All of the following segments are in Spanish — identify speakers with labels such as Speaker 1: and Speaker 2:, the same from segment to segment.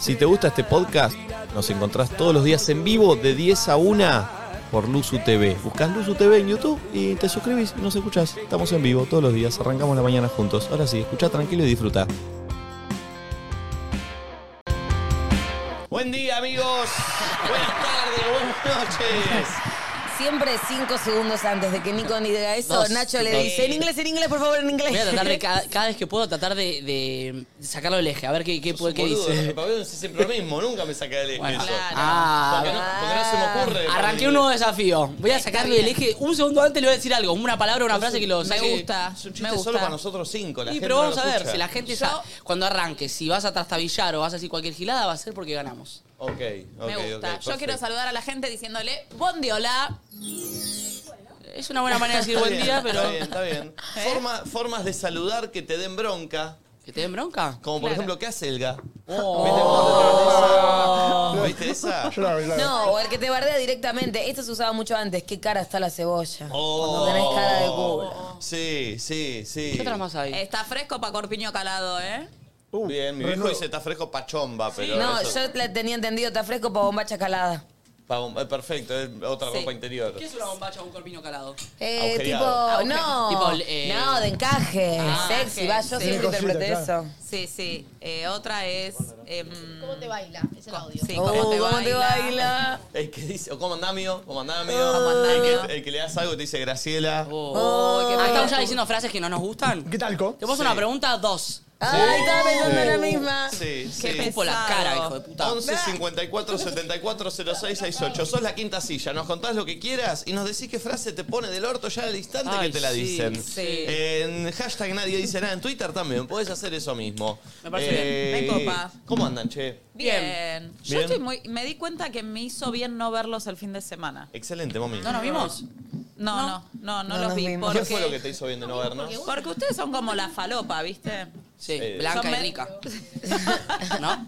Speaker 1: Si te gusta este podcast, nos encontrás todos los días en vivo de 10 a 1 por Luzu TV. Buscás Luzu TV en YouTube y te suscribís y nos escuchás. Estamos en vivo todos los días, arrancamos la mañana juntos. Ahora sí, escucha tranquilo y disfruta. Buen día, amigos. Buenas tardes, buenas noches.
Speaker 2: Siempre cinco segundos antes de que Nico ni diga eso,
Speaker 3: Dos,
Speaker 2: Nacho le
Speaker 3: dos.
Speaker 2: dice, en inglés, en inglés, por favor, en inglés.
Speaker 3: Voy a tratar de cada, cada vez que puedo tratar de, de sacarlo del eje, a ver qué, qué, puede- qué
Speaker 1: Boludo,
Speaker 3: dice.
Speaker 1: Pabellón es siempre lo mismo, nunca me saca del
Speaker 3: Bueno.
Speaker 1: eso.
Speaker 3: Ah,
Speaker 1: Porque no, porque no se me ocurre.
Speaker 3: arranqué un nuevo desafío. Voy a sacarle del eje. Un segundo antes le voy a decir algo, una palabra, una frase que lo saque.
Speaker 2: gusta.
Speaker 1: Es un
Speaker 2: Me
Speaker 1: chiste
Speaker 2: gusta.
Speaker 1: solo para nosotros cinco. La
Speaker 3: Sí,
Speaker 1: gente
Speaker 3: pero
Speaker 1: no
Speaker 3: vamos
Speaker 1: lo
Speaker 3: a ver,
Speaker 1: escucha.
Speaker 3: si la gente sa- cuando arranque, si vas a trastabillar o vas a decir cualquier gilada, va a ser porque ganamos.
Speaker 1: Ok, ok,
Speaker 4: Me gusta.
Speaker 1: ok,
Speaker 4: Yo quiero
Speaker 1: perfecto.
Speaker 4: saludar a la gente diciéndole bondiola.
Speaker 3: Es una buena manera de decir
Speaker 1: Está
Speaker 3: buen
Speaker 1: bien,
Speaker 3: día, pero. ¿Eh?
Speaker 1: Está bien, está bien. Forma- formas de saludar que te den bronca.
Speaker 3: ¿Que te den bronca?
Speaker 1: Como por
Speaker 4: Claro.
Speaker 1: ejemplo, ¿qué hace Elga? Oh.
Speaker 5: Oh.
Speaker 3: Oh.
Speaker 1: ¿Viste esa? ¿Viste esa?
Speaker 2: No, o el que te bardea directamente. Esto se usaba mucho antes. ¿Qué cara está la cebolla?
Speaker 1: Oh.
Speaker 2: Cuando tenés cara de culo.
Speaker 1: Sí, sí, sí.
Speaker 3: ¿Qué otras más hay?
Speaker 4: Está fresco para Corpiño Calado, ¿eh?
Speaker 1: Bien, mi viejo dice está fresco pachomba, pero.
Speaker 2: No,
Speaker 1: eso-
Speaker 2: yo le tenía entendido, está fresco para bombacha calada.
Speaker 1: pa' un- eh, Perfecto, es otra
Speaker 4: Sí.
Speaker 1: ropa interior.
Speaker 3: ¿Qué es una bombacha o un corpiño calado?
Speaker 2: Eh, tipo,
Speaker 1: Agujereado.
Speaker 2: no,
Speaker 3: Ah, Tipo, eh,
Speaker 2: no, de encaje,
Speaker 3: ah,
Speaker 2: sexy,
Speaker 4: encaje,
Speaker 2: va, yo
Speaker 4: sí.
Speaker 2: siempre interpreté eso.
Speaker 4: Sí, sí. Eh, otra es. em,
Speaker 6: ¿Cómo te baila? Es el audio.
Speaker 4: sí,
Speaker 2: Oh,
Speaker 4: ¿cómo te
Speaker 2: ¿cómo te
Speaker 4: baila?
Speaker 2: baila? Uh,
Speaker 1: El que dice, o ¿cómo andá, amigo? ¿Cómo andá, amigo?
Speaker 4: ¿Cómo andá,
Speaker 1: el,
Speaker 4: amigo?
Speaker 1: que, el que le das algo y te dice Graciela.
Speaker 3: Oh, que ¿Estamos ya diciendo frases que no nos gustan?
Speaker 5: ¿Qué tal, Co?
Speaker 3: Te puedo hacer una pregunta dos.
Speaker 2: Ay, estaba pensando en la misma.
Speaker 1: Sí,
Speaker 3: Te
Speaker 1: sí.
Speaker 4: pe-
Speaker 3: escupo la
Speaker 4: pesado.
Speaker 3: cara, hijo de puta.
Speaker 1: 11 54 74 06 68. Sos la quinta silla. Nos contás lo que quieras y nos decís qué frase te pone del orto ya al instante
Speaker 3: Ay,
Speaker 1: que te la
Speaker 3: sí,
Speaker 1: dicen.
Speaker 3: sí.
Speaker 1: En hashtag nadie dice nada. En Twitter también. Podés hacer eso mismo. Eh,
Speaker 3: Me parece
Speaker 4: bien. Me copa.
Speaker 1: ¿Cómo andan, che?
Speaker 4: Bien. Yo
Speaker 1: Bien.
Speaker 4: estoy muy. Me di cuenta que me hizo bien no verlos el fin de semana.
Speaker 1: Excelente, mami.
Speaker 3: ¿No nos vimos?
Speaker 4: No, no, no, no,
Speaker 2: No
Speaker 4: los
Speaker 2: nos
Speaker 4: vi.
Speaker 2: vimos.
Speaker 1: ¿Qué
Speaker 4: Porque,
Speaker 1: fue lo que te hizo bien de no vernos?
Speaker 4: porque ustedes son como la falopa, ¿viste?
Speaker 3: Sí,
Speaker 1: Sí.
Speaker 3: blanca
Speaker 4: Son
Speaker 3: y
Speaker 4: me-
Speaker 3: rica. ¿No?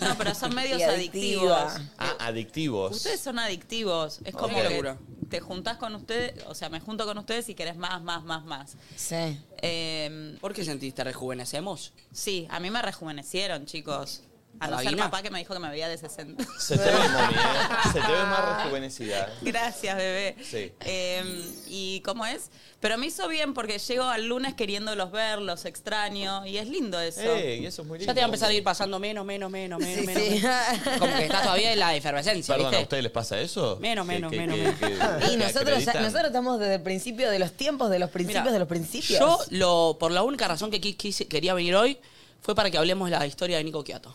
Speaker 4: No, pero son medios
Speaker 2: Y adictiva.
Speaker 4: adictivos.
Speaker 1: Ah, adictivos.
Speaker 4: Ustedes son adictivos. Es como
Speaker 3: Qué
Speaker 4: que
Speaker 3: locura.
Speaker 4: te juntás con ustedes, o sea, me junto con ustedes y querés más, más, más, más.
Speaker 2: Sí.
Speaker 4: Eh,
Speaker 3: ¿Por qué sentiste rejuvenecemos?
Speaker 4: sí, a mí me rejuvenecieron, chicos. A no ser
Speaker 3: ¿Rabina?
Speaker 4: papá que me dijo que me veía de 60.
Speaker 1: Se te ve, mami, ¿eh? Se te ve más rejuvenecida.
Speaker 4: Gracias, bebé.
Speaker 1: Sí.
Speaker 4: Eh, ¿Y cómo es? Pero me hizo bien porque llego al lunes queriéndolos ver, los extraño, y es lindo eso.
Speaker 1: Ey, eso es muy
Speaker 3: Ya
Speaker 1: lindo.
Speaker 3: te va a empezar a ir pasando menos, menos, menos, menos,
Speaker 2: Sí,
Speaker 3: menos.
Speaker 2: sí.
Speaker 3: menos. Como que está todavía en la efervescencia,
Speaker 1: Perdón, ¿a
Speaker 3: ¿viste?
Speaker 1: ustedes les pasa eso?
Speaker 3: Menos,
Speaker 1: ¿Que-
Speaker 3: menos,
Speaker 1: que-
Speaker 3: menos,
Speaker 1: que-
Speaker 3: menos.
Speaker 1: que- que
Speaker 2: Y nosotros,
Speaker 1: acreditan?
Speaker 2: nosotros estamos desde el principio de los tiempos, de los principios,
Speaker 3: Mira,
Speaker 2: de los principios.
Speaker 3: Yo, lo, por la única razón que qui- quise- quería venir hoy, fue para que hablemos de la historia de Nico Quiato.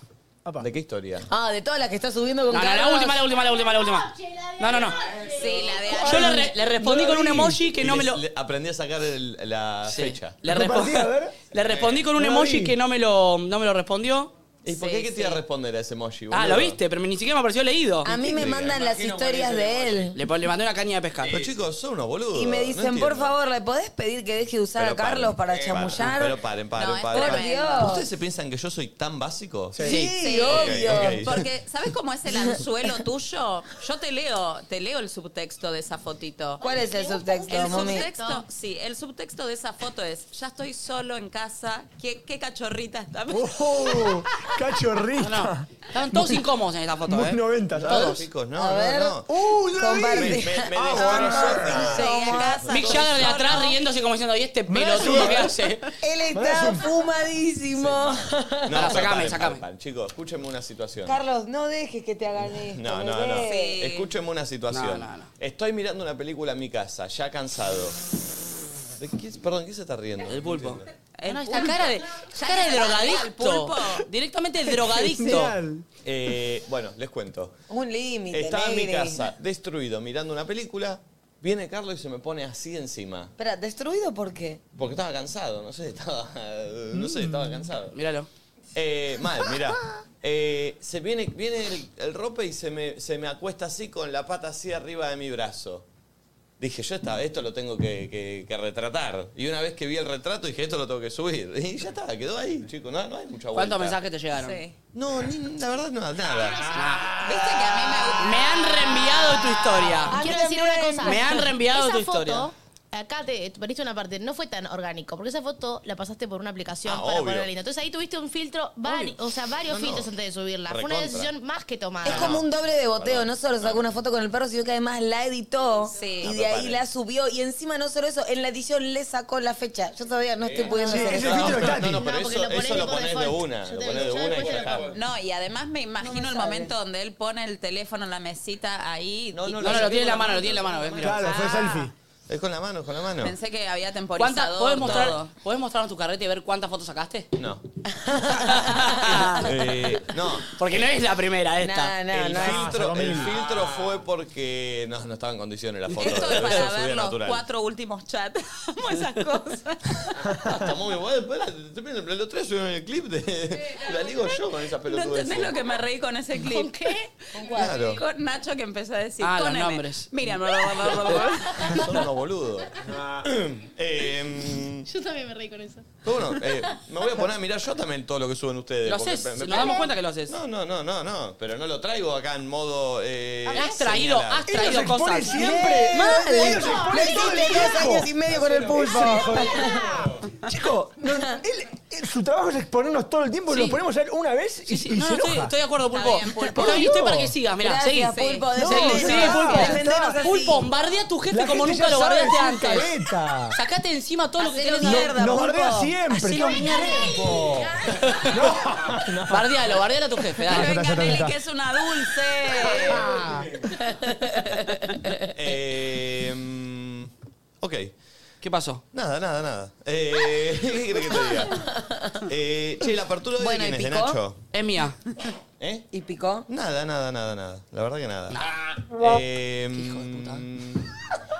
Speaker 1: ¿De qué historia?
Speaker 2: Ah, de todas las que está subiendo con
Speaker 3: No, no, la
Speaker 2: Carlos.
Speaker 3: última, la última, la última, la última. No, no, no.
Speaker 4: Sí, la de
Speaker 3: Yo le, re- le respondí con un emoji que
Speaker 1: Y
Speaker 3: no me
Speaker 1: les-
Speaker 3: lo...
Speaker 1: le- aprendí a sacar el- la
Speaker 3: Sí.
Speaker 1: fecha.
Speaker 3: Le, respo-
Speaker 5: Compartí, a ver.
Speaker 3: le respondí con un
Speaker 5: No
Speaker 3: emoji
Speaker 5: vi.
Speaker 3: que no me lo, no me lo respondió.
Speaker 1: ¿Y por
Speaker 4: Sí,
Speaker 1: qué qué te iba a
Speaker 4: sí.
Speaker 1: responder a ese emoji?
Speaker 3: Ah,
Speaker 1: boludo?
Speaker 3: lo viste, pero ni siquiera me apareció leído.
Speaker 2: A mí me
Speaker 1: Sí,
Speaker 2: mandan
Speaker 1: me
Speaker 2: las
Speaker 1: imagino
Speaker 2: historias de él.
Speaker 3: Le, pon- le mandé una caña de pescar.
Speaker 1: Pero chicos, son unos boludos.
Speaker 2: Y me
Speaker 1: no
Speaker 2: dicen,
Speaker 1: entiendo".
Speaker 2: por favor, ¿le podés pedir que deje de usar
Speaker 1: Pero
Speaker 2: a Carlos
Speaker 1: paren,
Speaker 2: para
Speaker 1: eh,
Speaker 2: chamullar?
Speaker 1: Pero paren, paren,
Speaker 4: No, es
Speaker 1: paren.
Speaker 2: por
Speaker 1: paren.
Speaker 2: Dios.
Speaker 1: ¿Ustedes se piensan que yo soy tan básico?
Speaker 2: Sí,
Speaker 4: Sí.
Speaker 2: obvio.
Speaker 1: Ok, ok.
Speaker 4: Porque, ¿sabes cómo es el anzuelo tuyo? Yo te leo, te leo el subtexto de esa fotito.
Speaker 2: ¿Cuál es el subtexto,
Speaker 4: El
Speaker 2: mami?
Speaker 4: subtexto, sí, el subtexto de esa foto es, ya estoy solo en casa, qué, qué cachorrita está.
Speaker 1: Uh.
Speaker 5: ¡Oh!
Speaker 3: No, no.
Speaker 5: ¡Cachorrita!
Speaker 3: Estaban todos incómodos en esta foto,
Speaker 5: Muy
Speaker 3: ¿eh?
Speaker 5: noventas, a ver.
Speaker 3: Todos.
Speaker 1: Chicos, no,
Speaker 2: A
Speaker 1: no,
Speaker 2: ver.
Speaker 1: no.
Speaker 5: ¡Uh, no
Speaker 1: Me, me, me
Speaker 2: Compartí.
Speaker 4: Llegué
Speaker 1: destrozó.
Speaker 4: a casa.
Speaker 3: Mick
Speaker 4: estoy
Speaker 3: Jagger de atrás
Speaker 4: solo.
Speaker 3: riéndose como diciendo, ¿y este pelotudo qué hace?
Speaker 2: Él está fumadísimo.
Speaker 1: No,
Speaker 3: No,
Speaker 1: pero
Speaker 3: sacame,
Speaker 1: paren,
Speaker 3: sacame.
Speaker 1: paren, paren. Chicos, escúchenme una situación.
Speaker 2: Carlos, no dejes que te hagan esto.
Speaker 1: No, no, no.
Speaker 2: bebé.
Speaker 4: Sí.
Speaker 1: Escúchenme una situación.
Speaker 3: No, no, no.
Speaker 1: Estoy mirando una película en mi casa, ya cansado. ¿De qué- perdón, ¿quién se está riendo?
Speaker 3: El pulpo.
Speaker 1: No entiendo.
Speaker 3: No, no, esta cara de, esta cara de drogadicto.
Speaker 4: pulpo.
Speaker 3: Directamente el drogadicto.
Speaker 5: Genial.
Speaker 1: Eh, bueno, les cuento.
Speaker 2: Un límite.
Speaker 1: Estaba en mi
Speaker 2: negri.
Speaker 1: casa, destruido, mirando una película. Viene Carlos y se me pone así encima.
Speaker 2: Espera, ¿destruido por qué?
Speaker 1: Porque estaba cansado, no sé, estaba. No sé, estaba cansado.
Speaker 3: Míralo.
Speaker 1: Eh, mal, mirá. Eh, se viene viene el, el rope y se me, se me acuesta así con la pata así arriba de mi brazo. Dije, yo esta, esto lo tengo que, que- que retratar. Y una vez que vi el retrato dije, esto lo tengo que subir. Y ya está, quedó ahí, chicos. No, no hay mucha vuelta. Ah,
Speaker 3: ¿Cuántos mensajes te llegaron?
Speaker 4: Sí.
Speaker 1: No, ni- la verdad no, nada.
Speaker 4: Viste que a mí me
Speaker 3: Me han reenviado tu historia.
Speaker 5: Ah,
Speaker 6: Ah, Quiero decir una cosa.
Speaker 3: Me han reenviado
Speaker 6: Esa
Speaker 3: tu historia.
Speaker 6: foto acá te, te perdiste una parte, no fue tan orgánico, porque esa foto la pasaste por una aplicación
Speaker 1: Ah,
Speaker 6: para
Speaker 1: obvio.
Speaker 6: ponerla linda. Entonces ahí tuviste un filtro,
Speaker 1: Obvio.
Speaker 6: vari- o sea, varios
Speaker 1: No, no.
Speaker 6: filtros antes de subirla. Fue una
Speaker 1: Recontra.
Speaker 6: decisión más que
Speaker 1: Ah,
Speaker 6: tomada.
Speaker 2: Es como un doble de boteo, no solo sacó una foto con el perro, sino que además la editó
Speaker 4: Sí.
Speaker 2: y
Speaker 1: La
Speaker 2: de ahí
Speaker 1: preparé.
Speaker 2: la subió. Y encima no solo eso, en la edición le sacó la fecha. Yo todavía no estoy pudiendo
Speaker 5: Sí,
Speaker 2: hacer
Speaker 5: ese
Speaker 2: eso.
Speaker 5: filtro está,
Speaker 1: No, no,
Speaker 5: Tati.
Speaker 1: pero
Speaker 6: No, porque
Speaker 1: eso
Speaker 6: lo
Speaker 1: lo,
Speaker 6: ponés
Speaker 1: eso lo
Speaker 6: tipo
Speaker 1: pones de
Speaker 6: default.
Speaker 1: una.
Speaker 6: Yo
Speaker 1: Lo
Speaker 6: te
Speaker 1: pones de
Speaker 6: digo,
Speaker 1: una
Speaker 6: yo
Speaker 1: y
Speaker 6: después
Speaker 1: ya
Speaker 6: te lo
Speaker 1: está.
Speaker 6: pongo.
Speaker 4: No, y además me imagino el
Speaker 2: sale.
Speaker 4: momento donde él pone el teléfono en la mesita ahí.
Speaker 1: No,
Speaker 4: y-
Speaker 1: no,
Speaker 3: No, no, lo tiene en la mano, lo tiene en la mano, ¿ves? Mira.
Speaker 5: Claro, fue
Speaker 4: Ah.
Speaker 5: selfie.
Speaker 1: Es con la mano, es con la mano.
Speaker 4: Pensé que había
Speaker 3: ¿Cuánta,
Speaker 4: temporizado.
Speaker 3: ¿podés, mostrar, ¿Podés mostrarnos tu carrete y ver cuántas fotos sacaste?
Speaker 1: No. Eh, no.
Speaker 3: Porque no es la primera
Speaker 2: No,
Speaker 3: esta.
Speaker 2: no,
Speaker 1: el,
Speaker 2: no. es-
Speaker 1: filtro,
Speaker 5: Ah,
Speaker 1: el
Speaker 5: Salomín.
Speaker 1: filtro fue porque no, no estaba en condiciones la foto.
Speaker 4: Esto
Speaker 1: debe
Speaker 4: es para
Speaker 1: ser
Speaker 4: ver
Speaker 1: subida
Speaker 4: los
Speaker 1: natural.
Speaker 4: cuatro últimos chats. Amo esas cosas.
Speaker 1: Ah, está muy bueno. Espera, termina, el otro día subieron el clip de. La ligo yo con esa
Speaker 4: ¿No
Speaker 1: pelotuda.
Speaker 4: entendés lo que me reí con ese clip? ¿Con qué? ¿Con
Speaker 1: cuál? Claro.
Speaker 4: Con Nacho que empezó a decir.
Speaker 3: Ah,
Speaker 4: con
Speaker 3: los
Speaker 4: M.
Speaker 3: nombres.
Speaker 4: Mira, bla, bla, bla, bla, bla.
Speaker 1: Son unos boludos.
Speaker 5: Ah.
Speaker 1: eh,
Speaker 6: Yo también me reí con eso.
Speaker 1: pero bueno, eh, me voy a poner a mirar yo también todo lo que suben ustedes.
Speaker 3: Lo
Speaker 1: porque
Speaker 3: haces,
Speaker 1: me- me-
Speaker 3: nos damos cuenta que lo haces.
Speaker 1: No, no, no, no, no. Pero no lo traigo acá en modo. Eh,
Speaker 3: Has traído,
Speaker 1: señalar.
Speaker 3: has traído cosas.
Speaker 5: siempre.
Speaker 2: Mal.
Speaker 5: Él nos expone
Speaker 2: Le
Speaker 5: todo el
Speaker 2: hiciste dos
Speaker 5: tiempo.
Speaker 2: años y medio con el pulpo.
Speaker 5: Chico, no, él- él- su trabajo es exponernos todo el tiempo,
Speaker 3: Sí.
Speaker 5: lo ponemos a él una vez y,
Speaker 3: Sí, sí,
Speaker 5: y
Speaker 3: No,
Speaker 5: se
Speaker 3: no, estoy,
Speaker 5: enoja.
Speaker 3: estoy de acuerdo, Pulpo.
Speaker 4: bien, Pulpo.
Speaker 3: Estoy, estoy para
Speaker 5: No.
Speaker 3: que sigas, mirá,
Speaker 2: Gracias,
Speaker 3: seguí.
Speaker 2: Pulpo.
Speaker 5: No,
Speaker 2: defendemos.
Speaker 5: sí, Pulpo.
Speaker 2: Defendenos así.
Speaker 3: Pulpo, bombardea a tu
Speaker 5: La
Speaker 3: jefe
Speaker 5: gente
Speaker 3: como nunca
Speaker 5: ya
Speaker 3: lo
Speaker 5: sabe
Speaker 3: bardeaste
Speaker 5: su
Speaker 3: antes.
Speaker 5: careta.
Speaker 3: Sacate de encima todo lo que
Speaker 2: Hacelo
Speaker 3: querés saber.
Speaker 2: mierda,
Speaker 5: Nos
Speaker 2: Pulpo.
Speaker 5: bardea siempre.
Speaker 2: Hacelo
Speaker 5: qué
Speaker 2: mierda.
Speaker 5: tiempo. No, no.
Speaker 3: Bardealo, bardealo a tu jefe,
Speaker 4: Que
Speaker 5: ya
Speaker 3: dale.
Speaker 5: está, ya
Speaker 4: venga
Speaker 5: está, ya
Speaker 4: Nelly,
Speaker 5: está.
Speaker 4: que es una dulce.
Speaker 1: Eh, mm, ok.
Speaker 3: ¿Qué pasó?
Speaker 1: Nada, nada, nada. Eh, ¿Qué querés que te diga? Eh, che, la apertura de hoy
Speaker 2: Bueno,
Speaker 1: de quién
Speaker 2: ¿y
Speaker 1: es, de
Speaker 2: picó?
Speaker 1: Nacho.
Speaker 3: Es mía.
Speaker 1: ¿Eh?
Speaker 2: ¿Y picó?
Speaker 1: Nada, nada, nada, nada. La verdad que nada. Eh,
Speaker 3: hijo de puta.
Speaker 1: mm,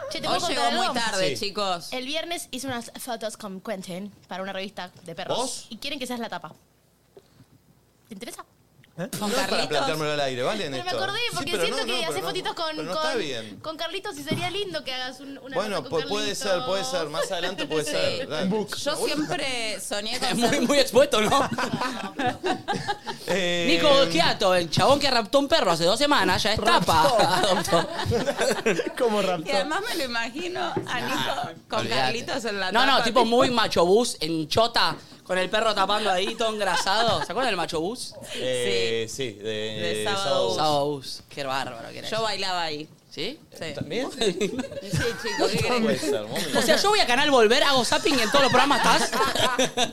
Speaker 6: Che, te
Speaker 4: Hoy
Speaker 6: puedo contar
Speaker 4: llegó muy
Speaker 6: algo?
Speaker 4: tarde,
Speaker 1: Sí.
Speaker 4: chicos.
Speaker 6: El viernes hice unas fotos con Quentin para una revista de perros.
Speaker 1: ¿Vos?
Speaker 6: Y quieren que seas la tapa. ¿Te interesa?
Speaker 4: Con
Speaker 1: no es para
Speaker 4: Carlitos.
Speaker 1: planteármelo al aire, ¿vale? en
Speaker 6: Pero me
Speaker 1: esto?
Speaker 6: acordé,
Speaker 1: Sí,
Speaker 6: porque
Speaker 1: pero
Speaker 6: siento
Speaker 1: no,
Speaker 6: que
Speaker 1: no,
Speaker 6: haces
Speaker 1: pero no,
Speaker 6: fotitos con,
Speaker 1: pero no
Speaker 6: con,
Speaker 1: está bien.
Speaker 6: con Carlitos y sería lindo que hagas un, una
Speaker 1: Bueno,
Speaker 6: foto con
Speaker 1: pu- puede
Speaker 6: Carlitos.
Speaker 1: ser, puede ser. Más adelante puede ser. Dale.
Speaker 4: Yo siempre soñé
Speaker 3: Es
Speaker 4: con
Speaker 3: muy,
Speaker 4: ser...
Speaker 3: muy expuesto, ¿no?
Speaker 1: Eh,
Speaker 3: Nico Giato, el chabón que raptó un perro hace dos semanas, ya es tapa. Adoptó.
Speaker 5: Como
Speaker 4: Y
Speaker 5: raptó.
Speaker 4: además me lo imagino a Nico con
Speaker 1: olvídate.
Speaker 4: Carlitos en la
Speaker 3: No, no,
Speaker 4: tapa,
Speaker 3: tipo muy macho bus en chota, con el perro tapando ahí, todo engrasado. ¿Se acuerdan del macho bus?
Speaker 1: eh, sí, de,
Speaker 4: De sábado bus.
Speaker 3: Sábado bus. Qué bárbaro que era.
Speaker 4: Yo
Speaker 3: eso.
Speaker 4: bailaba ahí.
Speaker 3: ¿Sí?
Speaker 4: Sí,
Speaker 1: ¿También?
Speaker 4: sí chicos, ¿qué querés?
Speaker 1: Puede ser, vos
Speaker 3: O sea, yo voy a Canal Volver, hago zapping y en todos los programas, ¿estás?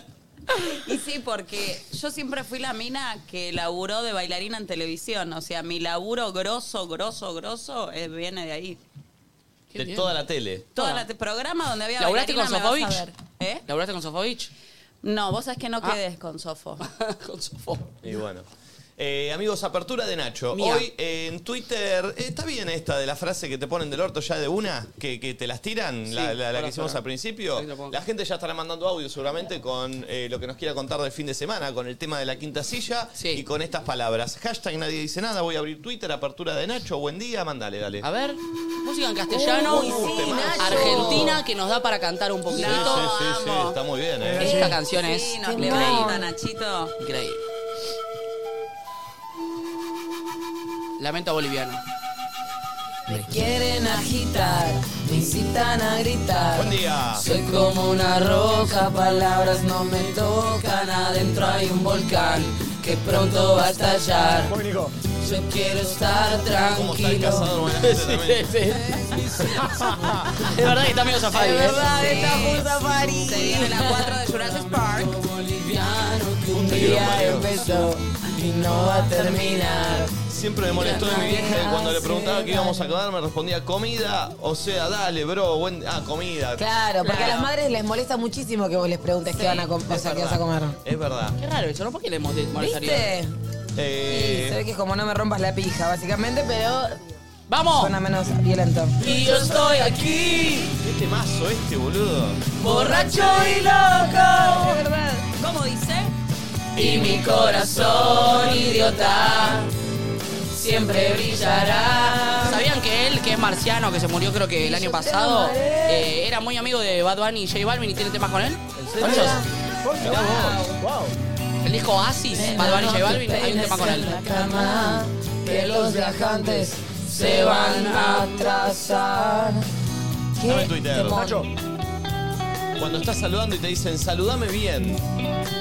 Speaker 4: Y sí, porque yo siempre fui la mina que laburó de bailarina en televisión. O sea, mi laburo grosso, grosso, grosso eh, viene de ahí.
Speaker 1: De toda la tele.
Speaker 4: Todo
Speaker 3: Toda.
Speaker 4: el programa donde había
Speaker 3: ¿Laburaste
Speaker 4: bailarina
Speaker 3: con
Speaker 4: me vas a
Speaker 3: Sofovich?
Speaker 4: ver. ¿Eh?
Speaker 3: ¿Laburaste con Sofovich?
Speaker 4: No, vos sabés que no
Speaker 3: Ah.
Speaker 4: quedes con Sofo.
Speaker 3: con Sofo.
Speaker 1: Y bueno. Eh, amigos, apertura de Nacho.
Speaker 3: Mía.
Speaker 1: Hoy eh, en Twitter, eh, ¿está bien esta de la frase que te ponen del orto ya de una? Que, que te las tiran,
Speaker 3: Sí,
Speaker 1: la, la- la
Speaker 3: hola,
Speaker 1: que hicimos
Speaker 3: hola.
Speaker 1: al principio.
Speaker 3: Ahí lo pongo.
Speaker 1: La gente ya estará mandando audio seguramente con eh, lo que nos quiera contar del fin de semana, con el tema de la quinta silla
Speaker 3: Sí.
Speaker 1: y con estas palabras. Hashtag nadie dice nada, voy a abrir Twitter, apertura de Nacho, buen día, mandale, dale.
Speaker 3: A ver, música en castellano.
Speaker 2: Uy,
Speaker 1: Uh,
Speaker 2: sí, Nacho.
Speaker 3: Argentina que nos da para cantar un poquito.
Speaker 4: No, amo.
Speaker 1: está muy bien, eh.
Speaker 3: Esta canción es
Speaker 4: Sí, nos
Speaker 2: Qué
Speaker 4: levanta,
Speaker 2: mal.
Speaker 4: Nachito.
Speaker 3: increíble. Lamento boliviano.
Speaker 2: Me quieren agitar, me incitan a gritar.
Speaker 1: Buen día.
Speaker 2: Soy como una roca, palabras no me tocan. Adentro hay un volcán que pronto va a estallar.
Speaker 5: Voy, Nico.
Speaker 2: Yo quiero estar
Speaker 1: ¿Cómo está el casado?
Speaker 2: tranquilo.
Speaker 1: Buena
Speaker 3: Sí,
Speaker 1: gente
Speaker 3: sí,
Speaker 1: también.
Speaker 3: sí. Es verdad que está medio safari. ¿eh?
Speaker 2: está full safari.
Speaker 4: Se viene la 4 de Jurassic Park.
Speaker 2: Boliviano que un
Speaker 1: Te quiero,
Speaker 2: día
Speaker 1: Mario.
Speaker 2: empezó y no va a terminar.
Speaker 1: Siempre me molestó de mi vieja que cuando le preguntaba qué íbamos a acabar me respondía comida, o sea, dale, bro, buen... ah, comida.
Speaker 2: Claro, porque
Speaker 4: Claro.
Speaker 2: a las madres les molesta muchísimo que vos les preguntes qué van a comer, o sea, qué vas a comer.
Speaker 1: Es verdad.
Speaker 3: Qué raro eso, ¿no? ¿Por qué le hemos molestaría?
Speaker 2: ¿Viste? Sí, se
Speaker 1: Eh,
Speaker 2: ve que es como no me rompas la pija, básicamente, pero
Speaker 3: ¡Vamos!
Speaker 2: suena menos violento.
Speaker 3: Y yo estoy aquí,
Speaker 1: ¿Qué temazo este, boludo?
Speaker 3: borracho y loco.
Speaker 4: verdad. ¿Cómo dice?
Speaker 3: Y mi corazón, idiota, siempre brillará. ¿Sabían que él, que es marciano, que se murió creo que el año pasado, eh, era muy amigo de Bad Bunny y J Balvin y tiene temas con él? ¿Con ellos?
Speaker 5: Wow.
Speaker 3: El disco Asis, Bad Bunny y J Balvin, hay un tema con él.
Speaker 2: cama, que los viajantes se van a atrasar.
Speaker 1: Dame Twitter.
Speaker 2: temón.
Speaker 5: Nacho,
Speaker 1: Cuando estás saludando y te dicen, saludame bien.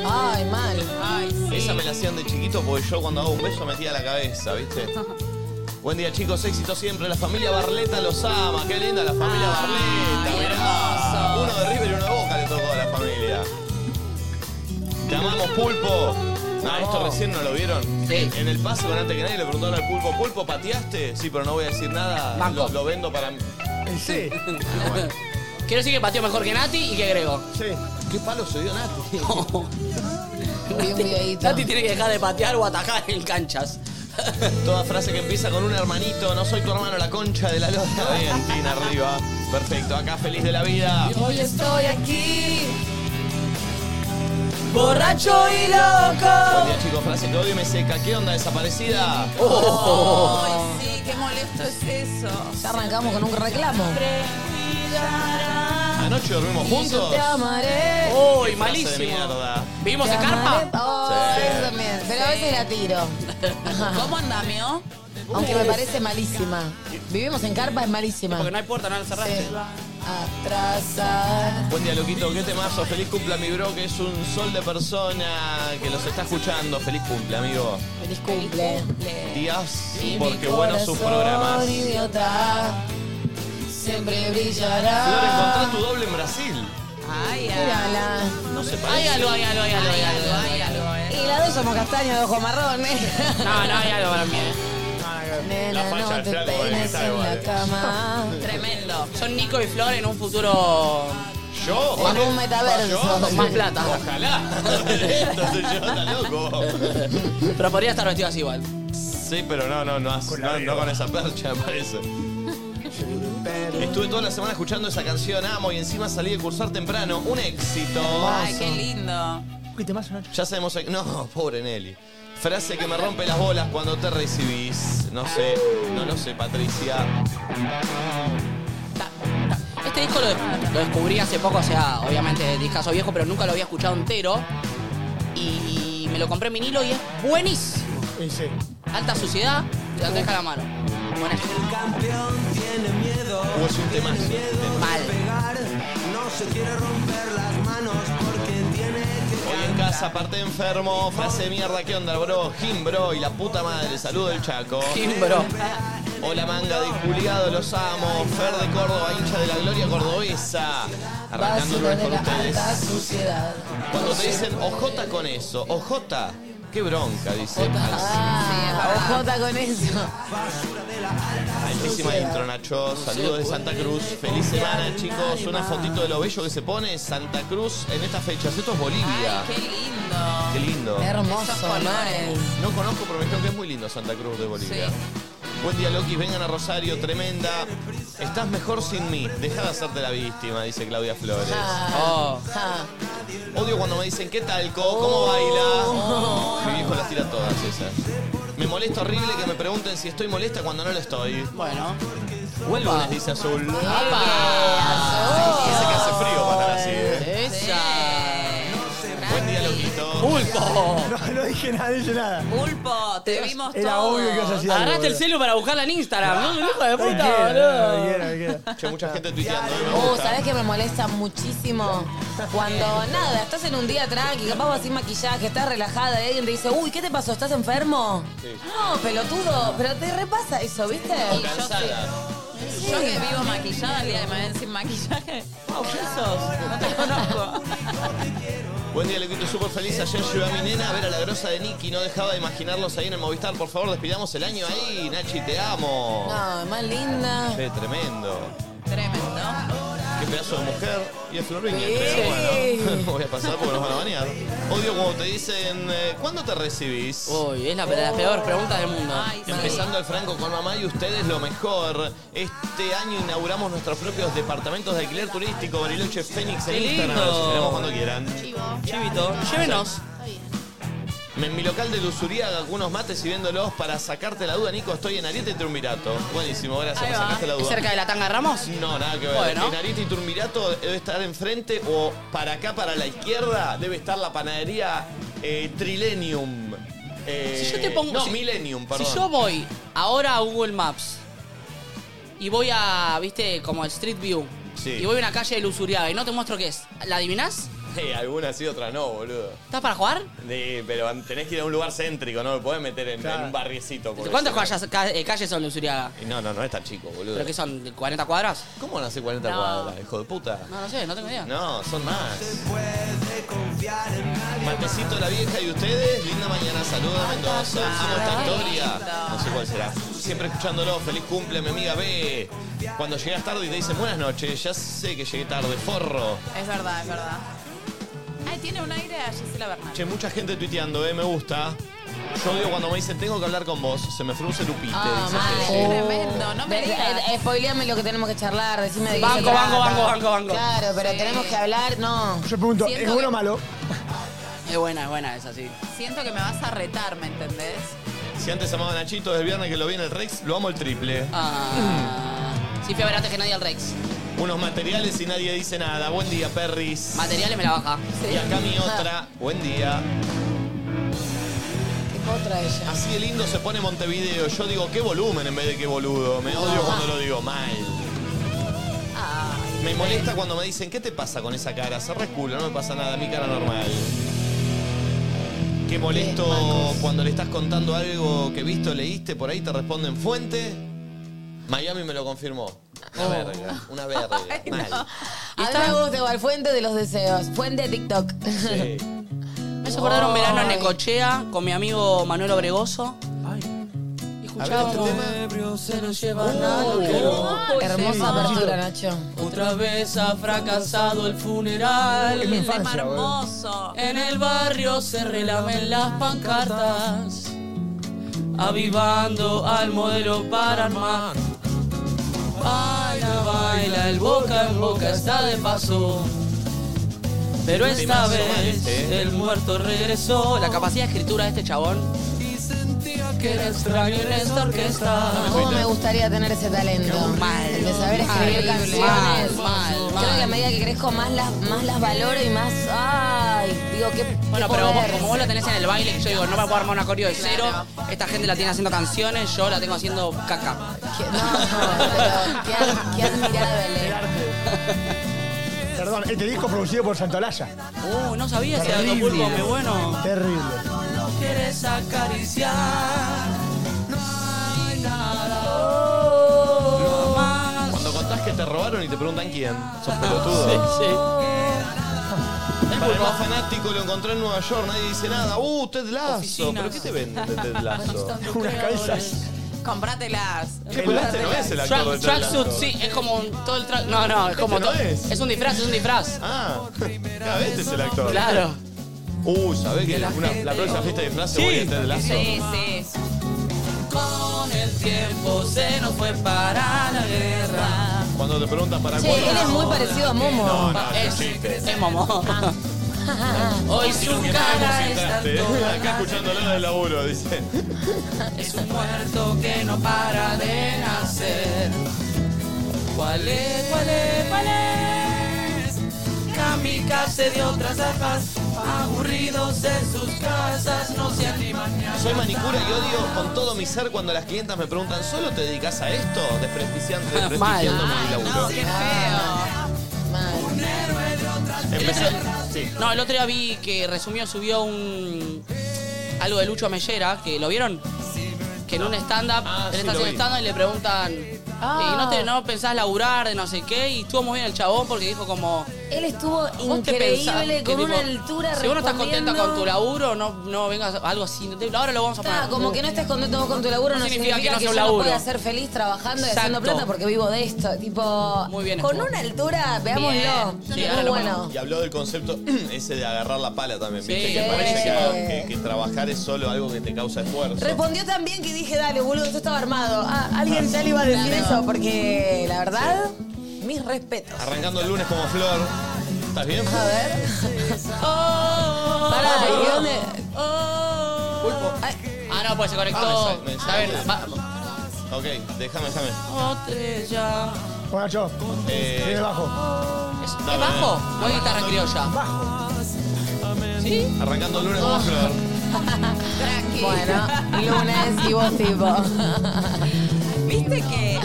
Speaker 2: Ay, mal.
Speaker 7: Ay, sí.
Speaker 1: Esa me la hacían de chiquito porque yo cuando hago un beso metía la cabeza, ¿viste? Buen día chicos, éxito siempre. La familia Barleta los ama. Qué linda la familia Ah,
Speaker 5: Ah,
Speaker 1: Barleta, mirá. Uno de River y uno de Boca le tocó a la familia. Te amamos, Pulpo. Ah, esto recién no lo vieron.
Speaker 3: Sí.
Speaker 1: En el pase con antes que nadie le preguntaron al Pulpo, ¿Pulpo pateaste? Sí, pero no voy a decir nada.
Speaker 3: Banco.
Speaker 1: Lo, lo vendo para mí.
Speaker 5: sí,
Speaker 3: Quiero decir que pateó mejor que Nati y que Grego.
Speaker 5: sí.
Speaker 1: ¿Qué palo se dio Nati?
Speaker 2: Vi un videíto.
Speaker 3: Nati tiene que dejar de patear o atajar en canchas.
Speaker 1: Toda frase que empieza con un hermanito, no soy tu hermano, la concha de la lora. Bien, Tina, arriba. Perfecto, acá feliz de la vida.
Speaker 8: Hoy estoy aquí, borracho y loco.
Speaker 1: Buen día, chicos. Frase que odio y me seca. ¿Qué onda, desaparecida?
Speaker 2: Oh.
Speaker 7: Ay, sí, qué molesto es eso.
Speaker 2: Ya arrancamos con un reclamo. Ah,
Speaker 1: ¿Anoche dormimos juntos?
Speaker 2: Te amaré.
Speaker 3: Uy,
Speaker 1: Frase de
Speaker 3: malísimo.
Speaker 1: mierda.
Speaker 3: ¿Vivimos
Speaker 2: Te
Speaker 3: en
Speaker 2: amaré.
Speaker 3: carpa?
Speaker 2: Oh,
Speaker 1: Sí.
Speaker 2: eso también. Pero a veces la tiro.
Speaker 7: ¿Cómo andamio?
Speaker 2: Aunque me parece malísima. Vivimos en carpa, es malísima.
Speaker 3: Porque no hay puerta, no la cerraste.
Speaker 2: Atrasar.
Speaker 1: Buen día, loquito. ¿Qué temazo? Feliz cumple, a mi bro, que es un sol de persona que los está escuchando. Feliz cumple, amigo.
Speaker 2: Feliz cumple.
Speaker 1: Días,
Speaker 2: Y mi
Speaker 1: porque buenos sus
Speaker 2: corazón,
Speaker 1: programas. Flor,
Speaker 2: idiota, siempre brillará.
Speaker 1: encontrá tu doble en Brasil.
Speaker 7: Ay, ay.
Speaker 2: Mírala.
Speaker 1: No se
Speaker 3: Hay
Speaker 1: parece.
Speaker 3: algo, hay algo, hay algo, hay algo.
Speaker 7: Ay, algo, eh.
Speaker 2: Y las dos somos castaños de ojo marrón, ¿eh?
Speaker 3: No, no, hay algo para mí. eh.
Speaker 2: Nena,
Speaker 1: facha
Speaker 2: no
Speaker 1: del
Speaker 2: te
Speaker 1: flaco, eh,
Speaker 2: peines
Speaker 1: está
Speaker 2: en
Speaker 1: igual,
Speaker 2: la
Speaker 1: eh.
Speaker 2: cama.
Speaker 7: Tremendo.
Speaker 3: Son Nico y Flor en un futuro.
Speaker 1: ¿Yo?
Speaker 2: En un metaverso.
Speaker 1: ¿Yo?
Speaker 3: Con más plata.
Speaker 1: Ojalá. Entonces yo, está loco.
Speaker 3: Pero podría estar vestido así igual.
Speaker 1: Sí, pero no, no, no, no, no con esa percha, me parece. Estuve toda la semana escuchando esa canción, amo, y encima salí de cursar temprano. Un éxito.
Speaker 7: Ay, qué lindo.
Speaker 5: ¿Qué te pasa, Nacho?
Speaker 1: Ya sabemos. No, pobre Nelly. Frase que me rompe las bolas cuando te recibís. No sé, no lo sé, Patricia.
Speaker 3: Ta, ta. Este disco lo, lo descubrí hace poco, o sea, obviamente discazo viejo, pero nunca lo había escuchado entero. Y me lo compré en vinilo y es buenísimo.
Speaker 5: Sí, sí.
Speaker 3: Alta suciedad, te la deja la mano. Buenísimo.
Speaker 1: O es un este temazo.
Speaker 3: Mal.
Speaker 1: Hoy en casa, aparte enfermo. Frase de mierda, ¿qué onda, bro? Jim, bro, y la puta madre. Saludo del Chaco.
Speaker 3: bro.
Speaker 1: Hola manga de Juliado, los amo. Fer de Córdoba, hincha de la gloria cordobesa. Arrancando
Speaker 2: Básico
Speaker 1: el lunes
Speaker 2: de
Speaker 1: con
Speaker 2: la alta
Speaker 1: ustedes.
Speaker 2: suciedad.
Speaker 1: Cuando te dicen ojota con eso, ojota, qué bronca, dice.
Speaker 2: Ah, ojota Ah, con eso.
Speaker 1: Altísima intro, Nacho. Saludos de Santa Cruz. Feliz semana, chicos. Una fotito de lo bello que se pone Santa Cruz en estas fechas. Esto es Bolivia.
Speaker 7: Ay, qué lindo.
Speaker 1: Qué lindo.
Speaker 7: Esos
Speaker 2: Hermoso,
Speaker 7: colores.
Speaker 2: mal.
Speaker 1: No conozco, pero me dijeron que es muy lindo Santa Cruz de Bolivia.
Speaker 7: Sí.
Speaker 1: Buen día, Loki. Vengan a Rosario, tremenda. Estás mejor sin mí. Deja de hacerte la víctima, dice Claudia Flores.
Speaker 3: Oh.
Speaker 2: Ah,
Speaker 1: Odio cuando me dicen, ¿qué tal, Co?
Speaker 5: Oh.
Speaker 1: ¿Cómo
Speaker 7: Oh.
Speaker 1: baila? Mi viejo las tira todas esas. Me molesta horrible que me pregunten si estoy molesta cuando no lo estoy.
Speaker 3: Bueno.
Speaker 1: Buen lunes, dice Azul.
Speaker 3: ¡Apa!
Speaker 1: Dice que hace frío para estar así, ¿eh?
Speaker 3: ¡Esa!
Speaker 1: Buen día, loquito.
Speaker 3: ¡Pulpo!
Speaker 5: No, no dije nada, no dije nada.
Speaker 7: Pulpo, te vimos
Speaker 5: Era
Speaker 7: todo.
Speaker 5: obvio que ibas a decir algo,
Speaker 3: Agarraste el
Speaker 5: boludo.
Speaker 3: celu para buscarla en Instagram, ¿no? ¡Hijo de
Speaker 5: Me quiero,
Speaker 3: puta,
Speaker 5: me
Speaker 3: boludo!
Speaker 5: quiero, me quiero.
Speaker 1: Che, mucha gente tuiteando. ¿eh? Me
Speaker 2: Uh,
Speaker 1: gusta.
Speaker 2: ¿sabés que me molesta muchísimo? Cuando, nada, estás en un día tranqui, capaz vas sin maquillaje, estás relajada y alguien te dice, uy, ¿qué te pasó? ¿Estás enfermo? No, pelotudo, pero te repasa eso, ¿viste?
Speaker 1: O cansada.
Speaker 7: Yo que vivo maquillada el día de mañana sin maquillaje. Oh, esos, no te conozco.
Speaker 1: Buen día, loquito. Súper feliz. Ayer llevé a mi nena a ver a la grosa de Nicky. No dejaba de imaginarlos ahí en el Movistar. Por favor, despidamos el año ahí. Nachi, te amo.
Speaker 2: No, más linda.
Speaker 1: Che, tremendo.
Speaker 7: Tremendo.
Speaker 1: Qué pedazo de mujer. Y es Flor Viña,
Speaker 2: Sí.
Speaker 1: pero bueno. Voy a pasar porque nos van a bañar. Odio cuando te dicen, eh, ¿cuándo te recibís?
Speaker 3: Uy, es la, la peor pregunta del mundo.
Speaker 7: Ay, sí.
Speaker 1: Empezando el Franco con mamá y ustedes lo mejor. Este año inauguramos nuestros propios departamentos de alquiler turístico, Bariloche Fénix en
Speaker 3: Qué
Speaker 1: Instagram.
Speaker 3: lindo.
Speaker 1: Los esperamos cuando quieran.
Speaker 3: Chivito, llévenos.
Speaker 1: En mi local de Lusuriaga, algunos mates y viéndolos para sacarte la duda, Nico, estoy en Ariete y Turmirato. Buenísimo, gracias,
Speaker 7: Ahí
Speaker 1: me
Speaker 7: va.
Speaker 1: sacaste la
Speaker 3: ¿Es
Speaker 1: duda.
Speaker 3: cerca de la tanga Ramos?
Speaker 1: No, nada que ver.
Speaker 3: Bueno.
Speaker 1: En Ariete y Turmirato debe estar enfrente o para acá, para la izquierda, debe estar la panadería eh, Trilenium. Eh,
Speaker 3: Si yo te pongo-
Speaker 1: No,
Speaker 3: si-
Speaker 1: Millennium, perdón.
Speaker 3: Si yo voy ahora a Google Maps y voy a, viste, como el Street View
Speaker 1: Sí.
Speaker 3: y voy a una calle de Luzuriaga y no te muestro qué es. ¿La adivinás?
Speaker 1: Sí, algunas sí, otras no, boludo.
Speaker 3: ¿Estás para jugar?
Speaker 1: Sí, pero tenés que ir a un lugar céntrico, no me podés meter en, en un barriecito. porque
Speaker 3: ¿Cuántas
Speaker 1: si no-
Speaker 3: calles, ca- eh, calles son Luzuriaga?
Speaker 1: Y No, no, no es tan chico, boludo.
Speaker 3: ¿Pero qué son? ¿de ¿40 cuadras?
Speaker 1: ¿Cómo no hace 40
Speaker 3: No.
Speaker 1: cuadras, hijo de puta?
Speaker 3: No, no sé, no tengo idea.
Speaker 1: No, son más. Matecito la vieja y ustedes, linda mañana, saludos Mendoza, ¿cómo está Historia? No sé cuál será. Siempre escuchándolo, feliz cumple, mi amiga B. Cuando llegas tarde y te dicen buenas noches, ya sé que llegué tarde, forro.
Speaker 7: Es verdad, es verdad. Ay, tiene un aire a Gisela Bernal.
Speaker 1: Che, mucha gente tuiteando, eh, me gusta. Yo digo cuando me dicen tengo que hablar con vos, se me fue un cerupite, dice Ceci.
Speaker 7: Tremendo, no me
Speaker 2: Ve-
Speaker 7: digas.
Speaker 2: Uh. eh, eh, spoileame lo que tenemos que charlar, decime de qué
Speaker 3: Banco,
Speaker 2: se
Speaker 3: banco,
Speaker 2: trata.
Speaker 3: banco, banco, banco.
Speaker 2: Claro, pero
Speaker 7: Sí.
Speaker 2: tenemos que hablar, no.
Speaker 5: Yo pregunto,
Speaker 7: Siento
Speaker 5: ¿es bueno o
Speaker 7: que-
Speaker 5: malo?
Speaker 3: Es buena, es buena, es así.
Speaker 7: Siento que me vas a retar, ¿me entendés?
Speaker 1: Si antes amaba a Nachito desde el viernes que lo vi en el Rex, lo amo el triple.
Speaker 3: Ah, sí, fui a ver antes que nadie al Rex.
Speaker 1: Unos materiales y nadie dice nada. Buen día, Perris.
Speaker 3: Materiales me la baja.
Speaker 1: Y acá mi otra, buen día.
Speaker 2: Otra ella.
Speaker 1: Así de lindo se pone Montevideo. Yo digo qué volumen en vez de qué boludo. Me odio cuando lo digo mal. Me molesta cuando me dicen, ¿qué te pasa con esa cara? Cerra el culo, no me pasa nada, mi cara normal. Qué molesto cuando le estás contando algo que visto, leíste, por ahí te responden fuente. Miami me lo confirmó.
Speaker 3: Oh.
Speaker 1: Una verga, una verga. Mal.
Speaker 3: Ah,
Speaker 2: A mí me gusta igual, fuente de los deseos, fuente de TikTok.
Speaker 1: Sí.
Speaker 3: Me hizo acordar un verano en
Speaker 2: Ay.
Speaker 3: Necochea con mi amigo Manuel Obregoso. Y
Speaker 1: A ver, otro
Speaker 3: escuchábamos.
Speaker 1: tema.
Speaker 5: Oh,
Speaker 2: Hermosa apertura, Nacho.
Speaker 3: Otra vez ha fracasado el funeral.
Speaker 5: Es mi infancia, boludo.
Speaker 7: Hermoso.
Speaker 3: En el barrio se relamen las pancartas, avivando al modelo para armar. Baila, baila, el boca en boca está de paso. Pero esta
Speaker 1: Temazo,
Speaker 3: vez
Speaker 1: este, eh.
Speaker 3: el muerto regresó. La capacidad de escritura de este chabón. Y sentía que era extraño en esta orquesta.
Speaker 2: ¿Cómo me gustaría tener ese talento?
Speaker 3: Mal.
Speaker 2: El de saber
Speaker 3: Mal,
Speaker 2: escribir canciones.
Speaker 3: mal, mal,
Speaker 2: Creo que a
Speaker 3: mal.
Speaker 2: medida que crezco más las, más las valoro y más. Ay, digo, qué.
Speaker 3: Bueno,
Speaker 2: qué
Speaker 3: pero vos,
Speaker 2: poder.
Speaker 3: como vos lo tenés en el baile, yo digo, no me puedo armar una coreo de cero. Esta gente la tiene haciendo canciones, yo la tengo haciendo caca.
Speaker 2: Qué- No, pero qué, ad- qué admirable.
Speaker 5: Perdón, este disco producido por Santolaya.
Speaker 3: Uh, no sabía si era
Speaker 5: Terrible.
Speaker 3: Acapulco, qué bueno.
Speaker 5: Terrible.
Speaker 3: Quieres acariciar, no hay nada.
Speaker 1: Cuando contás que te robaron y te preguntan quién, sos pelotudo. Para el más fanático lo encontró en Nueva York, nadie dice nada. ¡Uh, Ted Lasso!
Speaker 3: Oficina.
Speaker 1: ¿Pero qué te vende Ted Lasso?
Speaker 5: Unas calzas.
Speaker 7: Comprátelas.
Speaker 1: Che, pero este no es el actor de Ted
Speaker 3: Tracksuit,
Speaker 1: Lasso.
Speaker 3: sí, es como un- todo el track. No, no, es como
Speaker 1: Este no
Speaker 3: todo.
Speaker 1: es.
Speaker 3: un disfraz, es un disfraz.
Speaker 1: Ah, cada vez es el actor.
Speaker 3: Claro.
Speaker 1: Uh, ¿sabés que una- la próxima fiesta de disfraces voy a Ted Lasso?
Speaker 7: Sí, sí.
Speaker 3: Con el tiempo se nos fue para la guerra.
Speaker 1: Cuando te preguntan para
Speaker 2: Che,
Speaker 1: cuál.
Speaker 2: él es muy parecido a Momo.
Speaker 1: No, no, es
Speaker 3: Es,
Speaker 1: un chiste.
Speaker 3: es momo.
Speaker 5: ah.
Speaker 3: Hoy su
Speaker 1: Creo que
Speaker 3: cara
Speaker 1: te
Speaker 3: es
Speaker 1: concentraste,
Speaker 3: tanto
Speaker 1: ¿eh? Acá escuchándolo en el laburo, dice.
Speaker 3: Es un muerto que no para de nacer. ¿Cuál es? ¿Cuál es? ¿Cuál es? Kamikaze de otras almas, aburridos en sus casas, no se animan ni a
Speaker 1: Soy manicura y odio con todo mi ser cuando las clientas me preguntan, ¿solo te dedicas a esto? Desprestigiando, desprestigiando mi laburo.
Speaker 7: Qué feo.
Speaker 2: Mal.
Speaker 1: Empecé. Sí.
Speaker 3: No, el otro día vi que resumió, subió un. algo de Lucho Mellera, que lo vieron. Que en un stand-up,
Speaker 1: Ah,
Speaker 3: él
Speaker 1: sí,
Speaker 3: está
Speaker 1: lo
Speaker 3: haciendo
Speaker 1: vi.
Speaker 3: stand-up y le preguntan.
Speaker 2: Ah.
Speaker 3: "Eh, ¿no, te, ¿No pensás laburar de no sé qué? Y estuvo muy bien el chabón porque dijo como.
Speaker 2: Él estuvo
Speaker 3: ¿Vos te pensás
Speaker 2: increíble,
Speaker 3: que,
Speaker 2: con una
Speaker 3: tipo,
Speaker 2: altura
Speaker 3: Si vos no estás contenta
Speaker 2: respondiendo.
Speaker 3: con tu laburo, no, no vengas algo así. no te- Ahora lo vamos a poner.
Speaker 2: Está, como que no estés contento vos con tu laburo,
Speaker 3: No
Speaker 2: no,
Speaker 3: significa que
Speaker 2: significa,
Speaker 3: no
Speaker 2: que,
Speaker 3: sea un
Speaker 2: yo no
Speaker 3: laburo.
Speaker 2: pueda ser feliz trabajando y haciendo
Speaker 3: Exacto.
Speaker 2: plata porque vivo de esto. Tipo,
Speaker 3: Muy bien,
Speaker 2: con
Speaker 3: estuvo.
Speaker 2: una altura, veámoslo.
Speaker 3: Bien.
Speaker 2: Yo
Speaker 3: Sí,
Speaker 2: no-
Speaker 3: ahora lo
Speaker 2: bueno.
Speaker 1: Y habló del concepto ese de agarrar la pala también,
Speaker 3: Sí,
Speaker 1: ¿viste? que parece que,
Speaker 2: buenísimo.
Speaker 1: que- que trabajar es solo algo que te causa esfuerzo.
Speaker 2: Respondió también que dije, dale, boludo, esto estaba armado. Ah, alguien ya le iba a decir eso, porque la verdad, mis respetos.
Speaker 1: Arrancando el lunes como flor. ¿Estás bien?
Speaker 2: A ver.
Speaker 3: Oh.
Speaker 2: Pará, ¿y dónde?
Speaker 1: Pulpo.
Speaker 2: Ay,
Speaker 3: Ah, no, pues se conectó.
Speaker 1: Ah, me sa- me
Speaker 3: Está bien,
Speaker 1: sale.
Speaker 3: va-
Speaker 1: Ok, déjame, déjame.
Speaker 3: Estrella.
Speaker 5: Bueno, yo.
Speaker 1: Eh,
Speaker 5: Viene bajo.
Speaker 3: ¿Es, es
Speaker 1: Dale,
Speaker 3: bajo?
Speaker 1: dale.
Speaker 3: ¿O es guitarra criolla?
Speaker 5: Bajo.
Speaker 3: ¿Sí?
Speaker 1: Arrancando el lunes
Speaker 7: Oh,
Speaker 1: como flor.
Speaker 2: Bueno, lunes y vos tipo.
Speaker 7: ¿Viste? Viste que,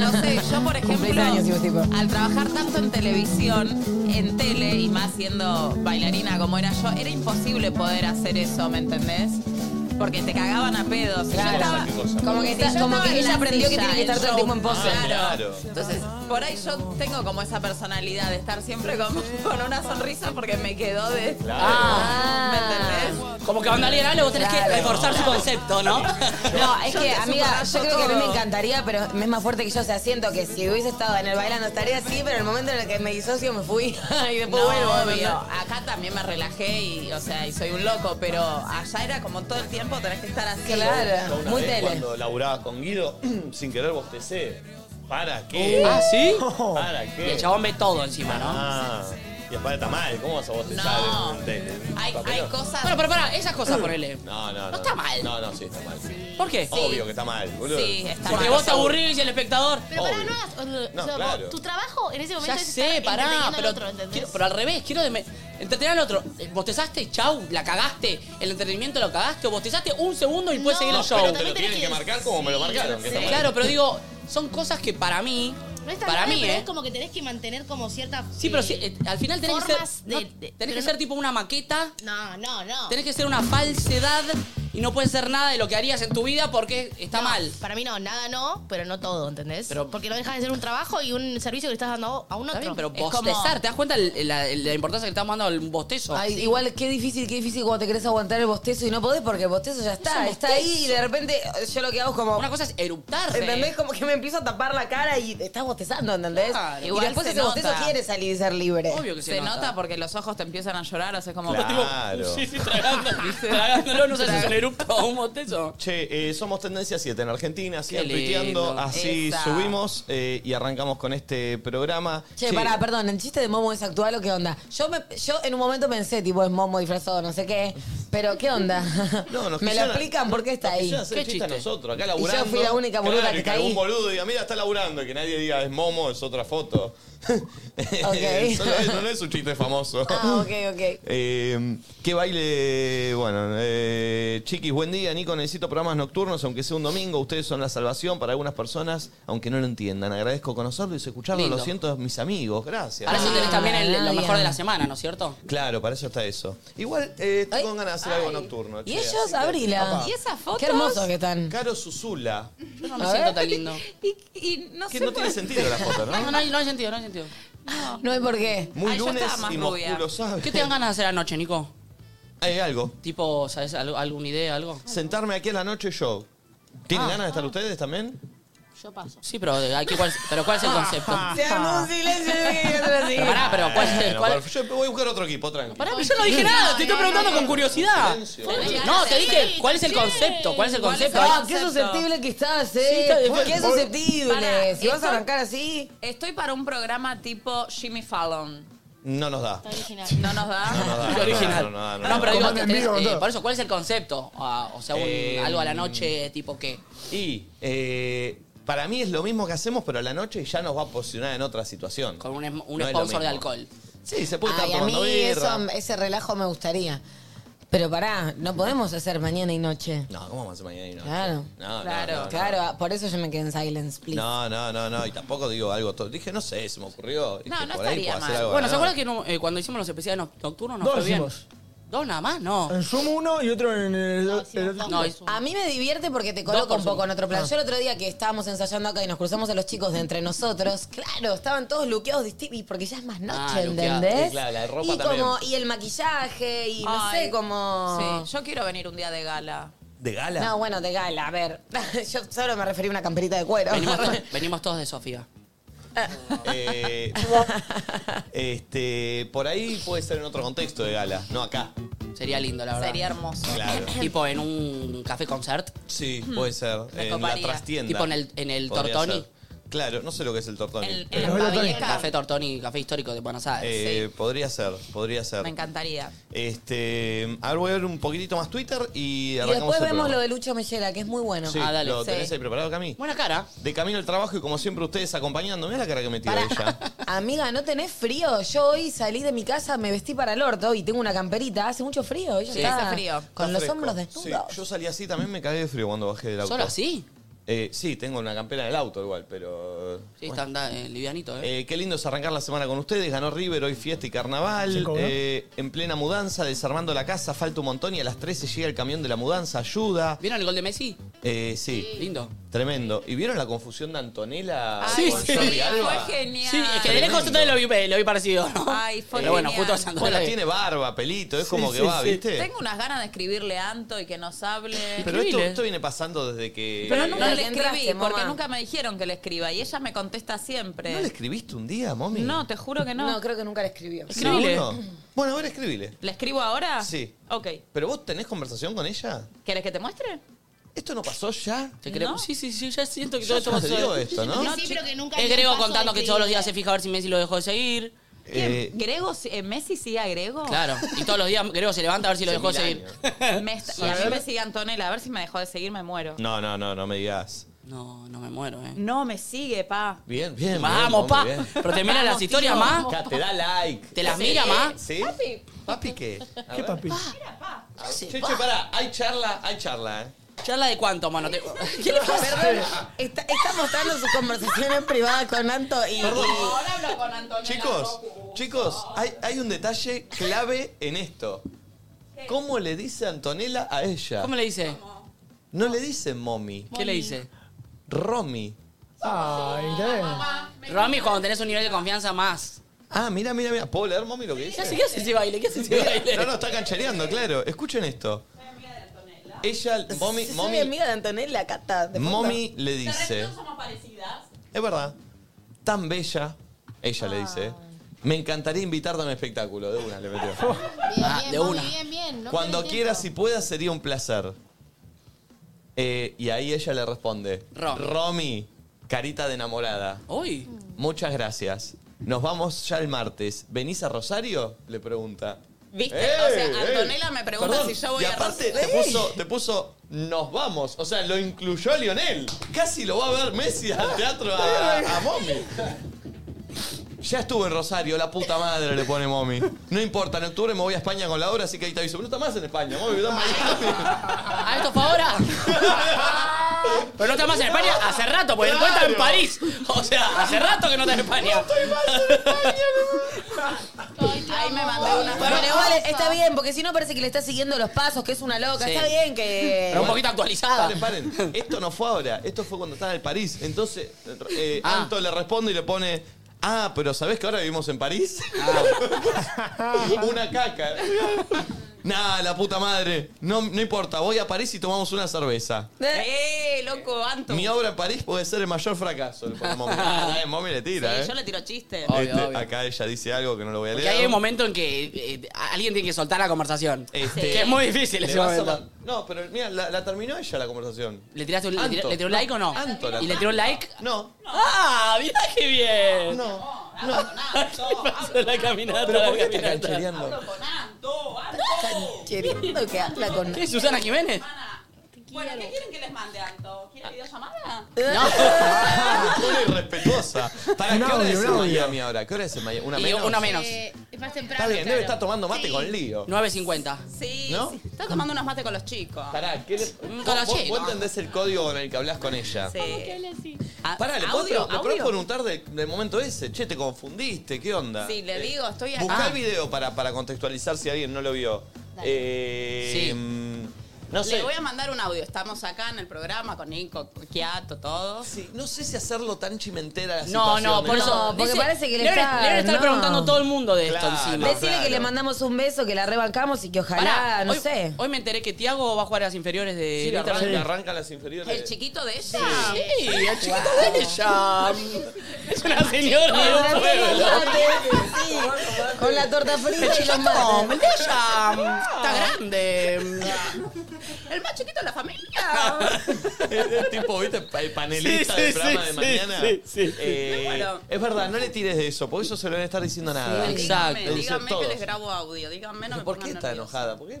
Speaker 7: no sé, yo por ejemplo, al trabajar tanto en televisión, en tele y más siendo bailarina como era yo, era imposible poder hacer eso, ¿me entendés? Porque te cagaban a pedos. Y yo estaba-
Speaker 2: Como que,
Speaker 7: si
Speaker 2: está-
Speaker 7: yo
Speaker 2: como
Speaker 7: estaba
Speaker 2: que
Speaker 7: en
Speaker 2: ella
Speaker 7: la
Speaker 2: aprendió que
Speaker 7: silla,
Speaker 2: tiene que estar
Speaker 7: el
Speaker 2: todo el tiempo en
Speaker 7: show.
Speaker 2: pose.
Speaker 1: Claro.
Speaker 7: Entonces, por ahí yo tengo como esa personalidad de estar siempre como con una sonrisa porque me quedó de...
Speaker 2: Ah.
Speaker 7: ¿Me entendés?
Speaker 3: Como que a Bandalera Ale vos tenés
Speaker 2: Claro.
Speaker 3: que reforzar su concepto, ¿no?
Speaker 2: No, es
Speaker 7: Yo
Speaker 2: que,
Speaker 7: te
Speaker 2: amiga, yo
Speaker 7: superazo
Speaker 2: creo que a mí me
Speaker 7: todo.
Speaker 2: encantaría, pero me es más fuerte que yo. O sea, siento que si hubiese estado en el bailando estaría así, pero en el momento en el que me disocio me fui y después
Speaker 7: No,
Speaker 2: vuelvo.
Speaker 7: obvio.
Speaker 2: ¿no?
Speaker 7: Acá también me relajé y, o sea, y soy un loco, pero allá era como todo el tiempo tenés que estar así.
Speaker 1: Yo
Speaker 2: Claro,
Speaker 1: una
Speaker 2: muy
Speaker 1: vez
Speaker 2: tele.
Speaker 1: Cuando laburaba con Guido, sin querer bostecé. ¿Para qué?
Speaker 3: ¿Ah, sí?
Speaker 1: ¿Para
Speaker 3: Y el
Speaker 1: qué?
Speaker 3: chabón ve todo encima, ¿no?
Speaker 1: Ah, y aparte está mal, ¿cómo vas a bostezar
Speaker 7: No.
Speaker 1: en tele?
Speaker 7: Hay, hay
Speaker 1: Papelón.
Speaker 7: cosas.
Speaker 3: Bueno, pero pará, esas cosas ponele.
Speaker 1: No, no, no.
Speaker 3: No está mal.
Speaker 1: No, no, sí, está mal.
Speaker 3: ¿Por qué?
Speaker 1: Obvio que está mal, boludo.
Speaker 7: Sí, está
Speaker 3: Porque
Speaker 7: mal.
Speaker 3: vos te aburrís y el espectador.
Speaker 6: Pero para
Speaker 1: Obvio.
Speaker 6: no hagas. o-
Speaker 1: No,
Speaker 6: o sea,
Speaker 1: claro.
Speaker 6: vos- Tu trabajo en ese este momento
Speaker 3: Ya
Speaker 6: es
Speaker 3: sé,
Speaker 6: estar
Speaker 3: pará,
Speaker 6: entreteniendo
Speaker 3: pero,
Speaker 6: al otro, ¿entendés?
Speaker 3: quiero- pero al revés, quiero de- entretener al otro. Eh, Bostezaste, chau, la cagaste, el entretenimiento lo cagaste, o bostezaste un segundo y puedes
Speaker 6: No,
Speaker 3: seguir el
Speaker 6: pero
Speaker 3: show.
Speaker 1: Pero te lo
Speaker 6: también tenés
Speaker 1: tienen
Speaker 6: que
Speaker 1: que marcar como me lo
Speaker 6: decir,
Speaker 1: marcaron. que
Speaker 6: sí.
Speaker 1: está mal.
Speaker 3: Claro, pero digo, son cosas que para mí,
Speaker 6: No es tan
Speaker 3: para
Speaker 6: grave,
Speaker 3: mí,
Speaker 6: pero
Speaker 3: ¿eh?
Speaker 6: es como que tenés que mantener como cierta.
Speaker 3: Sí, pero sí,
Speaker 6: eh,
Speaker 3: eh, al final tenés que ser,
Speaker 6: formas de-
Speaker 3: no,
Speaker 6: de-
Speaker 3: tenés
Speaker 6: pero
Speaker 3: que
Speaker 6: no-
Speaker 3: ser tipo una maqueta,
Speaker 6: No, no, no.
Speaker 3: tenés que ser una falsedad y no puede ser nada de lo que harías en tu vida porque está mal.
Speaker 6: Para mí no, nada no, pero no todo, ¿entendés?
Speaker 3: Pero-
Speaker 6: Porque no dejas de ser un trabajo y un servicio que le estás dando a un
Speaker 3: Está
Speaker 6: otro.
Speaker 3: bien, pero
Speaker 7: Es como-
Speaker 3: bostezar, ¿te das cuenta el- la, la importancia que le estamos dando al bostezo?
Speaker 2: Ay, Igual, qué difícil, qué difícil cuando te querés aguantar el bostezo y no podés porque el bostezo ya está, está ahí y de repente eh, yo lo que hago es como...
Speaker 3: Una cosa es eruptar.
Speaker 2: ¿Entendés? Como que me empiezo a tapar la cara y estás bostezando, ¿entendés?
Speaker 3: Claro.
Speaker 2: Y
Speaker 7: Igual
Speaker 2: después
Speaker 7: se
Speaker 2: ese bostezo
Speaker 7: nota.
Speaker 2: quiere salir y ser libre.
Speaker 3: Obvio que se,
Speaker 7: Se nota porque los ojos te empiezan a llorar, o sea, como.
Speaker 1: Claro.
Speaker 3: Sí, sí, tragando, tragándolo, no sé si es un erupto o un bostezo.
Speaker 1: Che, eh, somos Tendencia 7 en Argentina,
Speaker 3: Qué
Speaker 1: sigan
Speaker 3: lindo.
Speaker 1: tuiteando, así
Speaker 7: Esa.
Speaker 1: subimos eh, y arrancamos con este programa.
Speaker 2: Che, pará, perdón, ¿el chiste de Momo es actual o qué onda? Yo, me- yo en un momento pensé, tipo, es Momo disfrazado, no sé qué, pero ¿qué onda?
Speaker 1: No, nos
Speaker 2: ¿Me lo
Speaker 1: quisieran-
Speaker 2: explican por qué está
Speaker 1: nos
Speaker 2: ahí?
Speaker 1: quisieran hacer
Speaker 3: ¿Qué
Speaker 1: chiste a
Speaker 3: chiste?
Speaker 1: nosotros, acá
Speaker 2: yo fui
Speaker 1: laburando.
Speaker 2: la única boluda
Speaker 1: Claro,
Speaker 2: que
Speaker 1: que algún
Speaker 2: caí.
Speaker 1: boludo diga, mira, está laburando, y que nadie diga, es Momo, es otra foto.
Speaker 2: Ok.
Speaker 1: Solo eso, no es un chiste famoso.
Speaker 2: Ah, ok, ok.
Speaker 1: Eh, ¿Qué baile? Bueno, eh, chiquis, buen día. Nico, necesito programas nocturnos, aunque sea un domingo. Ustedes son la salvación para algunas personas, aunque no lo entiendan. Agradezco conocerlos y escucharlos.
Speaker 3: Lindo.
Speaker 1: Lo siento, mis amigos. Gracias.
Speaker 3: Para eso tenés también el- lo
Speaker 2: Nadia.
Speaker 3: mejor de la semana, ¿no es cierto?
Speaker 1: Claro, para eso está eso. Igual eh, estoy
Speaker 2: Ay,
Speaker 1: con ganas de hacer algo nocturno.
Speaker 2: Y
Speaker 1: che, así
Speaker 2: ellos,
Speaker 1: que-
Speaker 2: abrila.
Speaker 1: Apa.
Speaker 7: ¿Y esas fotos?
Speaker 2: Qué hermosos que están.
Speaker 1: Caro Susula.
Speaker 3: Yo no me
Speaker 2: A
Speaker 3: siento
Speaker 2: ver.
Speaker 3: tan lindo.
Speaker 7: Y, y no
Speaker 1: Que
Speaker 7: sé
Speaker 1: no
Speaker 7: por-
Speaker 1: tiene sentido la foto,
Speaker 3: No,
Speaker 1: ¿no?
Speaker 3: no, hay, no hay sentido, no hay sentido.
Speaker 2: No hay por qué.
Speaker 1: Muy
Speaker 4: Ah,
Speaker 7: Ay, yo
Speaker 1: lunes
Speaker 7: estaba más
Speaker 1: y
Speaker 7: rubia.
Speaker 1: musculosa.
Speaker 3: ¿Qué te dan ganas de hacer anoche, Nico?
Speaker 1: Hay algo.
Speaker 3: Tipo, ¿sabes al- alguna idea, algo?
Speaker 1: Sentarme aquí a la noche yo.
Speaker 3: Ah.
Speaker 1: ¿Tienen ganas de estar ustedes también?
Speaker 3: Yo paso. Sí, pero, eh, hay que- cuál, pero ¿cuál es el concepto?
Speaker 2: Se armó un silencio
Speaker 3: Pero pará, pero ¿cuál es el...?
Speaker 1: Ah, Bueno,
Speaker 3: cuál-
Speaker 1: pero yo voy a buscar otro equipo, tranqui.
Speaker 3: Pará, pero yo no dije nada, te estoy preguntando con curiosidad.
Speaker 1: Silencio.
Speaker 3: No, te dije, ¿cuál es el concepto? ¿Cuál es el concepto?
Speaker 2: Ah,
Speaker 7: Concepto.
Speaker 2: qué susceptible que estás,
Speaker 3: Sí, está
Speaker 2: eh.
Speaker 3: de-
Speaker 2: qué susceptible.
Speaker 7: Pará,
Speaker 2: si vas
Speaker 7: esto-
Speaker 2: a arrancar así.
Speaker 7: Estoy para un programa tipo Jimmy Fallon.
Speaker 1: No nos da.
Speaker 6: Está original.
Speaker 7: ¿No nos da?
Speaker 1: no da,
Speaker 3: Qué
Speaker 1: no da,
Speaker 3: original.
Speaker 1: no da, no da.
Speaker 3: No, pero digo,
Speaker 5: Coman en
Speaker 3: tenés,
Speaker 5: vivo,
Speaker 3: eh,
Speaker 5: no.
Speaker 3: por eso, ¿cuál es el concepto? Ah, o sea, un-
Speaker 1: Eh,
Speaker 3: algo a la noche, tipo qué.
Speaker 1: Y eh, para mí es lo mismo que hacemos, pero a la noche ya nos va a posicionar en otra situación.
Speaker 3: Con un, es- un
Speaker 1: No es lo
Speaker 3: sponsor de
Speaker 1: mismo.
Speaker 3: alcohol.
Speaker 1: Sí, se puede
Speaker 2: Ay,
Speaker 1: estar
Speaker 2: a mí
Speaker 1: tomando birra.
Speaker 2: eso- ese relajo me gustaría. Pero pará, no podemos hacer mañana y noche.
Speaker 1: No, ¿cómo vamos a hacer mañana y noche?
Speaker 2: Claro.
Speaker 1: No, no,
Speaker 7: Claro,
Speaker 1: no, no.
Speaker 2: Claro, ah, por eso yo me quedé en silence, please.
Speaker 1: No, no, no, no. Y tampoco digo algo todo. Dije, no sé, se me ocurrió. Dije,
Speaker 7: No, no
Speaker 1: por ahí
Speaker 7: estaría
Speaker 1: puedo hacer
Speaker 7: mal.
Speaker 1: algo a
Speaker 3: Bueno,
Speaker 1: la
Speaker 3: ¿se acuerdan
Speaker 1: noche.
Speaker 3: que no- eh, cuando hicimos los especiales noc- nocturnos nos
Speaker 5: Dos
Speaker 3: fue bien?
Speaker 5: hicimos.
Speaker 3: ¿Dos nada más? No.
Speaker 5: En Zoom uno y otro en el,
Speaker 6: No, sí,
Speaker 5: el
Speaker 6: no,
Speaker 5: otro.
Speaker 3: No, es-
Speaker 2: A mí me divierte porque te
Speaker 3: Dos
Speaker 2: coloca
Speaker 3: por
Speaker 2: un poco
Speaker 3: Zoom.
Speaker 2: en otro
Speaker 1: Ah.
Speaker 2: plan. Yo el otro día que estábamos ensayando acá y nos cruzamos a los chicos de entre nosotros, claro, estaban todos luqueados distintos y porque ya es más noche,
Speaker 3: Ah, luqueado.
Speaker 2: ¿entendés?
Speaker 1: Sí, claro, la ropa
Speaker 2: y como,
Speaker 1: también.
Speaker 2: y el maquillaje, y no
Speaker 7: Ay,
Speaker 2: sé, como.
Speaker 7: Sí, yo quiero venir un día de gala.
Speaker 1: ¿De gala?
Speaker 2: No, bueno, de gala, a ver. Yo solo me referí a una camperita de cuero.
Speaker 3: Venimos, to- venimos todos de Sofía.
Speaker 1: Eh, este, por ahí puede ser en otro contexto de gala, no acá.
Speaker 3: Sería lindo, la verdad.
Speaker 7: Sería hermoso.
Speaker 1: Claro.
Speaker 3: Tipo en un café concert.
Speaker 1: Sí, puede ser. en
Speaker 7: coparía.
Speaker 1: la trastienda.
Speaker 3: Tipo en el- en el
Speaker 1: Podría
Speaker 3: Tortoni.
Speaker 1: ser. Claro, no sé lo que es el Tortoni.
Speaker 7: En, en
Speaker 1: pero,
Speaker 7: la
Speaker 5: Pero
Speaker 7: pavilla.
Speaker 5: también.
Speaker 3: Café Tortoni, café histórico de Buenos Aires.
Speaker 1: eh, Podría ser, podría ser.
Speaker 7: Me encantaría.
Speaker 1: Este, a ver, voy a ver un poquitito más Twitter y
Speaker 2: Y
Speaker 1: arrancamos
Speaker 2: después
Speaker 1: el
Speaker 2: vemos
Speaker 1: programa.
Speaker 2: lo de Lucho Mellera, que es muy bueno.
Speaker 1: Sí,
Speaker 3: Ah, dale.
Speaker 1: ¿Lo
Speaker 3: Sí.
Speaker 1: tenés ahí preparado, Cami?
Speaker 3: Buena cara.
Speaker 1: De camino al trabajo y como siempre ustedes acompañando. Mira la cara que me tira
Speaker 2: Pará.
Speaker 1: ella.
Speaker 2: Amiga, ¿no tenés frío? Yo hoy salí de mi casa, me vestí para el orto y tengo una camperita. Hace mucho frío. Ella
Speaker 7: Sí,
Speaker 2: está
Speaker 7: hace frío.
Speaker 2: Con
Speaker 1: Está
Speaker 2: los
Speaker 1: fresco.
Speaker 2: hombros
Speaker 1: Sí,
Speaker 2: desnudos.
Speaker 1: yo salí así, también me cagué de frío cuando bajé del auto.
Speaker 3: ¿Solo así?
Speaker 1: Eh, sí, tengo una campera en el auto igual, pero...
Speaker 3: Sí, está, anda, eh, livianito, ¿eh?
Speaker 1: Eh, qué lindo es arrancar la semana con ustedes. Ganó River, hoy fiesta y carnaval. Eh, en plena mudanza, desarmando la casa, falta un montón y a las 13 llega el camión de la mudanza, ayuda.
Speaker 3: ¿Vieron el gol de Messi?
Speaker 1: Eh, sí.
Speaker 3: Lindo.
Speaker 1: Tremendo. ¿Y vieron la confusión de Antonella
Speaker 3: Sí,
Speaker 1: con
Speaker 3: sí.
Speaker 1: Jordi Alba?
Speaker 4: Fue genial.
Speaker 3: Sí, es que de lejos yo también lo vi, eh, lo vi parecido, ¿no?
Speaker 4: Ay, fue
Speaker 3: Pero bueno,
Speaker 4: genial.
Speaker 3: justo a Sandra.
Speaker 1: Bueno, tiene barba, pelito, es como que
Speaker 3: sí,
Speaker 1: va,
Speaker 3: sí.
Speaker 1: ¿viste?
Speaker 4: Tengo unas ganas de escribirle a Anto y que nos hable.
Speaker 1: Pero esto,
Speaker 3: Increíble.
Speaker 1: esto viene pasando desde que...
Speaker 4: Pero nunca
Speaker 2: no
Speaker 4: le
Speaker 2: le
Speaker 4: escribí,
Speaker 2: entraste, mamá.
Speaker 4: porque nunca me dijeron que le escriba. Y ella me contesta siempre.
Speaker 1: ¿No le escribiste un día, mami?
Speaker 4: No, te juro que no.
Speaker 2: No. creo que nunca le escribió.
Speaker 3: Escribile. Ah.
Speaker 1: ¿Seguro? Bueno, ahora escribile.
Speaker 4: ¿Le escribo ahora?
Speaker 1: Sí.
Speaker 4: Ok.
Speaker 1: ¿Pero vos tenés conversación con ella?
Speaker 4: ¿Querés que te muestre?
Speaker 1: ¿Esto no pasó ya?
Speaker 3: ¿Te crees?
Speaker 4: ¿No?
Speaker 3: Sí, sí, sí, ya siento que
Speaker 1: Ya
Speaker 3: todo esto
Speaker 1: sucedió
Speaker 3: pasó.
Speaker 1: esto, ¿no?
Speaker 9: sí, pero que nunca
Speaker 3: Es
Speaker 9: dio el
Speaker 3: Grego
Speaker 9: paso de
Speaker 3: contando que todos los días se
Speaker 9: escribirle.
Speaker 3: fija a ver si Messi lo dejó de seguir.
Speaker 1: Eh,
Speaker 4: ¿Grego? si- eh, ¿Messi sigue a Grego?
Speaker 3: Claro. Y todos los días Grego se levanta a ver si lo
Speaker 1: Hace
Speaker 3: dejó de
Speaker 1: mil
Speaker 3: seguir.
Speaker 4: Me está- y a mí me sigue Antonella. A ver si me dejó de seguir, me muero.
Speaker 1: no, no, no, no me digas.
Speaker 3: No, no me muero, eh.
Speaker 4: No, me sigue, pa.
Speaker 1: Bien, bien.
Speaker 3: Vamos,
Speaker 1: bien,
Speaker 3: pa.
Speaker 1: bien.
Speaker 3: Pero te mira las
Speaker 4: Vamos,
Speaker 3: historias,
Speaker 4: tío,
Speaker 3: ma.
Speaker 1: Acá, te da like.
Speaker 3: Te las mira, ma.
Speaker 1: ¿Sí? ¿Papi? ¿Papi qué? A
Speaker 5: ¿Qué
Speaker 1: ver.
Speaker 5: papi?
Speaker 2: Ah.
Speaker 1: A ver. Che, che, pará. Hay charla, hay charla, ¿eh?
Speaker 3: ¿Charla de cuánto, mano? Te-
Speaker 2: ¿Qué le pasa? Está, está mostrando su conversación en privada con Anto y...
Speaker 1: Perdón.
Speaker 4: Ahora hablo con Antonella.
Speaker 1: Chicos, chicos, hay, hay un detalle clave en esto. ¿Cómo le dice Antonella a ella?
Speaker 3: ¿Cómo le dice?
Speaker 1: No le dice mommy,
Speaker 3: ¿Qué le dice?
Speaker 1: Romy.
Speaker 5: Ay, ¿qué?
Speaker 3: Rami, cuando tenés un nivel de confianza más.
Speaker 1: Ah, mira, mira, mira. ¿Puedo leer mommy lo que dice?
Speaker 3: ¿Qué hace, qué hace ese baile? ¿Qué hace ese
Speaker 1: No,
Speaker 3: baile?
Speaker 1: no, está canchareando, claro. Escuchen esto. Ella, mommy,
Speaker 2: Soy
Speaker 1: mommy,
Speaker 2: amiga de Antonella, Cata. de fondo.
Speaker 1: mommy le dice.
Speaker 4: somos parecidas.
Speaker 1: Es verdad. Tan bella, ella le dice. Me encantaría invitarte a un espectáculo. De una le metió.
Speaker 9: Bien,
Speaker 3: Ah,
Speaker 9: bien,
Speaker 3: de
Speaker 9: mami,
Speaker 3: una.
Speaker 9: bien, bien. no
Speaker 1: Cuando
Speaker 9: perdés
Speaker 1: quieras y
Speaker 9: tiempo.
Speaker 1: puedas sería un placer. Eh, y ahí ella le responde.
Speaker 3: Romy.
Speaker 1: Romy, carita de enamorada.
Speaker 3: Uy.
Speaker 1: Muchas gracias. Nos vamos ya el martes. ¿Venís a Rosario? Le pregunta.
Speaker 4: ¿Viste?
Speaker 1: ¡Eh!
Speaker 4: o sea, Antonella me pregunta
Speaker 1: Perdón,
Speaker 4: si yo voy
Speaker 1: y
Speaker 4: a
Speaker 1: aparte te puso, te puso nos vamos, o sea, lo incluyó a Lionel. Casi lo va a ver Messi al teatro a, a Momi. Ya estuve en Rosario, la puta madre le pone Momi. No importa, en octubre me voy a España con la obra, así que ahí te aviso. Pero no está más en España, Momi, está en Miami.
Speaker 3: ¿A Ah, esto fue ahora? Pero no está más en España hace rato, porque el cuenta en
Speaker 1: Claro.
Speaker 3: París. O sea, hace rato que no está en España.
Speaker 4: Ahí me mandó una
Speaker 2: Bueno, igual está bien, porque si no parece que le está siguiendo los pasos, que es una loca.
Speaker 3: Sí.
Speaker 2: Está bien que...
Speaker 3: Pero un poquito actualizada.
Speaker 1: Paren, paren. Esto no fue ahora, esto fue cuando estaba en París. Entonces, eh,
Speaker 3: Ah.
Speaker 1: Anto le responde y le pone. Ah, pero ¿sabés que ahora vivimos en París?
Speaker 3: Ah.
Speaker 5: Ah.
Speaker 1: una caca. Nah, la puta madre. No, no importa, voy a París y tomamos una cerveza.
Speaker 4: ¡Eh, loco, Anto!
Speaker 1: Mi obra en París puede ser el mayor fracaso. Le pone Momi. Ah, eh, Momi le
Speaker 4: Sí,
Speaker 1: tira, ¿eh?
Speaker 4: yo le tiro chiste.
Speaker 3: Obvio,
Speaker 1: Este,
Speaker 3: obvio.
Speaker 1: Acá ella dice algo que no lo voy a
Speaker 3: Porque
Speaker 1: leer.
Speaker 3: hay un momento en que eh, alguien tiene que soltar la conversación.
Speaker 1: Este,
Speaker 3: Que es muy difícil
Speaker 1: le
Speaker 3: ese
Speaker 1: vas a
Speaker 3: momento.
Speaker 1: ma- No, pero mira, la, la terminó ella la conversación.
Speaker 3: ¿Le tiraste un, le
Speaker 1: Anto.
Speaker 3: tira- le tiró like o no?
Speaker 1: Anto la-
Speaker 3: ¿Y le tiró like?
Speaker 1: No,
Speaker 3: ¡Ah! ¡Mirá qué bien!
Speaker 1: no, no.
Speaker 3: Pasó la caminata.
Speaker 1: Pero ¿por
Speaker 3: la
Speaker 1: qué te
Speaker 3: caminata.
Speaker 1: canchereando?
Speaker 2: Queriendo que habla con...
Speaker 3: ¿Qué es Susana Jiménez?
Speaker 4: Bueno, ¿qué quieren que les mande, Anto? ¿Quieren videollamada?
Speaker 1: Una irrespetuosa. ¿Para
Speaker 5: Un
Speaker 1: qué hora
Speaker 5: audio,
Speaker 1: es
Speaker 5: un
Speaker 1: en
Speaker 5: audio.
Speaker 1: Miami ahora? ¿Qué hora es en Miami? ¿Una
Speaker 3: Y
Speaker 1: menos?
Speaker 3: una menos.
Speaker 9: Eh, es más temprano.
Speaker 1: Está bien, debe
Speaker 9: claro.
Speaker 1: estar tomando mate
Speaker 9: Sí.
Speaker 1: con lío.
Speaker 3: 9.50.
Speaker 4: Sí,
Speaker 1: ¿No?
Speaker 4: sí. Está tomando unos mates con los chicos.
Speaker 1: Pará, ¿qué le...
Speaker 3: Mm,
Speaker 1: ¿Vos, vos-
Speaker 3: callé,
Speaker 1: vos
Speaker 3: no.
Speaker 1: entendés el código con el que hablas con ella?
Speaker 4: Sí. Ah,
Speaker 1: Pará, le puedo,
Speaker 4: audio,
Speaker 1: le podés
Speaker 4: audio.
Speaker 1: preguntar del, del momento ese. Che, te confundiste, ¿qué onda?
Speaker 4: Sí, le
Speaker 1: Eh,
Speaker 4: digo, estoy acá.
Speaker 1: Buscá
Speaker 3: Ah.
Speaker 1: el video para, para contextualizar si alguien no lo vio. Eh,
Speaker 3: Sí.
Speaker 1: mm, No sé.
Speaker 4: Le voy a mandar un audio. Estamos acá en el programa con Nico, Kiato, todos.
Speaker 1: Sí, no sé si hacerlo tan chimentera la
Speaker 3: No,
Speaker 1: situación.
Speaker 3: no, por
Speaker 1: ¿eh?
Speaker 3: eso.
Speaker 2: porque parece que le
Speaker 3: deben-
Speaker 2: está-
Speaker 3: deben estar
Speaker 2: no.
Speaker 3: preguntando todo el mundo de esto
Speaker 1: Claro.
Speaker 3: encima.
Speaker 1: Decime
Speaker 2: Decirle que le mandamos un beso, que la rebancamos y que ojalá,
Speaker 3: Pará,
Speaker 2: no
Speaker 3: hoy,
Speaker 2: sé.
Speaker 3: Hoy me enteré que Tiago va a jugar a las inferiores de
Speaker 1: Sí,
Speaker 3: River.
Speaker 1: arranca, arranca las inferiores.
Speaker 4: ¿El chiquito de ella?
Speaker 1: ¿eh?
Speaker 3: Sí, el chiquito de ella. Es una señora de un pueblo.
Speaker 2: Sí, con la torta
Speaker 3: El
Speaker 2: frita y
Speaker 3: chiquito
Speaker 2: los mates.
Speaker 3: de ella. Está grande.
Speaker 4: ¿El más chiquito de la familia?
Speaker 1: El tipo, ¿viste? Pa- El panelista
Speaker 3: Sí, sí,
Speaker 1: del programa
Speaker 3: sí,
Speaker 1: de
Speaker 3: sí,
Speaker 1: mañana.
Speaker 3: sí, sí.
Speaker 1: Eh,
Speaker 4: Me muero.
Speaker 1: es verdad, no le tires de eso, porque eso se lo van a estar diciendo nada.
Speaker 3: Sí.
Speaker 4: Díganme,
Speaker 3: Exacto.
Speaker 4: díganme
Speaker 1: Todos.
Speaker 4: que les grabo audio. Díganme, no me
Speaker 1: ¿Por
Speaker 4: pongan
Speaker 1: qué está
Speaker 4: nerviosa.
Speaker 1: enojada? ¿Por qué?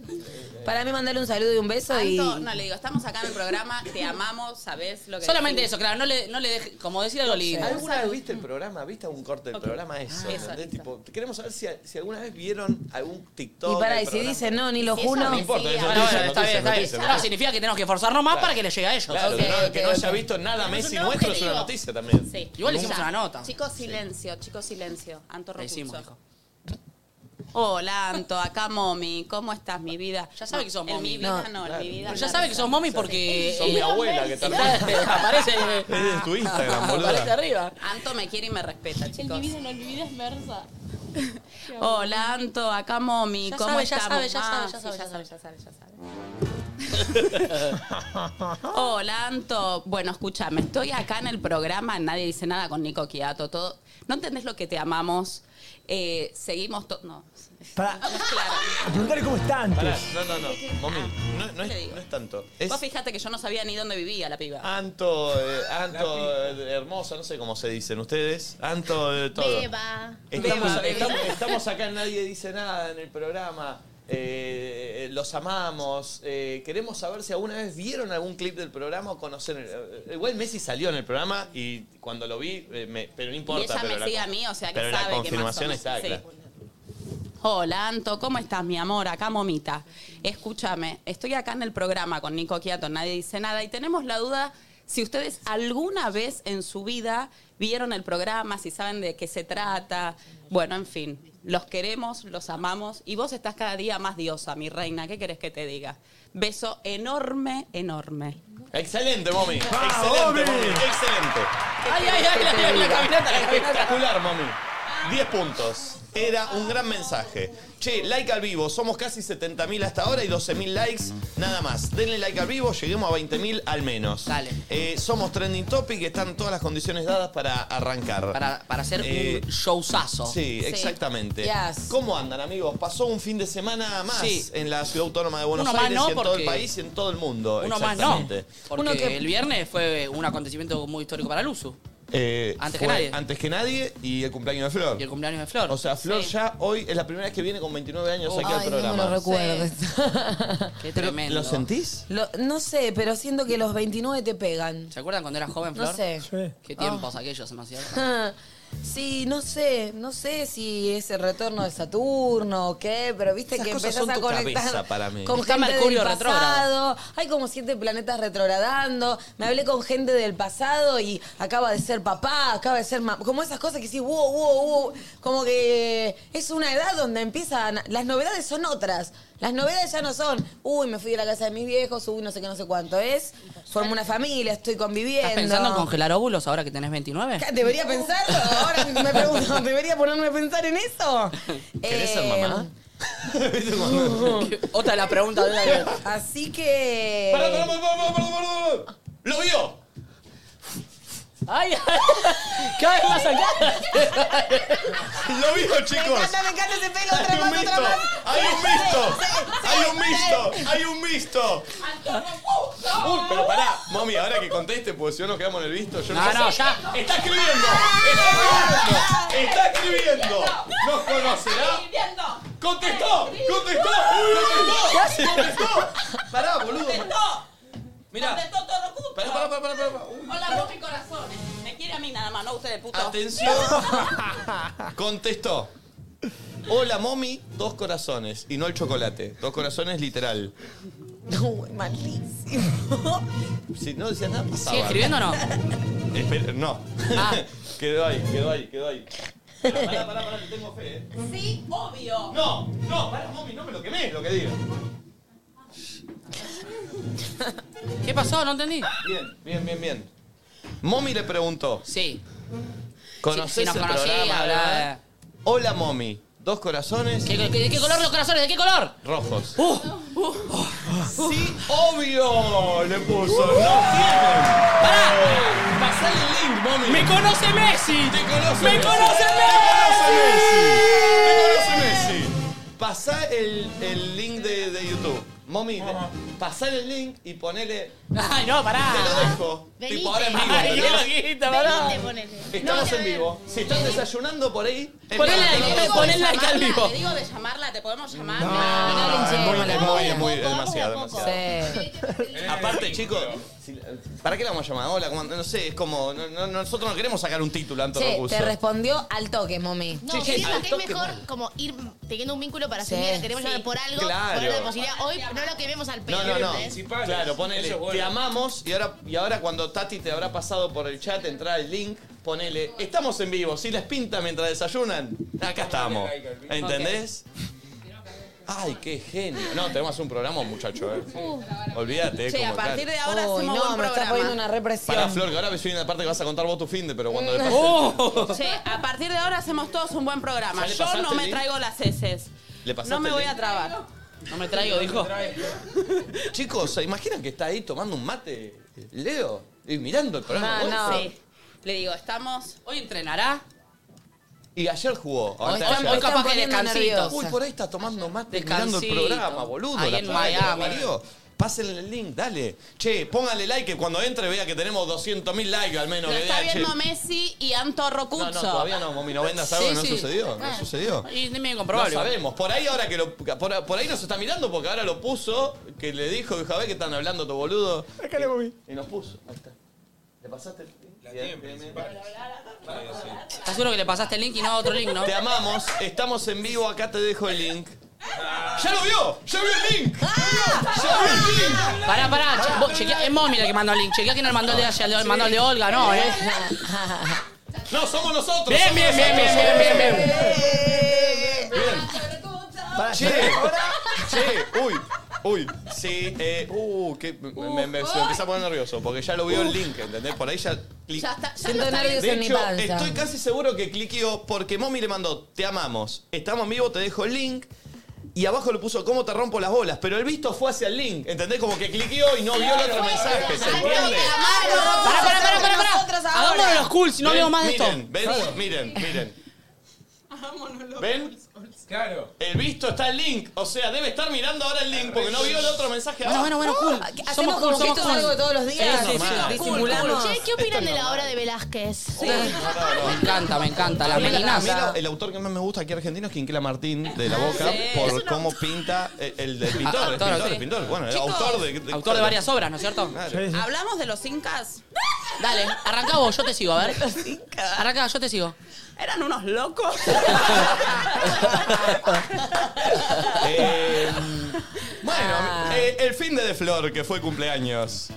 Speaker 2: Para mí mandarle un saludo y un beso y...
Speaker 4: Anto, no, le digo, estamos acá en el programa, te amamos, sabés lo que
Speaker 3: Solamente
Speaker 4: decís.
Speaker 3: eso, claro, no le, no le deje, como decir algo lindo.
Speaker 1: ¿Alguna vez viste el programa? ¿Viste algún corte del programa? Eso.
Speaker 4: Ah, eso,
Speaker 1: ¿entendés?
Speaker 4: eso.
Speaker 1: Tipo, queremos saber si, si alguna vez vieron algún TikTok.
Speaker 2: Y para,
Speaker 1: del
Speaker 2: y si
Speaker 1: programa.
Speaker 2: dice no, ni lo
Speaker 9: Si eso
Speaker 2: juro.
Speaker 1: No
Speaker 9: me
Speaker 1: importa,
Speaker 9: sigue
Speaker 1: es
Speaker 9: a-
Speaker 3: ah, Bueno, bueno,
Speaker 1: noticia,
Speaker 3: está
Speaker 1: noticia,
Speaker 3: bien, Ah, está
Speaker 1: noticia,
Speaker 3: bien. No,
Speaker 1: noticia.
Speaker 3: significa que tenemos que exponernos más
Speaker 1: Claro.
Speaker 3: para que les llegue a ellos.
Speaker 1: Claro, que, no, que no haya visto nada
Speaker 6: Tenemos
Speaker 1: Messi
Speaker 6: un
Speaker 1: nuestro es una
Speaker 6: objetivo.
Speaker 1: noticia también.
Speaker 6: Sí.
Speaker 3: Igual le hicimos una nota.
Speaker 4: Chicos, silencio, chicos, silencio. Anto
Speaker 3: Le hicimos,
Speaker 4: Rocuso. Hola, Anto, acá Momi. ¿Cómo estás, mi vida?
Speaker 3: Ya sabe que sos
Speaker 4: En
Speaker 3: Momi.
Speaker 4: Mi vida
Speaker 2: No.
Speaker 4: no, en mi vida.
Speaker 3: Pero ya
Speaker 4: la
Speaker 3: sabe que
Speaker 4: risa.
Speaker 3: sos mommy porque.
Speaker 1: Sos mi
Speaker 3: eh,
Speaker 1: abuela que te
Speaker 3: está- te- aparece.
Speaker 1: Es de tu Instagram,
Speaker 3: Aparece
Speaker 1: boludo.
Speaker 3: arriba.
Speaker 4: Anto me quiere y me respeta, chicos.
Speaker 6: no olvides Mersa.
Speaker 4: Hola, Anto, acá Momi.
Speaker 3: Ya
Speaker 4: ¿Cómo
Speaker 3: sabe, ya
Speaker 4: estamos?
Speaker 3: sabe, ya
Speaker 4: Ah,
Speaker 3: sabe, ya
Speaker 4: sí,
Speaker 3: sabe, ya sabe.
Speaker 4: ya sabe, ya sabe. Hola, Anto. Bueno, escúchame, estoy acá en el programa, nadie dice nada con Nico Quiato, todo. ¿No entendés lo que te amamos? Eh, seguimos todo. No,
Speaker 5: Para
Speaker 4: claro.
Speaker 5: preguntarle cómo está
Speaker 1: Pará,
Speaker 5: antes.
Speaker 1: no, no, no. Momi, Ah, no, no es, no es tanto. Es
Speaker 4: Vos fíjate que yo no sabía ni dónde vivía la piba.
Speaker 1: Anto, eh, Anto eh, hermosa, no sé cómo se dicen ustedes. Anto de todo.
Speaker 6: Beba.
Speaker 1: Estamos,
Speaker 4: Beba, beba.
Speaker 1: estamos- estamos acá, nadie dice nada en el programa. eh, eh, los amamos. eh, queremos saber si alguna vez vieron algún clip del programa o conocen. el- eh, igual Messi salió en el programa y cuando lo vi, eh, me- pero no importa.
Speaker 4: Y ella
Speaker 1: pero
Speaker 4: me
Speaker 1: la-
Speaker 4: sigue a mí, o sea que
Speaker 1: pero
Speaker 4: sabe
Speaker 1: la
Speaker 4: que más o
Speaker 1: confirmación
Speaker 4: menos-
Speaker 1: está,
Speaker 4: sí.
Speaker 1: claro.
Speaker 4: Hola, Anto, ¿cómo estás, mi amor? Acá, momita. Escúchame, estoy acá en el programa con Nico Quiato, nadie dice nada, y tenemos la duda si ustedes alguna vez en su vida vieron el programa, si saben de qué se trata. Bueno, en fin, los queremos, los amamos, y vos estás cada día más diosa, mi reina, ¿qué querés que te diga? Beso enorme, enorme.
Speaker 1: Excelente, Momi.
Speaker 5: ¡Ah,
Speaker 1: Excelente,
Speaker 5: Momi!
Speaker 1: Momi. Excelente.
Speaker 3: Ay, ay, ay, la, la- la caminata, la caminata.
Speaker 1: Espectacular, Momi. 10 puntos. Era un gran mensaje. Che, like al vivo. Somos casi 70.000 hasta ahora y 12.000 likes nada más. Denle like al vivo, lleguemos a 20.000 al menos.
Speaker 3: Dale.
Speaker 1: Eh, somos Trending Topic, están todas las condiciones dadas para arrancar.
Speaker 3: Para, para hacer
Speaker 1: Eh,
Speaker 3: un showzazo.
Speaker 1: Sí, exactamente.
Speaker 2: Yes.
Speaker 1: ¿Cómo andan, amigos? Pasó un fin de semana más
Speaker 3: Sí.
Speaker 1: en la ciudad autónoma de Buenos
Speaker 3: Uno más
Speaker 1: Aires
Speaker 3: no,
Speaker 1: y en todo el
Speaker 3: porque-
Speaker 1: país y en todo el mundo.
Speaker 3: Uno más no.
Speaker 1: Exactamente.
Speaker 3: Porque
Speaker 2: Uno que-
Speaker 3: el viernes fue un acontecimiento muy histórico para Luzu.
Speaker 1: Eh,
Speaker 3: Antes
Speaker 1: fue
Speaker 3: que nadie.
Speaker 1: Antes que nadie y el cumpleaños de Flor.
Speaker 3: Y el cumpleaños de Flor.
Speaker 1: O sea, Flor
Speaker 4: Sí.
Speaker 1: ya hoy es la primera vez que viene con 29 años aquí al
Speaker 2: Ay, no me lo
Speaker 1: programa.
Speaker 2: recuerdo.
Speaker 3: Qué tremendo.
Speaker 1: ¿Lo sentís?
Speaker 2: Lo- no sé, pero siento que los 29 te pegan.
Speaker 3: ¿Se acuerdan cuando era joven, Flor?
Speaker 2: No sé. Ah.
Speaker 5: Sí.
Speaker 3: Qué tiempos aquellos, ¿no es cierto?
Speaker 2: Sí, no sé, no sé si es el retorno de Saturno o qué, pero viste
Speaker 1: Esas
Speaker 2: que
Speaker 1: cosas
Speaker 2: empezás
Speaker 1: son
Speaker 2: a
Speaker 1: tu cabeza
Speaker 2: conectar
Speaker 1: para mí.
Speaker 2: con
Speaker 3: Está
Speaker 2: gente
Speaker 3: Mercurio
Speaker 2: del
Speaker 3: retrógrado.
Speaker 2: pasado. Hay como siete planetas retrogradando. Me hablé con gente del pasado y acaba de ser papá, acaba de ser mamá. Como esas cosas que sí, wow, wow, wow. Como que es una edad donde empiezan. Las novedades son otras. Las novedades ya no son, uy, me fui de la casa de mis viejos, uy, no sé qué, no sé cuánto. Es, formé una familia, estoy conviviendo.
Speaker 3: ¿Estás pensando en congelar óvulos ahora que tenés 29?
Speaker 2: ¿Debería pensarlo? Ahora me pregunto, ¿debería ponerme a pensar en eso?
Speaker 1: ¿Querés ser
Speaker 2: Eh,
Speaker 1: mamá?
Speaker 3: Otra de la pregunta de la-
Speaker 2: Así que.
Speaker 1: Pará, pará, pará, pará, pará, pará, pará. ¡Lo vio!
Speaker 3: ¡Ay! ay. Cada vez más acá.
Speaker 1: ¡Lo vio,
Speaker 2: Me
Speaker 1: chicos!
Speaker 2: encanta, me encanta ese pelo, otra
Speaker 1: ¡Hay un
Speaker 2: más, otra
Speaker 1: mixto!
Speaker 2: más.
Speaker 1: ¡Hay un mixto! ¡Hay un mixto! ¡Hay un mixto! Uy, pero pará, mami, ahora que conteste, porque si no nos quedamos en el visto, yo
Speaker 3: No,
Speaker 1: sé.
Speaker 3: no, ya.
Speaker 1: ¡Está escribiendo! ¡Está escribiendo! ¡Está escribiendo! ¡Nos conocerá! ¡Contestó! ¡Contestó! ¡Contestó! ¡Contestó! ¡Pará, boludo! Mirá. Pará, pará, pará, pará, pará. Uy.
Speaker 4: Hola, vos mi corazón. Me quiere a mí nada más, no a ustedes, puto.
Speaker 1: Atención. Contestó. Hola, mommy, dos corazones. Y no el chocolate. Dos corazones literal.
Speaker 2: No, malísimo.
Speaker 1: Si no decías nada, pasaba.
Speaker 3: ¿Sigue escribiendo o no?
Speaker 1: Espera, no.
Speaker 3: Ah.
Speaker 1: quedó ahí, quedó ahí, quedó ahí. Pero pará, pará, pará, que tengo fe, eh.
Speaker 4: Sí, obvio.
Speaker 1: No, no, pará, mami, no me lo quemé, lo que digo.
Speaker 3: ¿Qué pasó? No entendí.
Speaker 1: Bien, bien, bien, bien. Mommy le preguntó,
Speaker 3: Sí.
Speaker 1: ¿conocés
Speaker 3: si nos
Speaker 1: el
Speaker 3: conocía,
Speaker 1: programa?
Speaker 3: bla, bla, bla.
Speaker 1: Hola, mommy, dos corazones
Speaker 3: ¿Qué- qué- ¿De qué color Uh, los corazones? ¿De qué color?
Speaker 1: rojos. Sí, obvio, le puso. No tienen.
Speaker 3: ¡Pará!
Speaker 1: Uh, Pasá el link, mommy.
Speaker 3: Eh. ¡Me conoce Messi!
Speaker 1: ¡Te conoce
Speaker 3: ¡Me
Speaker 1: Messi!
Speaker 3: conoce
Speaker 1: ¡Te conoce Messi! ¡Te conoce Messi! Pasá el, el link de, de YouTube. Mami, pasá el link y ponele.
Speaker 3: ¡Ay, no, pará!
Speaker 1: Te lo dejo.
Speaker 6: Venite.
Speaker 1: Tipo, ahora en vivo.
Speaker 3: ¡Ay, qué
Speaker 1: ¿verdad?
Speaker 3: loquita, pará!
Speaker 6: Venite, ponele.
Speaker 1: Estamos
Speaker 6: No,
Speaker 1: en vivo. Si están desayunando por ahí,
Speaker 3: Ponele
Speaker 1: espera,
Speaker 3: ahí,
Speaker 1: te lo-
Speaker 3: Pepo. Ponle like al
Speaker 4: Llamarla,
Speaker 3: vivo.
Speaker 4: Te digo de llamarla, te podemos llamar.
Speaker 2: no
Speaker 1: Ah,
Speaker 2: le
Speaker 1: es muy-
Speaker 2: hinchemos,
Speaker 1: es
Speaker 2: la
Speaker 1: muy-
Speaker 2: pobre.
Speaker 1: es muy- es
Speaker 6: Vamos de a
Speaker 1: demasiado,
Speaker 6: poco.
Speaker 1: demasiado.
Speaker 2: Sí.
Speaker 1: Aparte, chicos, si- ¿para qué la vamos a llamar? Hola, ¿cómo andan? no sé, es como. no- no- nosotros no queremos sacar un título, Anto
Speaker 2: Che,
Speaker 1: Rocuso.
Speaker 2: te respondió al toque, mami.
Speaker 6: No,
Speaker 1: Sí, sí,
Speaker 6: siento
Speaker 1: al
Speaker 6: que es
Speaker 1: toque,
Speaker 6: mejor
Speaker 1: bueno.
Speaker 6: como ir teniendo un vínculo para
Speaker 2: Sí,
Speaker 6: seguir, queremos
Speaker 4: sí.
Speaker 6: llamar por algo,
Speaker 1: Claro.
Speaker 6: ponerle la posibilidad hoy, no lo quememos al pedo.
Speaker 1: No, no, no.
Speaker 6: ¿entendés?
Speaker 1: Claro, ponele.
Speaker 10: Eso es bueno.
Speaker 1: Te amamos y ahora, y ahora cuando Tati te habrá pasado por el chat, entrar el link, ponele. Estamos en vivo. Si les pinta mientras desayunan, acá estamos. ¿Entendés? Ay, qué genio. No, tenemos un programa, muchacho, eh.
Speaker 4: Uh.
Speaker 1: Olvídate. eh,
Speaker 2: Che,
Speaker 1: como
Speaker 2: a
Speaker 1: acá.
Speaker 2: partir de ahora hacemos no,
Speaker 4: buen
Speaker 2: me está
Speaker 4: programa.
Speaker 2: poniendo una represión.
Speaker 1: Pará, Flor, que ahora viene la parte que vas a contar vos tu fin de, pero
Speaker 2: Mm.
Speaker 1: cuando le pase-
Speaker 4: Mm. Oh.
Speaker 2: Oh.
Speaker 4: Che, a partir de ahora hacemos todos un buen programa.
Speaker 1: ¿Ya le
Speaker 4: Yo
Speaker 1: pasaste
Speaker 4: no
Speaker 1: el
Speaker 4: me
Speaker 1: link?
Speaker 4: traigo las heces.
Speaker 1: Le pasaste
Speaker 4: No me
Speaker 1: el
Speaker 4: voy
Speaker 1: link.
Speaker 4: a trabar.
Speaker 3: No me traigo, dijo.
Speaker 1: Chicos, ¿se imaginan que está ahí tomando un mate? Leo, y mirando el
Speaker 2: Ah,
Speaker 3: Ah,
Speaker 1: programa.
Speaker 4: No, no.
Speaker 1: Bueno,
Speaker 4: Sí. Le digo, estamos. Hoy entrenará.
Speaker 1: Y ayer jugó.
Speaker 3: Hoy,
Speaker 1: Antes de
Speaker 3: están-
Speaker 1: ayer.
Speaker 3: hoy capaz que
Speaker 2: poniendo
Speaker 3: descansitos.
Speaker 1: Uy, por ahí está tomando mate mirando el
Speaker 3: Descansito.
Speaker 1: programa, boludo.
Speaker 3: Ahí
Speaker 1: la
Speaker 3: en
Speaker 1: puta que la
Speaker 3: Miami.
Speaker 1: parió. Pásenle el link, dale. Che, póngale like que cuando entre vea que tenemos 200.000 likes al menos.
Speaker 4: Lo
Speaker 1: que
Speaker 4: está
Speaker 1: vea, che.
Speaker 4: viendo Messi y Anto
Speaker 1: No,
Speaker 4: Rocuzzo.
Speaker 1: no, todavía no, Momi, no vendas algo
Speaker 3: Sí,
Speaker 1: que no
Speaker 3: sí.
Speaker 1: sucedió. No sucedió.
Speaker 3: Y es medio
Speaker 1: No
Speaker 3: comprobable.
Speaker 1: sabemos. Por ahí ahora que lo. Por, por ahí nos está mirando porque ahora lo puso, que le dijo, Javé, que están hablando tu boludo.
Speaker 5: Acá le moví.
Speaker 1: Y nos puso. Ahí está. ¿Le pasaste el link? Bien, bien, bien.
Speaker 3: ¿Estás seguro que le pasaste el link y no a otro link, no?
Speaker 1: Te amamos, estamos en vivo, acá te dejo el link. ¡Ya lo vio! ¡Ya vio el link! ¡Ya vio el link!
Speaker 3: Pará, pará. che- vos chequea- es Momi la que mandó el link. Chequea quién le mandó el de ayer. Le mandó el de Olga, no, eh.
Speaker 1: No, somos nosotros.
Speaker 3: Bien,
Speaker 1: somos
Speaker 3: bien, bien,
Speaker 1: nosotros,
Speaker 3: bien,
Speaker 1: somos
Speaker 3: bien, bien,
Speaker 1: nosotros.
Speaker 3: bien.
Speaker 5: Pará,
Speaker 1: Che, che, uy, uy. Sí, eh, uh, que me, me- me- se me empieza a poner nervioso porque ya lo vio el link, ¿entendés? Por ahí ya clic-
Speaker 4: Ya está. Ya
Speaker 2: Siento
Speaker 4: no
Speaker 2: nervios
Speaker 1: De
Speaker 2: en mi
Speaker 1: hecho,
Speaker 2: panza.
Speaker 1: estoy casi seguro que cliqueó porque Momi le mandó, te amamos, estamos en vivo, te dejo el link. Y abajo le puso, ¿cómo te rompo las bolas? Pero el visto fue hacia el link, ¿entendés? Como que cliqueó y no vio el otro mensaje, ¿se entiende?
Speaker 3: Pará, pará, pará, pará,
Speaker 2: Nosotros
Speaker 3: pará.
Speaker 2: ahora.
Speaker 3: Hagámonos los cool, si no
Speaker 1: Ven,
Speaker 3: veo más de esto.
Speaker 1: miren, ven, miren, miren. ¿Ven?
Speaker 10: Claro.
Speaker 1: El visto está el link. O sea, debe estar mirando ahora el link porque no vio el otro mensaje
Speaker 3: Bueno, bueno,
Speaker 1: abajo.
Speaker 3: bueno, cool.
Speaker 2: Ah, Hacemos
Speaker 3: Somos cool,
Speaker 2: como que
Speaker 3: somos
Speaker 2: esto es algo de
Speaker 3: cool.
Speaker 2: todos los días.
Speaker 1: Sí, sí, sí,
Speaker 2: Disimulamos.
Speaker 1: cool, cool.
Speaker 6: Che, ¿qué opinan de la obra de Velázquez?
Speaker 3: Me encanta, me encanta. La
Speaker 1: A mí- a mí
Speaker 3: melaza.
Speaker 1: lo- el autor que más me gusta aquí argentino es Quinquela Martín de
Speaker 2: Ah,
Speaker 1: La Boca
Speaker 4: Sí.
Speaker 1: por cómo pinta el, el del pintor, el
Speaker 3: Ah, autor,
Speaker 1: pintor,
Speaker 3: sí.
Speaker 1: el pintor. Bueno, el
Speaker 4: Chicos,
Speaker 1: autor de,
Speaker 3: Autor de varias obras, ¿no es cierto? Ah,
Speaker 1: Claro.
Speaker 4: Hablamos de los incas.
Speaker 3: Dale, arrancá vos, yo te sigo, a ver. Arrancá, yo te sigo.
Speaker 4: Eran unos locos.
Speaker 1: Eh, bueno,
Speaker 3: Ah.
Speaker 1: eh, el fin de De Flor, que fue cumpleaños.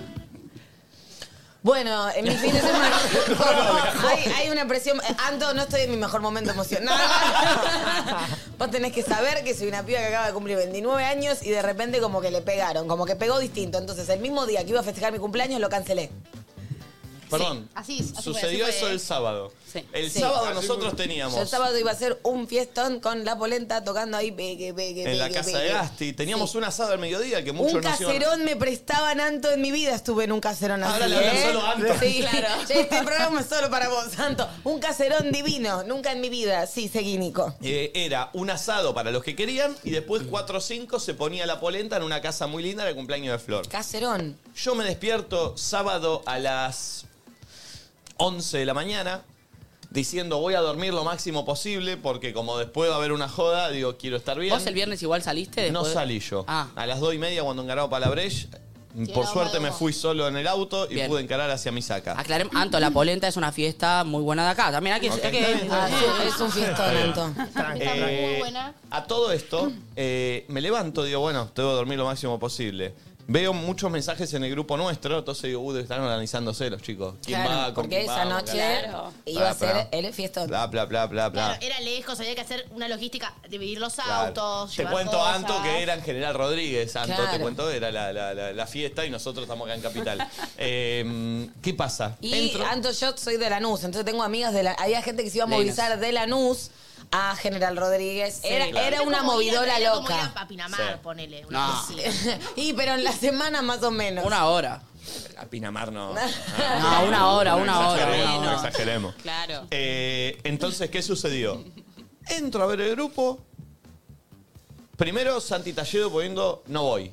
Speaker 2: Bueno, en mi fin de semana. hay, hay una presión. Eh, Anto, no estoy en mi mejor momento emocional. Vos tenés que saber que soy una piba que acaba de cumplir 29 años y de repente como que le pegaron, como que pegó distinto. Entonces, el mismo día que iba a festejar mi cumpleaños, lo cancelé.
Speaker 1: Perdón.
Speaker 6: así es, así
Speaker 1: Sucedió
Speaker 6: fue, así
Speaker 1: eso
Speaker 6: fue.
Speaker 1: el sábado.
Speaker 3: Sí.
Speaker 1: El
Speaker 2: Sí.
Speaker 1: sábado nosotros teníamos.
Speaker 2: Yo el sábado iba a hacer un fiestón con la polenta tocando ahí pegue, pegue,
Speaker 1: en la
Speaker 2: pegue,
Speaker 1: casa de
Speaker 2: pegue.
Speaker 1: Gasti. Teníamos un asado al mediodía que muchos
Speaker 2: Un
Speaker 1: nos iban-
Speaker 2: caserón me prestaban Anto en mi vida, estuve en un caserón así.
Speaker 1: Ahora le hablan
Speaker 2: ¿eh?
Speaker 1: solo a Anto.
Speaker 2: Sí, claro. Este programa es solo para vos, Anto. Un caserón divino, nunca en mi vida. Sí, seguí, Nico.
Speaker 1: Eh, era un asado para los que querían y después 4 o 5 se ponía la polenta en una casa muy linda en el cumpleaños de Flor.
Speaker 2: Caserón.
Speaker 1: Yo me despierto sábado a las 11 de la mañana diciendo voy a dormir lo máximo posible porque como después va a haber una joda, digo quiero estar bien.
Speaker 3: ¿Vos el viernes igual saliste?
Speaker 1: No
Speaker 3: después de-
Speaker 1: salí yo.
Speaker 3: Ah.
Speaker 1: A las 2 y media cuando encaraba Palabrech, por suerte me fui solo en el auto y
Speaker 3: Bien.
Speaker 1: pude encarar hacia mi saca.
Speaker 3: Aclaremos, Anto, la polenta es una fiesta muy buena de acá. También hay que...
Speaker 1: Ok.
Speaker 3: hay que-
Speaker 1: Está bien, está
Speaker 2: Ah, sí, es un fiestón, Anto.
Speaker 6: Está muy buena.
Speaker 1: Eh, A todo esto, eh, me levanto, digo, bueno, debo dormir lo máximo posible. Veo muchos mensajes en el grupo nuestro, entonces digo, "Uh, uy, están organizándose los chicos. ¿Quién
Speaker 2: Claro,
Speaker 1: va? ¿Con
Speaker 2: porque
Speaker 1: quién
Speaker 2: esa
Speaker 1: vamos?
Speaker 2: noche
Speaker 4: Claro.
Speaker 2: iba a
Speaker 1: Bla, bla.
Speaker 2: ser el fiestón.
Speaker 1: Bla, bla, bla, bla, bla.
Speaker 6: Claro, era lejos, había que hacer una logística, dividir los
Speaker 1: Claro.
Speaker 6: autos.
Speaker 1: Te
Speaker 6: llevar
Speaker 1: cuento,
Speaker 6: cosas.
Speaker 1: Anto, que era en General Rodríguez. Anto, te
Speaker 2: Claro.
Speaker 1: cuento, era la, la- la- la fiesta y nosotros estamos acá en Capital. Eh, ¿Qué pasa?
Speaker 2: Y Anto, yo soy de Lanús, entonces tengo amigas de la. Había gente que se iba a
Speaker 3: Lenos.
Speaker 2: movilizar de Lanús a General Rodríguez. era,
Speaker 1: claro.
Speaker 2: era una
Speaker 6: Como ir a-
Speaker 2: movidora
Speaker 6: era Como ir
Speaker 2: loca.
Speaker 6: a Pinamar,
Speaker 1: Sí.
Speaker 6: ponele. una
Speaker 3: No.
Speaker 6: cosa así.
Speaker 2: y pero en la semana más o menos.
Speaker 3: Una hora.
Speaker 1: A Pinamar no.
Speaker 3: No, una hora, una hora,
Speaker 1: exageremos,
Speaker 3: una
Speaker 1: No
Speaker 3: hora.
Speaker 1: exageremos.
Speaker 4: Claro.
Speaker 1: Eh, entonces, ¿qué sucedió? Entro a ver el grupo. Primero, Santi Talledo poniendo no voy.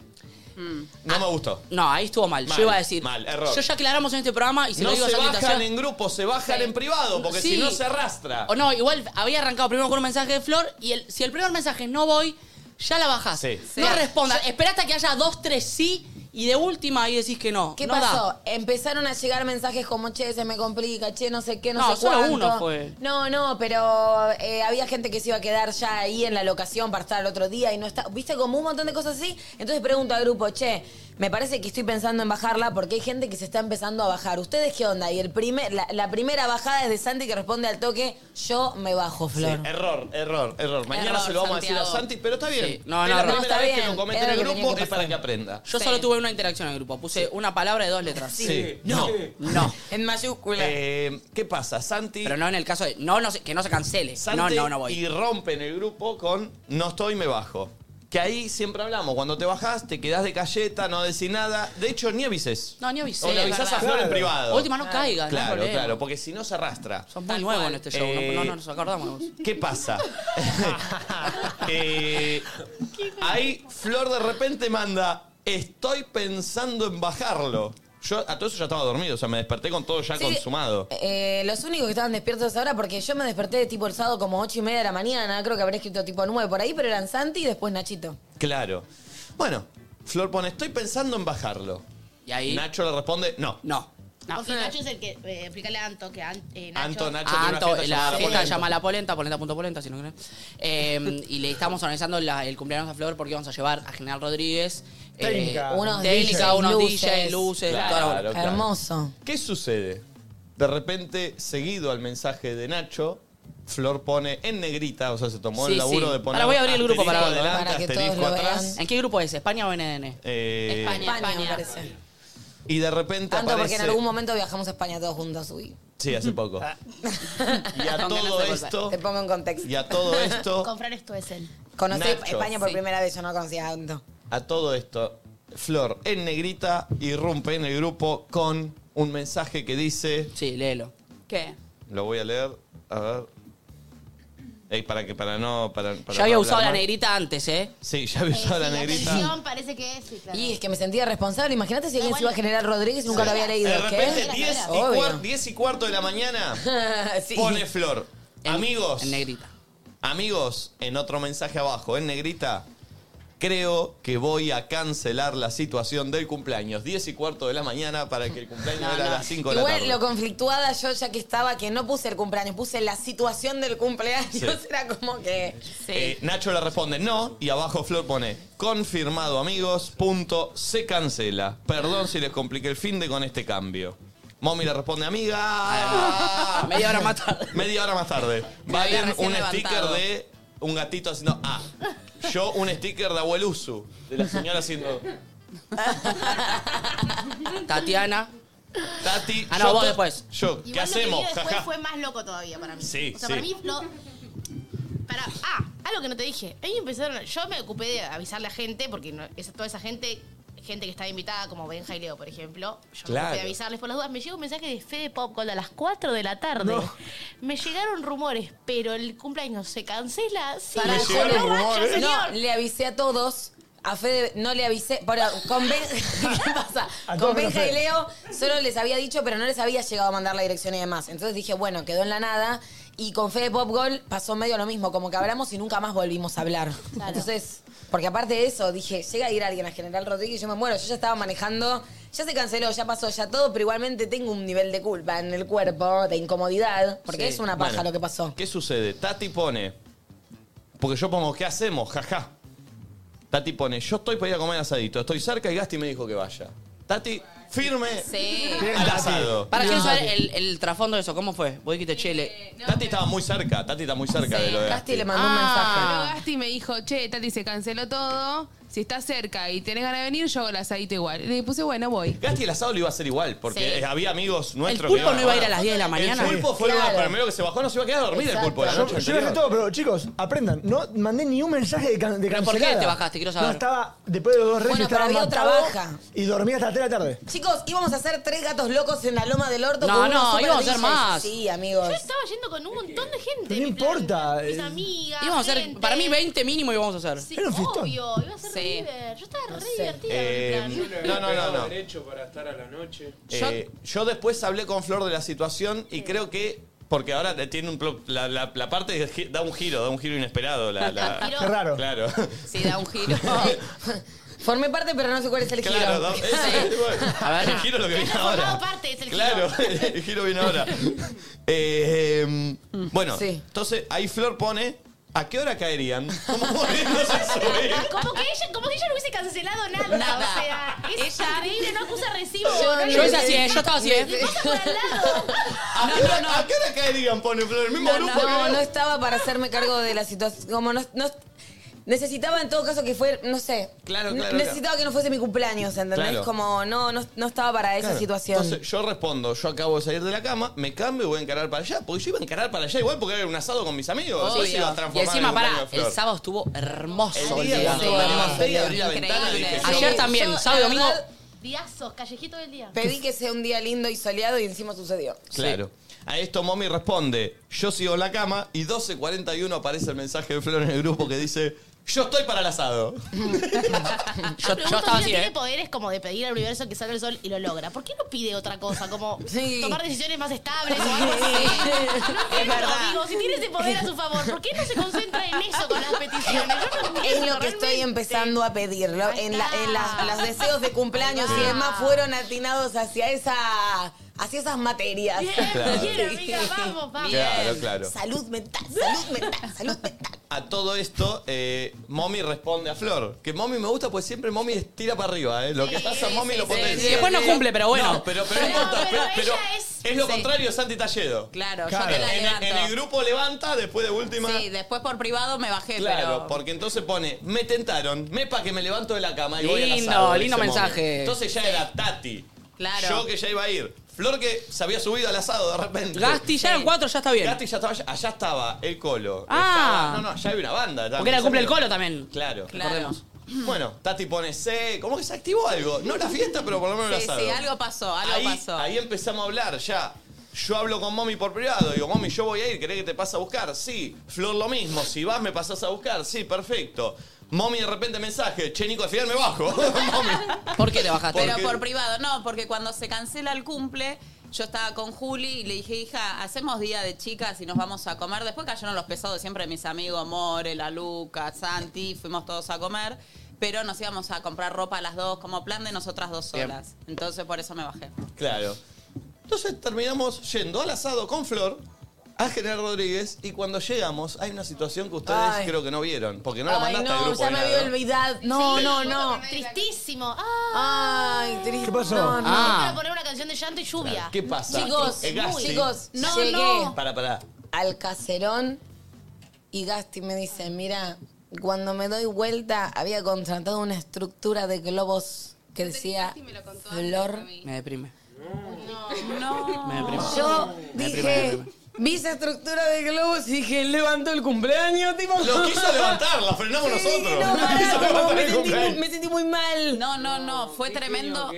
Speaker 1: No me gustó.
Speaker 3: Mm. Ah, No, ahí estuvo mal.
Speaker 1: Mal,
Speaker 3: yo iba a decir.
Speaker 1: mal, error.
Speaker 3: Yo ya aclaramos en este programa y se
Speaker 1: no
Speaker 3: lo digo a
Speaker 1: se
Speaker 3: Santi
Speaker 1: bajan
Speaker 3: Tassero.
Speaker 1: en grupo, se bajan
Speaker 3: Sí.
Speaker 1: en privado, porque
Speaker 3: Sí.
Speaker 1: si no se arrastra.
Speaker 3: O no, igual había arrancado primero con un mensaje de Flor y el, si el primer mensaje es no voy, ya la bajás.
Speaker 1: Sí.
Speaker 3: No
Speaker 4: Sí.
Speaker 3: respondas. Espera hasta que haya dos, tres sí Y de última ahí decís que no.
Speaker 2: ¿Qué
Speaker 3: no
Speaker 2: pasó?
Speaker 3: da.
Speaker 2: Empezaron a llegar mensajes como, che, se me complica, che, no sé qué, no,
Speaker 3: No,
Speaker 2: sé
Speaker 3: solo
Speaker 2: cuánto.
Speaker 3: uno fue.
Speaker 2: No, no, pero eh, había gente que se iba a quedar ya ahí en la locación para estar el otro día y no está. ¿Viste? Como un montón de cosas así. Entonces pregunto al grupo, che, me parece que estoy pensando en bajarla porque hay gente que se está empezando a bajar. ¿Ustedes qué onda? Y el primer, la, la primera bajada es de Santi que responde al toque, yo me bajo,
Speaker 1: Sí,
Speaker 2: Flor.
Speaker 1: error, error, error. Mañana
Speaker 2: Error,
Speaker 1: se lo vamos a decir
Speaker 2: Santiago.
Speaker 1: a Santi, pero está bien.
Speaker 3: Sí. No,
Speaker 1: es
Speaker 3: no, no,
Speaker 1: la primera
Speaker 3: está
Speaker 1: vez que
Speaker 3: bien.
Speaker 1: lo comete
Speaker 3: Era
Speaker 1: en el
Speaker 3: lo que tenía
Speaker 1: grupo,
Speaker 3: que
Speaker 1: es para que aprenda.
Speaker 3: Yo solo tuve una interacción en el grupo. Puse una palabra de dos letras.
Speaker 1: Sí. Sí. No. Sí.
Speaker 3: No.
Speaker 2: En mayúscula.
Speaker 1: Eh, ¿Qué pasa? Santi.
Speaker 3: Pero no en el caso de. No, no, se- que no se cancele.
Speaker 1: Santi
Speaker 3: no, no, no voy.
Speaker 1: Y rompen el grupo con no estoy, me bajo. Que ahí siempre hablamos. Cuando te bajás, te quedás de calleta, no decís nada. De hecho, ni avises.
Speaker 3: No, ni avisé.
Speaker 1: O le avisás a Flor en privado.
Speaker 3: Última, no caiga.
Speaker 1: Claro, claro, porque si no se arrastra.
Speaker 3: Son muy nuevos en este show. no-
Speaker 1: Eh,
Speaker 3: No, no nos acordamos.
Speaker 1: ¿Qué pasa? Eh, ahí Flor de repente manda, estoy pensando en bajarlo. Yo a todo eso ya estaba dormido, o sea, me desperté con todo ya
Speaker 2: Sí.
Speaker 1: consumado.
Speaker 2: Eh, los únicos que estaban despiertos ahora, porque yo me desperté tipo el sábado como ocho y media de la mañana, creo que habré escrito tipo 9 por ahí, pero eran Santi y después Nachito.
Speaker 1: Claro. Bueno, Flor pone, estoy pensando en bajarlo.
Speaker 3: Y ahí.
Speaker 1: Nacho le responde, no.
Speaker 3: No.
Speaker 6: No, y Nacho es el que. Eh, explícale a Anto que An- eh, Nacho.
Speaker 1: Anto, Nacho,
Speaker 3: Ah,
Speaker 1: tiene una
Speaker 3: Anto,
Speaker 1: fiesta
Speaker 3: la
Speaker 1: llamada
Speaker 3: fiesta
Speaker 1: La
Speaker 3: se
Speaker 1: Polenta.
Speaker 3: llama La Polenta, polenta.polenta, si no creen. Eh, y le estamos organizando la- el cumpleaños a Flor porque vamos a llevar a General Rodríguez. eh,
Speaker 5: Técnica.
Speaker 2: Unos
Speaker 3: técnica,
Speaker 2: DJs,
Speaker 3: unos
Speaker 2: luces.
Speaker 3: DJs, luces,
Speaker 1: Claro.
Speaker 3: toda la bola.
Speaker 1: Claro.
Speaker 2: Hermoso.
Speaker 1: ¿Qué sucede? De repente, seguido al mensaje de Nacho, Flor pone en negrita, o sea, se tomó el
Speaker 3: Sí,
Speaker 1: laburo
Speaker 3: sí.
Speaker 1: de poner.
Speaker 3: Ahora voy a abrir el grupo para
Speaker 1: asterisco
Speaker 3: verlo,
Speaker 1: adelante,
Speaker 2: para que todos
Speaker 1: asterisco
Speaker 2: lo vean.
Speaker 1: atrás.
Speaker 3: ¿En qué grupo es? ¿España o NN?
Speaker 1: Eh,
Speaker 7: España,
Speaker 2: España, me
Speaker 7: España.
Speaker 2: parece.
Speaker 1: Y de repente
Speaker 2: Tanto porque
Speaker 1: aparece.
Speaker 2: en algún momento viajamos a España todos juntos, uy.
Speaker 1: Sí, hace poco. Y
Speaker 3: Aunque
Speaker 1: a
Speaker 3: no
Speaker 1: todo
Speaker 3: se vuelva.
Speaker 1: esto.
Speaker 2: Te pongo en contexto.
Speaker 1: Y a todo esto.
Speaker 6: Comprar esto es él.
Speaker 2: Conocí
Speaker 1: Nacho.
Speaker 2: España por
Speaker 1: Sí.
Speaker 2: primera vez, yo no conocía tanto.
Speaker 1: A todo esto. Flor en negrita irrumpe en el grupo con un mensaje que dice.
Speaker 3: Sí, léelo.
Speaker 4: ¿Qué?
Speaker 1: Lo voy a leer. A ver. Ey, para que para no. Para, para
Speaker 3: ya había
Speaker 1: no
Speaker 3: usado
Speaker 1: hablar
Speaker 3: la
Speaker 1: mal.
Speaker 3: negrita antes, ¿eh?
Speaker 1: Sí, ya había
Speaker 6: Eh,
Speaker 1: usado la
Speaker 6: sí,
Speaker 1: negrita.
Speaker 6: atención, parece que es. Sí, claro.
Speaker 2: Y es que me sentía responsable. Imagínate si alguien se iba a generar Rodríguez y nunca lo había leído.
Speaker 1: De repente,
Speaker 2: ¿Qué?
Speaker 1: 10 y,
Speaker 2: Obvio.
Speaker 1: cuar- 10 y cuarto de la mañana,
Speaker 2: Sí.
Speaker 1: pone Flor.
Speaker 3: En-
Speaker 1: amigos,
Speaker 3: En negrita.
Speaker 1: amigos, en otro mensaje abajo, en negrita, creo que voy a cancelar la situación del cumpleaños. 10 y cuarto de la mañana para que el cumpleaños
Speaker 3: No,
Speaker 1: era
Speaker 3: no.
Speaker 1: a las 5 de la
Speaker 2: Igual
Speaker 1: tarde.
Speaker 2: lo conflictuada yo ya que estaba, que no puse el cumpleaños, puse la situación del cumpleaños.
Speaker 1: Sí.
Speaker 2: Era como que...
Speaker 4: Sí.
Speaker 1: Eh, Nacho le responde no y abajo Flor pone confirmado amigos, punto, se cancela. Perdón si les compliqué el fin de con este cambio. Mommy le responde amiga.
Speaker 3: Media hora más tarde.
Speaker 1: Media hora más tarde.
Speaker 4: Me había
Speaker 1: Vayan un
Speaker 4: recién
Speaker 1: sticker
Speaker 4: levantado.
Speaker 1: de un gatito haciendo ah. Yo un sticker de abuelusu. De la señora haciendo.
Speaker 3: Tatiana.
Speaker 1: Tati.
Speaker 3: Ah, no,
Speaker 1: yo
Speaker 3: vos
Speaker 1: to-
Speaker 3: después.
Speaker 1: Yo, ¿qué
Speaker 6: Igual lo que
Speaker 1: hacemos?
Speaker 6: vino después
Speaker 1: Jaja.
Speaker 6: fue más loco todavía para mí.
Speaker 1: Sí,
Speaker 6: O sea,
Speaker 1: sí.
Speaker 6: para mí lo. Para, ah, algo que no te dije. Ahí empezaron. Yo me ocupé de avisarle a gente, porque no- esa- toda esa gente, gente que estaba invitada, como Benja y Leo, por ejemplo, yo me
Speaker 1: Claro.
Speaker 6: ocupé de avisarles por las dudas. Me llegó un mensaje de Fede Popcorn a las 4 de la tarde. Me llegaron rumores, pero el cumpleaños se cancela. Sí,
Speaker 2: Pará,
Speaker 1: Me
Speaker 2: yo
Speaker 1: llegaron
Speaker 2: le-
Speaker 1: rumores.
Speaker 2: No,
Speaker 6: señor.
Speaker 2: le avisé a todos. A Fede no le avisé. Para, con Ben- ¿Qué pasa?
Speaker 5: A todos
Speaker 2: Con
Speaker 5: menos
Speaker 2: Benja y
Speaker 5: Fede.
Speaker 2: Leo solo les había dicho, pero no les había llegado a mandar la dirección y demás. Entonces dije, bueno, quedó en la nada. Y con Fede Pop Gold pasó medio lo mismo, como que hablamos y nunca más volvimos a hablar. Entonces, porque aparte de eso, dije, llega a ir alguien a General Rodríguez y yo me muero. Yo ya estaba manejando, ya se canceló, ya pasó, ya todo, pero igualmente tengo un nivel de culpa en el cuerpo, de incomodidad, porque
Speaker 3: Sí.
Speaker 2: es una paja
Speaker 1: Bueno,
Speaker 2: lo que pasó.
Speaker 1: ¿Qué sucede? Tati pone. Porque yo pongo, ¿qué hacemos? Jaja. Tati pone, yo estoy para ir a comer asadito. Estoy cerca y Gasti me dijo que vaya. Tati, firme
Speaker 4: Sí.
Speaker 1: al asado.
Speaker 3: Para quiero saber el, el trasfondo de eso, ¿cómo fue? Vos dijiste chele.
Speaker 1: Tati estaba muy cerca. Tati está muy cerca de lo de
Speaker 2: Casti
Speaker 1: Gasti.
Speaker 2: le mandó un mensaje.
Speaker 3: Ah.
Speaker 10: Pero Gasti me dijo, che, Tati, se canceló todo. Si estás cerca y tenés ganas de venir, yo hago el asadito igual. Y le puse, bueno, voy.
Speaker 1: Gasti el asado lo iba a hacer igual, porque
Speaker 4: Sí.
Speaker 1: había amigos nuestros
Speaker 3: pulpo
Speaker 1: que iban
Speaker 3: no iba a ir a
Speaker 1: bajar.
Speaker 3: las 10 de la mañana.
Speaker 1: El pulpo fue
Speaker 2: Claro.
Speaker 1: el primero que se bajó, no se iba a quedar a dormir el pulpo de la
Speaker 5: Yo,
Speaker 1: noche.
Speaker 5: yo le dije
Speaker 1: anterior.
Speaker 5: todo, pero chicos, aprendan. No mandé ni un mensaje de, can, de
Speaker 3: ¿Pero por qué
Speaker 5: cancelada.
Speaker 3: te bajaste? Quiero saber.
Speaker 5: No, estaba, después de los dos reyes
Speaker 2: Bueno, pero
Speaker 5: estaba
Speaker 2: había otra
Speaker 5: matado
Speaker 2: baja.
Speaker 5: y dormí hasta las 3 de la tarde.
Speaker 2: Chicos, íbamos a hacer tres gatos locos en la loma del orto.
Speaker 3: No,
Speaker 2: con unos
Speaker 3: no,
Speaker 2: super
Speaker 3: íbamos a hacer
Speaker 2: DJs.
Speaker 3: más.
Speaker 2: Sí, amigos.
Speaker 6: Yo estaba yendo con un montón de gente.
Speaker 5: Pero no
Speaker 6: mi
Speaker 5: importa,
Speaker 6: Mis
Speaker 5: eh.
Speaker 6: amigas.
Speaker 3: Íbamos a hacer,
Speaker 6: gente.
Speaker 3: para mí, 20 mínimo íbamos a hacer.
Speaker 6: Sí,
Speaker 5: Era un fiestón.
Speaker 6: obvio, iba a ser
Speaker 4: Sí.
Speaker 6: River. Yo estaba re
Speaker 2: sé.
Speaker 6: divertida
Speaker 1: Eh,
Speaker 6: con el plan.
Speaker 1: no, no, no, no.
Speaker 11: derecho para estar a la noche.
Speaker 1: Eh, yo después hablé con Flor de la situación y creo que. Porque ahora tiene un. plo- La, la- la parte de gi- da un giro, da un giro inesperado. La, la-
Speaker 5: Qué raro.
Speaker 1: Claro.
Speaker 4: Sí, da un giro.
Speaker 2: Formé parte, pero no sé cuál es el
Speaker 1: Claro,
Speaker 2: giro.
Speaker 1: ¿no? Es- bueno, El giro es lo que viene ahora.
Speaker 2: parte es
Speaker 1: Claro, el giro viene ahora. Eh, bueno,
Speaker 2: Mm. Sí.
Speaker 1: entonces ahí Flor pone. ¿A qué hora caerían? ¿Cómo
Speaker 6: Como que ella, como que ella no hubiese cancelado nada.
Speaker 1: Nada.
Speaker 6: O sea, es increíble, no acusa recibo.
Speaker 3: Yo-
Speaker 6: no
Speaker 3: yo
Speaker 6: le-
Speaker 3: hice así, eh, yo estaba así, eh.
Speaker 6: Le pasa por al lado.
Speaker 1: ¿A qué hora- ¿A qué hora caerían? Pone Flor, el mismo
Speaker 2: ¿eh? No,
Speaker 1: grupo.
Speaker 2: no,
Speaker 1: que-
Speaker 2: no estaba para hacerme cargo de la situación. Como no, no- necesitaba en todo caso que fuera, no sé.
Speaker 1: Claro,
Speaker 2: Ne-
Speaker 1: claro,
Speaker 2: Necesitaba que no fuese mi cumpleaños, ¿entendés?
Speaker 1: Claro.
Speaker 2: Como no, no, no estaba para esa
Speaker 1: Claro.
Speaker 2: situación.
Speaker 1: Entonces yo respondo, yo acabo de salir de la cama, me cambio y voy a encarar para allá. Porque yo iba a encarar para allá igual porque era un asado con mis amigos. Después se iba
Speaker 3: Obvio.
Speaker 1: a
Speaker 3: Y
Speaker 1: transformar en
Speaker 3: encima,
Speaker 1: un baño
Speaker 3: pará,
Speaker 1: de Flor.
Speaker 3: el sábado estuvo hermoso.
Speaker 1: El día
Speaker 3: día.
Speaker 1: estuvo hermoso, el día abrí la ventana y dije,
Speaker 3: Ayer
Speaker 1: yo-
Speaker 3: también, sábado y
Speaker 2: Eh, la
Speaker 3: domingo.
Speaker 2: verdad,
Speaker 6: Diazos, callejito del día.
Speaker 2: Pedí que sea un día lindo y soleado y encima sucedió.
Speaker 1: Claro. A esto Mommy responde, yo sigo en la cama y 12.41 aparece el mensaje de Flor en el grupo que dice, yo estoy para el asado.
Speaker 6: Yo,
Speaker 1: estaba así,
Speaker 6: tiene
Speaker 1: ¿eh?
Speaker 6: poderes como de pedir al universo que salga el sol y lo logra. ¿Por qué no pide otra cosa? Como tomar decisiones más estables o algo así. No entiendo, digo, si tiene ese poder a su favor, ¿por qué no se concentra en eso con las peticiones? Yo no entiendo.
Speaker 2: Es lo que estoy empezando a pedir. lo- en la- en las- los deseos de cumpleaños
Speaker 6: Ahí
Speaker 2: y
Speaker 6: va.
Speaker 2: demás fueron atinados hacia esa. Hacia esas materias.
Speaker 1: Claro. bien,
Speaker 6: amiga, vamos, vamos.
Speaker 1: Claro, claro.
Speaker 2: Salud mental, salud mental, salud mental.
Speaker 1: A todo esto, eh, Mommy responde a Flor. Que Mommy me gusta, pues siempre Mommy tira para arriba, ¿eh? Lo que
Speaker 6: Sí,
Speaker 1: pasa Mommy
Speaker 6: sí,
Speaker 1: lo
Speaker 6: sí,
Speaker 1: potencia.
Speaker 6: sí. Después no
Speaker 3: cumple, pero bueno.
Speaker 1: No, pero, pero, no
Speaker 6: Pero-
Speaker 1: importa,
Speaker 6: pero
Speaker 1: pero- pero
Speaker 6: ella
Speaker 1: es,
Speaker 6: es-
Speaker 1: lo
Speaker 4: sí.
Speaker 1: contrario, Santi Talledo.
Speaker 4: Claro, yo te la
Speaker 1: En, el-
Speaker 4: levanto.
Speaker 1: en el grupo levanta, después de última.
Speaker 4: Sí, después por privado me bajé,
Speaker 1: Claro,
Speaker 4: pero...
Speaker 1: porque entonces pone, me tentaron, me pa' que me levanto de la cama y voy al
Speaker 3: Lindo,
Speaker 1: asado",
Speaker 3: lindo
Speaker 1: dice Mommy.
Speaker 3: mensaje.
Speaker 1: Entonces ya era Tati.
Speaker 4: Claro.
Speaker 1: Yo que ya iba a ir. Flor que se había subido al asado de repente.
Speaker 3: Gasti, ya eran cuatro, ya está bien.
Speaker 1: Gasti ya estaba allá, allá estaba el colo.
Speaker 3: Ah.
Speaker 1: Estaba- no, no, ya había una banda. estaba
Speaker 3: Porque era el
Speaker 1: con
Speaker 3: cumple del
Speaker 1: mis
Speaker 3: colo
Speaker 1: amigos.
Speaker 3: también.
Speaker 1: Claro.
Speaker 4: Claro.
Speaker 1: Bueno, Tati pone C, como que se activó algo. No la fiesta, pero por lo menos el
Speaker 4: Sí,
Speaker 1: asado.
Speaker 4: sí, algo pasó, algo
Speaker 1: ahí,
Speaker 4: pasó.
Speaker 1: ahí empezamos a hablar ya. Yo hablo con Mommy por privado, digo, Mommy, yo voy a ir, ¿querés que te pase a buscar? Sí, Flor lo mismo, si vas me pasás a buscar, sí, perfecto. Mommy de repente mensaje, che Nico, al final me bajo. Mommy.
Speaker 3: ¿Por qué te bajaste?
Speaker 4: Pero
Speaker 1: Porque-
Speaker 4: por privado, no, porque cuando se cancela el cumple, yo estaba con Juli y le dije, hija, hacemos día de chicas y nos vamos a comer. Después cayeron los pesados siempre mis amigos, More, la Luca, Santi, fuimos todos a comer, pero nos íbamos a comprar ropa a las dos como plan de nosotras dos
Speaker 1: Bien.
Speaker 4: solas. Entonces por eso me bajé.
Speaker 1: Claro. Entonces terminamos yendo al asado con Flor a General Rodríguez y cuando llegamos hay una situación que ustedes
Speaker 2: Ay.
Speaker 1: creo que no vieron, porque no la
Speaker 2: Ay,
Speaker 1: mandaste al
Speaker 2: no,
Speaker 1: grupo.
Speaker 2: ya
Speaker 1: ni
Speaker 2: me
Speaker 1: nada,
Speaker 2: había
Speaker 1: ¿no?
Speaker 2: olvidado. No,
Speaker 6: Sí,
Speaker 2: no,
Speaker 6: foto
Speaker 2: no.
Speaker 6: con- Tristísimo.
Speaker 2: Ay, triste. ¿Qué pasó?
Speaker 6: No,
Speaker 2: No,
Speaker 6: no.
Speaker 2: no.
Speaker 6: Ah. poner una canción de llanto y lluvia.
Speaker 1: Claro, ¿Qué pasa?
Speaker 2: Chicos,
Speaker 1: Eh, Gassi.
Speaker 2: chicos, no, llegué
Speaker 6: no.
Speaker 1: Para, para.
Speaker 2: al caserón y Gasti me dice, mira, cuando me doy vuelta había contratado una estructura de globos que decía Flor.
Speaker 3: Me deprime.
Speaker 4: No.
Speaker 3: Me deprime.
Speaker 1: Ah,
Speaker 2: Yo
Speaker 3: Me deprime, me
Speaker 2: dije, vi esa estructura de globos y dije, levanto el cumpleaños, tipo.
Speaker 1: Lo quiso levantar, la frenamos nosotros.
Speaker 2: No, pará,
Speaker 1: Quiso
Speaker 2: como
Speaker 1: levantar
Speaker 2: me,
Speaker 1: el
Speaker 2: sentí,
Speaker 1: cumpleaños.
Speaker 2: muy- me sentí muy mal.
Speaker 4: No, no, no, fue tremendo.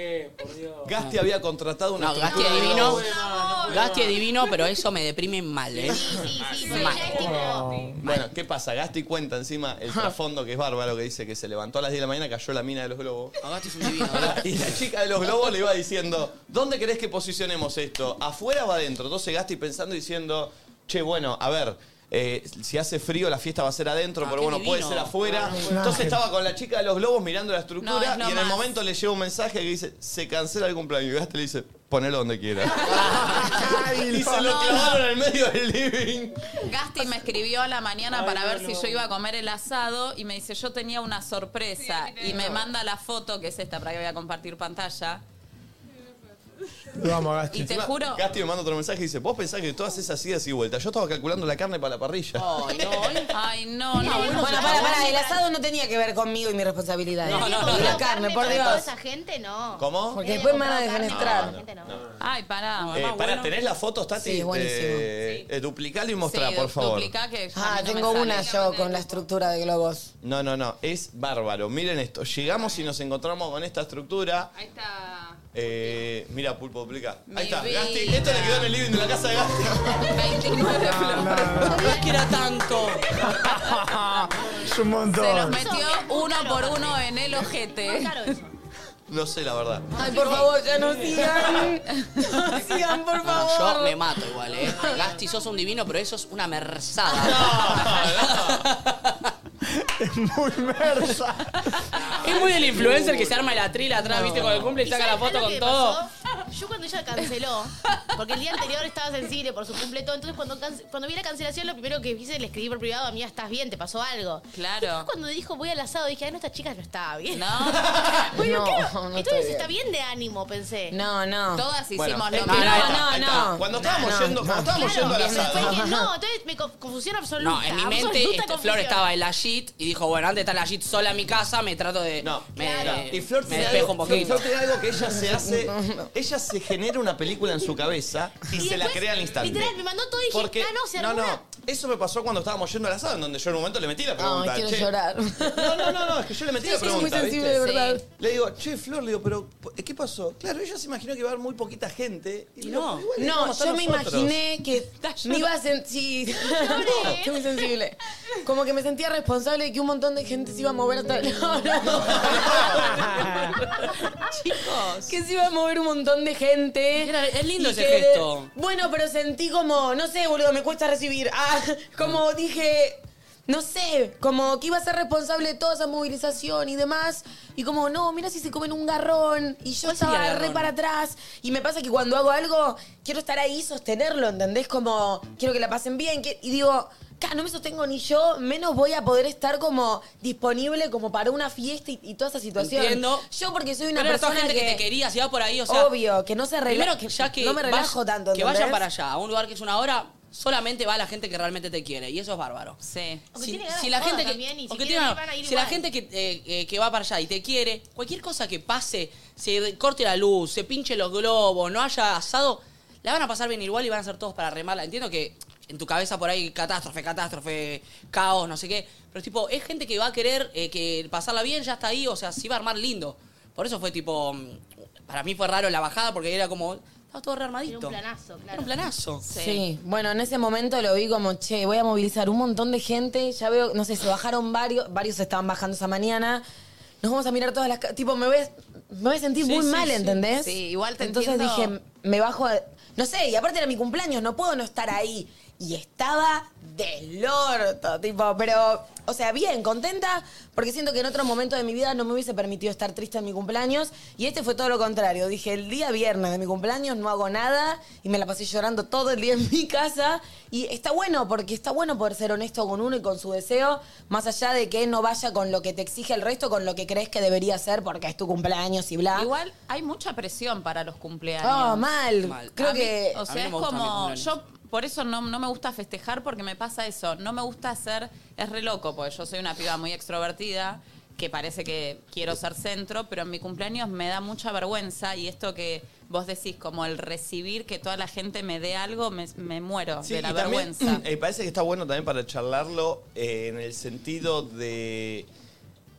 Speaker 1: Gasti había contratado una
Speaker 3: No, Gasti
Speaker 1: estructura de
Speaker 3: adivino.
Speaker 1: globos.
Speaker 3: Gasti es divino, pero eso me deprime mal, ¿eh?
Speaker 6: Sí, sí, sí.
Speaker 3: Mal.
Speaker 6: ya es tipo-
Speaker 1: Bueno, ¿qué pasa? Gasti cuenta encima el trasfondo que es bárbaro, que dice que se levantó a las 10 de la mañana, cayó la mina de los globos.
Speaker 3: No, Gasti es un divino. ¿verdad?
Speaker 1: Y la chica de los globos le iba diciendo, ¿dónde querés que posicionemos esto? ¿Afuera o adentro? Entonces Gasti pensando y diciendo, che, bueno, a ver, eh, si hace frío la fiesta va a ser adentro,
Speaker 3: Ah,
Speaker 1: pero
Speaker 3: qué
Speaker 1: bueno, puede
Speaker 3: divino.
Speaker 1: ser
Speaker 5: Ah,
Speaker 1: afuera. Entonces estaba con la chica de los globos mirando la
Speaker 4: No,
Speaker 1: estructura
Speaker 4: es lo
Speaker 1: y en
Speaker 4: más.
Speaker 1: el momento le llega un mensaje que dice, se cancela el cumpleaños. Y Gasti le dice, ponelo donde quiera. y se lo
Speaker 4: No.
Speaker 1: clavaron en el medio del living.
Speaker 4: Gasti me escribió a la mañana para ver si yo iba a comer el asado y me dice, yo tenía una sorpresa y me manda la foto, que es esta, para que voy a compartir pantalla.
Speaker 5: Vamos, Gasti.
Speaker 4: Y te juro...
Speaker 1: Gasti me manda otro mensaje y dice, vos pensás que todas esas idas y vueltas. Yo estaba calculando la carne para la parrilla.
Speaker 3: Ay, no.
Speaker 4: Ay, no, no, no.
Speaker 2: Bueno, para, para, el asado no tenía que ver conmigo y mi responsabilidad.
Speaker 4: No, no,
Speaker 6: Comido
Speaker 2: la carne, por
Speaker 6: para Toda
Speaker 2: Dios.
Speaker 6: esa gente no.
Speaker 1: ¿Cómo?
Speaker 2: Porque después me van a
Speaker 6: Comprado carne
Speaker 2: defenestrar.
Speaker 6: para toda esa gente, no.
Speaker 4: Ay, pará.
Speaker 1: Eh,
Speaker 4: mamá,
Speaker 1: pará,
Speaker 4: bueno.
Speaker 1: ¿tenés las fotos, Tati?
Speaker 2: Sí, buenísimo.
Speaker 1: Eh, eh, duplicalo y mostrá,
Speaker 4: Sí,
Speaker 1: por favor.
Speaker 4: duplicá que a
Speaker 2: Ah,
Speaker 4: mí no me
Speaker 2: tengo
Speaker 4: sale.
Speaker 2: una yo con la estructura de globos.
Speaker 1: No, no, no, es bárbaro. Miren esto. Llegamos y nos encontramos con esta estructura.
Speaker 10: Ahí está.
Speaker 1: Eh, mira, Pulpo, duplica.
Speaker 4: Mi
Speaker 1: Ahí está,
Speaker 4: vida.
Speaker 1: Gasti. Esto le quedó en el living de la casa de Gasti.
Speaker 4: 29 flores.
Speaker 3: Sabía que era tanto.
Speaker 5: Es un
Speaker 4: Se los
Speaker 5: montón.
Speaker 4: metió uno por uno
Speaker 6: eh.
Speaker 4: en el ojete.
Speaker 6: Claro eso.
Speaker 1: No sé, la verdad.
Speaker 2: Ay, por favor, ya no sigan. No sigan, por
Speaker 3: No, no,
Speaker 2: favor.
Speaker 3: yo me mato igual, ¿eh? Gasti, sos un divino, pero eso es una merzada.
Speaker 1: No, no.
Speaker 5: Es muy mersa.
Speaker 3: Es muy del influencer que se arma el atril atrás, viste, con el cumple y saca la
Speaker 6: ¿Sabes
Speaker 3: foto
Speaker 6: lo que
Speaker 3: con todo.
Speaker 6: pasó? Yo cuando ella canceló, porque el día anterior estaba sensible por su cumple todo, entonces cuando, cance- cuando vi la cancelación lo primero que hice le escribí por privado, amiga, estás bien, te pasó algo.
Speaker 4: Claro.
Speaker 6: Después cuando dijo voy al asado, dije, ay, no, esta chica no está bien.
Speaker 4: No.
Speaker 6: bueno,
Speaker 2: No,
Speaker 6: claro,
Speaker 2: no
Speaker 6: entonces
Speaker 2: estoy
Speaker 6: está bien de ánimo, pensé.
Speaker 2: No, no.
Speaker 4: Todas
Speaker 1: Bueno,
Speaker 4: hicimos
Speaker 1: ahí
Speaker 4: lo
Speaker 1: está,
Speaker 4: mismo.
Speaker 1: ahí está,
Speaker 2: no,
Speaker 1: ahí está.
Speaker 2: no.
Speaker 1: Cuando estábamos
Speaker 2: No,
Speaker 1: yendo,
Speaker 2: no.
Speaker 1: cuando estábamos
Speaker 6: Claro,
Speaker 1: yendo al
Speaker 6: después
Speaker 1: asado.
Speaker 6: dije, no, entonces me co- confusión absoluta.
Speaker 3: No, en mi mente
Speaker 6: absoluta
Speaker 3: este,
Speaker 6: confusión.
Speaker 3: Flor estaba en la JIT y dijo, bueno, antes está la JIT sola en mi casa, me trato de...
Speaker 1: No,
Speaker 3: me,
Speaker 1: no. Y Flor
Speaker 3: me
Speaker 1: tiene,
Speaker 3: despejo
Speaker 1: algo,
Speaker 3: un poquito.
Speaker 1: Flor tiene algo que ella se hace. Ella se genera una película en su cabeza y,
Speaker 6: Y
Speaker 1: se la
Speaker 6: después,
Speaker 1: crea al instante.
Speaker 6: Literal, me mandó todo y dije,
Speaker 1: Porque,
Speaker 6: ah, no, se
Speaker 1: no,
Speaker 6: armó
Speaker 1: no,
Speaker 6: una-
Speaker 1: eso me pasó cuando estábamos yendo al asado, en donde yo en un momento le metí la pregunta.
Speaker 2: Ay, quiero
Speaker 1: "Che".
Speaker 2: llorar.
Speaker 1: No, no, no, no, es que yo le metí la
Speaker 2: Soy
Speaker 1: pregunta.
Speaker 2: muy sensible, de
Speaker 1: ¿viste?
Speaker 2: verdad.
Speaker 1: Le digo, che, Flor, le digo, pero ¿qué pasó? Claro, ella se imaginó que iba a haber muy poquita gente. Y
Speaker 3: No.
Speaker 1: pero igual,
Speaker 2: No,
Speaker 1: ¿cómo están
Speaker 2: yo me
Speaker 1: nosotros?
Speaker 2: imaginé que me iba a sentir. Estoy muy sensible. Como que me sentía responsable de que un montón de gente se iba a mover hasta. No, no.
Speaker 4: Chicos.
Speaker 2: Que se iba a mover un montón de gente.
Speaker 3: Era- es lindo
Speaker 2: Y
Speaker 3: ese
Speaker 2: que-
Speaker 3: gesto.
Speaker 2: Bueno, pero sentí como, no sé, boludo, me cuesta recibir. Ah, como dije, no sé, como que iba a ser responsable de toda esa movilización y demás. Y como, no, mira si se comen un garrón. Y yo estaba
Speaker 3: garrón?
Speaker 2: re para atrás. Y me pasa que cuando hago algo, quiero estar ahí y sostenerlo, ¿entendés? Como, quiero que la pasen bien. que- y digo... "Ca, No me sostengo ni yo, menos voy a poder estar como disponible como para una fiesta y, y toda esa situación.
Speaker 3: Entiendo.
Speaker 2: Yo porque soy una
Speaker 3: Pero era toda
Speaker 2: persona
Speaker 3: gente que, te quería, si vas por ahí, o sea...
Speaker 2: Obvio, que no se relaja.
Speaker 3: Primero que ya que
Speaker 2: no me
Speaker 3: vas-
Speaker 2: relajo tanto.
Speaker 3: que vayan
Speaker 2: ¿entendés?
Speaker 3: para allá, a un lugar que es una hora, solamente va la gente que realmente te quiere y eso es bárbaro.
Speaker 4: Sí.
Speaker 6: Aunque tiene ganas de
Speaker 3: la
Speaker 6: joda
Speaker 3: gente que,
Speaker 6: también, y si
Speaker 3: aunque
Speaker 6: quieren
Speaker 3: tiene-
Speaker 6: ir, van a ir
Speaker 3: si la
Speaker 6: igual.
Speaker 3: gente que, eh, eh, que va para allá y te quiere, cualquier cosa que pase, se re- corte la luz, se pinche los globos, no haya asado, la van a pasar bien igual y van a ser todos para remarla. Entiendo que en tu cabeza por ahí catástrofe, catástrofe, caos, no sé qué, pero es tipo, es gente que va a querer eh, que pasarla bien, ya está ahí, o sea, sí va a armar lindo. Por eso fue tipo, mm, para mí fue raro la bajada porque era como, estaba todo rearmadito.
Speaker 6: Era un planazo, claro.
Speaker 3: Era un planazo.
Speaker 2: Sí. bueno, en ese momento lo vi como, che, voy a movilizar un montón de gente, ya veo, no sé, se bajaron varios, varios se estaban bajando esa mañana, nos vamos a mirar todas las... ca- Tipo, me voy a, me voy a sentir
Speaker 3: Sí,
Speaker 2: muy
Speaker 3: sí,
Speaker 2: mal,
Speaker 3: sí.
Speaker 2: ¿entendés?
Speaker 7: Sí, igual te
Speaker 2: Entonces
Speaker 7: entiendo.
Speaker 2: dije, me bajo a... No sé, y aparte era mi cumpleaños, no puedo no estar ahí. Y estaba del orto, tipo, pero... O sea, bien, contenta, porque siento que en otro momento de mi vida no me hubiese permitido estar triste en mi cumpleaños. Y este fue todo lo contrario. Dije, el día viernes de mi cumpleaños no hago nada y me la pasé llorando todo el día en mi casa. Y está bueno, porque está bueno poder ser honesto con uno y con su deseo, más allá de que no vaya con lo que te exige el resto, con lo que crees que debería ser, porque es tu cumpleaños y bla.
Speaker 7: Igual hay mucha presión para los cumpleaños.
Speaker 2: Oh, mal.
Speaker 3: Mal.
Speaker 2: Creo
Speaker 7: A mí,
Speaker 2: que.
Speaker 7: O
Speaker 3: a mí
Speaker 7: sea,
Speaker 3: no
Speaker 7: es
Speaker 3: me gustan mis
Speaker 7: como.
Speaker 3: cumpleaños.
Speaker 7: Yo por eso no, no me gusta festejar porque me pasa eso. No me gusta ser. Es re loco, porque yo soy una piba muy extrovertida que parece que quiero ser centro, pero en mi cumpleaños me da mucha vergüenza y esto que vos decís, como el recibir que toda la gente me dé algo, me, me muero
Speaker 1: Sí,
Speaker 7: de la
Speaker 1: y también,
Speaker 7: vergüenza.
Speaker 1: eh, parece que está bueno también para charlarlo eh, en el sentido de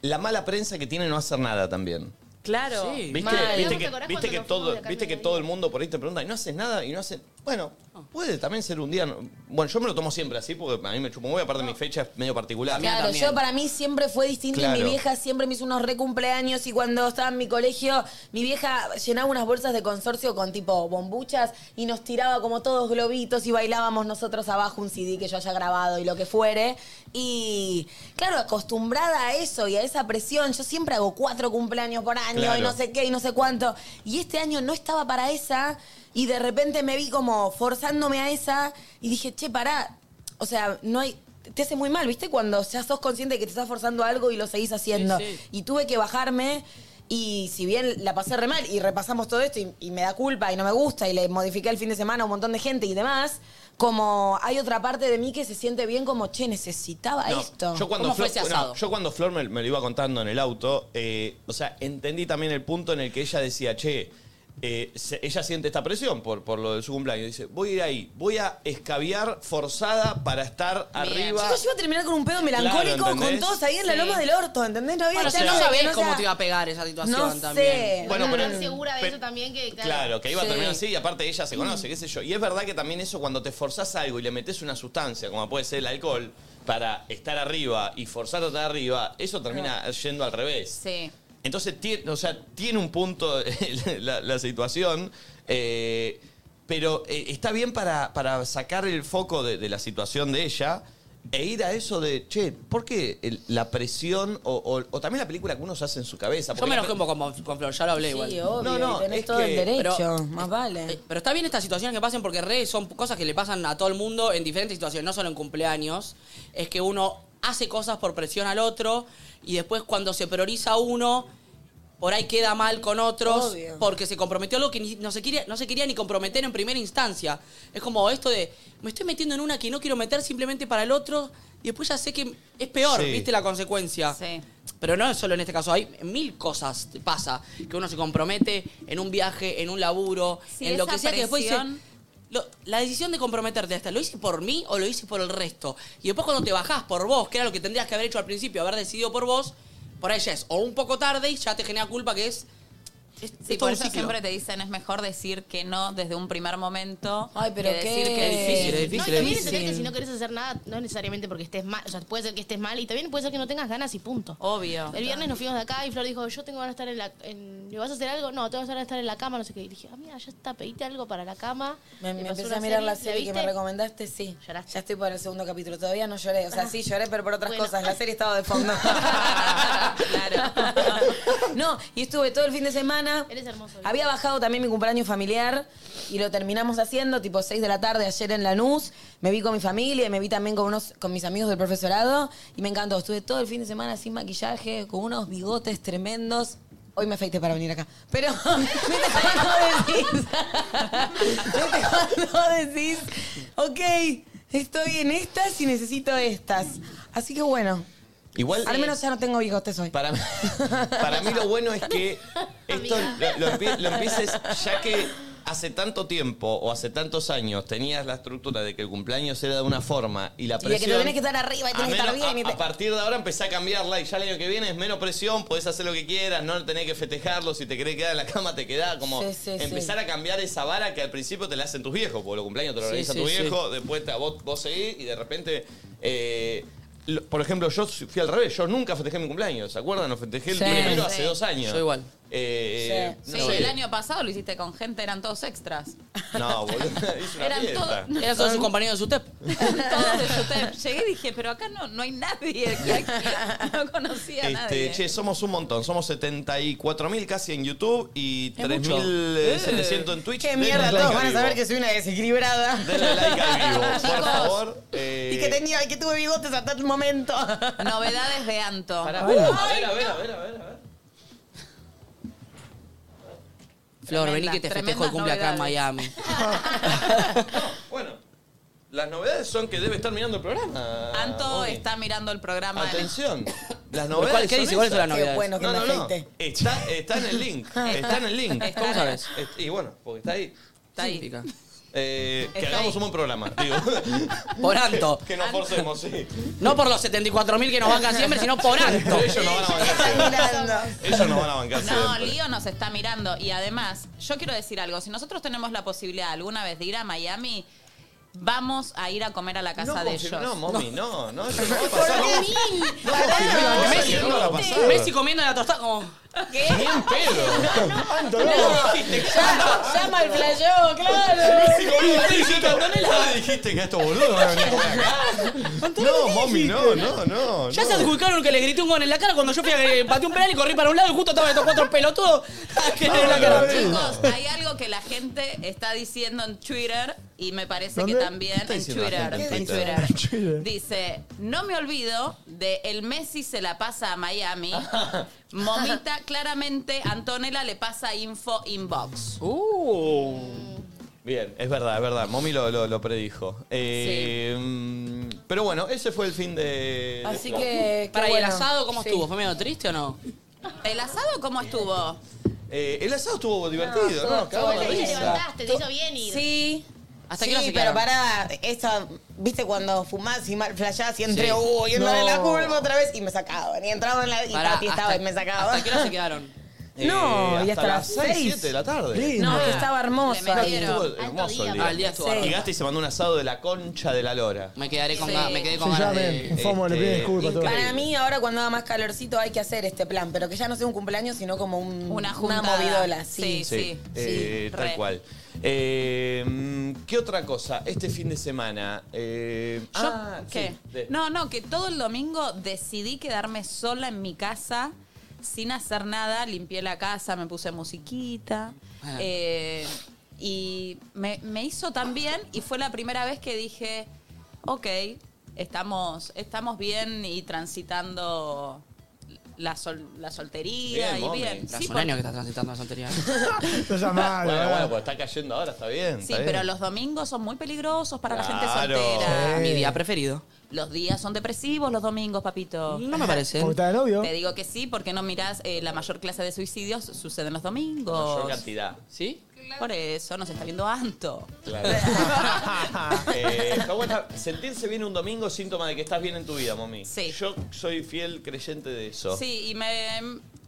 Speaker 1: la mala prensa que tiene no hacer nada también.
Speaker 7: Claro.
Speaker 3: Sí.
Speaker 1: ¿Viste,
Speaker 2: Mal.
Speaker 1: viste
Speaker 6: ¿Te
Speaker 1: que,
Speaker 6: acordás
Speaker 1: viste que
Speaker 6: cuando nos fuimos
Speaker 1: todo,
Speaker 6: de Carmen
Speaker 1: viste que
Speaker 6: Medina?
Speaker 1: todo el mundo por ahí te pregunta y no haces nada y no haces. Bueno, puede también ser un día. no- Bueno, yo me lo tomo siempre así porque a mí me chupo muy, aparte mi fecha es medio particular.
Speaker 3: Mía
Speaker 2: Claro,
Speaker 3: también.
Speaker 2: yo para mí siempre fue distinto y
Speaker 1: Claro.
Speaker 2: mi vieja siempre me hizo unos re cumpleaños y cuando estaba en mi colegio, mi vieja llenaba unas bolsas de consorcio con tipo bombuchas y nos tiraba como todos globitos y bailábamos nosotros abajo un CD que yo haya grabado y lo que fuere. Y claro, acostumbrada a eso y a esa presión, yo siempre hago cuatro cumpleaños por año y
Speaker 1: Claro.
Speaker 2: no sé qué y no sé cuánto. Y este año no estaba para esa y de repente me vi como forzándome a esa y dije, che, pará, o sea, no hay. Te hace muy mal, ¿viste? Cuando ya sos consciente de que te estás forzando algo y lo seguís haciendo.
Speaker 3: Sí, sí.
Speaker 2: Y tuve que bajarme. Y si bien la pasé re mal y repasamos todo esto y, y me da culpa y no me gusta y le modifiqué el fin de semana a un montón de gente y demás, como hay otra parte de mí que se siente bien como, che, necesitaba
Speaker 1: No,
Speaker 2: esto.
Speaker 1: Yo cuando
Speaker 3: ¿Cómo fue
Speaker 1: Flor,
Speaker 3: ese
Speaker 1: no,
Speaker 3: asado?
Speaker 1: yo cuando Flor me, me lo iba contando en el auto, eh, o sea, entendí también el punto en el que ella decía, che, eh, se- ella siente esta presión por, por lo de su cumpleaños. Dice, voy a ir ahí, voy a escaviar forzada para estar arriba.
Speaker 2: Chicos, yo iba a terminar con un pedo melancólico con
Speaker 1: ¿entendés?
Speaker 2: todos ahí en la
Speaker 7: Sí.
Speaker 2: loma del orto, ¿entendés? No había
Speaker 3: Bueno,
Speaker 2: chance
Speaker 3: no
Speaker 2: de que
Speaker 3: sabés
Speaker 2: no
Speaker 3: cómo
Speaker 2: sea-
Speaker 3: te iba a pegar esa situación
Speaker 2: No
Speaker 3: también.
Speaker 2: sé.
Speaker 1: Bueno,
Speaker 6: Bueno,
Speaker 1: pero-
Speaker 6: tan segura de
Speaker 1: pero-
Speaker 6: eso también que. Claro.
Speaker 1: Claro, que iba a
Speaker 2: Sí. Mm.
Speaker 1: terminar así y aparte ella se conoce, qué sé yo. Y es verdad que también eso cuando te forzás algo y le metes una sustancia, como puede ser el alcohol, para estar arriba y forzar a estar arriba, eso termina yendo al revés.
Speaker 7: Sí.
Speaker 1: Entonces, tiene, o sea, tiene un punto la, la situación, eh, pero eh, está bien para, para sacar el foco de, de la situación de ella E ir a eso de, che, ¿por qué el- la presión o, o- o también la película que uno se hace en su cabeza?
Speaker 3: Yo me enojé un poco con, con Flor, ya lo hablé
Speaker 2: Sí,
Speaker 3: igual.
Speaker 2: obvio, No, no, y tenés es todo el que- derecho, más vale.
Speaker 3: Eh, Pero está bien estas situaciones que pasen porque re son cosas que le pasan a todo el mundo en diferentes situaciones, no solo en cumpleaños. Es que uno hace cosas por presión al otro y después cuando se prioriza uno, por ahí queda mal con otros
Speaker 2: Obvio.
Speaker 3: porque se comprometió a algo que ni- no, se quería, no se quería ni comprometer en primera instancia. Es como esto de, me estoy metiendo en una que no quiero meter simplemente para el otro y después ya sé que es peor,
Speaker 4: Sí.
Speaker 3: ¿viste la consecuencia? Pero no es solo en este caso, hay mil cosas que pasa que uno se compromete en un viaje, en un laburo,
Speaker 4: Sí,
Speaker 3: en lo que
Speaker 4: esa
Speaker 3: sea que después dice,
Speaker 4: presión-
Speaker 3: lo- la decisión de comprometerte hasta, ¿lo hice por mí o lo hice por el resto? Y después cuando te bajás por vos, que era lo que tendrías que haber hecho al principio, haber decidido por vos, por ahí ya es o un poco tarde y ya te genera culpa que es... es-
Speaker 7: Sí,
Speaker 3: es todo
Speaker 7: por
Speaker 3: un
Speaker 7: eso
Speaker 3: ciclo.
Speaker 7: siempre te dicen es mejor decir que no desde un primer momento.
Speaker 2: Ay, pero
Speaker 7: que decir
Speaker 2: qué-
Speaker 7: que
Speaker 2: Es
Speaker 7: sí.
Speaker 2: difícil, es
Speaker 6: No, y
Speaker 2: difícil, es
Speaker 6: también entender que
Speaker 2: difícil.
Speaker 6: si no querés hacer nada, no es necesariamente porque estés mal. O sea, puede ser que estés mal y también puede ser que no tengas ganas y punto.
Speaker 7: Obvio.
Speaker 6: El viernes nos fuimos de acá y Flor dijo, yo tengo ganas de estar en la... En, ¿Le vas a hacer algo? No, tengo ganas de estar en la cama, no sé qué. Y dije, ah, mira, ya está, pedite algo para la cama.
Speaker 2: Me,
Speaker 6: Le
Speaker 2: me
Speaker 6: pasó
Speaker 2: empecé
Speaker 6: una
Speaker 2: a mirar la serie que
Speaker 6: viste?
Speaker 2: me recomendaste, sí. Ya estoy por el segundo capítulo. Todavía no lloré. O sea, sí lloré, pero por otras
Speaker 6: Ah. Bueno.
Speaker 2: cosas. La serie estaba de fondo. no, y estuve todo el fin de semana.
Speaker 6: Eres hermoso.
Speaker 2: Había bajado también mi cumpleaños familiar y lo terminamos haciendo tipo 6 de la tarde ayer en Lanús. Me vi con mi familia y me vi también con unos con mis amigos del profesorado y me encantó. Estuve todo el fin de semana sin maquillaje, con unos bigotes tremendos. Hoy me afeité para venir acá. Pero ¿viste cuando decís? ¿Viste cuando decís? Ok, estoy en estas y necesito estas. Así que bueno.
Speaker 1: Igual- eh,
Speaker 2: Al menos ya no tengo bigotes hoy.
Speaker 1: Para mí, Para mí lo bueno es que esto lo, lo empie- lo empieces ya que hace tanto tiempo o hace tantos años tenías la estructura de que el cumpleaños era de una forma y la
Speaker 2: Y de
Speaker 1: presión...
Speaker 2: que te tenés que estar arriba y tenés
Speaker 1: a,
Speaker 2: que estar
Speaker 1: menos-
Speaker 2: bien. y
Speaker 1: a-
Speaker 2: te-
Speaker 1: a partir de ahora empezá a cambiarla y ya el año que viene es menos presión, podés hacer lo que quieras, no tenés que festejarlo, si te querés quedar en la cama te quedás, como
Speaker 2: Sí, sí, sí.
Speaker 1: empezar a cambiar esa vara que al principio te la hacen tus viejos, porque los cumpleaños te lo
Speaker 11: Sí,
Speaker 1: organiza
Speaker 11: sí,
Speaker 1: tu
Speaker 11: sí.
Speaker 1: viejo, después te- vos, vos seguís y de repente... eh, lo- por ejemplo, yo fui al revés, yo nunca festejé mi cumpleaños, ¿se acuerdan? Lo festejé el
Speaker 7: Sí.
Speaker 1: primero
Speaker 7: Sí.
Speaker 1: hace dos años.
Speaker 7: Yo
Speaker 3: igual.
Speaker 1: Eh,
Speaker 7: Sí,
Speaker 1: no, sé.
Speaker 7: el año pasado lo hiciste con gente, eran todos extras.
Speaker 1: No, boludo, es una
Speaker 7: Eran
Speaker 1: fiesta.
Speaker 7: todos-
Speaker 3: Eran todos sus compañeros de SUTEP.
Speaker 7: Todos de Yutep. Llegué y dije, pero acá no, no hay nadie. Aquí No conocía a nadie.
Speaker 1: Este, che, somos un montón. Somos 74.000 casi en YouTube y
Speaker 2: Es mucho.
Speaker 1: 3.700 en Twitch.
Speaker 2: Qué
Speaker 1: Denle
Speaker 2: mierda,
Speaker 1: like
Speaker 2: todos
Speaker 1: al
Speaker 2: van a
Speaker 1: vivo.
Speaker 2: saber que soy una desequilibrada.
Speaker 1: Denle like al vivo, por favor. Eh,
Speaker 2: Y que tenía, y que tuve bigotes hasta el momento.
Speaker 7: Novedades de Anto.
Speaker 1: Pará, a ver, a ver, a ver, a ver.
Speaker 3: Flor, vení que te
Speaker 7: Tremendas,
Speaker 3: festejo
Speaker 7: tremendas
Speaker 3: el cumple acá en
Speaker 7: novedades.
Speaker 3: Miami.
Speaker 1: Las novedades son que debe estar mirando el programa.
Speaker 7: Anto
Speaker 1: Oye,
Speaker 7: está mirando el programa.
Speaker 1: Ah, Atención. Las
Speaker 3: ¿Cuál-
Speaker 1: novedades
Speaker 3: qué
Speaker 1: son
Speaker 3: dice? ¿Cuáles son
Speaker 1: esas.
Speaker 3: las Qué novedades? bueno que
Speaker 1: no,
Speaker 3: me
Speaker 1: no, no.
Speaker 3: afeité.
Speaker 1: Está, está en el link. Está en el link.
Speaker 3: Está ¿Cómo en- sabes?
Speaker 1: Es- Y bueno, porque está ahí.
Speaker 7: Está ahí.
Speaker 1: Eh, que
Speaker 3: Está
Speaker 1: hagamos un buen programa, digo.
Speaker 3: Por Anto.
Speaker 1: Que nos forcemos, sí.
Speaker 3: No por los 74.000 que nos bancan siempre, sino por Anto.
Speaker 1: Ellos no van a bancar. Ellos no van a bancar.
Speaker 7: No,
Speaker 1: siempre.
Speaker 7: Lío nos está mirando. Y además, yo quiero decir algo. Si nosotros tenemos la posibilidad alguna vez de ir a Miami, vamos a ir a comer a la casa
Speaker 1: no,
Speaker 7: de
Speaker 1: confi-
Speaker 7: ellos.
Speaker 1: No, mami, no, no, eso no va a pasar. No, confirmemos
Speaker 3: Pará,
Speaker 1: cosas que no van a
Speaker 3: Messi,
Speaker 1: pasar.
Speaker 3: Messi comiendo la tostada como...
Speaker 7: ¿Qué?
Speaker 1: Ni en pedo.
Speaker 2: No, ya, ya malflayó, claro.
Speaker 1: Messi comiendo la tostada. dijiste que estos boludos van a venir a comer acá. No, mami, no, no, no.
Speaker 3: Ya
Speaker 1: no.
Speaker 3: se adjudicaron que le grité un gol en la cara cuando yo fui a que pateé un penal y corrí para un lado y justo estaban estos cuatro pelotudos a que le- en la cara.
Speaker 7: Chicos, hay algo que la gente está diciendo en Twitter y me parece que
Speaker 3: ¿Dónde?
Speaker 7: también
Speaker 3: ¿Qué
Speaker 7: en
Speaker 3: está diciendo la
Speaker 7: Twitter,
Speaker 3: gente en
Speaker 7: en
Speaker 3: Twitter?
Speaker 7: Twitter.
Speaker 3: En Twitter.
Speaker 7: Dice, no me olvido de el Messi se la pasa a Miami. Momita, claramente, Antonella le pasa info inbox.
Speaker 1: Uh. Bien, es verdad, es verdad. Momi lo, lo- lo predijo. Eh, mm, Pero bueno, ese fue el fin de.
Speaker 2: Así
Speaker 1: de-
Speaker 2: que-
Speaker 3: Para, ¿y el
Speaker 2: bueno.
Speaker 3: asado cómo
Speaker 2: Sí.
Speaker 3: estuvo? ¿Fue medio triste o no?
Speaker 7: ¿El asado cómo estuvo?
Speaker 1: Eh, el asado estuvo divertido, ¿no? Nos cagamos de
Speaker 2: Te
Speaker 1: risa.
Speaker 6: te hizo bien ir.
Speaker 2: Sí.
Speaker 3: ¿Hasta
Speaker 2: sí,
Speaker 3: qué hora se
Speaker 2: pero
Speaker 3: quedaron?
Speaker 2: pará, esa, viste cuando fumás y mal flashás y entré,
Speaker 3: Sí.
Speaker 2: uy, entraba en la
Speaker 3: No.
Speaker 2: curva otra vez y me sacaban. Y entraba en la y
Speaker 3: Pará,
Speaker 2: Tati estaba
Speaker 3: hasta-
Speaker 2: y me sacaban.
Speaker 3: ¿Hasta qué hora se quedaron?
Speaker 2: No, y hasta las
Speaker 1: Eh, seis,
Speaker 2: seis.
Speaker 1: siete de la tarde.
Speaker 2: No, que estaba hermoso.
Speaker 1: No, estuvo hermoso el día.
Speaker 3: Ah, el día estuvo
Speaker 1: Sí.
Speaker 3: hermoso.
Speaker 1: Llegaste y se mandó un asado de la concha de la lora.
Speaker 3: Me quedaré con
Speaker 2: Sí.
Speaker 3: ganas, me quedé con
Speaker 5: Sí, ya
Speaker 3: ganas
Speaker 5: ven,
Speaker 3: de...
Speaker 5: Fomo, le pide
Speaker 1: este,
Speaker 5: disculpas. todo.
Speaker 2: Para mí, ahora cuando haga más calorcito, hay que hacer este plan, pero que ya no sea un cumpleaños, sino como un,
Speaker 4: Una juntada.
Speaker 2: movidola. Sí.
Speaker 4: Sí.
Speaker 1: eh,
Speaker 4: sí,
Speaker 1: tal
Speaker 4: re.
Speaker 1: cual. Eh, mm, ¿Qué otra cosa? Este fin de semana. eh,
Speaker 4: Yo-
Speaker 1: ah,
Speaker 4: ¿Qué?
Speaker 1: sí, de-
Speaker 4: No, no, que todo el domingo decidí quedarme sola en mi casa sin hacer nada. Limpié la casa, me puse musiquita.
Speaker 3: Ah.
Speaker 4: eh, y me, me hizo tan bien y fue la primera vez que dije, ok, estamos, estamos bien y transitando la, sol- la soltería
Speaker 1: Bien,
Speaker 4: y
Speaker 1: mami.
Speaker 4: bien.
Speaker 1: Tras
Speaker 3: Hace
Speaker 4: Sí,
Speaker 3: un
Speaker 4: porque-
Speaker 3: año que estás transitando la soltería.
Speaker 5: No seas malo,
Speaker 1: Bueno,
Speaker 5: ¿verdad?
Speaker 1: bueno, pues está cayendo ahora, está bien.
Speaker 4: sí,
Speaker 1: está bien.
Speaker 4: pero los domingos son muy peligrosos para la
Speaker 1: Claro.
Speaker 4: gente soltera.
Speaker 3: Mi día preferido.
Speaker 4: Los días son depresivos los domingos, papito.
Speaker 3: No me parece.
Speaker 5: Porque está de novio.
Speaker 4: Te digo que sí, porque no mirás eh, la mayor clase de suicidios suceden los domingos.
Speaker 1: Mayor cantidad.
Speaker 3: ¿Sí?
Speaker 4: Por eso nos está viendo Anto.
Speaker 1: Claro. Eh, está bueno sentirse bien un domingo es síntoma de que estás bien en tu vida, mami.
Speaker 4: Sí.
Speaker 1: Yo soy fiel creyente de eso.
Speaker 4: Sí, y me.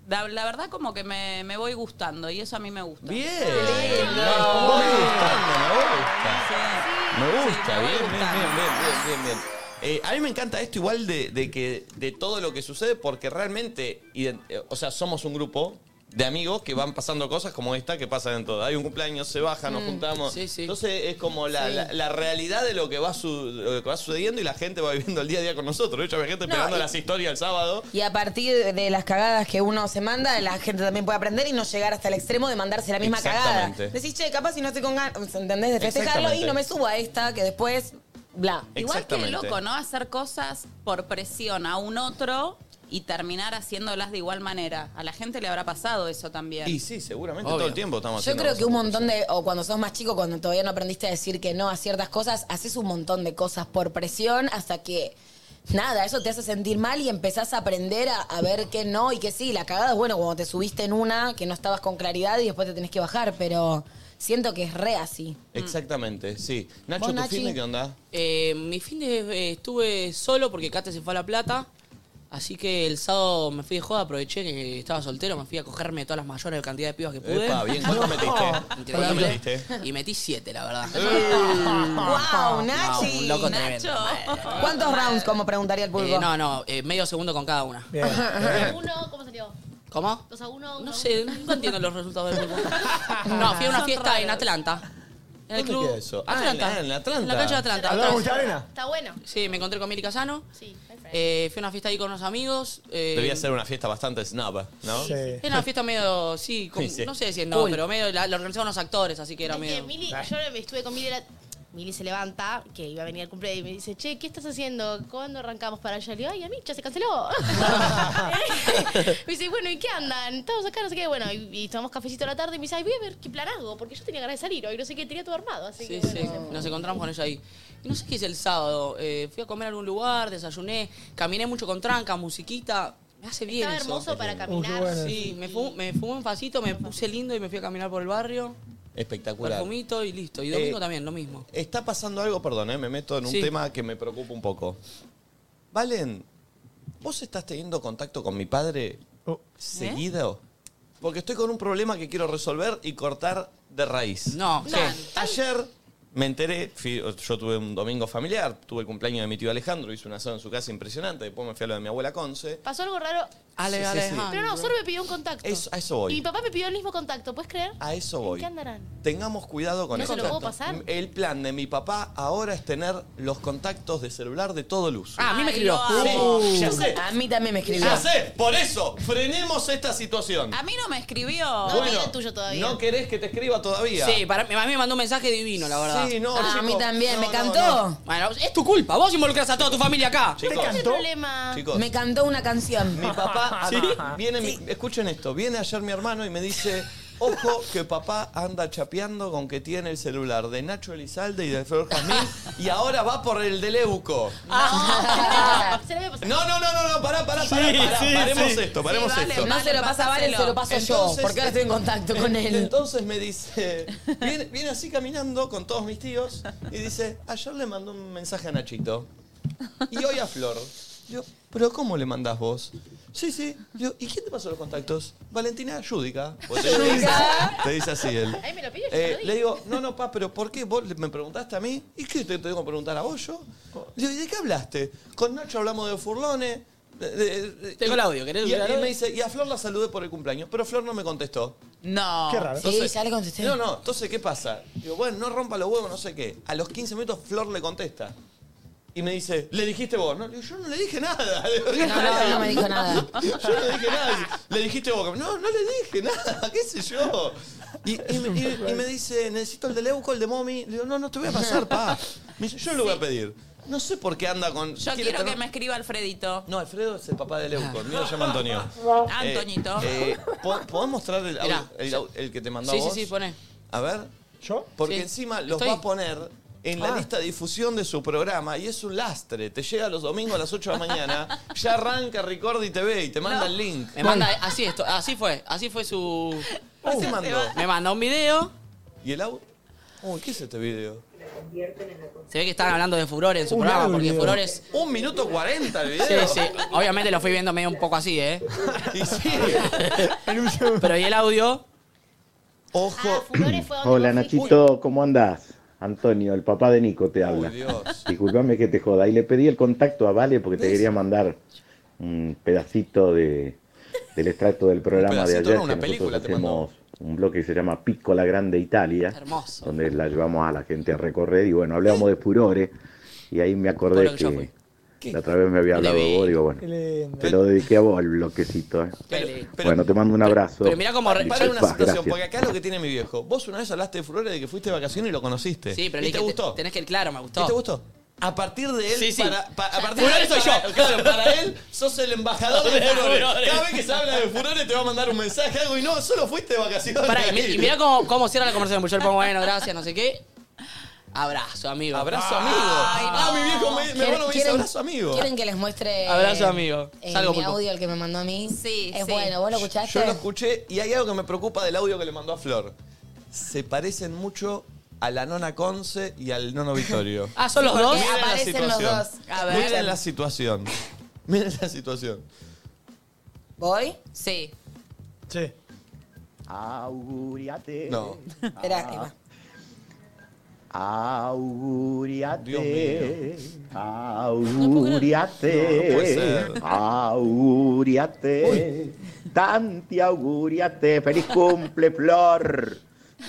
Speaker 4: La, la verdad, como que me, me voy gustando y eso a mí me gusta.
Speaker 1: Bien.
Speaker 4: lindo.
Speaker 1: No, vos me gustando, me gusta.
Speaker 4: Sí.
Speaker 1: Me gusta,
Speaker 4: Sí, me
Speaker 1: bien,
Speaker 4: voy
Speaker 1: bien, bien,
Speaker 4: gustando.
Speaker 1: bien, bien, bien, bien. Eh, a mí me encanta esto igual de, de que de todo lo que sucede porque realmente, ident- eh, o sea, somos un grupo de amigos que van pasando cosas como esta que pasan en todo. Hay un cumpleaños, se baja,
Speaker 2: Mm,
Speaker 5: Mm,
Speaker 1: nos juntamos.
Speaker 3: Sí, sí.
Speaker 1: Entonces es como la, la- la realidad de lo que va su- lo que va sucediendo y la gente va viviendo el día a día con nosotros. De hecho, había gente
Speaker 2: No,
Speaker 1: pegando
Speaker 2: y-
Speaker 1: las historias el sábado.
Speaker 2: Y a partir de las cagadas que uno se manda, la gente también puede aprender y no llegar hasta el extremo de mandarse la misma cagada.
Speaker 1: Exactamente.
Speaker 2: Decís, che, capaz si no estoy con ganas, ¿entendés? De festejarlo y
Speaker 1: Exactamente.
Speaker 2: no me subo a esta, que después, bla.
Speaker 4: Igual que
Speaker 1: Exactamente.
Speaker 4: loco, ¿no? Hacer cosas por presión a un otro y terminar haciéndolas de igual manera. A la gente le habrá pasado eso también.
Speaker 1: Y sí, seguramente
Speaker 3: Obvio.
Speaker 1: todo el tiempo estamos
Speaker 2: Yo
Speaker 1: haciendo
Speaker 2: creo que un
Speaker 1: cosas.
Speaker 2: montón de, o cuando sos más chico, cuando todavía no aprendiste a decir que no a ciertas cosas, haces un montón de cosas por presión hasta que, nada, eso te hace sentir mal y empezás a aprender a, a ver que no y que sí. La cagada es, bueno, cuando te subiste en una, que no estabas con claridad y después te tenés que bajar, pero siento que es re así.
Speaker 1: Exactamente, sí. Nacho, ¿tu
Speaker 2: Nachi?
Speaker 1: fin de qué onda?
Speaker 3: Eh, mi fin de eh, estuve solo porque Kate se fue a La Plata. Así que el sábado me fui de joda, aproveché que estaba soltero, me fui a cogerme todas las mayores cantidad de pibas que pude.
Speaker 1: Epa, bien, ¿cuánto metiste? ¿Cuánto
Speaker 3: Increíble.
Speaker 1: metiste?
Speaker 3: Y metí siete, la verdad.
Speaker 2: ¡Wow,
Speaker 3: No, un
Speaker 2: Nachi!
Speaker 3: loco
Speaker 4: Nacho.
Speaker 3: tremendo.
Speaker 2: ¿Cuántos rounds, como preguntaría el público?
Speaker 3: Eh, no, no, eh, medio segundo con cada una.
Speaker 5: Bien.
Speaker 6: ¿Dos a uno? ¿Cómo salió?
Speaker 3: ¿Cómo?
Speaker 6: ¿Dos a uno? uno
Speaker 3: No
Speaker 6: a
Speaker 3: sé, no entiendo los resultados del grupo. No, fui a una
Speaker 4: Son
Speaker 3: fiesta
Speaker 4: raros.
Speaker 3: en Atlanta. En el
Speaker 1: ¿Dónde
Speaker 3: club.
Speaker 1: queda eso? Ah,
Speaker 3: Atlanta.
Speaker 1: en la- en la Atlanta.
Speaker 3: En la cancha de Atlanta.
Speaker 5: ¿Hablamos de
Speaker 3: atrás.
Speaker 5: mucha arena?
Speaker 6: uno? Está bueno.
Speaker 3: Sí, me encontré con Miri Casano.
Speaker 6: Sí, my friend.
Speaker 3: Eh, fui a una fiesta ahí con unos amigos. eh,
Speaker 1: Debía ser una fiesta bastante snob, ¿no?
Speaker 5: Sí.
Speaker 3: Era una fiesta medio, sí, con-
Speaker 1: Sí, sí.
Speaker 3: no sé si es no, pero medio, la, la organizaban los actores, así que era
Speaker 6: Es que
Speaker 3: medio...
Speaker 6: Mili, yo me estuve con Mili, la- Mili se levanta, que iba a venir al cumpleaños, y me dice, che, ¿qué estás haciendo? ¿Cuándo arrancamos para allá? Le digo, ay, a mí ya se canceló. me dice, bueno, ¿y qué andan? Estamos acá, no sé qué, bueno, y, y tomamos cafecito a la tarde, y me dice, ay, voy a ver qué plan hago, porque yo tenía ganas de salir hoy, no sé qué, tenía todo armado, así
Speaker 3: Sí,
Speaker 6: que...
Speaker 3: sí,
Speaker 6: bueno,
Speaker 3: nos encontramos con ella ahí. Y no sé qué hice el sábado, eh, fui a comer a algún lugar, desayuné, caminé mucho con tranca, musiquita, me hace bien
Speaker 6: Estaba
Speaker 3: eso.
Speaker 6: hermoso para
Speaker 5: Uh, qué
Speaker 6: caminar.
Speaker 5: bueno.
Speaker 3: Sí, me fu- me fumé, un pasito, me puse lindo y me fui a caminar por el barrio,
Speaker 1: Espectacular.
Speaker 3: perfumito y listo. Y domingo
Speaker 1: Eh,
Speaker 3: también, lo mismo.
Speaker 1: Está pasando algo, perdón, eh, me meto en un
Speaker 3: Sí.
Speaker 1: tema que me preocupa un poco. Valen, ¿vos estás teniendo contacto con mi padre
Speaker 5: Oh.
Speaker 1: seguido? Porque estoy con un problema que quiero resolver y cortar de raíz.
Speaker 3: No, sí.
Speaker 1: Ayer me enteré, fui- yo tuve un domingo familiar, tuve el cumpleaños de mi tío Alejandro, hice un asado en su casa impresionante, después me fui a lo de mi abuela Conce.
Speaker 6: Pasó algo raro,
Speaker 3: Ale,
Speaker 1: Sí, sí,
Speaker 3: Ale,
Speaker 1: sí.
Speaker 3: ah,
Speaker 6: pero no, solo me pidió un contacto.
Speaker 1: Eso- a eso voy.
Speaker 6: Y mi papá me pidió el mismo contacto, ¿puedes creer?
Speaker 1: A eso voy.
Speaker 6: ¿En qué andarán?
Speaker 1: Tengamos cuidado con
Speaker 6: ¿No
Speaker 1: eso.
Speaker 6: se lo puedo pasar?
Speaker 1: El plan de mi papá ahora es tener los contactos de celular de todo luz.
Speaker 3: Ah, a mí me
Speaker 4: Ay,
Speaker 3: escribió. Uh.
Speaker 4: lo amo.
Speaker 1: Sí, ya sé.
Speaker 2: A mí también me escribió.
Speaker 1: Ya sé. Por eso, frenemos esta situación.
Speaker 4: A mí no me escribió.
Speaker 6: No, mira el tuyo Ah, todavía.
Speaker 1: ¿No querés que te escriba todavía?
Speaker 3: Sí, para mí, a mí me mandó un mensaje divino, la verdad.
Speaker 1: Sí, no,
Speaker 2: Ah, a
Speaker 1: chicos.
Speaker 2: mí también,
Speaker 1: No,
Speaker 2: me
Speaker 1: no,
Speaker 2: cantó.
Speaker 1: no.
Speaker 3: Bueno, es tu culpa, vos involucras a toda tu familia acá.
Speaker 1: Chicos,
Speaker 6: ¿Cuál es el problema?
Speaker 1: chicos,
Speaker 2: Me cantó una canción.
Speaker 1: mi papá viene, mi- escuchen esto, viene ayer mi hermano y me dice, ojo que papá anda chapeando con que tiene el celular de Nacho Elizalde y de Flor Jazmín y ahora va por el de Leuco.
Speaker 6: Se la voy a pasar.
Speaker 1: No, no, no, no, no, pará, pará, pará, pará. paremos esto, paremos
Speaker 4: Sí, vale,
Speaker 1: esto.
Speaker 2: No se lo pasa a Valen, se lo paso
Speaker 1: Entonces-
Speaker 2: yo, porque ahora estoy en contacto con él.
Speaker 1: Entonces me dice, viene, viene así caminando con todos mis tíos y dice, ayer le mandó un mensaje a Nachito y hoy a Flor. Yo, pero ¿cómo le mandás vos? Sí, sí. Digo, ¿Y quién te pasó los contactos? Valentina Yudica. Porque Te,
Speaker 8: Yudica.
Speaker 1: dice- te dice así él.
Speaker 8: Ahí me lo pidió, yo
Speaker 1: Eh,
Speaker 8: lo dije.
Speaker 1: le digo, no, no, pa, pero ¿por qué? ¿Vos me preguntaste a mí? ¿Y qué te tengo que preguntar a vos yo? Le digo, ¿y de qué hablaste? Con Nacho hablamos de furlones.
Speaker 3: Tengo el audio, ¿querés
Speaker 1: Y,
Speaker 3: escuchar el
Speaker 1: y
Speaker 3: audio?
Speaker 1: me dice, y a Flor la saludé por el cumpleaños, pero Flor no me contestó.
Speaker 7: No.
Speaker 1: Qué raro.
Speaker 2: Sí, ya le contesté.
Speaker 1: No, no, entonces, ¿qué pasa? Digo, bueno, no rompa los huevos, no sé qué. A los 15 minutos Flor le contesta. Y me dice, ¿le dijiste vos? No, le digo, yo no le dije nada. Le digo,
Speaker 2: No, no, no me dijo nada.
Speaker 1: Yo no le dije nada. Le dijiste vos. No, no le dije nada, qué sé yo. Y, y me, y- y me dice, necesito el de Leuco, el de Momi. Le digo, no, no te voy a pasar, pa. Me dice, yo lo voy a pedir. No sé por qué anda
Speaker 4: Yo
Speaker 1: con... quiere
Speaker 4: quiero
Speaker 1: tener-
Speaker 4: que me escriba Alfredito.
Speaker 1: No, Alfredo es el papá de Leuco. El mío se llama Antonio.
Speaker 6: Ah,
Speaker 4: Antoñito.
Speaker 1: Eh, eh, ¿po- ¿Podés mostrar el, audio-
Speaker 4: Mirá.
Speaker 1: el, au- el que te mandó
Speaker 3: Sí,
Speaker 1: vos?
Speaker 3: sí, sí, poné.
Speaker 1: A ver. ¿Yo? Porque
Speaker 3: Sí.
Speaker 1: encima los
Speaker 3: Estoy.
Speaker 1: va a poner en la
Speaker 3: Ah.
Speaker 1: lista de difusión de su programa y es un lastre. Te llega los domingos a las 8 de la mañana, ya arranca Recordi TV y te manda el link.
Speaker 3: Me manda, así esto, así fue, así fue su. Uh,
Speaker 1: ¿Qué te mandó?
Speaker 3: Me manda un video.
Speaker 1: ¿Y el audio? Uy, ¿qué es este video?
Speaker 3: Se ve que están hablando de furores en su
Speaker 1: Un
Speaker 3: programa,
Speaker 1: largo
Speaker 3: porque
Speaker 1: video.
Speaker 3: furores.
Speaker 1: Un minuto cuarenta el
Speaker 3: Sí,
Speaker 1: video.
Speaker 3: sí. Obviamente lo fui viendo medio un poco así, ¿eh? Pero ¿y el audio?
Speaker 1: Ojo.
Speaker 12: Ah,
Speaker 11: Hola Nachito, ¿cómo andás? Antonio, el papá de Nico te habla.
Speaker 1: Dios.
Speaker 11: Disculpame que te joda. Y le pedí el contacto a Vale porque te quería mandar un pedacito de, del extracto del programa de
Speaker 1: pedacito,
Speaker 11: ayer.
Speaker 1: no, una
Speaker 11: que
Speaker 1: película
Speaker 11: nosotros
Speaker 1: te mandó.
Speaker 11: hacemos un bloque que se llama Piccola Grande Italia,
Speaker 3: Hermoso.
Speaker 11: donde la llevamos a la gente a recorrer. Y bueno, hablábamos de Furore. Y ahí me acordé
Speaker 3: Bueno, que yo
Speaker 11: que, la otra vez me había hablado de vos. Digo, bueno, te lo dediqué a vos el bloquecito. ¿eh?
Speaker 1: Pero-
Speaker 11: bueno, te mando un abrazo.
Speaker 1: Pero mirá cómo
Speaker 11: Disculpa,
Speaker 1: repara una situación,
Speaker 11: gracias.
Speaker 1: porque acá es lo que tiene mi viejo. Vos una vez hablaste de Flores de que fuiste de vacaciones y lo conociste.
Speaker 3: Sí, pero
Speaker 1: ¿Y
Speaker 3: le
Speaker 1: te
Speaker 3: dije,
Speaker 1: gustó.
Speaker 3: Tenés que ir claro, me gustó.
Speaker 1: ¿Y te gustó? A partir de él,
Speaker 3: Sí, sí.
Speaker 1: Para, pa- a partir
Speaker 3: Furore
Speaker 1: de él,
Speaker 3: soy
Speaker 1: para-
Speaker 3: yo.
Speaker 1: Claro, para él sos el embajador de
Speaker 3: De
Speaker 1: Furores.
Speaker 3: Furore.
Speaker 1: Cada vez que se habla de Furores te va a mandar un mensaje, algo y no, solo fuiste de vacaciones.
Speaker 3: Pará, y, mi- y mirá cómo, cómo cierra la conversación. Porque yo le pongo, bueno, gracias, no sé qué. Abrazo, amigo.
Speaker 1: Abrazo, amigo. Ah, mi viejo me, mi hermano me dice abrazo, amigo.
Speaker 2: ¿Quieren que les muestre
Speaker 3: Abrazo, amigo.
Speaker 2: eh,
Speaker 3: Salgo,
Speaker 2: mi
Speaker 3: pulpo.
Speaker 2: audio, el que me mandó a mí? Sí, Es
Speaker 4: sí.
Speaker 2: bueno, ¿vos lo escuchaste?
Speaker 3: este.
Speaker 1: Yo lo escuché y hay algo que me preocupa del audio que le mandó a Flor. Se parecen mucho a la nona Conce y al nono Vittorio.
Speaker 3: Ah, ¿son los
Speaker 1: Porque
Speaker 3: dos?
Speaker 1: miren la
Speaker 3: Aparecen los
Speaker 1: situación.
Speaker 3: dos. A ver.
Speaker 1: Miren la situación. Miren la situación.
Speaker 2: ¿Voy?
Speaker 4: Sí.
Speaker 5: Sí.
Speaker 12: Auguriate.
Speaker 1: No.
Speaker 2: Espera, ahí va.
Speaker 12: Ah. Auguriate.
Speaker 1: No, no puede
Speaker 12: Auguriate.
Speaker 1: ser.
Speaker 12: Auguriate. Tanti auguriate. Feliz cumple, Flor.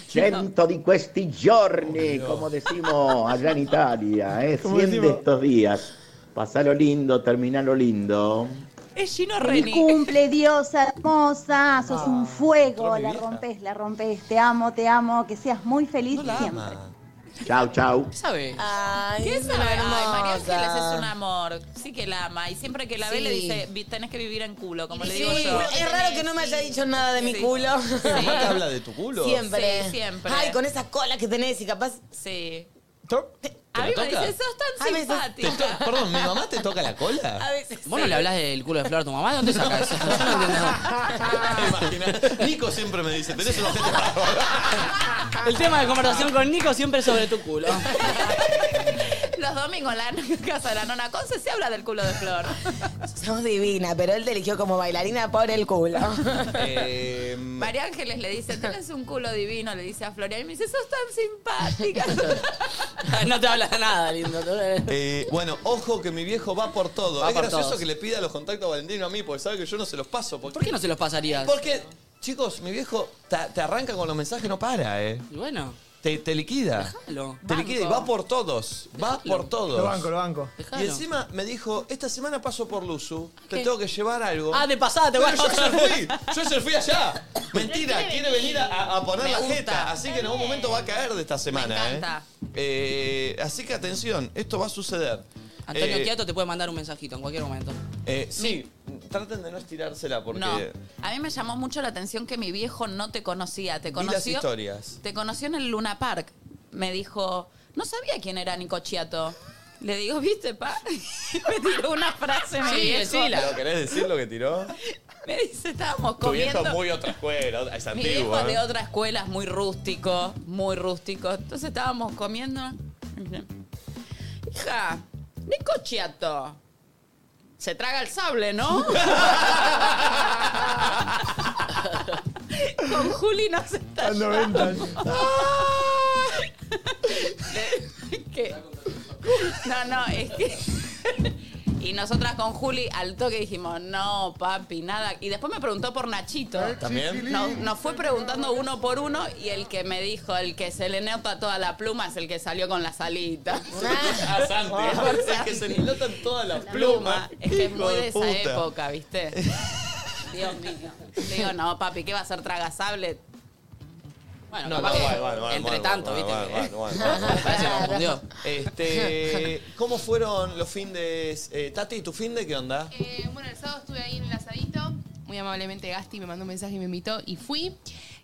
Speaker 12: Cento di questi
Speaker 1: Oh,
Speaker 12: giorni, como decimos allá en Italia, eh.
Speaker 5: Como
Speaker 12: 100 de
Speaker 5: decimos.
Speaker 12: estos días. Pasalo lindo, terminalo lindo.
Speaker 4: Es Gino
Speaker 13: Feliz cumple, diosa hermosa, sos un fuego,
Speaker 12: Tron, mi
Speaker 13: la
Speaker 12: vieja.
Speaker 13: rompes, la rompes, te amo, te amo, que seas muy feliz siempre.
Speaker 1: Ah.
Speaker 12: Chau, chau.
Speaker 3: ¿Qué sabe?
Speaker 2: Ay,
Speaker 4: ¿Qué
Speaker 2: es
Speaker 4: sabe? Ay, María
Speaker 2: hermosa.
Speaker 4: Ángeles es un amor. Sí que la ama. Y siempre que la ve
Speaker 2: Sí.
Speaker 4: le dice, "Vi- tenés que vivir en culo, como le
Speaker 2: Sí,
Speaker 4: digo yo.
Speaker 2: es raro que no me haya dicho nada de mi
Speaker 4: Sí.
Speaker 2: culo.
Speaker 1: ¿Te habla de tu culo?
Speaker 2: Siempre.
Speaker 4: Sí, siempre.
Speaker 2: Ay, con esa cola que tenés y capaz.
Speaker 4: Sí.
Speaker 5: ¿Top?
Speaker 4: A mí
Speaker 1: lo
Speaker 4: me
Speaker 1: toca?
Speaker 4: dice, sos tan
Speaker 2: A veces-
Speaker 1: Te
Speaker 4: simpática.
Speaker 1: to- Perdón, ¿mi mamá te toca la cola?
Speaker 2: veces.
Speaker 3: ¿Vos no le hablás del culo de Flor a tu mamá? ¿De dónde sacas eso? Yo no entiendo.
Speaker 1: Imagina. Nico siempre me dice, tenés un objeto
Speaker 3: El tema de conversación con Nico siempre es sobre tu culo.
Speaker 1: Eh,
Speaker 4: Los domingos en la casa de la nona Conce se habla del culo de Flor.
Speaker 2: Sos divina, pero él te eligió como bailarina por el culo.
Speaker 1: Eh,
Speaker 4: María Ángeles le dice, tenés un culo divino, le dice a Flor. Y a mí me dice, sos tan simpática.
Speaker 3: No te hablas nada, lindo.
Speaker 1: eh, bueno, ojo que mi viejo va por todo.
Speaker 3: Va
Speaker 1: es
Speaker 3: por
Speaker 1: gracioso
Speaker 3: todos.
Speaker 1: que le pida los contactos a Valentino a mí, porque sabe que yo no se los paso. Porque,
Speaker 3: ¿Por qué no se los pasarías?
Speaker 1: porque, chicos, mi viejo ta- te, arranca con los mensajes, no para, ¿eh?
Speaker 3: Y bueno,
Speaker 1: Te, te liquida.
Speaker 3: déjalo.
Speaker 1: Te liquida y va por todos. Va por todos.
Speaker 5: Lo banco, lo banco.
Speaker 1: Y encima me dijo, esta semana paso por Luzu,
Speaker 4: Ah,
Speaker 1: te tengo que llevar algo.
Speaker 3: Ah, de pasada te
Speaker 1: Pero
Speaker 3: voy
Speaker 1: yo
Speaker 3: a
Speaker 1: se fui, yo se fui allá. Mentira, quiere venir a, a poner
Speaker 4: Me
Speaker 1: la
Speaker 4: gusta.
Speaker 1: jeta, así que en algún momento va a caer de esta semana.
Speaker 4: Me encanta.
Speaker 1: ¿eh? Eh, así que atención, esto va a suceder.
Speaker 3: Antonio
Speaker 1: Eh,
Speaker 3: Quiato te puede mandar un mensajito en cualquier momento.
Speaker 1: eh, sí, traten de no estirársela porque
Speaker 4: No,
Speaker 1: vi
Speaker 4: a mí me llamó mucho la atención que mi viejo no te conocía. Te
Speaker 1: las
Speaker 4: conoció,
Speaker 1: historias.
Speaker 4: te conoció en el Luna Park. Me dijo, no sabía quién era Nico Chiato. Le digo, ¿viste, pa? Y me tiró una frase, me
Speaker 3: Sí,
Speaker 4: dijo.
Speaker 3: decila.
Speaker 1: ¿Pero querés decir lo que tiró?
Speaker 4: Me dice, estábamos
Speaker 1: Tu viejo
Speaker 4: comiendo.
Speaker 1: es muy otra escuela, es
Speaker 4: Mi viejo
Speaker 1: antiguo.
Speaker 4: es de
Speaker 1: ¿eh?
Speaker 4: otra escuela, es muy rústico, muy rústico. Entonces estábamos comiendo. Hija, Nico Chiato. se traga el sable, ¿no? Con Juli no se está
Speaker 5: Ando ventas.
Speaker 4: que- No, no, es que. Y nosotras con Juli al toque dijimos, no, papi, nada. Y después me preguntó por Nachito.
Speaker 1: ¿También?
Speaker 4: No- Nos, fue preguntando uno por uno y el que me dijo, el que se le nota toda la pluma es el que salió con las alitas.
Speaker 14: Ah.
Speaker 1: A Santi. Es que se le notan todas las plumas.
Speaker 4: Es que es
Speaker 1: Hijo
Speaker 4: muy
Speaker 1: de
Speaker 4: de esa
Speaker 1: puta.
Speaker 4: época, ¿viste? Dios mío. Le digo, no, papi, ¿qué va a ser tragasable? Bueno,
Speaker 1: No,
Speaker 4: capaz
Speaker 1: no,
Speaker 4: que
Speaker 1: bueno, bueno, bueno,
Speaker 4: entre
Speaker 1: bueno,
Speaker 4: tanto,
Speaker 1: bueno,
Speaker 4: ¿viste?
Speaker 1: Ah, bueno, bueno, bueno,
Speaker 4: Parece que me confundió.
Speaker 1: Este, ¿Cómo fueron los findes? Eh, Tati, ¿tu finde qué onda?
Speaker 10: Eh, bueno, el sábado estuve ahí en el asadito. Muy amablemente Gasti me mandó un mensaje y me invitó y fui.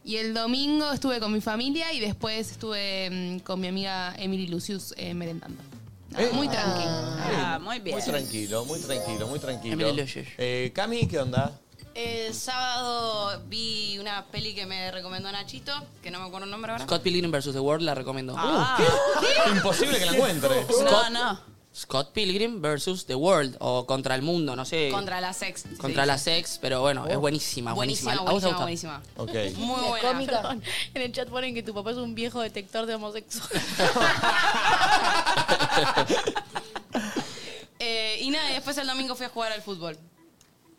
Speaker 10: Y el domingo estuve con mi familia y después estuve mm, con mi amiga Emily Lucius eh, merendando. Nada,
Speaker 1: Eh.
Speaker 10: Muy tranqui.
Speaker 4: Ah, muy
Speaker 1: Muy tranquilo, muy tranquilo, muy tranquilo.
Speaker 4: Emily
Speaker 1: Eh, Cami, ¿qué onda?
Speaker 14: El sábado vi una peli que me recomendó Nachito, que no me acuerdo el nombre ahora.
Speaker 3: Scott Pilgrim vs. The World la recomiendo.
Speaker 14: Ah.
Speaker 1: Uh, Imposible que la encuentre.
Speaker 3: Scott,
Speaker 14: no.
Speaker 3: Scott Pilgrim vs. The World o Contra el Mundo, no sé.
Speaker 14: Contra la sex. se
Speaker 3: Contra
Speaker 14: dice.
Speaker 3: la sex, pero bueno, es buenísima, buenísima.
Speaker 14: Buenísima,
Speaker 3: ¿A vos te
Speaker 14: buenísima,
Speaker 3: gusta?
Speaker 14: buenísima. Muy
Speaker 6: Es
Speaker 14: buena.
Speaker 6: cómica. Perdón, En el chat ponen que tu papá es un viejo detector de homosexuales.
Speaker 14: Eh, y nada, y después el domingo fui a jugar al fútbol.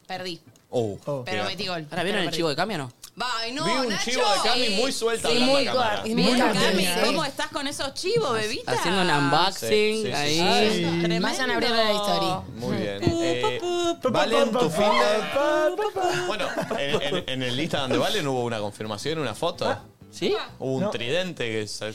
Speaker 14: Perdí.
Speaker 1: Oh,
Speaker 14: Pero metí gol.
Speaker 3: Ahora vieron el
Speaker 14: Pero
Speaker 3: chivo de Cami o no?
Speaker 14: Va, ay, no,
Speaker 1: Vi un
Speaker 14: Nacho.
Speaker 1: chivo de
Speaker 4: eh,
Speaker 1: Cami muy suelta hablando a cámara.
Speaker 14: cor-
Speaker 1: Muy
Speaker 14: Cami,
Speaker 1: contenta.
Speaker 14: ¿Cómo estás con esos chivos, bebita?
Speaker 3: Haciendo un unboxing
Speaker 1: Sí, sí, sí,
Speaker 3: ahí.
Speaker 1: sí, sí.
Speaker 14: Tremendo.
Speaker 2: Vayan a abrir la historia.
Speaker 1: Muy bien. Eh, Valen, tu finde. Bueno, en, en- en el Instagram de Valen hubo una confirmación, una foto.
Speaker 3: ¿Sí?
Speaker 1: Hubo un
Speaker 3: No.
Speaker 1: tridente que se.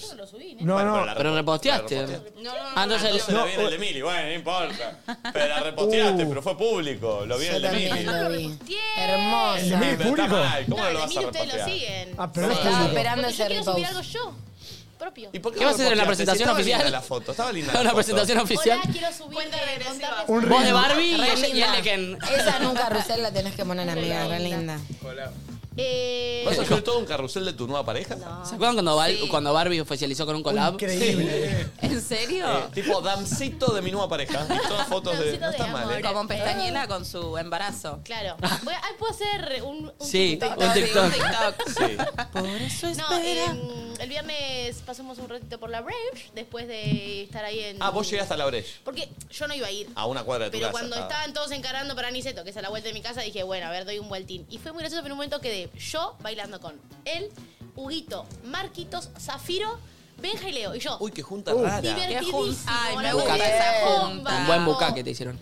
Speaker 3: No, no.
Speaker 1: la
Speaker 3: Pero reposteaste.
Speaker 1: la reposteaste.
Speaker 3: Ah, entonces el-
Speaker 1: la vi en el
Speaker 5: eh,
Speaker 1: de Mili, bueno, no importa. Pero la
Speaker 3: Uh.
Speaker 1: reposteaste, pero fue público. Lo vi en el de Mili.
Speaker 2: Hermosa.
Speaker 1: Sí, pero está mal, ¿Cómo
Speaker 6: No,
Speaker 1: no, lo
Speaker 6: el de
Speaker 1: vas a
Speaker 6: Mili ustedes lo
Speaker 1: repostear?
Speaker 6: siguen.
Speaker 1: Ah, pero
Speaker 6: Sí.
Speaker 1: es público. Estaba
Speaker 2: esperando
Speaker 6: Porque
Speaker 2: ese
Speaker 6: yo quiero subir
Speaker 2: repost.
Speaker 6: algo yo, propio.
Speaker 1: ¿Y por qué
Speaker 3: ¿Qué
Speaker 1: no
Speaker 3: vas a hacer en la
Speaker 1: reposteaste?
Speaker 3: presentación
Speaker 1: Si estaba
Speaker 3: oficial?
Speaker 1: linda la foto, estaba linda
Speaker 3: Una
Speaker 1: la foto.
Speaker 3: presentación oficial.
Speaker 6: Hola, quiero subir.
Speaker 2: eh,
Speaker 6: Cuéntale, contarles-
Speaker 3: Voz de Barbie y
Speaker 2: Re
Speaker 3: el- y el
Speaker 2: linda.
Speaker 3: de Ken.
Speaker 2: Esa en un carrusel la tenés que poner, amiga, re linda.
Speaker 6: Eh,
Speaker 1: ¿Vas a hacer todo un carrusel de tu nueva pareja?
Speaker 3: ¿Se acuerdan cuando, Val- cuando Barbie oficializó con un collab?
Speaker 1: Increíble.
Speaker 4: ¿En serio?
Speaker 1: Eh, tipo damcito de mi nueva pareja. Y todas fotos de. No está mal, ¿eh?
Speaker 4: Como en pestañela con su embarazo.
Speaker 6: Ah. Claro. Voy a- ay, puedo hacer un. un
Speaker 3: Sí,
Speaker 6: TikTok.
Speaker 3: un TikTok.
Speaker 1: Sí.
Speaker 3: Por eso
Speaker 6: No, eh, el viernes pasamos un ratito por la Rave después de estar ahí en.
Speaker 1: Ah, vos llegaste a la Breche.
Speaker 6: Porque yo no iba a ir.
Speaker 1: A una cuadra de tu casa
Speaker 6: Pero
Speaker 1: Ah.
Speaker 6: cuando
Speaker 1: estaba.
Speaker 6: estaban todos encarando para Niceto, que es a la vuelta de mi casa, dije, bueno, a ver, doy un vueltín. Y fue muy gracioso, pero en un momento quedé yo bailando con él, Huguito, Marquitos, Zafiro, Benja y Leo. Y yo.
Speaker 1: Uy, qué junta rara.
Speaker 6: Uh. Divertidísimo.
Speaker 4: Ay, me
Speaker 6: la
Speaker 4: gusta
Speaker 6: mujer
Speaker 4: esa
Speaker 6: bomba.
Speaker 3: Un buen bucaque te hicieron.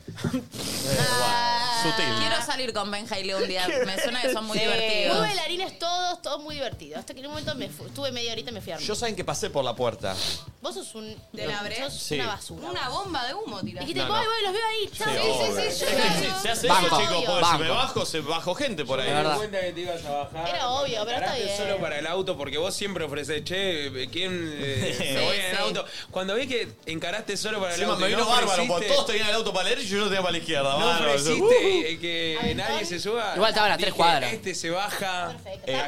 Speaker 6: Ah.
Speaker 1: Sutil.
Speaker 4: Quiero salir con Benja y Leo un día. Me suena que son muy
Speaker 6: Sí.
Speaker 4: divertidos.
Speaker 6: Muy bailarines todos, todos muy divertidos. Hasta que en un momento me fu- estuve media horita y me fui a dormir.
Speaker 1: Yo saben que pasé por la puerta.
Speaker 6: Vos sos un.
Speaker 14: ¿De la Breche?
Speaker 6: sos
Speaker 1: Sí.
Speaker 6: una basura.
Speaker 14: Una bomba de humo tirada.
Speaker 6: Dijiste,
Speaker 1: No, no.
Speaker 6: voy, voy, los veo ahí, chao.
Speaker 1: obvio. Es
Speaker 15: Este,
Speaker 1: que sí, se hace
Speaker 3: Banco.
Speaker 1: eso, chicos.
Speaker 3: Banco.
Speaker 1: Porque si me bajo, se bajó gente por ahí.
Speaker 3: Es verdad.
Speaker 15: cuenta que te ibas a bajar.
Speaker 6: Era obvio, pero está
Speaker 15: Paraste
Speaker 6: bien.
Speaker 15: solo para el auto porque vos siempre ofreces, che, ¿quién eh,
Speaker 1: Sí,
Speaker 15: se voy en el
Speaker 1: sí.
Speaker 15: auto? Cuando vi que encaraste solo para el
Speaker 1: Encima
Speaker 15: auto.
Speaker 1: me
Speaker 15: y
Speaker 1: vino
Speaker 15: no
Speaker 1: bárbaro,
Speaker 15: ofreciste-
Speaker 1: porque todos tenían el auto para la derecha y yo no tenía para la izquierda.
Speaker 15: No
Speaker 1: bárbaro. Uh.
Speaker 15: ofreciste eh, que nadie se suba.
Speaker 3: Igual estaban a tres
Speaker 15: Dije,
Speaker 3: cuadras.
Speaker 15: Este se baja. Perfecto.
Speaker 1: Eh,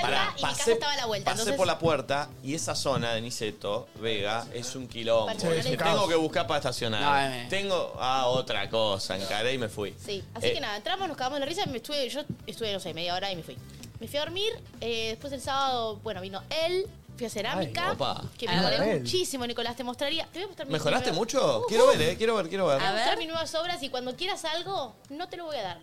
Speaker 1: pará,
Speaker 6: y mi casa estaba a la vuelta,
Speaker 1: pasé
Speaker 6: entonces-
Speaker 1: por la puerta y esa zona de Niceto, Vega, es un quilombo.
Speaker 6: Parece que no
Speaker 1: Que
Speaker 6: le-
Speaker 1: tengo que buscar para estacionar.
Speaker 3: No, eh.
Speaker 1: Tengo ah, otra cosa, encaré y me fui.
Speaker 6: Sí, así
Speaker 1: Eh,
Speaker 6: que nada, entramos, nos cagamos de la risa, me estuve, yo estuve, no sé, media hora y me fui. Me fui a dormir, eh, después el sábado, bueno, vino él, fui a cerámica,
Speaker 1: Ay, opa.
Speaker 6: que
Speaker 1: Ah,
Speaker 6: mejoré
Speaker 1: él.
Speaker 6: muchísimo, Nicolás, te mostraría. Te voy a mostrar mis
Speaker 1: ¿Mejoraste
Speaker 6: nuevas-
Speaker 1: mucho? Quiero ver, eh, quiero ver, quiero ver.
Speaker 6: uh, Te voy a mostrar mis nuevas obras y cuando quieras algo, no te lo voy a dar.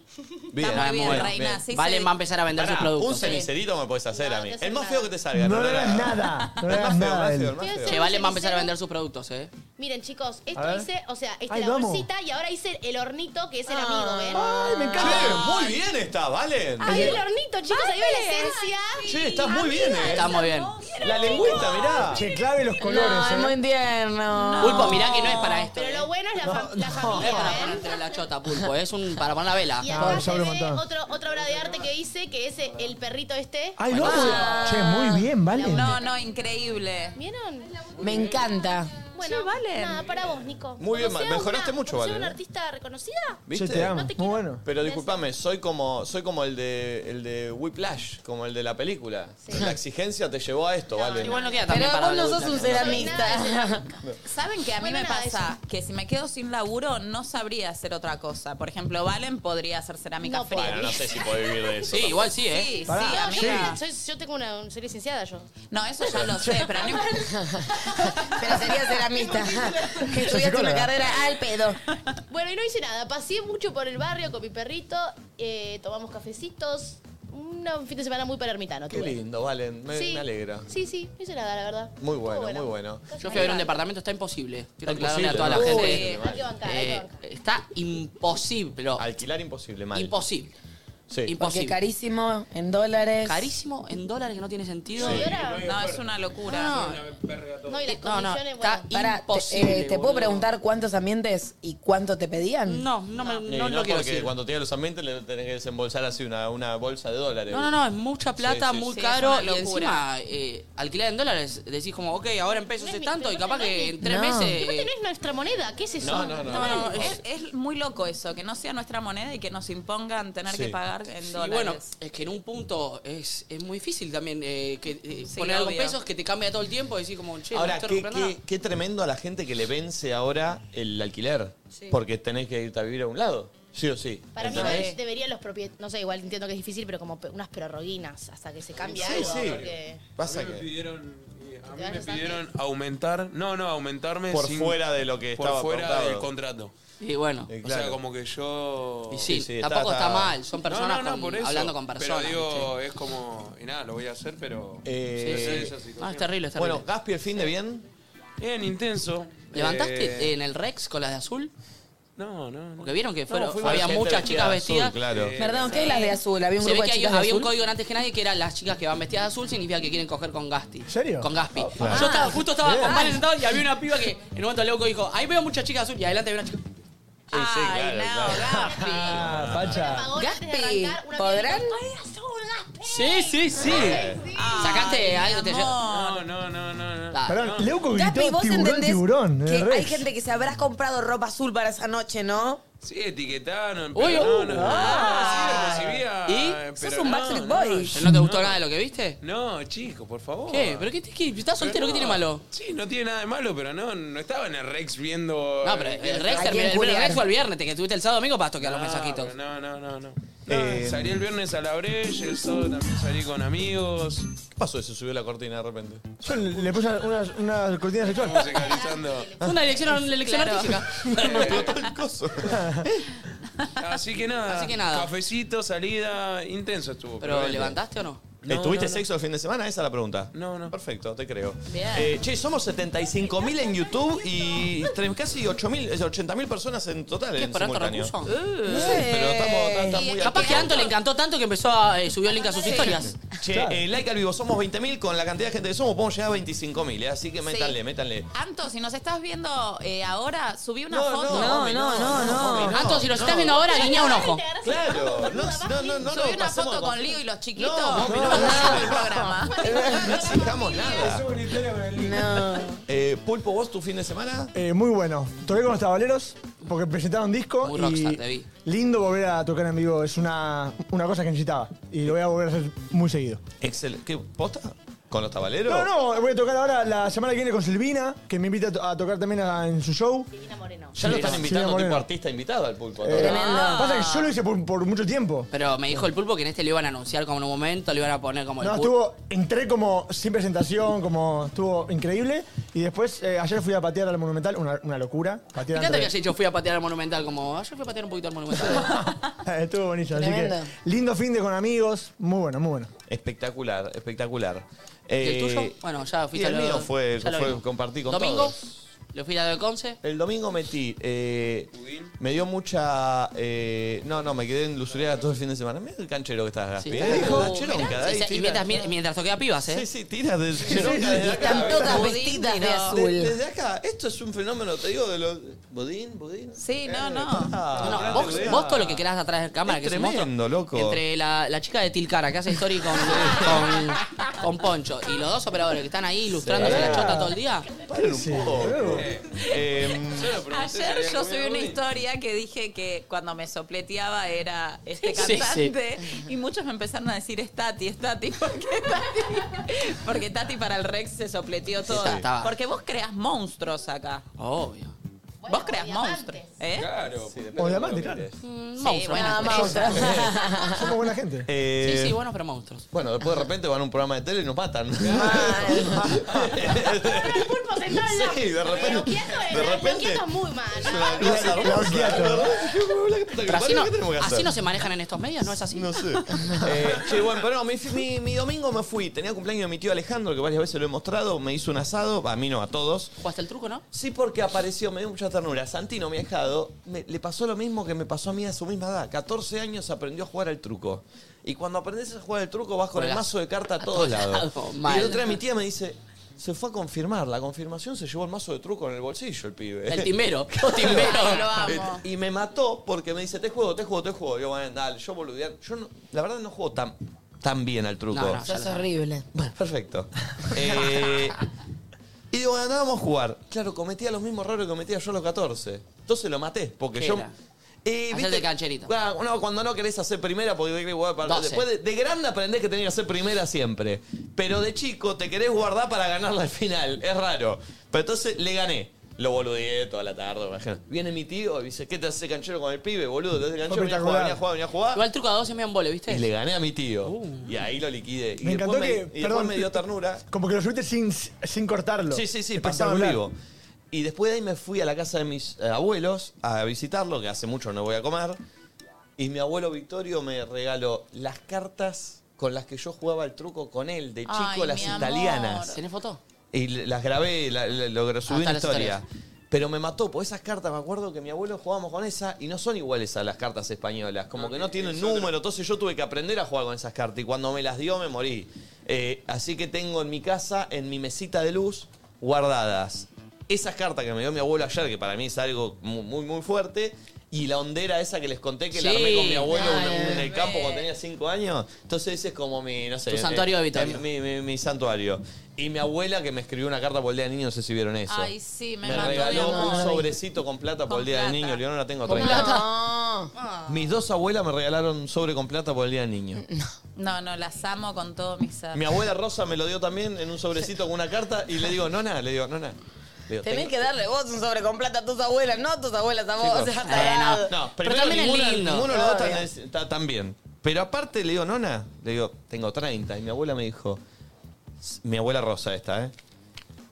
Speaker 1: Bien,
Speaker 3: Está muy bien,
Speaker 1: bueno,
Speaker 3: reina,
Speaker 1: bien.
Speaker 3: así Valen se- va a empezar a vender
Speaker 1: Pará,
Speaker 3: sus productos.
Speaker 1: Un cenicerito me puedes hacer a mí. El más feo que te salga.
Speaker 5: No le hagas nada, no le hagas nada a él.
Speaker 3: Che, Valen va a empezar a vender sus productos, eh.
Speaker 6: Miren, chicos,
Speaker 3: A
Speaker 6: esto
Speaker 3: ver.
Speaker 6: hice, o sea, esta
Speaker 3: Ay,
Speaker 6: la
Speaker 3: vamos.
Speaker 6: bolsita y ahora hice el hornito que es el amigo, ¿ven?
Speaker 1: Ay, me encanta. Che, muy bien está, Valen.
Speaker 6: Ahí el hornito, chicos, ahí va la esencia.
Speaker 1: Che, estás muy bien, eh.
Speaker 3: Está muy bien.
Speaker 1: La lengüita, mirá.
Speaker 5: Che, clave los colores.
Speaker 2: No, es
Speaker 5: eh.
Speaker 2: muy tierno.
Speaker 3: Pulpo, mirá que no es para esto.
Speaker 6: Pero lo bueno es la, fa- la
Speaker 3: No es
Speaker 6: familia,
Speaker 3: para
Speaker 6: ¿ven?
Speaker 3: poner entre la chota, Ah, Pulpo. Es un, para poner la vela.
Speaker 6: Y acá se ve otro- otra obra de arte que hice, que es el perrito este.
Speaker 5: Ay, no. Che, muy bien, vale.
Speaker 4: No, no, increíble.
Speaker 6: ¿Vieron?
Speaker 2: Me encanta.
Speaker 6: Bueno,
Speaker 14: Valen.
Speaker 6: nada, para vos, Nico.
Speaker 1: Muy bien,
Speaker 6: Cuando
Speaker 1: ma-
Speaker 6: seas
Speaker 1: mejoraste
Speaker 6: una-
Speaker 1: mucho,
Speaker 6: cuando seas
Speaker 1: Valen,
Speaker 6: una
Speaker 1: ¿eh?
Speaker 6: artista reconocida?
Speaker 1: ¿Viste?
Speaker 6: no te
Speaker 1: Muy bueno. Pero discúlpame, soy como, soy como el de el de Whiplash, como el de la película. La exigencia te llevó a esto, ¿vale?
Speaker 3: igual no queda
Speaker 4: tan Pero bien parado vos no de sos
Speaker 3: un ceramista.
Speaker 4: ¿Saben que a mí
Speaker 6: Bueno,
Speaker 4: me
Speaker 6: nada,
Speaker 4: pasa? Que si me quedo sin laburo, no sabría hacer otra cosa. Por ejemplo, Valen podría hacer cerámica fría.
Speaker 1: Bueno, no sé si puedo vivir de eso.
Speaker 3: Sí, igual sí, ¿eh?
Speaker 4: Sí,
Speaker 6: No,
Speaker 4: sí,
Speaker 6: yo,
Speaker 4: amiga.
Speaker 6: soy- yo tengo una. Soy licenciada yo.
Speaker 4: No, eso ya lo sé, pero no
Speaker 2: Pero sería ceramista. que estudiaste una
Speaker 6: psicóloga.
Speaker 2: carrera al pedo.
Speaker 6: Bueno, y no hice nada. Pasé mucho por el barrio con mi perrito. eh, tomamos cafecitos. Una- Un fin de semana muy para ermitano.
Speaker 1: Qué lindo, Valen, me,
Speaker 6: Sí.
Speaker 1: me alegra.
Speaker 6: Sí, sí, no hice nada, la verdad.
Speaker 1: Muy bueno,
Speaker 6: Estuvo
Speaker 1: muy bueno.
Speaker 3: Yo fui a ver un departamento, está imposible. Quiero
Speaker 1: Está
Speaker 3: aclararle a toda la
Speaker 1: imposible, ¿no?
Speaker 3: gente.
Speaker 1: Uy, hay que
Speaker 6: bancar, hay que
Speaker 3: Eh, está imposible.
Speaker 1: Alquilar imposible, mal.
Speaker 3: Imposible.
Speaker 1: Sí.
Speaker 2: Porque
Speaker 3: Imposible.
Speaker 2: carísimo en dólares.
Speaker 3: Carísimo en dólares que no tiene sentido.
Speaker 2: Sí.
Speaker 4: No, es una locura.
Speaker 6: Ah. No, y las
Speaker 3: Eh, No, no,
Speaker 6: condiciones,
Speaker 3: está
Speaker 6: bueno.
Speaker 2: Pará, te-
Speaker 3: imposible,
Speaker 2: eh, ¿te puedo
Speaker 3: boludo.
Speaker 2: preguntar cuántos ambientes y cuánto te pedían?
Speaker 3: No, no, me,
Speaker 1: Y
Speaker 3: no lo quiero
Speaker 1: Eh, porque
Speaker 3: decir.
Speaker 1: cuando tienes los ambientes le tenés que desembolsar así una, una bolsa de dólares.
Speaker 3: No, no, no, es mucha plata,
Speaker 1: Sí, sí,
Speaker 3: muy
Speaker 1: sí.
Speaker 3: caro.
Speaker 1: Sí, es
Speaker 3: Y
Speaker 1: una
Speaker 3: encima, eh, alquilar en dólares, decís como, ok, ahora en pesos es tanto y capaz que en tres
Speaker 2: No.
Speaker 3: meses.
Speaker 6: Aparte, no es nuestra moneda, ¿qué es eso?
Speaker 3: No,
Speaker 6: Eh,
Speaker 3: no, no. No, no,
Speaker 4: Es, es muy loco eso, que no sea nuestra moneda y que nos impongan tener
Speaker 3: Sí.
Speaker 4: que pagar en
Speaker 3: Sí,
Speaker 4: dólares.
Speaker 3: bueno, es que en un punto es, es muy difícil también eh, que, eh, poner algo en
Speaker 4: obvio.
Speaker 3: pesos que te cambia todo el tiempo y decís como, che,
Speaker 1: Ahora,
Speaker 3: no estoy
Speaker 1: qué,
Speaker 3: comprando
Speaker 1: qué- qué tremendo a la gente que le vence ahora el alquiler.
Speaker 6: Sí.
Speaker 1: Porque tenés que irte a vivir a un lado. Sí o sí.
Speaker 6: Para mí
Speaker 1: ¿Entendés?
Speaker 6: igual deberían los propietarios, no sé, igual entiendo que es difícil, pero como pe- unas prorroguinas hasta que se cambie
Speaker 1: Sí,
Speaker 6: algo.
Speaker 1: sí.
Speaker 6: porque-
Speaker 1: Pasa
Speaker 15: a mí me
Speaker 1: que-
Speaker 15: pidieron, eh, a mí
Speaker 6: vas
Speaker 15: me
Speaker 6: a San
Speaker 15: pidieron aumentar, no, no, aumentarme
Speaker 1: Por
Speaker 15: sin-
Speaker 1: fuera de lo que
Speaker 15: por
Speaker 1: estaba
Speaker 15: fuera
Speaker 1: acordado.
Speaker 15: del contrato.
Speaker 3: Y bueno,
Speaker 1: Eh,
Speaker 15: o sea,
Speaker 1: claro.
Speaker 15: como que yo
Speaker 3: Y sí, Sí, sí, está- tampoco está está- mal, son personas con-
Speaker 15: por eso,
Speaker 3: hablando con personas,
Speaker 15: Pero digo, es como y nada, lo voy a hacer, pero
Speaker 1: Eh,
Speaker 15: Sí, sí,
Speaker 1: eh,
Speaker 15: esa situación.
Speaker 3: Ah, es terrible, es terrible.
Speaker 1: Bueno, Gaspi, el fin de bien.
Speaker 15: Bien, intenso.
Speaker 3: ¿Levantaste
Speaker 15: Eh,
Speaker 3: en el Rex con las de azul?
Speaker 15: No, no.
Speaker 3: Porque vieron que fueron,
Speaker 15: No, fuimos
Speaker 3: había
Speaker 15: gente
Speaker 3: muchas
Speaker 15: vestida
Speaker 3: chicas
Speaker 15: de
Speaker 3: vestidas.
Speaker 15: azul, claro. Eh,
Speaker 2: Perdón, ¿qué es las de azul? Había un
Speaker 3: Se ve
Speaker 2: grupo
Speaker 3: que
Speaker 2: de
Speaker 3: hay-
Speaker 2: chicas de
Speaker 3: había un
Speaker 2: azul.
Speaker 3: código antes que nadie que eran las chicas que van vestidas de azul significa que quieren coger con Gasti.
Speaker 5: serio?
Speaker 3: Con
Speaker 2: Ah,
Speaker 3: Gaspi.
Speaker 5: claro.
Speaker 3: Yo estaba, justo estaba
Speaker 5: Bien.
Speaker 3: con Valen sentado y había una piba que en un momento loco dijo, ahí veo muchas chicas azul y adelante había una chica.
Speaker 5: Ah, facha.
Speaker 6: Gaspi,
Speaker 2: ¿podrán?
Speaker 3: Sí, sí, sí. Sacaste algo te
Speaker 15: No, Ah, no, no, no. no.
Speaker 5: Perdón, Leuco
Speaker 2: Tapi,
Speaker 5: gritó
Speaker 2: ¿vos
Speaker 5: tiburón,
Speaker 2: entendés
Speaker 5: tiburón. en
Speaker 2: Que
Speaker 5: el Rex.
Speaker 2: hay gente que se habrás comprado ropa azul para esa noche, ¿no?
Speaker 15: Sí, etiquetaron, pero
Speaker 3: Uy,
Speaker 15: no,
Speaker 3: uh,
Speaker 15: no,
Speaker 3: ah.
Speaker 15: no, sí, recibía.
Speaker 3: ¿Y?
Speaker 15: eh, pero
Speaker 3: Sos un
Speaker 15: no,
Speaker 3: Backstreet
Speaker 15: no,
Speaker 3: Boy.
Speaker 15: yo
Speaker 3: ¿Pero no te gustó nada de lo que viste?
Speaker 15: No, chico, por favor.
Speaker 3: ¿Qué? ¿Pero qué, qué- estás soltero? ¿Qué
Speaker 15: Pero
Speaker 3: tiene
Speaker 15: no.
Speaker 3: malo?
Speaker 15: Sí, no tiene nada de malo, pero no, no estaba en el Rex viendo.
Speaker 3: No, pero
Speaker 15: eh,
Speaker 3: el Rex, terminó- el primer Rex fue el viernes, te que tuviste el sábado domingo para toquear
Speaker 15: Ah,
Speaker 3: los mensajitos.
Speaker 15: pero No, no, no, no. No,
Speaker 1: Eh,
Speaker 15: salí el viernes a la Breyes, todo, también salí con amigos.
Speaker 1: ¿Qué pasó eso? Subió la cortina de repente.
Speaker 5: Yo le le puse una, una cortina sexual.
Speaker 15: Musicalizando.
Speaker 3: Una elección, una elección
Speaker 15: Claro.
Speaker 3: artística.
Speaker 15: Así que nada.
Speaker 3: Así que nada.
Speaker 15: Cafecito, salida, intenso estuvo.
Speaker 3: ¿Pero levantaste o no?
Speaker 15: No,
Speaker 1: ¿Tuviste
Speaker 15: no, no.
Speaker 1: sexo el fin de semana? Esa es la pregunta.
Speaker 15: No, no.
Speaker 1: Perfecto, te creo.
Speaker 3: Bien.
Speaker 1: Eh, che, somos 75.000 en YouTube y tre- casi 8.000, eh, 80.000 personas en total
Speaker 3: ¿Qué
Speaker 1: en
Speaker 3: es por alto
Speaker 1: simultáneo.
Speaker 3: recurso?
Speaker 1: No sé, pero estamos, está- está muy
Speaker 3: Eh. Capaz que a Anto le encantó tanto que empezó a eh, subió el link a sus historias.
Speaker 1: Che, eh, like al vivo, somos 20.000, con la cantidad de gente que somos podemos llegar a 25.000, eh, así que métanle, métanle.
Speaker 4: Anto, si nos estás viendo eh, ahora, subí una
Speaker 1: No, no,
Speaker 4: foto.
Speaker 1: mami, no, no, no, mami, no.
Speaker 3: Anto, si nos
Speaker 1: No.
Speaker 3: estás viendo ahora, guiña un ojo.
Speaker 1: Claro, no, no, no, no,
Speaker 4: subí
Speaker 1: no
Speaker 4: una
Speaker 1: pasemos
Speaker 4: foto
Speaker 1: de-
Speaker 4: con Leo y los chiquitos.
Speaker 1: No, no, no,
Speaker 4: Pasamos el
Speaker 1: no.
Speaker 4: programa.
Speaker 1: No exijamos nada.
Speaker 2: No.
Speaker 1: Eh, Pulpo, ¿vos tu fin de semana?
Speaker 5: Eh, muy bueno. Toqué con los tabaleros porque presentaron disco.
Speaker 1: Muy
Speaker 5: y
Speaker 1: rockstar, te vi.
Speaker 5: Lindo volver a tocar en vivo. Es una, una cosa que necesitaba. Y lo voy a volver a hacer muy seguido.
Speaker 1: Excelente. ¿Qué? ¿Posta? ¿Con los tabaleros?
Speaker 5: No, no, voy a tocar ahora la semana que viene con Silvina, que me invita a to- a tocar también a- en su show.
Speaker 1: Ya lo están
Speaker 5: Sí,
Speaker 1: invitando
Speaker 5: Moreno.
Speaker 1: tipo artista invitado al pulpo. ¿no?
Speaker 5: Eh,
Speaker 1: Ah.
Speaker 5: Pasa que yo lo hice por, por mucho tiempo.
Speaker 3: Pero me dijo el pulpo que en este lo iban a anunciar como en un momento, lo iban a poner como el
Speaker 5: No,
Speaker 3: pulpo.
Speaker 5: estuvo, entré como sin presentación, como estuvo increíble. Y después, eh, ayer fui a patear al Monumental, una, una locura.
Speaker 3: Me
Speaker 5: Patear
Speaker 3: encanta que
Speaker 5: entre-
Speaker 3: haya dicho, fui a patear al Monumental, como, ah, yo fui a patear un poquito al Monumental.
Speaker 5: Estuvo buenísimo. Así que,
Speaker 3: Tremendo.
Speaker 5: lindo fin de con amigos, muy bueno, muy bueno.
Speaker 1: Espectacular, espectacular.
Speaker 3: ¿Y el
Speaker 1: Eh,
Speaker 3: tuyo? Bueno, ya fuiste
Speaker 1: y el
Speaker 3: a lo-
Speaker 1: mío fue,
Speaker 3: ya lo
Speaker 1: fue
Speaker 3: vimos.
Speaker 1: compartí con
Speaker 3: Domingo,
Speaker 1: todos.
Speaker 3: lo fui a la de Conce.
Speaker 1: El domingo metí. eh, me dio mucha. eh, no, no, me quedé en Lusurera todo el fin de semana. Mira el canchero que estás, Gaspi. eh, la cheronca,
Speaker 3: Mirá,
Speaker 1: dale,
Speaker 3: sí, sí, y
Speaker 1: tira.
Speaker 3: mientras, mi- mientras toqué a pibas, ¿eh?
Speaker 1: Sí, sí, tiras de cheronca
Speaker 3: sí,
Speaker 1: desde
Speaker 3: sí,
Speaker 1: acá.
Speaker 3: están todas vestidas de
Speaker 1: De-
Speaker 3: azul.
Speaker 1: Desde acá, esto esto es un fenómeno, te digo, de los. ¿Bodín? ¿Bodín?
Speaker 7: Sí, no, no.
Speaker 3: No,
Speaker 1: ah,
Speaker 3: no, vos, vos con lo que querás atrás de cámara,
Speaker 1: Es
Speaker 3: que es un
Speaker 1: tremendo,
Speaker 3: monstruo.
Speaker 1: loco.
Speaker 3: Entre la, la chica de Tilcara, que hace story con, con, con Poncho, y los dos operadores que están ahí ilustrándose
Speaker 1: Sí.
Speaker 3: la chota todo el día.
Speaker 1: Eh, em,
Speaker 4: Ayer yo subí una historia que dije que cuando me sopleteaba era este
Speaker 3: Sí, sí.
Speaker 4: cantante y muchos me empezaron a decir es Tati, es Tati, porque Tati, porque Tati para el Rex se sopleteó todo.
Speaker 3: estaba.
Speaker 4: Porque vos creas monstruos acá.
Speaker 3: Obvio.
Speaker 4: vos creas monstruos. ¿eh?
Speaker 15: Claro.
Speaker 5: O diamante, claro.
Speaker 4: monstruos,
Speaker 5: buena
Speaker 4: Eh, nada,
Speaker 5: estrella.
Speaker 3: monstruos.
Speaker 5: Somos buena gente.
Speaker 1: Eh,
Speaker 3: Sí, sí, buenos pero monstruos.
Speaker 1: Bueno, después de repente van a un programa de tele y nos matan. Sí, de repente. De repente.
Speaker 6: Quieto es muy mal.
Speaker 1: Es una cosa hermosa, ¿no?
Speaker 3: Pero así no,
Speaker 1: ¿Qué tenemos que hacer?
Speaker 3: así no se manejan en estos medios, ¿no es así?
Speaker 1: No sé. Eh, che, bueno, pero no, mi, mi- mi domingo me fui. Tenía cumpleaños de mi tío Alejandro, que varias veces lo he mostrado. Me hizo un asado, a mí no, a todos.
Speaker 3: ¿Jugaste el truco, Pues, no?
Speaker 1: Sí, porque apareció, me dio mucha ternura. Santino, mi ahijado, me- le pasó lo mismo que me pasó a mí a su misma edad. 14 años aprendió a jugar al truco. Y cuando aprendes a jugar al truco, vas con el
Speaker 3: Juegas
Speaker 1: mazo de carta a
Speaker 3: a
Speaker 1: todos
Speaker 3: todos
Speaker 1: lados.
Speaker 3: lados,
Speaker 1: Y
Speaker 3: mal.
Speaker 1: la otra, mi tía me dice. Se fue a confirmar, la confirmación se llevó el mazo de truco en el bolsillo el pibe. Eh,
Speaker 3: El timero, el timero. Ay, lo amo.
Speaker 1: Y me mató porque me dice, te juego, te juego, te juego. Yo, bueno, dale, yo boludear. Yo no- la verdad no juego tan, tan bien al truco.
Speaker 8: No, no, ya Es lo- horrible.
Speaker 1: Bueno, perfecto. Eh, y digo, bueno, vamos a jugar. Claro, cometía los mismos errores que cometía yo a los 14. Entonces lo maté, porque
Speaker 3: ¿Qué
Speaker 1: yo...
Speaker 3: era?
Speaker 1: Eh,
Speaker 3: Hacerte cancherito.
Speaker 1: Ah, no, cuando no querés hacer primera, porque te querés guardar para-
Speaker 3: 12.
Speaker 1: Después de, de grande aprendés que tenés que hacer primera siempre. Pero de chico te querés guardar para ganarla al final. Es raro. Pero entonces le gané. Lo boludeé toda la tarde, imagínate. Viene mi tío y dice, ¿qué te hace canchero con el pibe, boludo? Te hace canchero, venía a jugar, venía a jugar, venía a jugar.
Speaker 3: Igual el truco a dos es medio embole, ¿viste?
Speaker 1: Y le gané a mi tío. Y ahí lo liquidé. Y
Speaker 5: Uh. Me encantó
Speaker 1: después
Speaker 5: que.
Speaker 1: me- y después
Speaker 5: perdón,
Speaker 1: me dio ternura.
Speaker 5: Como que lo subiste sin, sin cortarlo.
Speaker 1: Sí, sí, sí, pasaba en
Speaker 5: Espectacular.
Speaker 1: vivo. Y después de ahí me fui a la casa de mis eh, abuelos a visitarlo, que hace mucho no voy a comer. Y mi abuelo Victorio me regaló las cartas con las que yo jugaba el truco con él, de chico,
Speaker 3: Ay,
Speaker 1: las
Speaker 3: mi amor.
Speaker 1: italianas.
Speaker 3: ¿Tenés foto?
Speaker 1: Y l- las grabé, la- la- lo subí
Speaker 3: Hasta
Speaker 1: una
Speaker 3: las
Speaker 1: historia. Pero me mató, por esas cartas me acuerdo que mi abuelo jugábamos con esa y no son iguales a las cartas españolas. Como
Speaker 3: eh,
Speaker 1: que no tienen número, entonces yo tuve que aprender a jugar con esas cartas y cuando me las dio me morí. Eh, así que tengo en mi casa, en mi mesita de luz, guardadas esas cartas que me dio mi abuelo ayer, que para mí es algo mu- muy, muy, fuerte, y la hondera esa que les conté que la
Speaker 3: Sí,
Speaker 1: armé con mi abuelo
Speaker 3: dale,
Speaker 1: en- en el campo cuando tenía cinco años. Entonces ese es como mi, no sé,
Speaker 3: Tu
Speaker 1: eh,
Speaker 3: santuario de Vitoria.
Speaker 1: eh, Mi, mi- mi santuario. Y mi abuela que me escribió una carta por el día del niño, no sé si vieron eso.
Speaker 4: Ay, sí, me
Speaker 1: me
Speaker 4: mandó
Speaker 1: regaló
Speaker 4: bien.
Speaker 1: un
Speaker 4: Ay.
Speaker 1: sobrecito con plata por el día del niño. Leonora, tengo
Speaker 4: Con
Speaker 1: 30.
Speaker 4: plata.
Speaker 1: Mis dos abuelas me regalaron un sobre con plata por el día del niño.
Speaker 4: No, no, las amo con todo mi ser.
Speaker 1: Mi abuela Rosa me lo dio también en un sobrecito con una carta y le digo, nona, le digo, nona. Le digo,
Speaker 2: Tenés
Speaker 1: "Tengo-
Speaker 2: que darle vos un sobre con plata a tus abuelas, no a tus abuelas a vos.
Speaker 1: Chicos, eh,
Speaker 2: o sea, tarado.
Speaker 1: No, primero ninguno, ninguno de los dos tan- está tan bien. Pero aparte le digo, nona, le digo, tengo 30. Y mi abuela me dijo, s- mi abuela Rosa esta, ¿eh?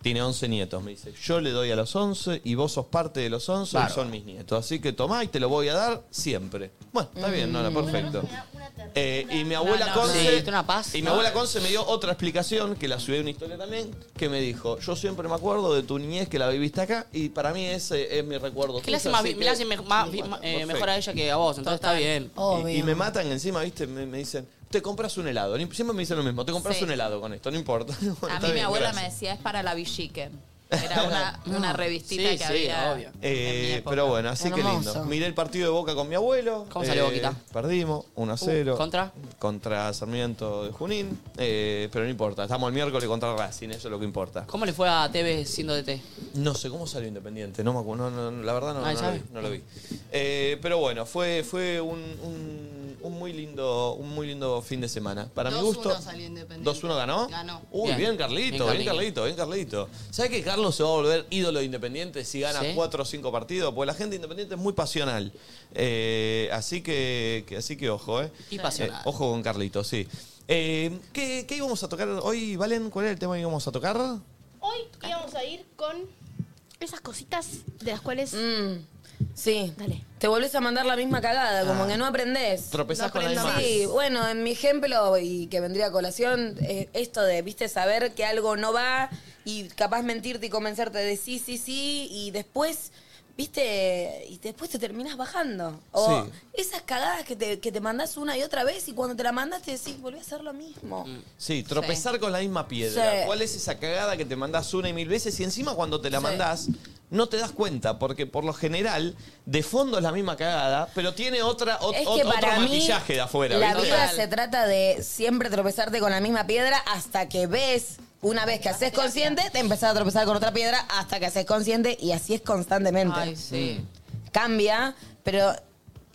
Speaker 1: Tiene 11 nietos, me dice. Yo le doy a los 11 y vos sos parte de los 11 y
Speaker 3: Bárbaro.
Speaker 1: son mis nietos. Así que tomá y te lo voy a dar siempre. Bueno, está bien, Nona, perfecto. Eh, y mi abuela
Speaker 3: Mm. No, no,
Speaker 1: Conce...
Speaker 3: sí, tiene una paz,
Speaker 1: Y mi
Speaker 3: ¿no?
Speaker 1: abuela Conce me dio otra explicación, que la subí en una historia también, que me dijo, yo siempre me acuerdo de tu niñez que la viviste acá y para mí ese es mi recuerdo.
Speaker 3: Que le hace,
Speaker 1: tuyo,
Speaker 3: más,
Speaker 1: así
Speaker 3: vi-
Speaker 1: que-
Speaker 3: le hace me- más vi- ma- eh,
Speaker 1: perfecto.
Speaker 3: mejor a ella que a vos, entonces está bien.
Speaker 1: Y- Y, me matan encima, ¿viste? Me, me dicen, te compras un helado. Ni- Siempre me dicen lo mismo, te compras
Speaker 4: Sí.
Speaker 1: un helado con esto, no importa.
Speaker 4: A
Speaker 1: Bueno, está
Speaker 4: mí mi
Speaker 1: bien,
Speaker 4: abuela
Speaker 1: gracias.
Speaker 4: me decía es para la Villique. Era una, una revistita
Speaker 3: Sí,
Speaker 4: que
Speaker 3: sí,
Speaker 4: había.
Speaker 3: obvio.
Speaker 1: Eh, pero bueno, así que lindo.
Speaker 3: Hermoso.
Speaker 1: Miré el partido de Boca con mi abuelo.
Speaker 3: ¿Cómo salió
Speaker 1: Eh,
Speaker 3: Boquita?
Speaker 1: Perdimos, 1 a 0.
Speaker 3: Uh, ¿contra?
Speaker 1: Contra Sarmiento de Junín. Eh, pero no importa, estamos el miércoles contra Racing, eso es lo que importa.
Speaker 3: ¿Cómo le fue a TV siendo DT?
Speaker 1: No sé cómo salió Independiente, no me acuerdo, no, no, la verdad no,
Speaker 3: Ah,
Speaker 1: no
Speaker 3: ya
Speaker 1: lo vi.
Speaker 3: vi.
Speaker 1: no lo vi. Eh, pero bueno, fue, fue un, un- un muy lindo, un muy lindo fin de semana. Para mi
Speaker 14: 2-1
Speaker 1: gusto.
Speaker 14: salió Independiente.
Speaker 1: 2-1 ganó.
Speaker 14: Ganó.
Speaker 1: Uy, bien, Carlito, bien Carlito, bien Carlito. ¿Sabes que Carlos se va a volver ídolo de Independiente si gana
Speaker 3: Sí.
Speaker 1: 4 o 5 partidos? Porque la gente de Independiente es muy pasional. Eh, así que, que- así que ojo, ¿eh?
Speaker 3: Y pasional.
Speaker 1: Eh, ojo con Carlito, sí. Eh, ¿qué, qué íbamos a tocar hoy, Valen? ¿Cuál era el tema que íbamos a tocar?
Speaker 6: Hoy íbamos a ir con esas cositas de las cuales.
Speaker 2: Mm, Sí. Te volvés a mandar la misma cagada, como
Speaker 1: Ah.
Speaker 2: que no aprendés.
Speaker 1: Tropezás
Speaker 2: No
Speaker 1: con la
Speaker 2: aprendo
Speaker 1: misma.
Speaker 2: Sí, bueno, en mi ejemplo, y que vendría a colación, eh, esto de, viste, saber que algo no va y capaz mentirte y convencerte de sí, sí, sí, y después, viste, y después te terminás bajando. O
Speaker 1: Sí.
Speaker 2: esas cagadas que te, que te mandás una y otra vez y cuando te la mandás te decís, volví a hacer lo mismo.
Speaker 1: Sí, tropezar con la misma piedra.
Speaker 2: Sí.
Speaker 1: ¿Cuál es esa cagada que te mandás una y mil veces? Y encima cuando te la
Speaker 2: Sí.
Speaker 1: mandás, no te das cuenta, porque por lo general, de fondo es la misma cagada, pero tiene otra, ot-
Speaker 2: Es
Speaker 1: ot-
Speaker 2: que
Speaker 1: otro
Speaker 2: para mí
Speaker 1: maquillaje de afuera.
Speaker 2: La
Speaker 1: ¿viste?
Speaker 2: vida se trata de siempre tropezarte con la misma piedra hasta que ves. Una vez que haces consciente, te empezás a tropezar con otra piedra hasta que haces consciente y así es constantemente. Mm.
Speaker 3: Ay, sí.
Speaker 2: Cambia, pero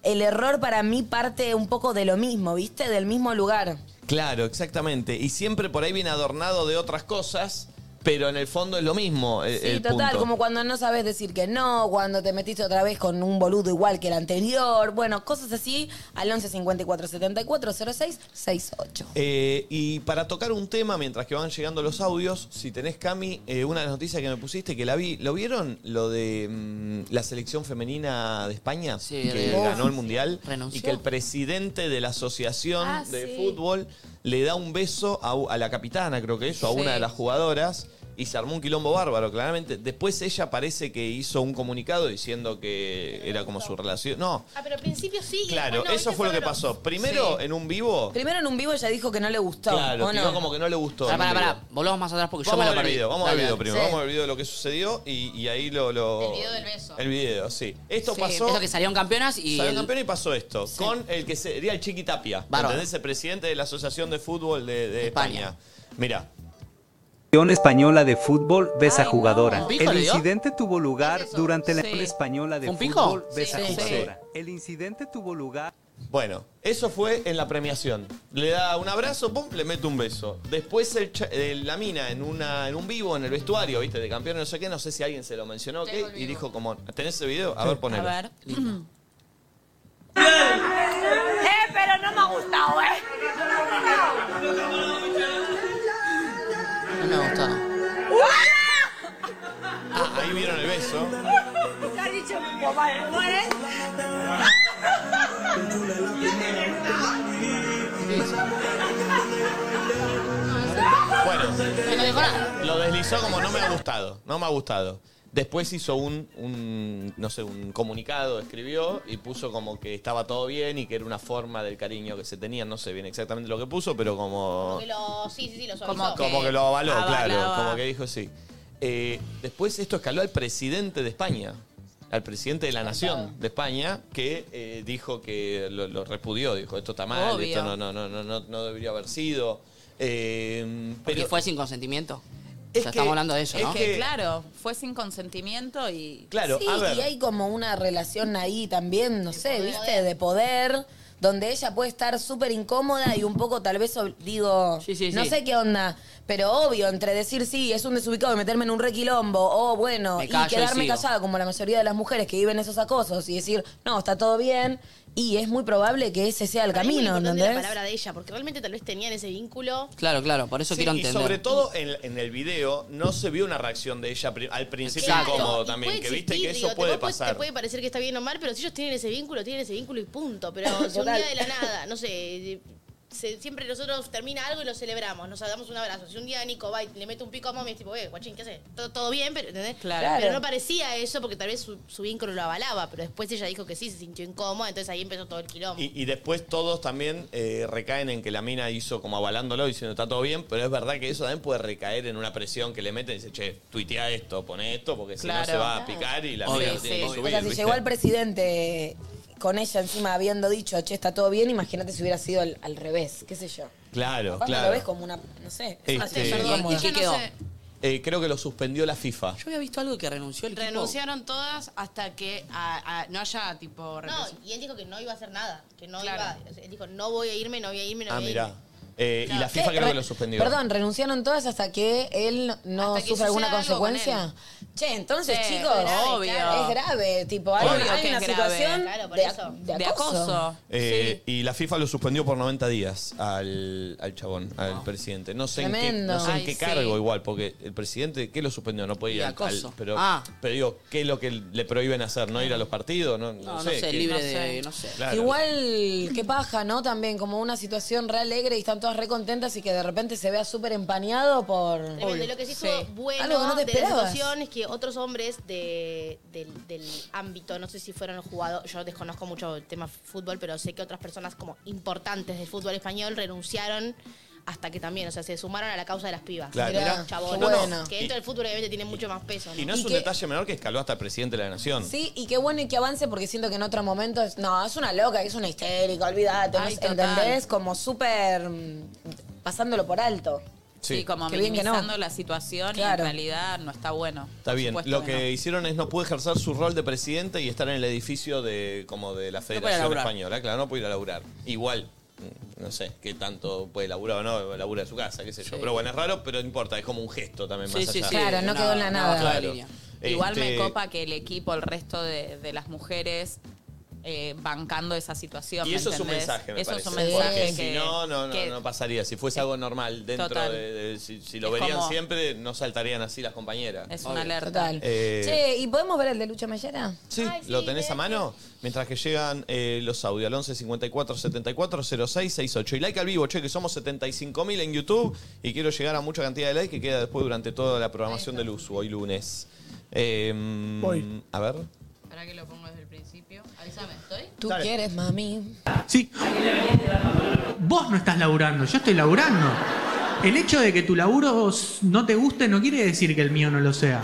Speaker 2: el error para mí parte un poco de lo mismo, ¿viste? Del mismo lugar.
Speaker 1: Claro, exactamente. Y siempre por ahí viene adornado de otras cosas, pero en el fondo es lo mismo. eh,
Speaker 2: Sí,
Speaker 1: el
Speaker 2: total,
Speaker 1: punto.
Speaker 2: como cuando no sabes decir que no, cuando te metiste otra vez con un boludo igual que el anterior. Bueno, cosas así al 11 54 74 06 68.
Speaker 1: Eh, y para tocar un tema, mientras que van llegando los audios, si tenés, Cami, eh, una de las noticias que me pusiste, que la vi, ¿lo vieron? Lo de mm, la selección femenina de España, que
Speaker 3: renunció.
Speaker 1: ganó el Mundial,
Speaker 3: Renunció.
Speaker 1: y que el presidente de la asociación
Speaker 3: Ah,
Speaker 1: de
Speaker 3: sí.
Speaker 1: fútbol le da un beso a, u- a la capitana, creo que eso, a
Speaker 3: Sí.
Speaker 1: una de las jugadoras, y se armó un quilombo bárbaro, claramente. Después ella parece que hizo un comunicado diciendo que era como su relación. No,
Speaker 6: Ah, pero al principio sí. y
Speaker 1: claro,
Speaker 6: después no,
Speaker 1: eso
Speaker 6: ¿viste?
Speaker 1: fue lo que
Speaker 6: Solo-
Speaker 1: pasó. Primero, en un vivo...
Speaker 2: Primero en un vivo ella dijo que no le gustó.
Speaker 1: Claro,
Speaker 2: ¿o
Speaker 1: tiró
Speaker 2: no?
Speaker 1: como que no le gustó.
Speaker 3: Pará, pará,
Speaker 1: el
Speaker 3: pará.
Speaker 1: video.
Speaker 3: Volvamos más atrás porque yo
Speaker 1: vamos
Speaker 3: me
Speaker 1: al
Speaker 3: lo perdí.
Speaker 1: video, vamos al
Speaker 3: Dale,
Speaker 1: video
Speaker 3: dale.
Speaker 1: primero, vamos al video de lo que sucedió y, y ahí lo, lo-
Speaker 3: El video del beso.
Speaker 1: El video, sí. Esto
Speaker 3: Sí,
Speaker 1: pasó.
Speaker 3: es lo que salieron campeonas y
Speaker 1: Salió
Speaker 3: el-
Speaker 1: campeón y pasó esto. Con el que sería el Chiqui Tapia.
Speaker 3: Bárbaro.
Speaker 1: ¿Entendés? El presidente de la Asociación de Fútbol de, de España. Mira.
Speaker 16: Selección Española de Fútbol besa jugadora.
Speaker 1: ¿Un pico
Speaker 16: El
Speaker 1: le dio?
Speaker 16: incidente tuvo lugar durante la Selección Española de
Speaker 1: ¿Un pico?
Speaker 16: Fútbol
Speaker 1: Sí,
Speaker 16: besa
Speaker 1: sí, sí.
Speaker 16: jugadora. El incidente tuvo lugar.
Speaker 1: Bueno, eso fue en la premiación. Le da un abrazo, pum, le mete un beso. Después el cha- eh, la mina en, una, en un vivo, en el vestuario, ¿viste? De campeón, no sé qué, no sé si alguien se lo mencionó, ¿ok? Y dijo como, ¿tenés ese video? A ver, ponelo.
Speaker 8: Eh, pero no me ha gustado, eh.
Speaker 3: eh. No me ha gustado.
Speaker 1: Ah, ahí vieron el beso.
Speaker 8: Te ha dicho, pues vale, mueres.
Speaker 1: Bueno, lo deslizó como no me ha gustado, no me ha gustado. Después hizo un, un, no sé, un comunicado, escribió y puso como que estaba todo bien y que era una forma del cariño que se tenía, no sé bien exactamente lo que puso, pero como...
Speaker 6: Como que lo, sí, sí, sí, lo
Speaker 1: Como
Speaker 6: suavizó.
Speaker 1: que, lo avaló,
Speaker 6: Avalaba.
Speaker 1: claro, como que dijo sí. Eh, después esto escaló al presidente de España, al presidente de la nación de España, que eh, dijo que lo, lo repudió, dijo esto está mal,
Speaker 3: Obvio.
Speaker 1: esto no, no, no, no, no, no debería haber sido. Eh,
Speaker 3: Porque
Speaker 1: pero
Speaker 3: fue sin consentimiento. o sea,
Speaker 1: que-
Speaker 3: estamos hablando de eso,
Speaker 1: es
Speaker 3: ¿no?
Speaker 1: que-
Speaker 7: Claro, fue sin consentimiento y.
Speaker 1: Claro,
Speaker 2: sí,
Speaker 1: a ver.
Speaker 2: y hay como una relación ahí también, no sé, ¿viste? De poder, donde ella puede estar súper incómoda y un poco tal vez, ob- digo, no
Speaker 3: sí.
Speaker 2: sé qué onda, pero obvio, entre decir sí, es un desubicado y meterme en un requilombo, o bueno,
Speaker 3: Me
Speaker 2: y
Speaker 3: callo y
Speaker 2: quedarme
Speaker 3: sigo.
Speaker 2: callada como la mayoría de las mujeres que viven esos acosos y decir, no, está todo bien, y es muy probable que ese sea el
Speaker 6: Para mí es muy
Speaker 2: camino,
Speaker 6: importante la
Speaker 2: ¿entendés?
Speaker 6: palabra de ella, porque realmente tal vez tenían ese vínculo.
Speaker 3: Claro, claro, por eso
Speaker 1: Sí,
Speaker 3: quiero
Speaker 1: y
Speaker 3: entender.
Speaker 1: sobre todo en, en el video no se vio una reacción de ella pri- al principio
Speaker 6: Claro,
Speaker 1: incómodo
Speaker 6: y
Speaker 1: también,
Speaker 6: puede
Speaker 1: que viste
Speaker 6: existir,
Speaker 1: que
Speaker 6: digo,
Speaker 1: eso
Speaker 6: te-
Speaker 1: puede
Speaker 6: vos
Speaker 1: pasar.
Speaker 6: Te puede parecer que está bien o mal, pero si ellos tienen ese vínculo, tienen ese vínculo y punto. Pero si un
Speaker 2: Total.
Speaker 6: día de la nada, no sé, se- siempre nosotros termina algo y lo celebramos, nos damos un abrazo. Si un día Nico va y le mete un pico a mami, es tipo, eh, guachín, ¿qué haces? Todo, todo bien, pero, ¿entendés?
Speaker 7: Claro.
Speaker 6: pero no parecía eso porque tal vez su, su vínculo lo avalaba, pero después ella dijo que sí, se sintió incómoda, entonces ahí empezó todo el quilombo.
Speaker 1: Y, y después todos también eh, recaen en que la mina hizo como avalándolo, diciendo está todo bien, pero es verdad que eso también puede recaer en una presión que le meten y dice, che, tuitea esto, pone esto, porque si no
Speaker 2: Claro.
Speaker 1: se va a picar y la
Speaker 3: Obvio,
Speaker 1: mina lo
Speaker 3: sí.
Speaker 1: tiene que subir.
Speaker 2: O sea, si
Speaker 1: ¿viste?
Speaker 2: llegó al presidente con ella encima habiendo dicho, che, está todo bien, imagínate si hubiera sido al, al revés, qué sé yo.
Speaker 1: Claro,
Speaker 2: Capaz no
Speaker 1: claro.
Speaker 2: lo ves como Ah, una, no sé, es una
Speaker 1: Este,
Speaker 2: cosa incómoda.
Speaker 3: ¿Y qué quedó?
Speaker 1: Eh, creo que lo suspendió la FIFA.
Speaker 3: Yo había visto algo que renunció el tipo.
Speaker 14: Renunciaron todas hasta que a- a- no haya tipo
Speaker 6: No,
Speaker 14: represión.
Speaker 6: y él dijo que no iba a hacer nada, que no iba, o sea, él dijo, no voy a irme, no voy a irme, no
Speaker 1: Ah,
Speaker 6: voy a irme.
Speaker 1: mirá. Eh, Y la FIFA
Speaker 2: ¿Qué?
Speaker 1: creo que
Speaker 2: Re-
Speaker 1: lo suspendió.
Speaker 2: Perdón, renunciaron todas hasta que él no
Speaker 14: que
Speaker 2: sufre alguna
Speaker 14: suceda algo con
Speaker 2: consecuencia. Che, entonces,
Speaker 14: Sí,
Speaker 2: chicos,
Speaker 14: es grave,
Speaker 2: obvio.
Speaker 14: claro.
Speaker 2: es grave, tipo, hay,
Speaker 1: Obvio
Speaker 2: hay
Speaker 14: que
Speaker 2: una
Speaker 14: es grave.
Speaker 2: situación
Speaker 14: Claro, por
Speaker 2: de,
Speaker 14: eso.
Speaker 2: de
Speaker 14: De
Speaker 2: acoso.
Speaker 14: acoso.
Speaker 1: Eh, Y la FIFA lo suspendió por 90 días al, al chabón, al presidente. No sé en qué,
Speaker 2: Tremendo.
Speaker 1: no sé en
Speaker 2: Ay,
Speaker 1: qué
Speaker 2: sí.
Speaker 1: cargo igual, porque el presidente, ¿qué lo suspendió? No podía ir
Speaker 3: Y
Speaker 1: al-
Speaker 3: acoso.
Speaker 1: al- pero,
Speaker 3: Ah.
Speaker 1: pero digo, ¿qué es lo que le prohíben hacer? ¿No ir a los partidos? No, no
Speaker 3: No, no
Speaker 1: sé.
Speaker 3: sé,
Speaker 1: ¿qué?
Speaker 3: libre de- no sé.
Speaker 1: Claro.
Speaker 2: Igual, qué paja, ¿no? También como una situación re alegre y están todas re contentas y que de repente se vea súper empañado por...
Speaker 6: Tremendo. Y lo que sí estuvo bueno
Speaker 2: Algo que no te
Speaker 6: de la
Speaker 2: esperabas.
Speaker 6: situación es que otros hombres de- del, del ámbito, no sé si fueron jugadores, yo desconozco mucho el tema fútbol, pero sé que otras personas como importantes del fútbol español renunciaron hasta que también, o sea, se sumaron a la causa de las pibas.
Speaker 1: Claro, Mirá, mirá.
Speaker 6: Chabones,
Speaker 1: qué bueno.
Speaker 6: Que dentro del fútbol obviamente tienen mucho más peso. ¿no?
Speaker 1: Y no es un detalle menor que escaló hasta el presidente de la nación.
Speaker 2: Sí, y qué bueno y que avance porque siento que en otro momento es, no, es una loca, es una histérica, olvídate, ¿no?
Speaker 1: Ay, total.
Speaker 2: ¿entendés? Como súper mm, pasándolo por alto.
Speaker 4: Sí, como
Speaker 2: Qué bien que no.
Speaker 4: minimizando la situación y en
Speaker 2: Claro.
Speaker 4: realidad no está bueno.
Speaker 1: Está
Speaker 4: Por
Speaker 1: bien.
Speaker 4: supuesto
Speaker 1: Lo que hicieron es no pudo ejercer su rol de presidente y estar en el edificio de como de la Federación
Speaker 4: laburar.
Speaker 1: Española. Claro, no puede ir a laburar. Igual, mm, no sé qué tanto puede laburar o no, labura en su casa, qué sé yo. Pero bueno, es raro, pero no importa, es como un gesto también
Speaker 4: Sí,
Speaker 1: más
Speaker 4: sí,
Speaker 1: allá.
Speaker 4: sí. Claro, no Una- quedó en la una nada.
Speaker 1: Claro.
Speaker 4: línea. Igual me
Speaker 1: Este,
Speaker 4: copa que el equipo, el resto de, de las mujeres, eh, bancando esa situación.
Speaker 1: Y
Speaker 4: ¿me
Speaker 1: eso es un
Speaker 4: entendés?
Speaker 1: mensaje, me
Speaker 4: Eso
Speaker 1: parece.
Speaker 4: es un mensaje
Speaker 1: Porque
Speaker 4: que,
Speaker 1: si no, no, no,
Speaker 4: que-
Speaker 1: no pasaría. Si fuese algo normal dentro
Speaker 4: Total.
Speaker 1: de, de- si, si lo
Speaker 4: Es
Speaker 1: verían
Speaker 4: como-
Speaker 1: siempre, no saltarían así las compañeras.
Speaker 4: Es
Speaker 1: Obvio.
Speaker 4: una alerta.
Speaker 1: Eh,
Speaker 2: Che, ¿y podemos ver el de Lucha Mellera?
Speaker 1: Sí, ¿lo tenés a mano? Mientras que llegan eh, los audios al 11 54 74 06 68. Y like al vivo, che, que somos 75.000 en YouTube y quiero llegar a mucha cantidad de like que queda después durante toda la programación del uso, hoy lunes. Eh,
Speaker 14: Voy.
Speaker 1: A ver.
Speaker 14: Para que lo pongo desde el principio. Avísame, ¿estoy?
Speaker 2: Tú quieres, mami.
Speaker 17: Sí. Vos no estás laburando, yo estoy laburando. El hecho de que tu laburo s- no te guste no quiere decir que el mío no lo sea.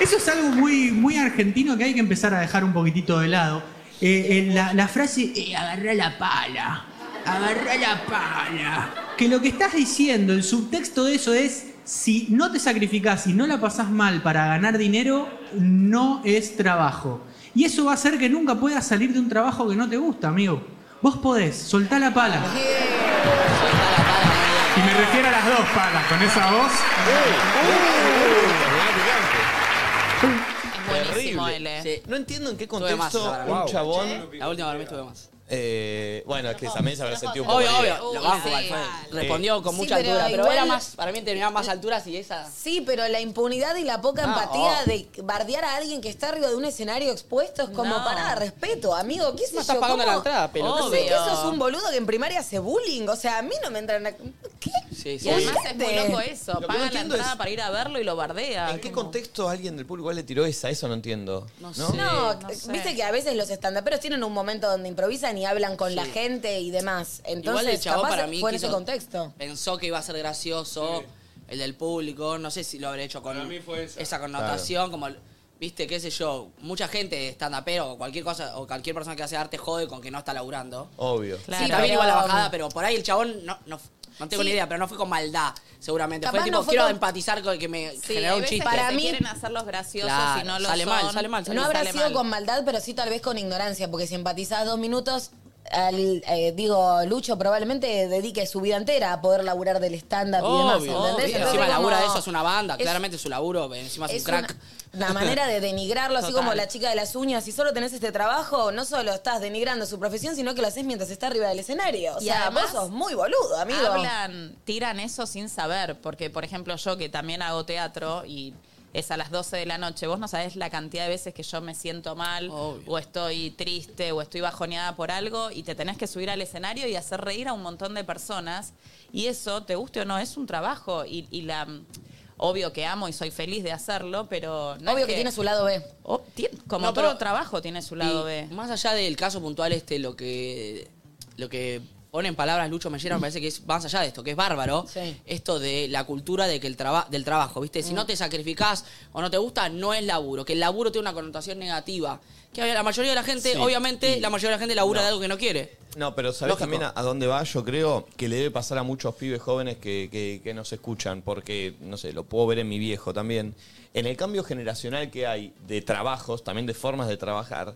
Speaker 17: Eso es algo muy, muy argentino que hay que empezar a dejar un poquitito de lado. Eh, eh, la, la frase, eh, agarrá la pala, agarrá la pala. Que lo que estás diciendo, el subtexto de eso es, si no te sacrificás y no la pasás mal para ganar dinero, no es trabajo. Y eso va a hacer que nunca puedas salir de un trabajo que no te gusta, amigo. Vos podés, soltá la pala.
Speaker 18: Y me refiero a las dos palas, con esa voz.
Speaker 4: buenísimo
Speaker 1: Terrible.
Speaker 4: él, eh.
Speaker 1: No entiendo en qué
Speaker 4: Tuve más,
Speaker 1: contexto
Speaker 4: la verdad.
Speaker 1: un
Speaker 4: Wow.
Speaker 1: chabón-
Speaker 4: ¿Eh? La última dormí tuve más.
Speaker 1: eh, bueno, que también se habrá sentido un poco. Eh,
Speaker 4: Obvio,
Speaker 1: herida.
Speaker 4: obvio. Lo banco,
Speaker 1: Sí.
Speaker 4: Alfredo. Respondió con
Speaker 1: Sí,
Speaker 4: mucha
Speaker 2: pero
Speaker 4: altura. Pero
Speaker 2: igual-
Speaker 4: era más, para mí tenía más alturas y esa.
Speaker 2: Sí, pero la impunidad y la
Speaker 3: Ah,
Speaker 2: poca
Speaker 4: No.
Speaker 3: oh.
Speaker 2: empatía de bardear a alguien que está arriba de un escenario expuesto es como
Speaker 4: No.
Speaker 2: para respeto, amigo. ¿Qué sé
Speaker 4: No estás
Speaker 2: yo?
Speaker 4: pagando
Speaker 2: ¿Cómo?
Speaker 4: la entrada, pelotudo.
Speaker 2: No sé, que
Speaker 4: Obvio.
Speaker 2: eso es un boludo que en primaria hace bullying. O sea, a mí no me entran a...
Speaker 4: Sí,
Speaker 2: sí.
Speaker 4: Y además es
Speaker 2: Ubicate.
Speaker 4: muy loco eso.
Speaker 2: Lo que no
Speaker 4: Pagan la
Speaker 2: entiendo
Speaker 4: entrada
Speaker 2: es-
Speaker 4: para ir a verlo y lo bardea.
Speaker 1: ¿En qué contexto alguien del público igual le tiró esa? Eso no entiendo. No,
Speaker 2: No, viste que a veces los estandaperos tienen un momento donde improvisan y hablan con la gente y demás. Entonces,
Speaker 3: Igual el chabón
Speaker 2: capaz
Speaker 3: para mí
Speaker 2: fue en ese
Speaker 3: quiso-
Speaker 2: contexto.
Speaker 3: Pensó que iba a ser gracioso el del público. No sé si lo habré hecho con esa. connotación. Como, viste, qué sé yo. Mucha gente stand pero o cualquier cosa o cualquier persona que hace arte jode con que no está laburando.
Speaker 1: Obvio.
Speaker 3: Sí, también igual la bajada, pero por ahí el chabón no, no, no tengo
Speaker 4: Sí.
Speaker 3: ni idea, pero no fue con maldad, seguramente.
Speaker 4: Capaz
Speaker 3: fue tipo,
Speaker 4: no fue
Speaker 3: quiero
Speaker 4: con-
Speaker 3: empatizar con el que me
Speaker 4: Sí,
Speaker 3: generó
Speaker 4: hay
Speaker 3: un
Speaker 4: veces
Speaker 3: chiste.
Speaker 4: que Para
Speaker 3: Se
Speaker 4: mí-
Speaker 3: quieren-
Speaker 4: quieren hacerlos graciosos
Speaker 3: Claro,
Speaker 4: y no lo
Speaker 3: sale mal,
Speaker 4: son.
Speaker 3: sale mal, sale
Speaker 2: no
Speaker 3: mal.
Speaker 2: habrá
Speaker 3: Sale
Speaker 2: sido
Speaker 3: mal.
Speaker 2: con maldad, pero sí tal vez con ignorancia, porque si empatizás dos minutos, al, eh, digo, Lucho probablemente dedique su vida entera a poder laburar del stand-up y demás,
Speaker 3: Obvio,
Speaker 2: ¿entendés?
Speaker 3: obvio.
Speaker 2: Entonces,
Speaker 3: Encima
Speaker 2: como-
Speaker 3: labura de eso, es una banda,
Speaker 2: es-
Speaker 3: claramente su laburo, eh, encima es,
Speaker 2: es
Speaker 3: un crack.
Speaker 2: Una, una manera de denigrarlo, así
Speaker 3: Total.
Speaker 2: como la chica de las uñas. Si solo tenés este trabajo, no solo estás denigrando su profesión, sino que lo haces mientras está arriba del escenario. O
Speaker 4: Y
Speaker 2: sea,
Speaker 4: además,
Speaker 2: vos sos muy boludo, amigo.
Speaker 4: Hablan, tiran eso sin saber, porque por ejemplo yo que también hago teatro y es a las 12 de la noche, vos no sabés la cantidad de veces que yo me siento mal o estoy triste o estoy bajoneada por algo y te tenés que subir al escenario y hacer reír a un montón de personas y eso, te guste o no, es un trabajo y, y la... Obvio que amo y soy feliz de hacerlo, pero... No es
Speaker 2: Obvio que tiene su lado
Speaker 1: Eh,
Speaker 2: B.
Speaker 4: Oh, tiene- como
Speaker 3: No,
Speaker 4: todo
Speaker 3: pero-
Speaker 4: trabajo tiene su lado
Speaker 3: Y
Speaker 4: B.
Speaker 3: Más allá del caso puntual este, lo que lo que pone en palabras Lucho Mellera me parece que es más allá de esto, que es bárbaro, esto de la cultura de que el traba- del trabajo, ¿viste?
Speaker 4: Mm.
Speaker 3: Si no te sacrificás o no te gusta, no es laburo, que el laburo tiene una connotación negativa. Que la mayoría de la gente,
Speaker 1: Sí,
Speaker 3: obviamente, la mayoría de la gente labura
Speaker 1: no.
Speaker 3: de algo que no quiere.
Speaker 1: No, pero ¿sabés
Speaker 3: Lógico.
Speaker 1: también a, a dónde va? Yo creo que le debe pasar a muchos pibes jóvenes que, que- que nos escuchan, porque, no sé, lo puedo ver en mi viejo también. En el cambio generacional que hay de trabajos, también de formas de trabajar,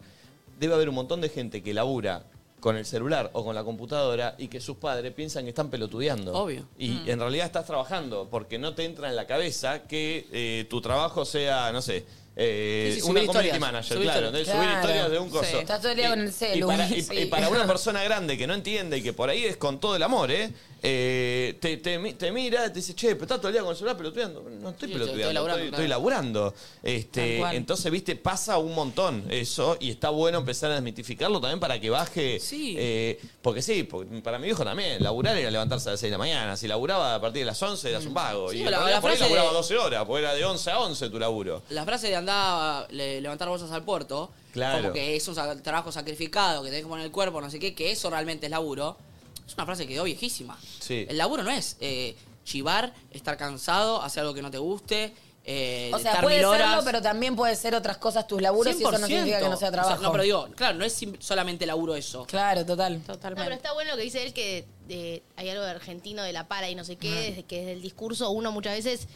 Speaker 1: debe haber un montón de gente que labura con el celular o con la computadora y que sus padres piensan que están pelotudeando.
Speaker 3: Obvio.
Speaker 1: Y
Speaker 2: Mm.
Speaker 1: en realidad estás trabajando, porque no te entra en la cabeza que eh, tu trabajo sea, no sé, eh,
Speaker 2: Sí, sí,
Speaker 1: una
Speaker 2: subir
Speaker 1: community
Speaker 2: historias.
Speaker 1: manager,
Speaker 2: Subir
Speaker 1: claro,
Speaker 2: historias.
Speaker 1: de subir
Speaker 2: Claro.
Speaker 1: historias de un coso.
Speaker 2: Sí. Estás todo el día
Speaker 1: Y-
Speaker 2: con el celu.
Speaker 1: Y para, y-
Speaker 2: Sí.
Speaker 1: y para una persona grande que no entiende y que por ahí es con todo el amor, ¿eh? Eh, te, te mi- te mira, te dice, che, pero estás todo el día con el celular pelotudeando. No estoy
Speaker 3: Sí,
Speaker 1: pelotudeando,
Speaker 3: estoy laburando,
Speaker 1: estoy, estoy
Speaker 3: claro.
Speaker 1: laburando.
Speaker 3: Tal
Speaker 1: Este,
Speaker 3: cual.
Speaker 1: entonces, viste, pasa un montón eso y está bueno empezar a desmitificarlo también para que baje.
Speaker 3: Sí.
Speaker 1: eh, porque sí, porque para mi viejo también, laburar era levantarse a las 6 de la mañana. Si laburaba a partir de las 11 eras un vago.
Speaker 3: Mm. Sí,
Speaker 1: y
Speaker 3: la-
Speaker 1: por ahí-
Speaker 3: la
Speaker 1: por
Speaker 3: frase
Speaker 1: ahí
Speaker 3: de-
Speaker 1: laburaba 12 horas, porque era de 11 a 11 tu laburo.
Speaker 3: La frase de mandaba le- levantar bolsas al puerto,
Speaker 1: Claro.
Speaker 3: como que es un sa- trabajo sacrificado, que tenés que poner el cuerpo, no sé qué, que eso realmente es laburo, es una frase que quedó viejísima.
Speaker 1: Sí.
Speaker 3: El laburo no es eh, chivar, estar cansado, hacer algo que no te guste, eh,
Speaker 2: O sea,
Speaker 3: estar
Speaker 2: puede
Speaker 3: mil horas.
Speaker 2: serlo, pero también puede ser otras cosas tus laburos y eso no significa que no sea
Speaker 3: 100%.
Speaker 2: trabajo.
Speaker 3: O sea, no, pero digo, claro, no es sim- solamente laburo eso.
Speaker 2: Claro, total.
Speaker 6: No, pero está bueno lo que dice él, que eh, hay algo de argentino, de la pala y no sé qué, desde que desde el discurso uno muchas veces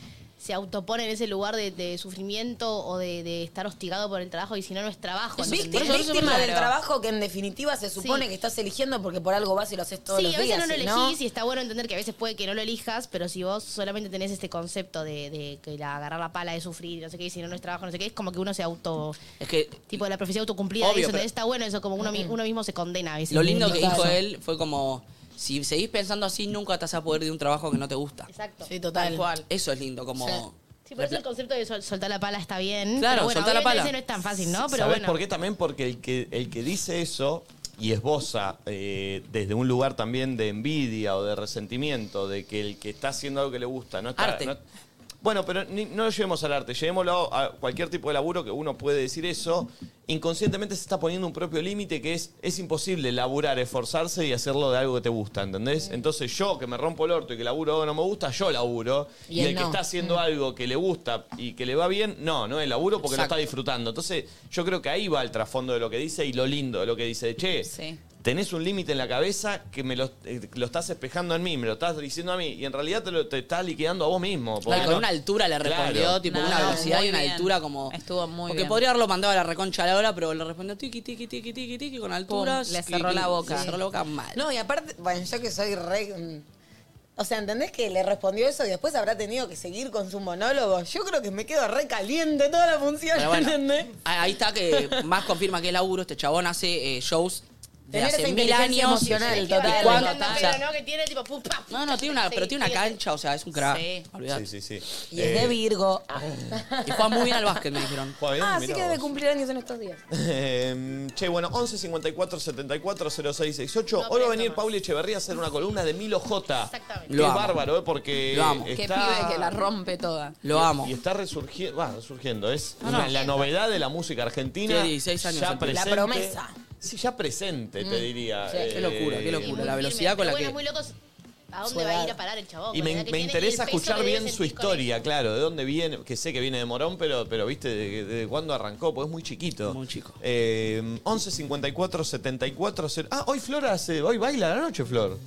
Speaker 6: se autopone en ese lugar de, de sufrimiento o de, de estar hostigado por el trabajo y si no, no es trabajo.
Speaker 2: Es
Speaker 6: ¿entendés?
Speaker 2: víctima, víctima del trabajo que en definitiva se supone
Speaker 6: Sí.
Speaker 2: que estás eligiendo porque por algo vas y lo haces todos
Speaker 6: sí,
Speaker 2: los
Speaker 6: a veces
Speaker 2: días.
Speaker 6: no
Speaker 2: si
Speaker 6: lo elegís y está bueno entender que a veces puede que no lo elijas, pero si vos solamente tenés este concepto de, de que la, agarrar la pala de sufrir, no sé qué, y si no, no es trabajo, no sé qué, es como que uno se auto...
Speaker 3: Es que
Speaker 6: Tipo la profecía autocumplida
Speaker 3: Obvio,
Speaker 6: y eso,
Speaker 3: pero-
Speaker 6: ¿entendés? está bueno eso, como uno, mi- uno mismo se condena a veces.
Speaker 3: Lo lindo que dijo
Speaker 6: Claro.
Speaker 3: él fue como, si seguís pensando así, nunca te vas a poder de un trabajo que no te gusta.
Speaker 6: Exacto.
Speaker 2: Sí, total.
Speaker 3: Eso es lindo, como...
Speaker 6: Sí, por eso el concepto de sol- soltar la pala está bien.
Speaker 3: Claro,
Speaker 6: pero bueno,
Speaker 3: soltar la
Speaker 6: obviamente
Speaker 3: pala.
Speaker 6: ese no es tan fácil, ¿no? Pero
Speaker 1: ¿Sabés
Speaker 6: bueno.
Speaker 1: por qué? También porque el que, el que dice eso y esboza eh, desde un lugar también de envidia o de resentimiento, de que el que está haciendo algo que le gusta, no está.
Speaker 3: Arte.
Speaker 1: no- bueno, pero ni- no lo llevemos al arte, llevémoslo a cualquier tipo de laburo que uno puede decir eso. Inconscientemente se está poniendo un propio límite que es, es imposible laburar, esforzarse y hacerlo de algo que te gusta, ¿entendés? Entonces yo, que me rompo el orto y que laburo algo que no me gusta, yo laburo.
Speaker 8: Y
Speaker 1: Y,
Speaker 8: él
Speaker 1: el que
Speaker 8: no.
Speaker 1: está haciendo algo que le gusta y que le va bien, no, no es laburo porque
Speaker 8: Exacto.
Speaker 1: lo está disfrutando. Entonces, yo creo que ahí va el trasfondo de lo que dice y lo lindo de lo que dice. Che, tenés un límite en la cabeza que me lo, eh, lo estás espejando en mí, me lo estás diciendo a mí. Y en realidad te, lo, te estás liquidando a vos mismo. porque
Speaker 3: Claro, con
Speaker 1: no-
Speaker 3: una altura le respondió,
Speaker 1: Claro.
Speaker 3: tipo, una velocidad y una altura como...
Speaker 7: Estuvo muy
Speaker 3: Porque
Speaker 7: bien.
Speaker 3: podría haberlo mandado a la reconcha de la hora, pero le respondió tiki, tiki, tiki, tiki, tiki, con alturas.
Speaker 2: le
Speaker 3: que-
Speaker 2: cerró la boca.
Speaker 3: Le cerró la boca mal.
Speaker 2: No, y aparte, bueno, yo que soy re. mm, O sea, ¿entendés que le respondió eso y después habrá tenido que seguir con su monólogo? Yo creo que me quedo re caliente toda la función,
Speaker 3: Pero bueno,
Speaker 2: ¿entendés?
Speaker 3: ahí ahí está que más confirma que es laburo. Este chabón hace eh, shows de
Speaker 2: Tener
Speaker 3: hace
Speaker 2: esa
Speaker 3: mil
Speaker 2: inteligencia
Speaker 3: años.
Speaker 2: emocional,
Speaker 3: ¿Y
Speaker 2: total,
Speaker 3: cuán-
Speaker 2: total.
Speaker 3: o sea,
Speaker 6: Pero no, que tiene tipo pum, pam.
Speaker 3: No, no, tiene una,
Speaker 6: Sí,
Speaker 3: pero tiene una
Speaker 6: sí,
Speaker 3: cancha, o sea, es un crack.
Speaker 6: Sí.
Speaker 3: Olvidate.
Speaker 1: Sí, sí, sí. Eh,
Speaker 2: Y es
Speaker 3: Eh,
Speaker 2: de Virgo. Ah,
Speaker 3: Y juega muy bien al básquet, me dijeron.
Speaker 1: Juega bien,
Speaker 2: Ah, así
Speaker 1: mirá
Speaker 2: que
Speaker 1: vos.
Speaker 2: debe cumplir años en estos días.
Speaker 1: Em, che, bueno, 11 54 74 0668. Hoy va a venir Pauli Echeverría a hacer una columna de Milo J. Exactamente.
Speaker 3: Lo
Speaker 1: Qué
Speaker 3: amo.
Speaker 1: bárbaro, ¿eh? Porque.
Speaker 3: Lo amo. Qué
Speaker 7: Qué
Speaker 1: está-
Speaker 7: pibe que la rompe toda.
Speaker 3: Lo amo.
Speaker 1: Y está resurgiendo, va, resurgiendo. Es
Speaker 3: No, no.
Speaker 1: una- la novedad de la música argentina.
Speaker 3: Sí, 16 años
Speaker 1: Ya
Speaker 3: antes.
Speaker 1: presente.
Speaker 3: La promesa.
Speaker 1: Sí, ya presente, te
Speaker 3: Mm.
Speaker 1: diría. eh,
Speaker 3: Sí. Qué locura, qué locura, la velocidad con la
Speaker 6: Bueno,
Speaker 1: que-
Speaker 6: muy locos. ¿A
Speaker 1: Su
Speaker 6: dónde va a ir
Speaker 1: edad.
Speaker 6: a parar el chabón?
Speaker 1: Y
Speaker 6: Con la
Speaker 1: me,
Speaker 6: edad
Speaker 1: me
Speaker 6: que tiene y el
Speaker 1: interesa
Speaker 6: peso
Speaker 1: escuchar
Speaker 6: que debe
Speaker 1: bien su
Speaker 6: sentir con él.
Speaker 1: historia, claro, de dónde viene, que sé que viene de Morón, pero, pero viste, de, de cuándo arrancó, porque es muy chiquito. Eh, Muy
Speaker 3: chico.
Speaker 1: 11 54 74 cero- Ah, hoy Flor hace, hoy baila a la noche, Flor.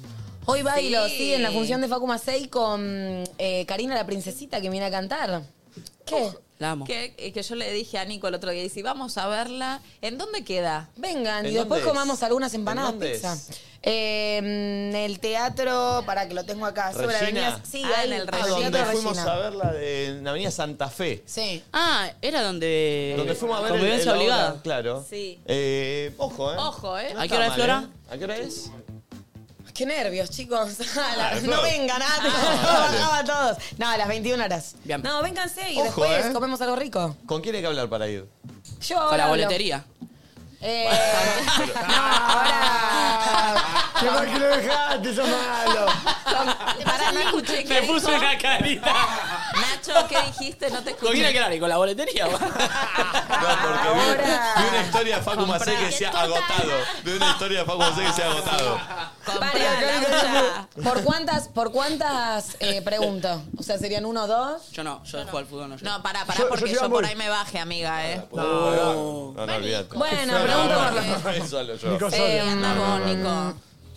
Speaker 2: Hoy bailo, sí,
Speaker 1: Sí.
Speaker 2: en la función de Facu Macei con eh, Karina la princesita que viene a cantar. Oh, ¿Qué?
Speaker 3: La amo.
Speaker 7: Que, eh, que yo le dije a Nico el otro día, y si vamos a verla, ¿en dónde queda?
Speaker 2: Vengan, y
Speaker 7: ¿En dónde
Speaker 2: después
Speaker 7: es?
Speaker 2: comamos algunas
Speaker 7: ¿En
Speaker 2: empanadas
Speaker 7: dónde
Speaker 2: pizza.
Speaker 7: es?
Speaker 2: Eh, en el teatro, para que lo tengo acá, sobre
Speaker 1: Regina.
Speaker 2: avenidas. Sí,
Speaker 7: Ah,
Speaker 2: ahí,
Speaker 7: en el
Speaker 1: Ah,
Speaker 2: teatro
Speaker 1: donde
Speaker 2: Regina.
Speaker 1: fuimos a verla de, en Avenida Santa Fe.
Speaker 2: Sí.
Speaker 3: Ah, era donde.
Speaker 1: Donde fuimos a ver el-
Speaker 3: Convivencia
Speaker 1: el- la
Speaker 3: obligada.
Speaker 1: obra, claro.
Speaker 3: Sí.
Speaker 1: Eh, ojo, ¿eh?
Speaker 2: Ojo, ¿eh?
Speaker 1: No
Speaker 2: ¿A qué
Speaker 1: está
Speaker 2: hora es,
Speaker 1: mal,
Speaker 2: Flora?
Speaker 1: ¿A qué hora es?
Speaker 2: Qué nervios, chicos. A la-
Speaker 1: Ah, es
Speaker 2: no
Speaker 1: todo.
Speaker 2: vengan, ah,
Speaker 1: Ah,
Speaker 2: bajaba a todos. No, a las 21 horas.
Speaker 1: Bien.
Speaker 2: No, vénganse y
Speaker 1: Ojo,
Speaker 2: después
Speaker 1: ¿eh?
Speaker 2: comemos algo rico.
Speaker 1: ¿Con quién hay que hablar para ir?
Speaker 2: Yo ahora hablo. Eh,
Speaker 5: ¿Qué mal que lo dejaste? Eso malo.
Speaker 7: Pará, no escuché qué
Speaker 3: Me puso
Speaker 7: dijo.
Speaker 3: una carita.
Speaker 7: Nacho, ¿qué dijiste? No te
Speaker 1: Pues
Speaker 3: ¿Con
Speaker 7: escuché.
Speaker 3: quién hay que hablar? ¿Y ¿Con la boletería?
Speaker 1: Vi una historia de Facu Macé que se ha agotado. Vi una historia de Facu Macé que se ha agotado.
Speaker 2: ¿Por cuántas, por cuántas eh, pregunto? O sea, serían uno o dos.
Speaker 3: Yo no, yo, juego al fútbol, no yo.
Speaker 7: No, pará, pará, porque yo, por ahí me baje, amiga, ¿eh?
Speaker 1: No, no, no, no, olvídate.
Speaker 7: Bueno,
Speaker 1: No,
Speaker 7: pregunto
Speaker 1: no,
Speaker 7: por
Speaker 1: no,
Speaker 7: los-
Speaker 1: no, es solo yo.
Speaker 7: Eh, anda con Nico.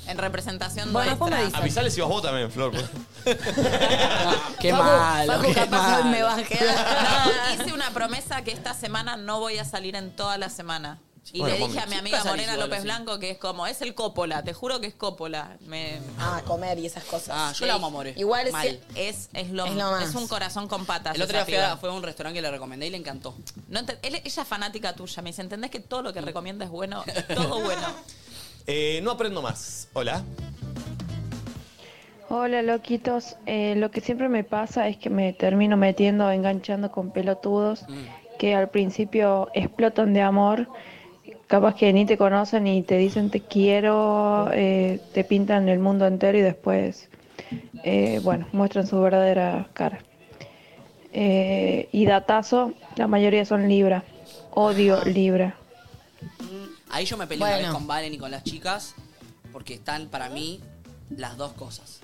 Speaker 7: En
Speaker 4: Eh,
Speaker 7: representación nuestra.
Speaker 1: Avisale si vas vos también, Flor.
Speaker 3: Qué
Speaker 7: Facu-
Speaker 3: malo,
Speaker 7: Facu,
Speaker 3: qué
Speaker 7: capaz
Speaker 3: malo.
Speaker 7: me bajé. No, hice una promesa que esta semana no voy a salir en toda la semana. Y
Speaker 2: Bueno,
Speaker 7: le dije a mi
Speaker 2: mami.
Speaker 7: amiga
Speaker 2: Siempre
Speaker 7: Morena
Speaker 2: salís igual,
Speaker 7: López
Speaker 2: así.
Speaker 7: Blanco que es como, es el Coppola, te juro que es Coppola. Me...
Speaker 2: Ah, comer y esas cosas.
Speaker 7: Ah,
Speaker 3: yo la amo, More.
Speaker 2: Igual es,
Speaker 7: Mal. es, es lo,
Speaker 2: Es lo más.
Speaker 7: es un corazón con patas.
Speaker 3: El otro día
Speaker 7: esa
Speaker 3: fui a-
Speaker 7: piba.
Speaker 3: fue a un restaurante que le recomendé y le encantó. Mm.
Speaker 7: No ente- él- ella es fanática tuya, me dice, ¿entendés que todo lo que recomienda es bueno? Todo bueno.
Speaker 1: Eh, no aprendo más. Hola.
Speaker 19: Hola loquitos, Eh, lo que siempre me pasa es que me termino metiendo, enganchando con pelotudos que al principio explotan de amor, capaz que ni te conocen y te dicen te quiero, eh, te pintan el mundo entero y después, eh, bueno, muestran su verdadera cara. eh, y datazo, la mayoría son Libra. Odio Libra.
Speaker 3: Ahí yo me peleé una
Speaker 19: Bueno.
Speaker 3: vez con Valen y con las chicas, porque están para mí las dos cosas.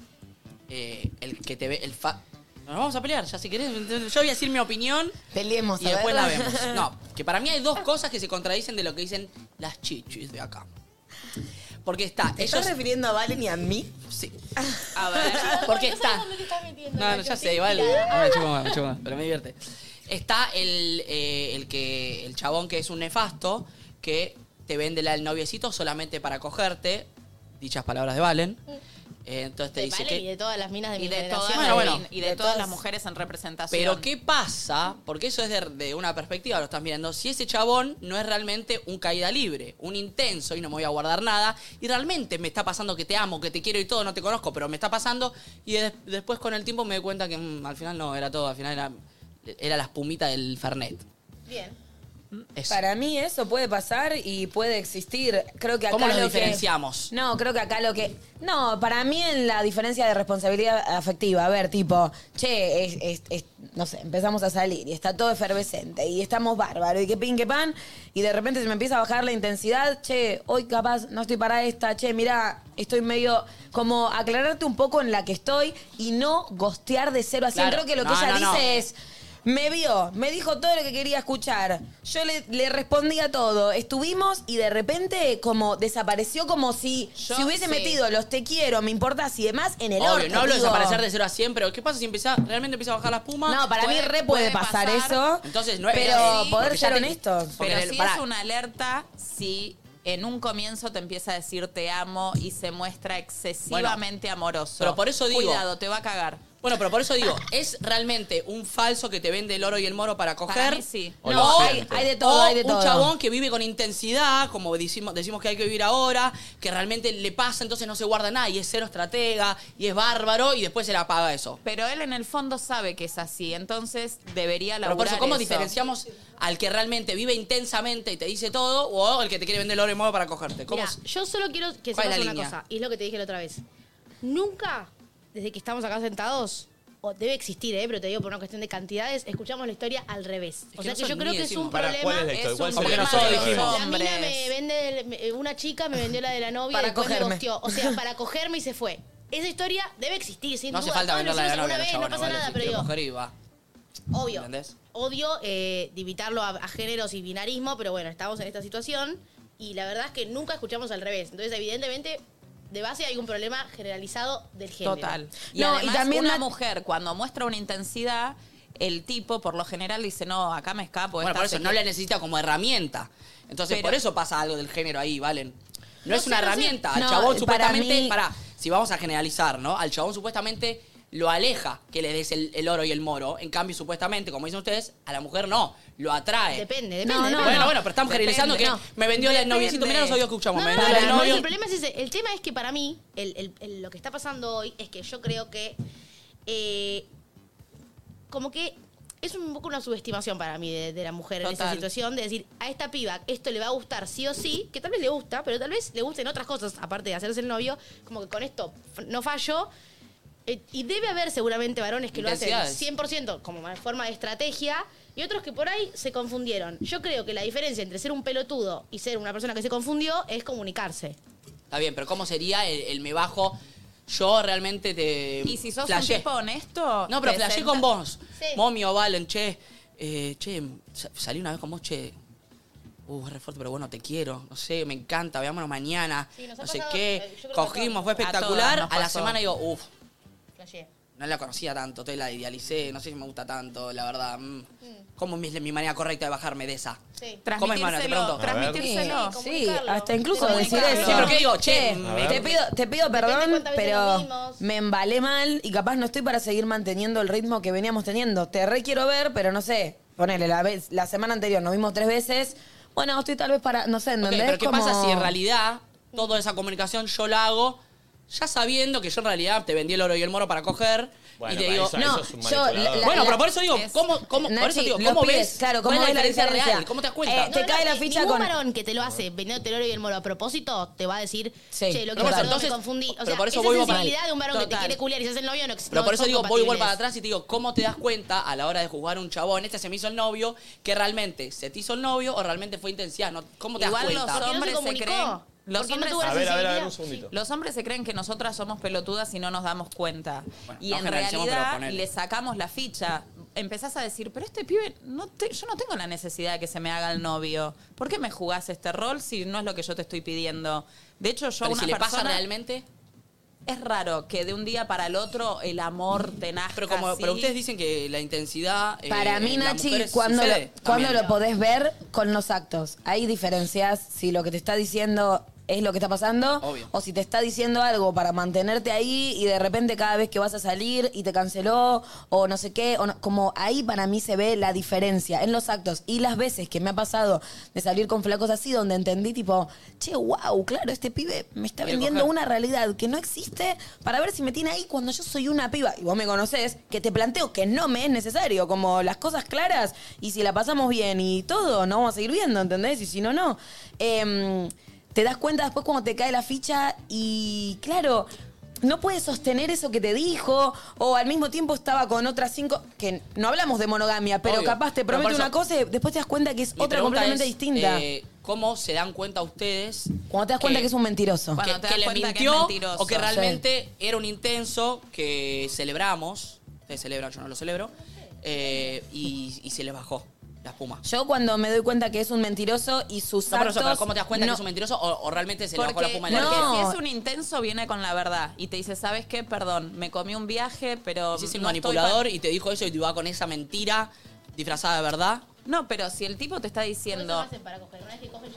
Speaker 3: Eh, el que te ve, el fa. Nos vamos a pelear, ya si querés. Yo voy a decir mi opinión.
Speaker 2: Peleemos,
Speaker 3: y
Speaker 2: a
Speaker 3: después
Speaker 2: ver.
Speaker 3: la vemos. No, que para mí hay dos cosas que se contradicen de lo que dicen las chichis de acá. Porque está.
Speaker 2: ¿Te estás
Speaker 3: ellos-
Speaker 2: refiriendo a Valen y a mí?
Speaker 3: Sí. A ver, porque está. No, no, ya sé, igual. Ah, me chupa un huevo, me chupa un huevo, pero me divierte. Está el, eh, el que. el chabón que es un nefasto, que te vende la del noviecito solamente para cogerte. Dichas palabras de Valen. Eh, entonces te
Speaker 6: De
Speaker 3: dice
Speaker 6: Valen y
Speaker 3: que.
Speaker 6: de todas las minas de
Speaker 7: Y
Speaker 6: mi
Speaker 7: de,
Speaker 6: generación.
Speaker 7: todas,
Speaker 3: Bueno, bueno.
Speaker 7: y de todas las mujeres en representación.
Speaker 3: Pero ¿qué pasa? Porque eso es de, de una perspectiva, lo estás mirando. Si ese chabón no es realmente un caída libre, un intenso y no me voy a guardar nada, y realmente me está pasando que te amo, que te quiero y todo, no te conozco, pero me está pasando, y des- después con el tiempo me doy cuenta que mm, al final no era todo, al final era, era la espumita del Fernet.
Speaker 6: Bien.
Speaker 2: Para mí eso puede pasar y puede existir. Creo que acá
Speaker 3: ¿Cómo los
Speaker 2: lo que-
Speaker 3: diferenciamos?
Speaker 2: No, creo que acá lo que. No, para mí en la diferencia de responsabilidad afectiva. A ver, tipo, che, es- es- es- no sé, empezamos a salir y está todo efervescente y estamos bárbaros y que pin, que pan. Y de repente se me empieza a bajar la intensidad. Che, hoy capaz no estoy para esta. Che, mira, estoy medio. Como aclararte un poco en la que estoy y no gostear de cero a cien.
Speaker 3: Claro.
Speaker 2: Creo que lo que
Speaker 3: No,
Speaker 2: ella
Speaker 3: no, no.
Speaker 2: dice es. Me vio, me dijo todo lo que quería escuchar. Yo le, le respondí a todo. Estuvimos y de repente como desapareció como si
Speaker 3: Yo
Speaker 2: si hubiese
Speaker 3: sí.
Speaker 2: metido los te quiero, me importas y demás en el
Speaker 3: Obvio,
Speaker 2: orto,
Speaker 3: no hablo de
Speaker 2: digo.
Speaker 3: desaparecer de 0 a 100, pero ¿qué pasa si empieza, realmente empieza a bajar la espuma?
Speaker 2: No, para mí re puede pasar eso,
Speaker 3: Entonces, no es-
Speaker 2: pero
Speaker 3: Sí,
Speaker 2: poder
Speaker 3: porque ya
Speaker 2: ser
Speaker 3: te-
Speaker 2: honestos.
Speaker 3: porque
Speaker 7: Pero
Speaker 3: el-
Speaker 7: sí
Speaker 3: pará.
Speaker 7: es una alerta si en un comienzo te empieza a decir te amo y se muestra excesivamente amoroso.
Speaker 3: pero por eso digo-
Speaker 7: Cuidado, te va a cagar.
Speaker 3: Bueno, pero por eso digo, ¿es realmente un falso que te vende el oro y el moro para coger?
Speaker 7: Para mí sí.
Speaker 3: O
Speaker 7: No,
Speaker 3: lo
Speaker 7: hay-
Speaker 3: siente.
Speaker 7: hay de todo,
Speaker 3: O
Speaker 7: hay de
Speaker 3: un
Speaker 7: todo.
Speaker 3: chabón que vive con intensidad, como decimos, decimos que hay que vivir ahora, que realmente le pasa, entonces no se guarda nada, y es cero estratega, y es bárbaro, y después se le apaga eso.
Speaker 7: Pero él en el fondo sabe que es así, entonces debería
Speaker 3: Pero
Speaker 7: laburar
Speaker 3: por eso, ¿cómo diferenciamos al que realmente vive intensamente y te dice todo, o al que te quiere vender el oro y el moro para cogerte? ¿Cómo
Speaker 6: Mira,
Speaker 3: se-
Speaker 6: yo solo quiero que
Speaker 3: ¿Cuál es la
Speaker 6: sepas una
Speaker 3: línea?
Speaker 6: cosa, y es lo que te dije la otra vez. Nunca, desde que estamos acá sentados, o debe existir, ¿eh? pero te digo por una cuestión de cantidades, escuchamos la historia al revés.
Speaker 3: que
Speaker 6: o sea
Speaker 3: no
Speaker 6: que yo
Speaker 3: son
Speaker 6: creo
Speaker 3: ni
Speaker 6: que es
Speaker 3: decimos.
Speaker 6: un
Speaker 3: Pará,
Speaker 6: problema.
Speaker 3: ¿cuál es la historia?
Speaker 6: es
Speaker 3: ¿Cuál
Speaker 6: un
Speaker 3: sería el
Speaker 6: problema
Speaker 3: problema
Speaker 6: de
Speaker 3: de los
Speaker 6: la mina me
Speaker 3: hombres?
Speaker 6: vende, me- una chica me vendió la de la novia
Speaker 2: Para
Speaker 6: y después
Speaker 2: cogerme.
Speaker 6: me gosteó. O sea, para cogerme y se fue. Esa historia debe existir, sin
Speaker 3: No hace
Speaker 6: duda.
Speaker 3: falta
Speaker 6: Todos lo
Speaker 3: venderla de la
Speaker 6: hicimos
Speaker 3: novia,
Speaker 6: alguna vez,
Speaker 3: chabón,
Speaker 6: no pasa
Speaker 3: igual,
Speaker 6: nada,
Speaker 3: si
Speaker 6: pero
Speaker 3: quiero
Speaker 6: digo,
Speaker 3: coger y va.
Speaker 6: obvio.
Speaker 3: ¿Entendés?
Speaker 6: odio eh, divitarlo a, a géneros y binarismo, pero bueno, estamos en esta situación y la verdad es que nunca escuchamos al revés. Entonces, evidentemente, de base hay un problema generalizado del género.
Speaker 7: Total. Y además, una mujer cuando muestra una intensidad, el tipo por lo general dice, no, acá me escapo.
Speaker 3: Bueno,
Speaker 7: esta
Speaker 3: por eso
Speaker 7: se-
Speaker 3: no la necesita como herramienta. Entonces,
Speaker 7: Pero-
Speaker 3: por eso pasa algo del género ahí, ¿valen? No,
Speaker 7: No
Speaker 3: es
Speaker 7: sé,
Speaker 3: una
Speaker 7: no sé.
Speaker 3: herramienta. Al
Speaker 7: No,
Speaker 6: eh,
Speaker 3: chabón
Speaker 7: para
Speaker 3: supuestamente.
Speaker 7: mí-
Speaker 3: Pará, si vamos a generalizar, ¿no? Al chabón supuestamente lo aleja que le des el, el oro y el moro. En cambio, supuestamente, como dicen ustedes, a la mujer no. Lo atrae.
Speaker 6: Depende, depende, No, no, depende.
Speaker 3: bueno,
Speaker 6: no.
Speaker 3: bueno, pero estamos
Speaker 6: Depende,
Speaker 3: generalizando que
Speaker 6: no.
Speaker 3: me vendió el
Speaker 6: Depende.
Speaker 3: noviecito. Mirá los audios que escuchamos.
Speaker 6: No,
Speaker 3: me
Speaker 6: no,
Speaker 3: vendió
Speaker 6: no,
Speaker 3: el
Speaker 6: no,
Speaker 3: novio.
Speaker 6: el problema es ese. El tema es que para mí, el- el- el- lo que está pasando hoy es que yo creo que. eh, como que es un poco una subestimación para mí de, de la mujer en esa
Speaker 7: Total.
Speaker 6: situación. De decir, a esta piba esto le va a gustar sí o sí, que tal vez le gusta, pero tal vez le gusten otras cosas, aparte de hacerse el novio. Como que con esto f- no fallo. Eh, y debe haber seguramente varones que lo hacen
Speaker 3: Intensidades.
Speaker 6: 100% como una forma de estrategia y otros que por ahí se confundieron. Yo creo que la diferencia entre ser un pelotudo y ser una persona que se confundió es comunicarse.
Speaker 3: Está bien, pero ¿cómo sería el, el me bajo? Yo realmente te.
Speaker 7: Y si sos
Speaker 3: flashé?
Speaker 7: un tipo honesto...
Speaker 3: No, pero
Speaker 7: te
Speaker 3: flashé
Speaker 7: senta-
Speaker 3: con vos. Momio, Valen, che. eh, che, sa- salí una vez con vos, che. Uh, es re fuerte, pero bueno, te quiero. No sé, me encanta, veámonos mañana.
Speaker 6: Sí, nos ha
Speaker 3: no sé
Speaker 6: pasado, eh,
Speaker 3: qué.
Speaker 6: yo creo que
Speaker 3: Cogimos,
Speaker 6: a todos.
Speaker 3: fue
Speaker 6: A todas
Speaker 3: espectacular.
Speaker 6: nos
Speaker 3: A, la
Speaker 6: pasó.
Speaker 3: semana digo, uff,
Speaker 6: Flashé.
Speaker 3: no la conocía tanto, te la idealicé, no sé si me gusta tanto, la verdad. mm. ¿Cómo es mi manera correcta de bajarme de esa?
Speaker 6: Sí.
Speaker 3: ¿Cómo es, mana? Te pregunto.
Speaker 2: Sí, sí, hasta incluso decir eso.
Speaker 3: Sí, pero ¿qué digo? Che, me-
Speaker 2: te pido, te pido perdón,
Speaker 6: cuántas veces lo
Speaker 2: pero
Speaker 6: vimos.
Speaker 2: me embalé mal y capaz no estoy para seguir manteniendo el ritmo que veníamos teniendo. Te re quiero ver, pero no sé. Ponele, la, vez, la semana anterior nos vimos tres veces. Bueno, estoy tal vez para, no sé,
Speaker 3: Ok,
Speaker 2: ¿entendés?
Speaker 3: pero ¿qué
Speaker 2: Como-
Speaker 3: pasa si en realidad toda esa comunicación yo la hago ya sabiendo que yo en realidad te vendí el oro y el moro para coger.
Speaker 1: Bueno,
Speaker 3: y te
Speaker 1: para
Speaker 3: digo,
Speaker 1: eso- eso es un Yo, manipulador. la- la-
Speaker 3: bueno,
Speaker 1: la-
Speaker 3: pero por eso digo, ¿cómo, cómo, por eso
Speaker 2: Nachi,
Speaker 3: digo,
Speaker 2: lo
Speaker 3: ¿cómo
Speaker 2: pides,
Speaker 3: ves?
Speaker 2: claro,
Speaker 3: ¿Cuál
Speaker 2: ¿cómo
Speaker 3: es
Speaker 2: ves la diferencia?
Speaker 3: real? ¿Cómo te das cuenta?
Speaker 2: Eh, te cae la ficha
Speaker 6: ningún
Speaker 2: con-
Speaker 6: varón que te lo hace vendiéndote el oro y el moro a propósito te va a decir, che, lo
Speaker 3: No,
Speaker 6: que
Speaker 3: pero
Speaker 6: perdón,
Speaker 3: entonces-
Speaker 6: me confundí. O
Speaker 3: pero
Speaker 6: sea,
Speaker 3: por eso
Speaker 6: esa
Speaker 3: voy igual para
Speaker 6: sensibilidad
Speaker 3: ahí.
Speaker 6: de un varón que te
Speaker 3: Total.
Speaker 6: quiere culiar y se hace el novio no ex-
Speaker 3: Pero
Speaker 6: no
Speaker 3: por eso
Speaker 6: son
Speaker 3: digo, voy igual para
Speaker 6: compatibles.
Speaker 3: atrás y te digo, ¿cómo te das cuenta a la hora de juzgar a un chabón? Este se me hizo el novio, que realmente se te hizo el novio o realmente fue intensidad. ¿no? ¿Cómo te
Speaker 4: Igual
Speaker 3: das
Speaker 4: los
Speaker 3: cuenta?
Speaker 4: hombres se creen. Los hombres,
Speaker 1: A ver, a ver, a ver, un segundito.
Speaker 4: Los hombres se creen que nosotras somos pelotudas y no nos damos cuenta. y
Speaker 3: no
Speaker 4: en
Speaker 3: generalicemos, pero
Speaker 4: realidad
Speaker 3: ponele.
Speaker 4: le sacamos la ficha. Empezás a decir, pero este pibe, no te- yo no tengo la necesidad de que se me haga el novio. ¿Por qué me jugás este rol si no es lo que yo te estoy pidiendo? De hecho, yo a
Speaker 3: Pero
Speaker 4: una
Speaker 3: si le pasa
Speaker 4: persona-
Speaker 3: realmente.
Speaker 4: Es raro que de un día para el otro el amor te nazca
Speaker 3: Pero como
Speaker 4: así.
Speaker 3: pero ustedes dicen que la intensidad eh,
Speaker 2: Para mí,
Speaker 3: en las
Speaker 2: Nachi,
Speaker 3: mujeres
Speaker 2: cuando lo,
Speaker 3: sucede
Speaker 2: cuando
Speaker 3: también.
Speaker 2: lo podés ver con los actos. Ahí diferencias si lo que te está diciendo es lo que está pasando
Speaker 3: Obvio.
Speaker 2: o si te está diciendo algo para mantenerte ahí y de repente cada vez que vas a salir y te canceló o no sé qué. o no- como ahí para mí se ve la diferencia en los actos. Y las veces que me ha pasado de salir con flacos así donde entendí tipo, che, wow, claro, este pibe me está
Speaker 3: Quiere
Speaker 2: vendiendo
Speaker 3: coger.
Speaker 2: una realidad que no existe para ver si me tiene ahí cuando yo soy una piba y vos me conocés, que te planteo que no me es necesario, como las cosas claras y si la pasamos bien y todo, no vamos a seguir viendo, ¿entendés? Y si no, no. Em, te das cuenta después cuando te cae la ficha y claro, no puedes sostener eso que te dijo o al mismo tiempo estaba con otras cinco, que no hablamos de monogamia, pero
Speaker 3: Obvio.
Speaker 2: capaz te
Speaker 3: Pero por
Speaker 2: promete
Speaker 3: eso-
Speaker 2: una cosa y después te das cuenta que es
Speaker 3: Mi
Speaker 2: otra
Speaker 3: pregunta
Speaker 2: completamente
Speaker 3: es,
Speaker 2: distinta.
Speaker 3: eh, ¿Cómo se dan cuenta ustedes
Speaker 2: cuando te das cuenta
Speaker 3: que-
Speaker 2: que es un mentiroso.
Speaker 3: que,
Speaker 4: te
Speaker 3: que
Speaker 4: das
Speaker 3: le
Speaker 4: cuenta que es
Speaker 3: mintió
Speaker 4: mentiroso.
Speaker 3: o que
Speaker 4: Sí.
Speaker 3: realmente era un intenso que celebramos? Ustedes celebran, yo no lo celebro. eh, y, y se les bajó la espuma.
Speaker 2: Yo cuando me doy cuenta que es un mentiroso y sus
Speaker 3: No, pero,
Speaker 2: actos...
Speaker 3: eso, pero ¿cómo te das cuenta
Speaker 2: no-
Speaker 3: que es un mentiroso o, o realmente se le bajó la
Speaker 4: Porque,
Speaker 3: espuma? en la
Speaker 4: porque
Speaker 3: cara?
Speaker 4: si es un intenso, viene con la verdad. Y te dice, ¿sabes qué? Perdón, me comí un viaje, pero.
Speaker 3: Si es el
Speaker 4: no estoy
Speaker 3: manipulador
Speaker 4: pa-".
Speaker 3: y te dijo eso y te va con esa mentira disfrazada de verdad.
Speaker 4: No, pero si el tipo te está diciendo.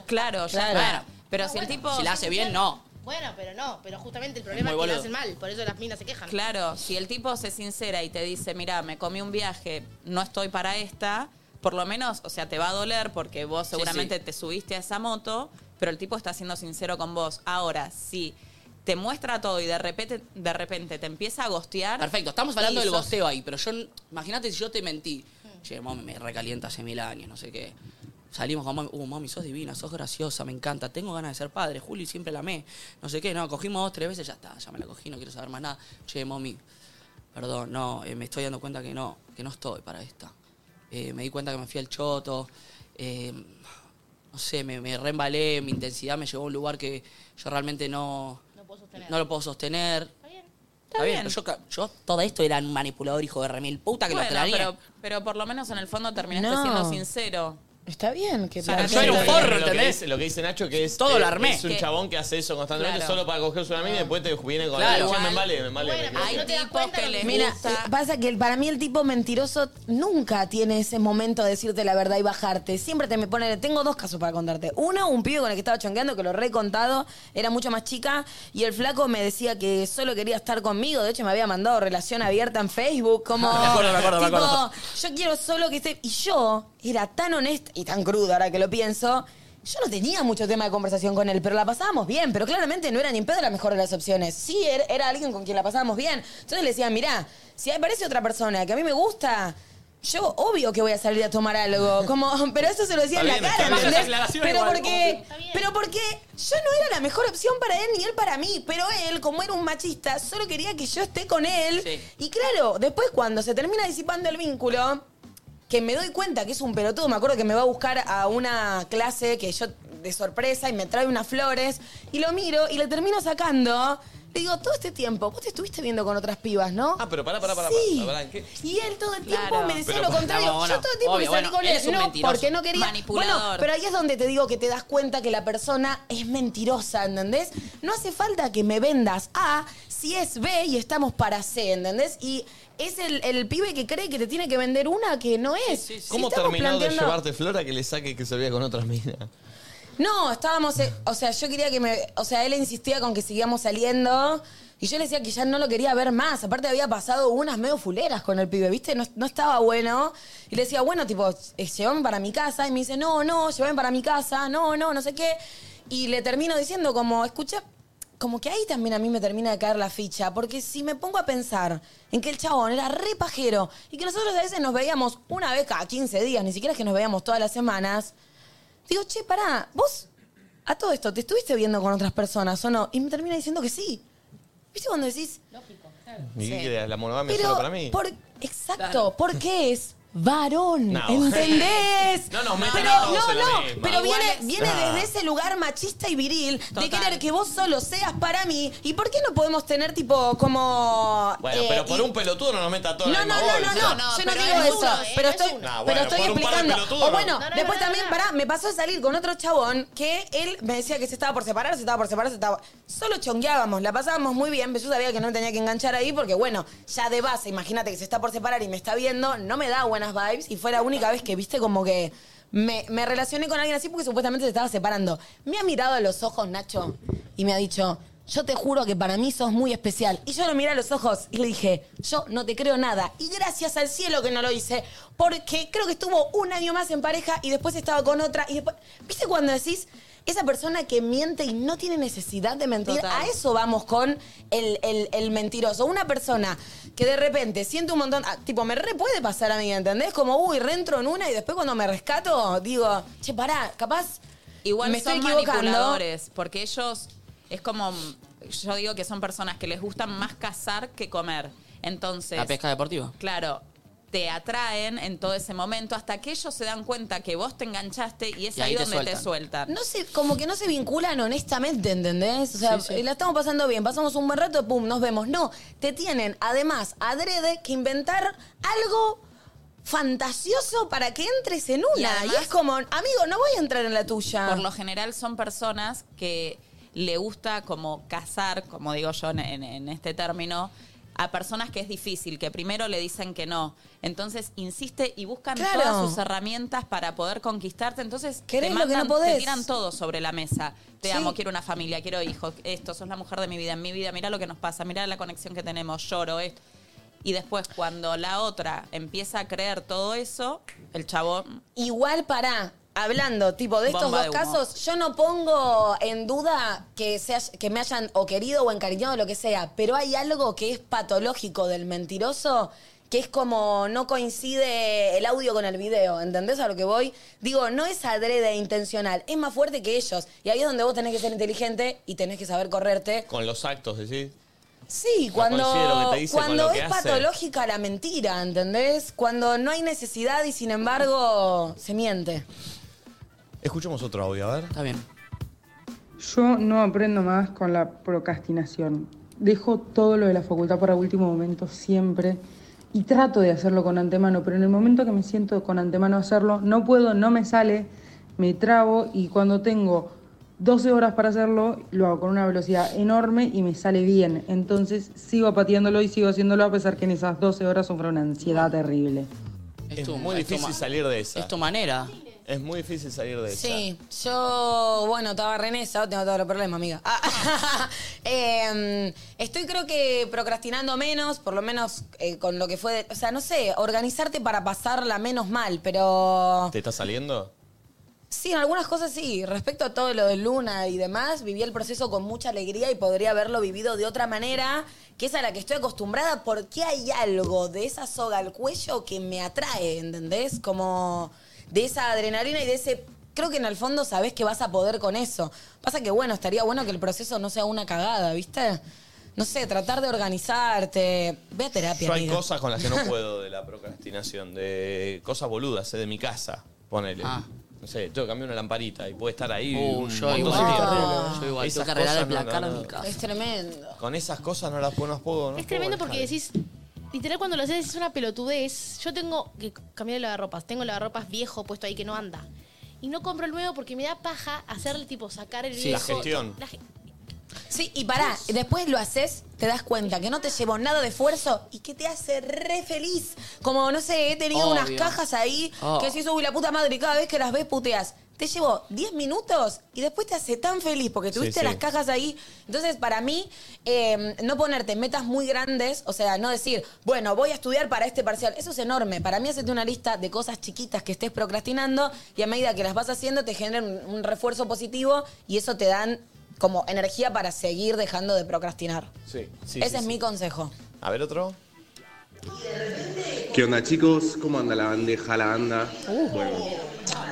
Speaker 4: Claro, ya
Speaker 3: Claro.
Speaker 4: está. Pero si el
Speaker 6: Ah, Bueno,
Speaker 4: tipo.
Speaker 3: Si la hace bien, no.
Speaker 6: Bueno, pero no, pero justamente el problema
Speaker 3: muy
Speaker 6: es que lo
Speaker 3: boludo.
Speaker 6: hacen mal, por eso las minas se quejan.
Speaker 4: Claro, si el tipo se sincera y te dice, mira, me comí un viaje, no estoy para esta, por lo menos, o sea, te va a doler porque vos seguramente te subiste a esa moto, pero el tipo está siendo sincero con vos. Ahora, si te muestra todo y de repente, de repente te empieza a gostear.
Speaker 3: Perfecto, estamos hablando
Speaker 4: y
Speaker 3: del
Speaker 4: sos-
Speaker 3: gosteo ahí, pero yo, imagínate si yo te mentí. Che, mami, me recalienta hace mil años, no sé qué. Salimos con mami, uh, mami, sos divina, sos graciosa, me encanta, tengo ganas de ser padre, Juli siempre la amé, no sé qué, no, cogimos dos, tres veces, ya está, ya me la cogí, no quiero saber más nada. Che, mami, perdón, no, eh, me estoy dando cuenta que no, que no estoy para esta. Eh, me di cuenta que me fui al choto, eh, no sé, me, me reembalé, mi intensidad me llevó a un lugar que yo realmente no, no lo puedo sostener. Está bien.
Speaker 4: bien.
Speaker 3: Yo, ca- yo todo esto era un manipulador hijo de remil puta que
Speaker 4: Bueno,
Speaker 3: lo traía.
Speaker 4: pero, pero por lo menos en el fondo terminaste
Speaker 2: No.
Speaker 4: siendo sincero.
Speaker 2: Está bien que...
Speaker 4: sea,
Speaker 2: planteen
Speaker 4: yo era un
Speaker 2: eso.
Speaker 4: forro,
Speaker 1: Lo que,
Speaker 4: ¿entendés?
Speaker 1: dice, lo que dice Nacho que es
Speaker 3: Todo lo
Speaker 1: eh,
Speaker 3: armé.
Speaker 1: Es un
Speaker 3: Que-
Speaker 1: chabón que hace eso constantemente
Speaker 3: Claro.
Speaker 1: solo para cogerse una mina y después te viene con
Speaker 3: Claro.
Speaker 1: la che,
Speaker 3: Igual-
Speaker 1: me vale, me vale. me vale.
Speaker 4: Hay tipos que les
Speaker 2: Mira,
Speaker 4: gusta.
Speaker 2: pasa que el- para mí el tipo mentiroso nunca tiene ese momento de decirte la verdad y bajarte. Siempre te me pone. Tengo dos casos para contarte. Uno, un pibe con el que estaba chonqueando, que lo re he contado, era mucho más chica, y el flaco me decía que solo quería estar conmigo. De hecho, me había mandado relación abierta en Facebook. Como,
Speaker 3: Me acuerdo, me acuerdo, me
Speaker 2: tipo,
Speaker 3: acuerdo.
Speaker 2: yo quiero solo que esté. Y yo era tan honesta y tan cruda ahora que lo pienso. Yo no tenía mucho tema de conversación con él, pero la pasábamos bien. Pero claramente no era ni en pedo la mejor de las opciones. Sí, er- era alguien con quien la pasábamos bien. Entonces le decía, mirá, si aparece otra persona que a mí me gusta, yo obvio que voy a salir a tomar algo. Como, pero eso se lo decía
Speaker 5: Está
Speaker 2: en
Speaker 5: bien,
Speaker 2: la
Speaker 5: está
Speaker 2: cara,
Speaker 5: bien.
Speaker 2: ¿entendés?
Speaker 5: Malas aclaraciones
Speaker 2: Pero
Speaker 5: igual.
Speaker 2: porque, pero porque yo no era la mejor opción para él ni él para mí. Pero él, como era un machista, solo quería que yo esté con él. Y claro, después cuando se termina disipando el vínculo, que me doy cuenta que es un pelotudo. Me acuerdo que me va a buscar a una clase que yo de sorpresa y me trae unas flores y lo miro y le termino sacando. Le digo, todo este tiempo, vos te estuviste viendo con otras pibas, ¿no?
Speaker 1: Ah, pero pará, pará, pará.
Speaker 2: Sí.
Speaker 1: pará, pará, ¿qué?
Speaker 2: Y él todo el tiempo
Speaker 1: Claro.
Speaker 2: me decía
Speaker 1: Pero,
Speaker 2: lo contrario.
Speaker 1: no,
Speaker 2: Yo
Speaker 1: no,
Speaker 2: todo el tiempo
Speaker 1: obvio,
Speaker 2: me salí
Speaker 1: bueno,
Speaker 2: con
Speaker 1: él es
Speaker 2: él.
Speaker 1: un
Speaker 2: No,
Speaker 1: mentiroso.
Speaker 2: porque no quería.
Speaker 4: Manipulador.
Speaker 2: Bueno, pero ahí es donde te digo que te das cuenta que la persona es mentirosa, ¿entendés? No hace falta que me vendas A si es B y estamos para C, ¿entendés? Y es el, el pibe que cree que te tiene que vender una que no es. Si
Speaker 1: ¿Cómo
Speaker 2: estamos
Speaker 1: terminó de
Speaker 2: planteando-
Speaker 1: llevarte Flora que le saque que salía con otras minas?
Speaker 2: no, estábamos, eh, o sea, yo quería que me, o sea, él insistía con que sigamos saliendo y yo le decía que ya no lo quería ver más. Aparte había pasado unas medio fuleras con el pibe, ¿viste? No, no estaba bueno. Y le decía, bueno, tipo, eh, llévame para mi casa y me dice, "No, no, llévame para mi casa, no, no, no sé qué." Y le termino diciendo como, "Escucha, como que ahí también a mí me termina de caer la ficha, porque si me pongo a pensar en que el chabón era re pajero y que nosotros a veces nos veíamos una vez cada 15 días, ni siquiera es que nos veíamos todas las semanas, digo, che, pará, vos a todo esto, ¿te estuviste viendo con otras personas o no? Y me termina diciendo que sí. ¿Viste cuando decís?
Speaker 1: ¿Y qué crees? ¿La monogamia es
Speaker 2: Pero
Speaker 1: solo para mí?
Speaker 2: por- exacto, porque es varón,
Speaker 1: No.
Speaker 2: ¿entendés?
Speaker 1: No nos
Speaker 2: no,
Speaker 1: metan
Speaker 2: pero,
Speaker 1: a todos
Speaker 2: no,
Speaker 1: en la
Speaker 2: no,
Speaker 1: misma.
Speaker 2: pero
Speaker 1: Igual
Speaker 2: viene,
Speaker 1: es-
Speaker 2: viene
Speaker 1: Ah.
Speaker 2: desde ese lugar machista y viril de querer que vos solo seas para mí. ¿Y por qué no podemos tener tipo como...
Speaker 1: Bueno,
Speaker 2: eh,
Speaker 1: pero por un pelotudo no nos meta todo en la
Speaker 2: no, no,
Speaker 1: misma
Speaker 2: no, no,
Speaker 1: bolsa.
Speaker 2: no, yo no
Speaker 6: pero
Speaker 2: digo
Speaker 6: es
Speaker 2: eso,
Speaker 6: uno, ¿eh?
Speaker 2: pero
Speaker 6: No
Speaker 2: estoy,
Speaker 6: es uno.
Speaker 1: Ah,
Speaker 2: pero
Speaker 1: bueno,
Speaker 2: estoy
Speaker 1: por un par de
Speaker 2: explicando.
Speaker 1: pelotudos,
Speaker 2: o
Speaker 1: no.
Speaker 2: bueno,
Speaker 1: No, no,
Speaker 2: después
Speaker 6: no,
Speaker 2: también, pará, me pasó de salir con otro chabón que él me decía que se estaba por separar, se estaba por separar, se estaba... Solo chongueábamos, la pasábamos muy bien, pero yo sabía que no me tenía que enganchar ahí porque, bueno, ya de base, imagínate que se está por separar y me está viendo, no me da buenas vibes y fue la única vez que, viste, como que... Me, me relacioné con alguien así porque supuestamente se estaba separando. Me ha mirado a los ojos, Nacho, y me ha dicho, yo te juro que para mí sos muy especial. Y yo lo miré a los ojos y le dije, yo no te creo nada. Y gracias al cielo que no lo hice, porque creo que estuvo un año más en pareja y después estaba con otra. Y después, ¿viste cuando decís, esa persona que miente y no tiene necesidad de mentir?
Speaker 14: Total.
Speaker 2: A eso vamos con el, el- el mentiroso. Una persona que de repente siente un montón, ah, tipo, me re puede pasar a mí, ¿entendés? Como, uy, reentro en una y después cuando me rescato, digo, che, pará, capaz...
Speaker 4: Igual
Speaker 2: me
Speaker 4: son
Speaker 2: estoy equivocando.
Speaker 4: manipuladores, porque ellos es como, yo digo que son personas que les gustan más cazar que comer. Entonces,
Speaker 3: La pesca deportiva.
Speaker 4: claro, te atraen en todo ese momento hasta que ellos se dan cuenta que vos te enganchaste y es
Speaker 3: Y ahí
Speaker 4: ahí,
Speaker 3: te
Speaker 4: donde te
Speaker 3: sueltan.
Speaker 4: sueltan.
Speaker 2: No sé, como que no se vinculan honestamente, ¿entendés? O sea, eh,
Speaker 4: Sí, sí.
Speaker 2: la estamos pasando bien, pasamos un buen rato, pum, nos vemos. No, te tienen además adrede que inventar algo fantasioso para que entres en una. Y,
Speaker 4: además-
Speaker 2: es como, amigo, no voy a entrar en la tuya.
Speaker 4: Por lo general son personas que le gusta como cazar, como digo yo en, en- en este término, a personas que es difícil, que primero le dicen que no. Entonces insiste y buscan
Speaker 2: Claro.
Speaker 4: todas sus herramientas para poder conquistarte. Entonces
Speaker 2: Querés
Speaker 4: te
Speaker 2: lo que no podés.
Speaker 4: te tiran todo sobre la mesa. Te
Speaker 2: Sí.
Speaker 4: amo, quiero una familia, quiero hijos, esto, sos la mujer de mi vida, en mi vida, mira lo que nos pasa, mira la conexión que tenemos, lloro, esto. Y después cuando la otra empieza a creer todo eso, el chavo
Speaker 2: Igual para, hablando tipo de estos
Speaker 4: Bomba
Speaker 2: dos
Speaker 4: de humo.
Speaker 2: casos, yo no pongo en duda que, se hay- que me hayan o querido o encariñado, lo que sea, pero hay algo que es patológico del mentiroso que es como no coincide el audio con el video, ¿entendés a lo que voy? Digo, no es adrede intencional, es más fuerte que ellos. Y ahí es donde vos tenés que ser inteligente y tenés que saber correrte.
Speaker 1: Con los actos, decís.
Speaker 2: Sí,
Speaker 1: No
Speaker 2: cuando,
Speaker 1: coincide lo que te dice con
Speaker 2: cuando
Speaker 1: lo que
Speaker 2: es
Speaker 1: hace.
Speaker 2: patológica la mentira, ¿entendés? Cuando no hay necesidad y sin embargo se miente.
Speaker 1: Escuchemos otro audio, a ver. Está
Speaker 3: bien.
Speaker 20: Yo no aprendo más con la procrastinación. Dejo todo lo de la facultad para último momento siempre y trato de hacerlo con antemano, pero en el momento que me siento con antemano a hacerlo, no puedo, no me sale, me trabo y cuando tengo 12 horas para hacerlo, lo hago con una velocidad enorme y me sale bien. Entonces sigo pateándolo y sigo haciéndolo a pesar que en esas 12 horas sufro una ansiedad terrible.
Speaker 1: Es muy difícil salir de esa.
Speaker 3: Es tu manera.
Speaker 1: Es muy difícil salir de esa.
Speaker 2: Sí, yo, bueno, estaba re en esa, tengo todos los problemas, amiga. Ah, em, estoy creo que procrastinando menos, por lo menos eh, con lo que fue, de- o sea, no sé, organizarte para pasarla menos mal, pero
Speaker 1: ¿Te está saliendo?
Speaker 2: sí, en algunas cosas sí, respecto a todo lo de Luna y demás, viví el proceso con mucha alegría y podría haberlo vivido de otra manera, que es a la que estoy acostumbrada, porque hay algo de esa soga al cuello que me atrae, ¿entendés? Como de esa adrenalina y de ese... Creo que en el fondo sabés que vas a poder con eso. Pasa que, bueno, estaría bueno que el proceso no sea una cagada, ¿viste? No sé, tratar de organizarte. Ve a terapia,
Speaker 1: Yo hay
Speaker 2: amiga.
Speaker 1: cosas con las que no puedo de la procrastinación, de cosas boludas, eh, de mi casa, ponele. No sé, tengo que cambiar una lamparita y puede estar ahí.
Speaker 3: Ah. Uh,
Speaker 1: un
Speaker 3: yo
Speaker 1: montón de
Speaker 3: igual,
Speaker 1: tiempo.
Speaker 3: terrible. Yo igual,
Speaker 1: Esas
Speaker 3: tengo que arreglar
Speaker 1: cosas
Speaker 3: el
Speaker 1: no,
Speaker 3: placar
Speaker 1: no,
Speaker 3: de
Speaker 1: no.
Speaker 3: mi casa.
Speaker 2: Es tremendo.
Speaker 1: Con esas cosas no las puedo, no puedo. no
Speaker 6: Es
Speaker 1: puedo
Speaker 6: tremendo
Speaker 1: dejar
Speaker 6: porque
Speaker 1: de-
Speaker 6: decís, literal cuando lo haces es una pelotudez. Yo tengo que cambiar el lavarropas, tengo el lavarropas viejo puesto ahí que no anda. Y no compro el nuevo porque me da paja hacerle tipo sacar el
Speaker 1: Sí,
Speaker 6: viejo.
Speaker 1: la gestión.
Speaker 6: La ge-
Speaker 2: Sí, y pará, después lo haces, te das cuenta que no te llevó nada de esfuerzo y que te hace re feliz. Como, no sé, he tenido
Speaker 14: Obvio.
Speaker 2: unas cajas ahí
Speaker 14: Oh.
Speaker 2: que decís, uy, la puta madre, y cada vez que las ves puteas. Te llevó 10 minutos y después te hace tan feliz porque
Speaker 14: Sí,
Speaker 2: tuviste
Speaker 14: sí.
Speaker 2: las cajas ahí. Entonces, para mí, eh, no ponerte metas muy grandes, o sea, no decir, bueno, voy a estudiar para este parcial, eso es enorme. Para mí, hacerte una lista de cosas chiquitas que estés procrastinando y a medida que las vas haciendo, te generan un- un refuerzo positivo y eso te dan como energía para seguir dejando de procrastinar.
Speaker 1: Sí, sí.
Speaker 2: Ese
Speaker 1: sí,
Speaker 2: es
Speaker 1: sí.
Speaker 2: mi consejo.
Speaker 1: A ver otro.
Speaker 21: ¿Qué onda chicos? ¿Cómo anda la bandeja, la banda? Bueno,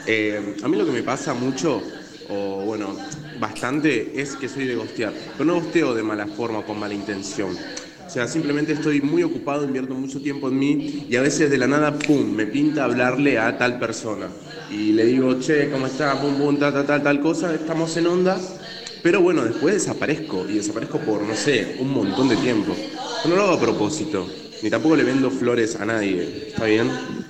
Speaker 21: eh, a mí lo que me pasa mucho, o bueno, bastante, es que soy de gostear. Pero no gosteo de mala forma o con mala intención. O sea, simplemente estoy muy ocupado, invierto mucho tiempo en mí y a veces de la nada, pum, me pinta hablarle a tal persona. Y le digo, che, ¿cómo está? Pum, pum, tal, tal, tal, tal cosa, estamos en onda. Pero bueno, después desaparezco y desaparezco por, no sé, un montón de tiempo. No lo hago a propósito, ni tampoco le vendo flores a nadie, ¿está bien?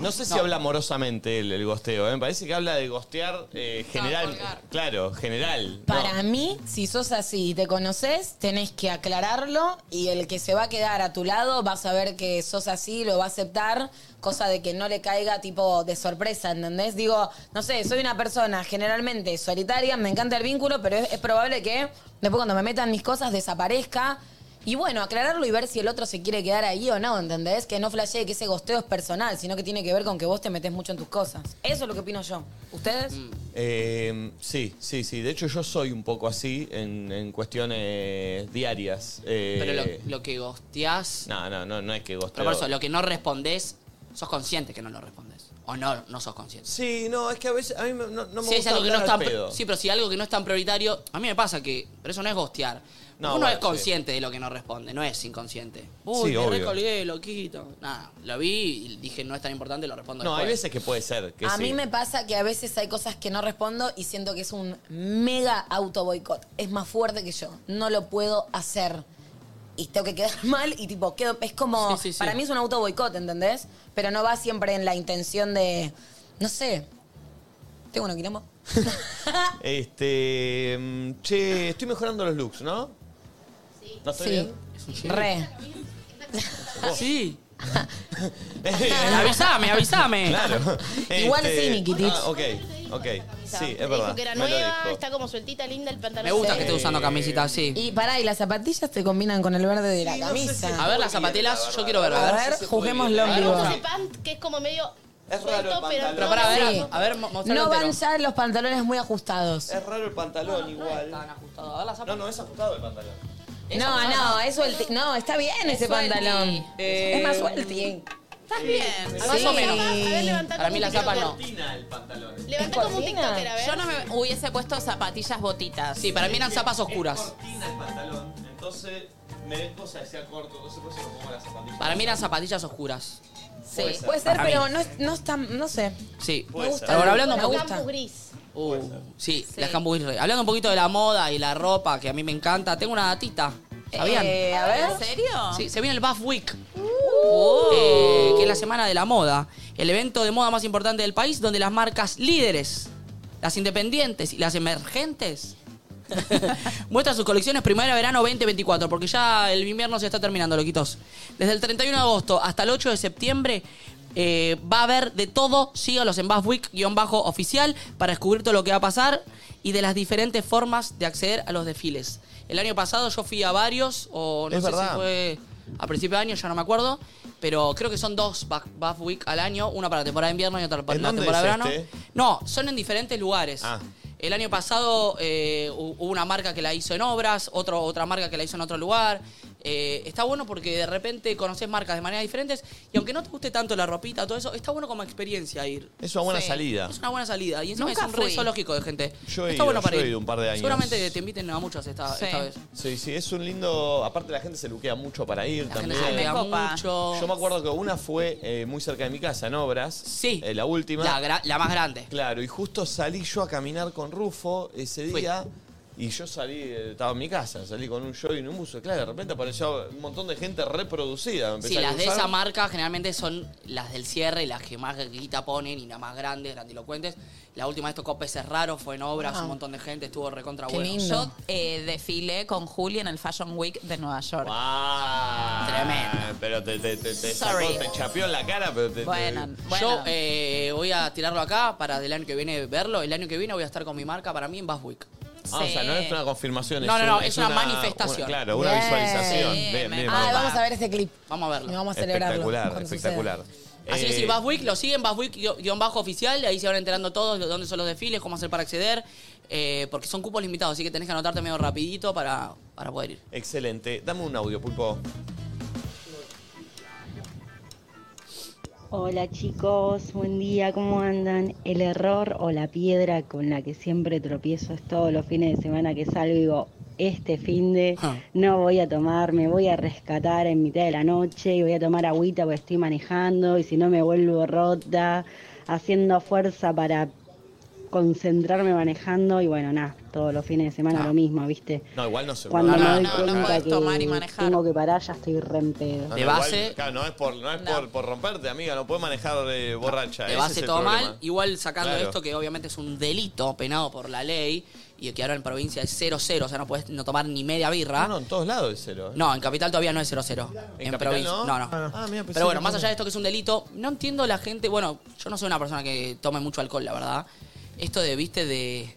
Speaker 1: No sé si habla amorosamente el, el gosteo, ¿eh? me parece que habla de gostear eh,
Speaker 6: Ah,
Speaker 1: general. Claro, general. No.
Speaker 2: Para mí, si sos así y te conoces, tenés que aclararlo y el que se va a quedar a tu lado va a saber que sos así, lo va a aceptar, cosa de que no le caiga tipo de sorpresa, ¿entendés? Digo, no sé, soy una persona generalmente solitaria, me encanta el vínculo, pero es, es probable que después cuando me metan mis cosas desaparezca. Y bueno, aclararlo y ver si el otro se quiere quedar ahí o no, ¿entendés? Que no flashee que ese gosteo es personal, sino que tiene que ver con que vos te metés mucho en tus cosas. Eso es lo que opino yo. ¿Ustedes?
Speaker 1: Eh, sí, sí, sí. De hecho, yo soy un poco así en, en cuestiones diarias. Eh,
Speaker 3: Pero lo, lo que gosteás.
Speaker 1: No, no, no, no es que gosteo.
Speaker 3: Pero por eso, lo que no respondés, sos consciente que no lo respondés. O no, no sos consciente.
Speaker 1: Sí, no, es que a veces a mí me- no, no me
Speaker 3: si es
Speaker 1: gusta
Speaker 3: algo que no es
Speaker 1: hablar
Speaker 3: tan
Speaker 1: al pedo.
Speaker 3: Sí, pero si algo que no es tan prioritario. A mí me pasa que. Pero eso no es gostear.
Speaker 1: No,
Speaker 3: Uno
Speaker 1: bueno,
Speaker 3: es consciente de lo que no responde, no es inconsciente. Uy,
Speaker 1: Sí,
Speaker 3: me
Speaker 1: obvio.
Speaker 3: recolgué, loquito. Nada, lo vi y dije no es tan importante, lo respondo
Speaker 1: No, hay
Speaker 3: después.
Speaker 1: veces que puede ser que
Speaker 2: a
Speaker 1: sí.
Speaker 2: mí me pasa que a veces hay cosas que no respondo y siento que es un mega auto boicot. Es más fuerte que yo. No lo puedo hacer. Y tengo que quedar mal y tipo, quedo, es como,
Speaker 3: Sí, sí, sí.
Speaker 2: para mí es un auto boicot, ¿entendés? Pero no va siempre en la intención de, no sé, tengo un quilombo.
Speaker 1: Este. mm, Che, estoy mejorando los looks, ¿no? Sí. ¿No estoy
Speaker 2: Sí.
Speaker 1: bien?
Speaker 2: Re.
Speaker 3: Sí. avisame, avisame.
Speaker 1: Claro.
Speaker 3: Igual sí, Nikitich.
Speaker 1: Ah, ok, ok. Sí, es
Speaker 6: Dijo
Speaker 1: verdad.
Speaker 6: que era
Speaker 1: me lo
Speaker 6: nueva,
Speaker 1: dijo.
Speaker 6: está como sueltita, linda el pantalón.
Speaker 3: Me gusta
Speaker 6: se
Speaker 3: que
Speaker 6: ve.
Speaker 3: esté usando camisita así.
Speaker 2: Y pará, y las zapatillas te combinan con el verde de la camisa.
Speaker 3: A ver, las zapatillas, yo quiero ver.
Speaker 2: A ver, juzguémoslo en
Speaker 3: A ver,
Speaker 2: vivo.
Speaker 6: Ese pant que es como medio suelto, pero,
Speaker 3: Pero para ver,
Speaker 2: Sí.
Speaker 3: a ver, mo- mostralo
Speaker 2: No van
Speaker 3: entero.
Speaker 2: ya los pantalones muy ajustados.
Speaker 1: Es raro el pantalón igual. No, no, es ajustado el pantalón.
Speaker 2: No, no, es suelti. No, está bien ese
Speaker 3: suelti.
Speaker 2: pantalón.
Speaker 3: Eh,
Speaker 2: Es más suelti.
Speaker 6: Estás bien.
Speaker 3: Más o menos. Para mí las zapas no.
Speaker 6: Levanté como un tiktoker, a ver.
Speaker 4: Yo no me hubiese puesto zapatillas botitas.
Speaker 3: Sí, para mí eran zapas oscuras.
Speaker 1: Cortina el pantalón, entonces me den cosa que sea corto, entonces por eso lo pongo las zapatillas.
Speaker 3: Para mí eran zapatillas oscuras.
Speaker 2: Sí. Puede ser,
Speaker 3: Para
Speaker 2: pero
Speaker 3: mí.
Speaker 2: no, es- no está. No sé.
Speaker 3: Sí.
Speaker 2: Me gusta.
Speaker 3: Ahora, hablando
Speaker 2: me
Speaker 3: un poco-
Speaker 2: gusta.
Speaker 3: Uh, sí, las Campus Grey. Hablando un poquito de la moda y la ropa, que a mí me encanta, tengo una datita. ¿Sabían?
Speaker 2: Eh, a ver. Uh. ¿En
Speaker 4: serio?
Speaker 3: Sí, se viene el Buff Week. Eh, que es la semana de la moda. El evento de moda más importante del país, donde las marcas líderes, las independientes y las emergentes muestran sus colecciones primavera-verano 2024, porque ya el invierno se está terminando, loquitos. Desde el 31 de agosto hasta el 8 de septiembre. eh, va a haber de todo, sígalos en Buff Week-oficial para descubrir todo lo que va a pasar y de las diferentes formas de acceder a los desfiles. El año pasado yo fui a varios, o no
Speaker 1: Es
Speaker 3: sé
Speaker 1: verdad.
Speaker 3: si fue a principio de año, ya no me acuerdo, pero creo que son dos Buff Buff Week al año, una para la temporada de invierno y otra para
Speaker 1: ¿En
Speaker 3: la
Speaker 1: dónde
Speaker 3: temporada de
Speaker 1: es
Speaker 3: verano.
Speaker 1: este?
Speaker 3: No, son en diferentes lugares.
Speaker 1: Ah.
Speaker 3: El año pasado eh, hu- hubo una marca que la hizo en obras, otro, otra marca que la hizo en otro lugar. Eh, está bueno porque de repente conoces marcas de maneras diferentes y aunque no te guste tanto la ropita, todo eso, está bueno como experiencia ir.
Speaker 1: Es una buena salida.
Speaker 3: Es una buena salida y encima
Speaker 4: Nunca
Speaker 3: es un re
Speaker 4: fui.
Speaker 3: zoológico de gente.
Speaker 1: Yo he
Speaker 3: está
Speaker 1: ido,
Speaker 3: bueno para
Speaker 1: yo he
Speaker 3: ir.
Speaker 1: ido un par de años.
Speaker 3: Seguramente te inviten a muchas esta,
Speaker 4: Sí.
Speaker 3: esta vez.
Speaker 1: Sí, sí, es un lindo. Aparte, la gente se luquea mucho para ir
Speaker 3: gente
Speaker 1: también.
Speaker 3: se luquea Recopa. mucho.
Speaker 1: Yo me acuerdo que una fue eh, muy cerca de mi casa, en Obras. Sí. la última.
Speaker 3: La gra- la más grande.
Speaker 1: Claro, y justo salí yo a caminar con Rufo ese día. Y yo salí, eh, estaba en mi casa, salí con un show y un buzo. Claro, de repente apareció un montón de gente reproducida. Me empecé
Speaker 3: Sí,
Speaker 1: a
Speaker 3: las de
Speaker 1: cruzar.
Speaker 3: esa marca generalmente son las del cierre, y las que más guita ponen y las más grandes, grandilocuentes. La última vez tocó Peces Raros, fue en obras,
Speaker 4: Wow.
Speaker 3: un montón de gente, estuvo recontra
Speaker 4: Qué
Speaker 3: bueno.
Speaker 4: lindo.
Speaker 3: Yo-
Speaker 4: Yo eh, desfilé con Juli en el Fashion Week de Nueva York.
Speaker 1: Ah,
Speaker 4: Tremendo.
Speaker 1: Pero te, te, te, te sacó,
Speaker 4: Sorry.
Speaker 1: te chapeó en la cara, pero te. te-
Speaker 3: Yo eh, voy a tirarlo acá para del año que viene verlo. El año que viene voy a estar con mi marca para mí en Bass Week.
Speaker 1: Ah, o sea, no es una confirmación.
Speaker 3: No, no, no,
Speaker 1: un-
Speaker 3: es una manifestación.
Speaker 1: una- claro, una
Speaker 3: Bien.
Speaker 1: visualización.
Speaker 3: Sí,
Speaker 1: Bien, bien,
Speaker 3: me-
Speaker 1: bien.
Speaker 2: Ah, vamos a ver este clip.
Speaker 3: Vamos a verlo.
Speaker 2: Y vamos a celebrarlo.
Speaker 1: Espectacular,
Speaker 2: cuando
Speaker 1: espectacular.
Speaker 3: Así
Speaker 1: Eh,
Speaker 3: que si Baswick, lo siguen, Baswick-oficial, ahí se van enterando todos lo- dónde son los desfiles, cómo hacer para acceder, eh, porque son cupos limitados, así que tenés que anotarte medio rapidito para, para poder ir.
Speaker 1: Excelente. Dame un audio, Pulpo.
Speaker 22: Hola chicos, buen día, ¿cómo andan? El error o la piedra con la que siempre tropiezo es todos los fines de semana que salgo y digo, este fin de
Speaker 1: Ah.
Speaker 22: no voy a tomar, me voy a rescatar en mitad de la noche y voy a tomar agüita porque estoy manejando y si no me vuelvo rota, haciendo fuerza para concentrarme manejando y bueno, nada, todos los fines de semana lo mismo, ¿viste?
Speaker 1: No, igual Ah. no se
Speaker 22: Cuando
Speaker 1: puede.
Speaker 22: me
Speaker 1: No,
Speaker 22: doy
Speaker 1: no, no, no
Speaker 22: cuenta
Speaker 1: podés
Speaker 22: que
Speaker 1: tomar y
Speaker 22: tengo que parar, ya estoy re en pedo.
Speaker 1: No, no, igual, claro, no es, por, no es por, por romperte, amiga. No puedes manejar eh, borracha.
Speaker 3: Te
Speaker 1: ese es
Speaker 3: base
Speaker 1: el
Speaker 3: todo
Speaker 1: problema.
Speaker 3: mal, igual sacando
Speaker 1: Claro.
Speaker 3: esto que obviamente es un delito penado por la ley y que ahora en provincia es 0-0, o sea, no puedes no tomar ni media birra.
Speaker 1: No, en todos lados es cero. ¿eh?
Speaker 3: No, en Capital todavía no es 0-0. En,
Speaker 1: Capital
Speaker 3: provincia.
Speaker 1: no?
Speaker 3: No, no.
Speaker 1: Ah, mira,
Speaker 2: Pues
Speaker 1: pensé
Speaker 3: Pero bueno,
Speaker 1: que
Speaker 3: más
Speaker 1: no.
Speaker 3: allá de esto que es un delito, no entiendo la gente. Bueno, yo no soy una persona que tome mucho alcohol, la verdad. Esto de, viste, de.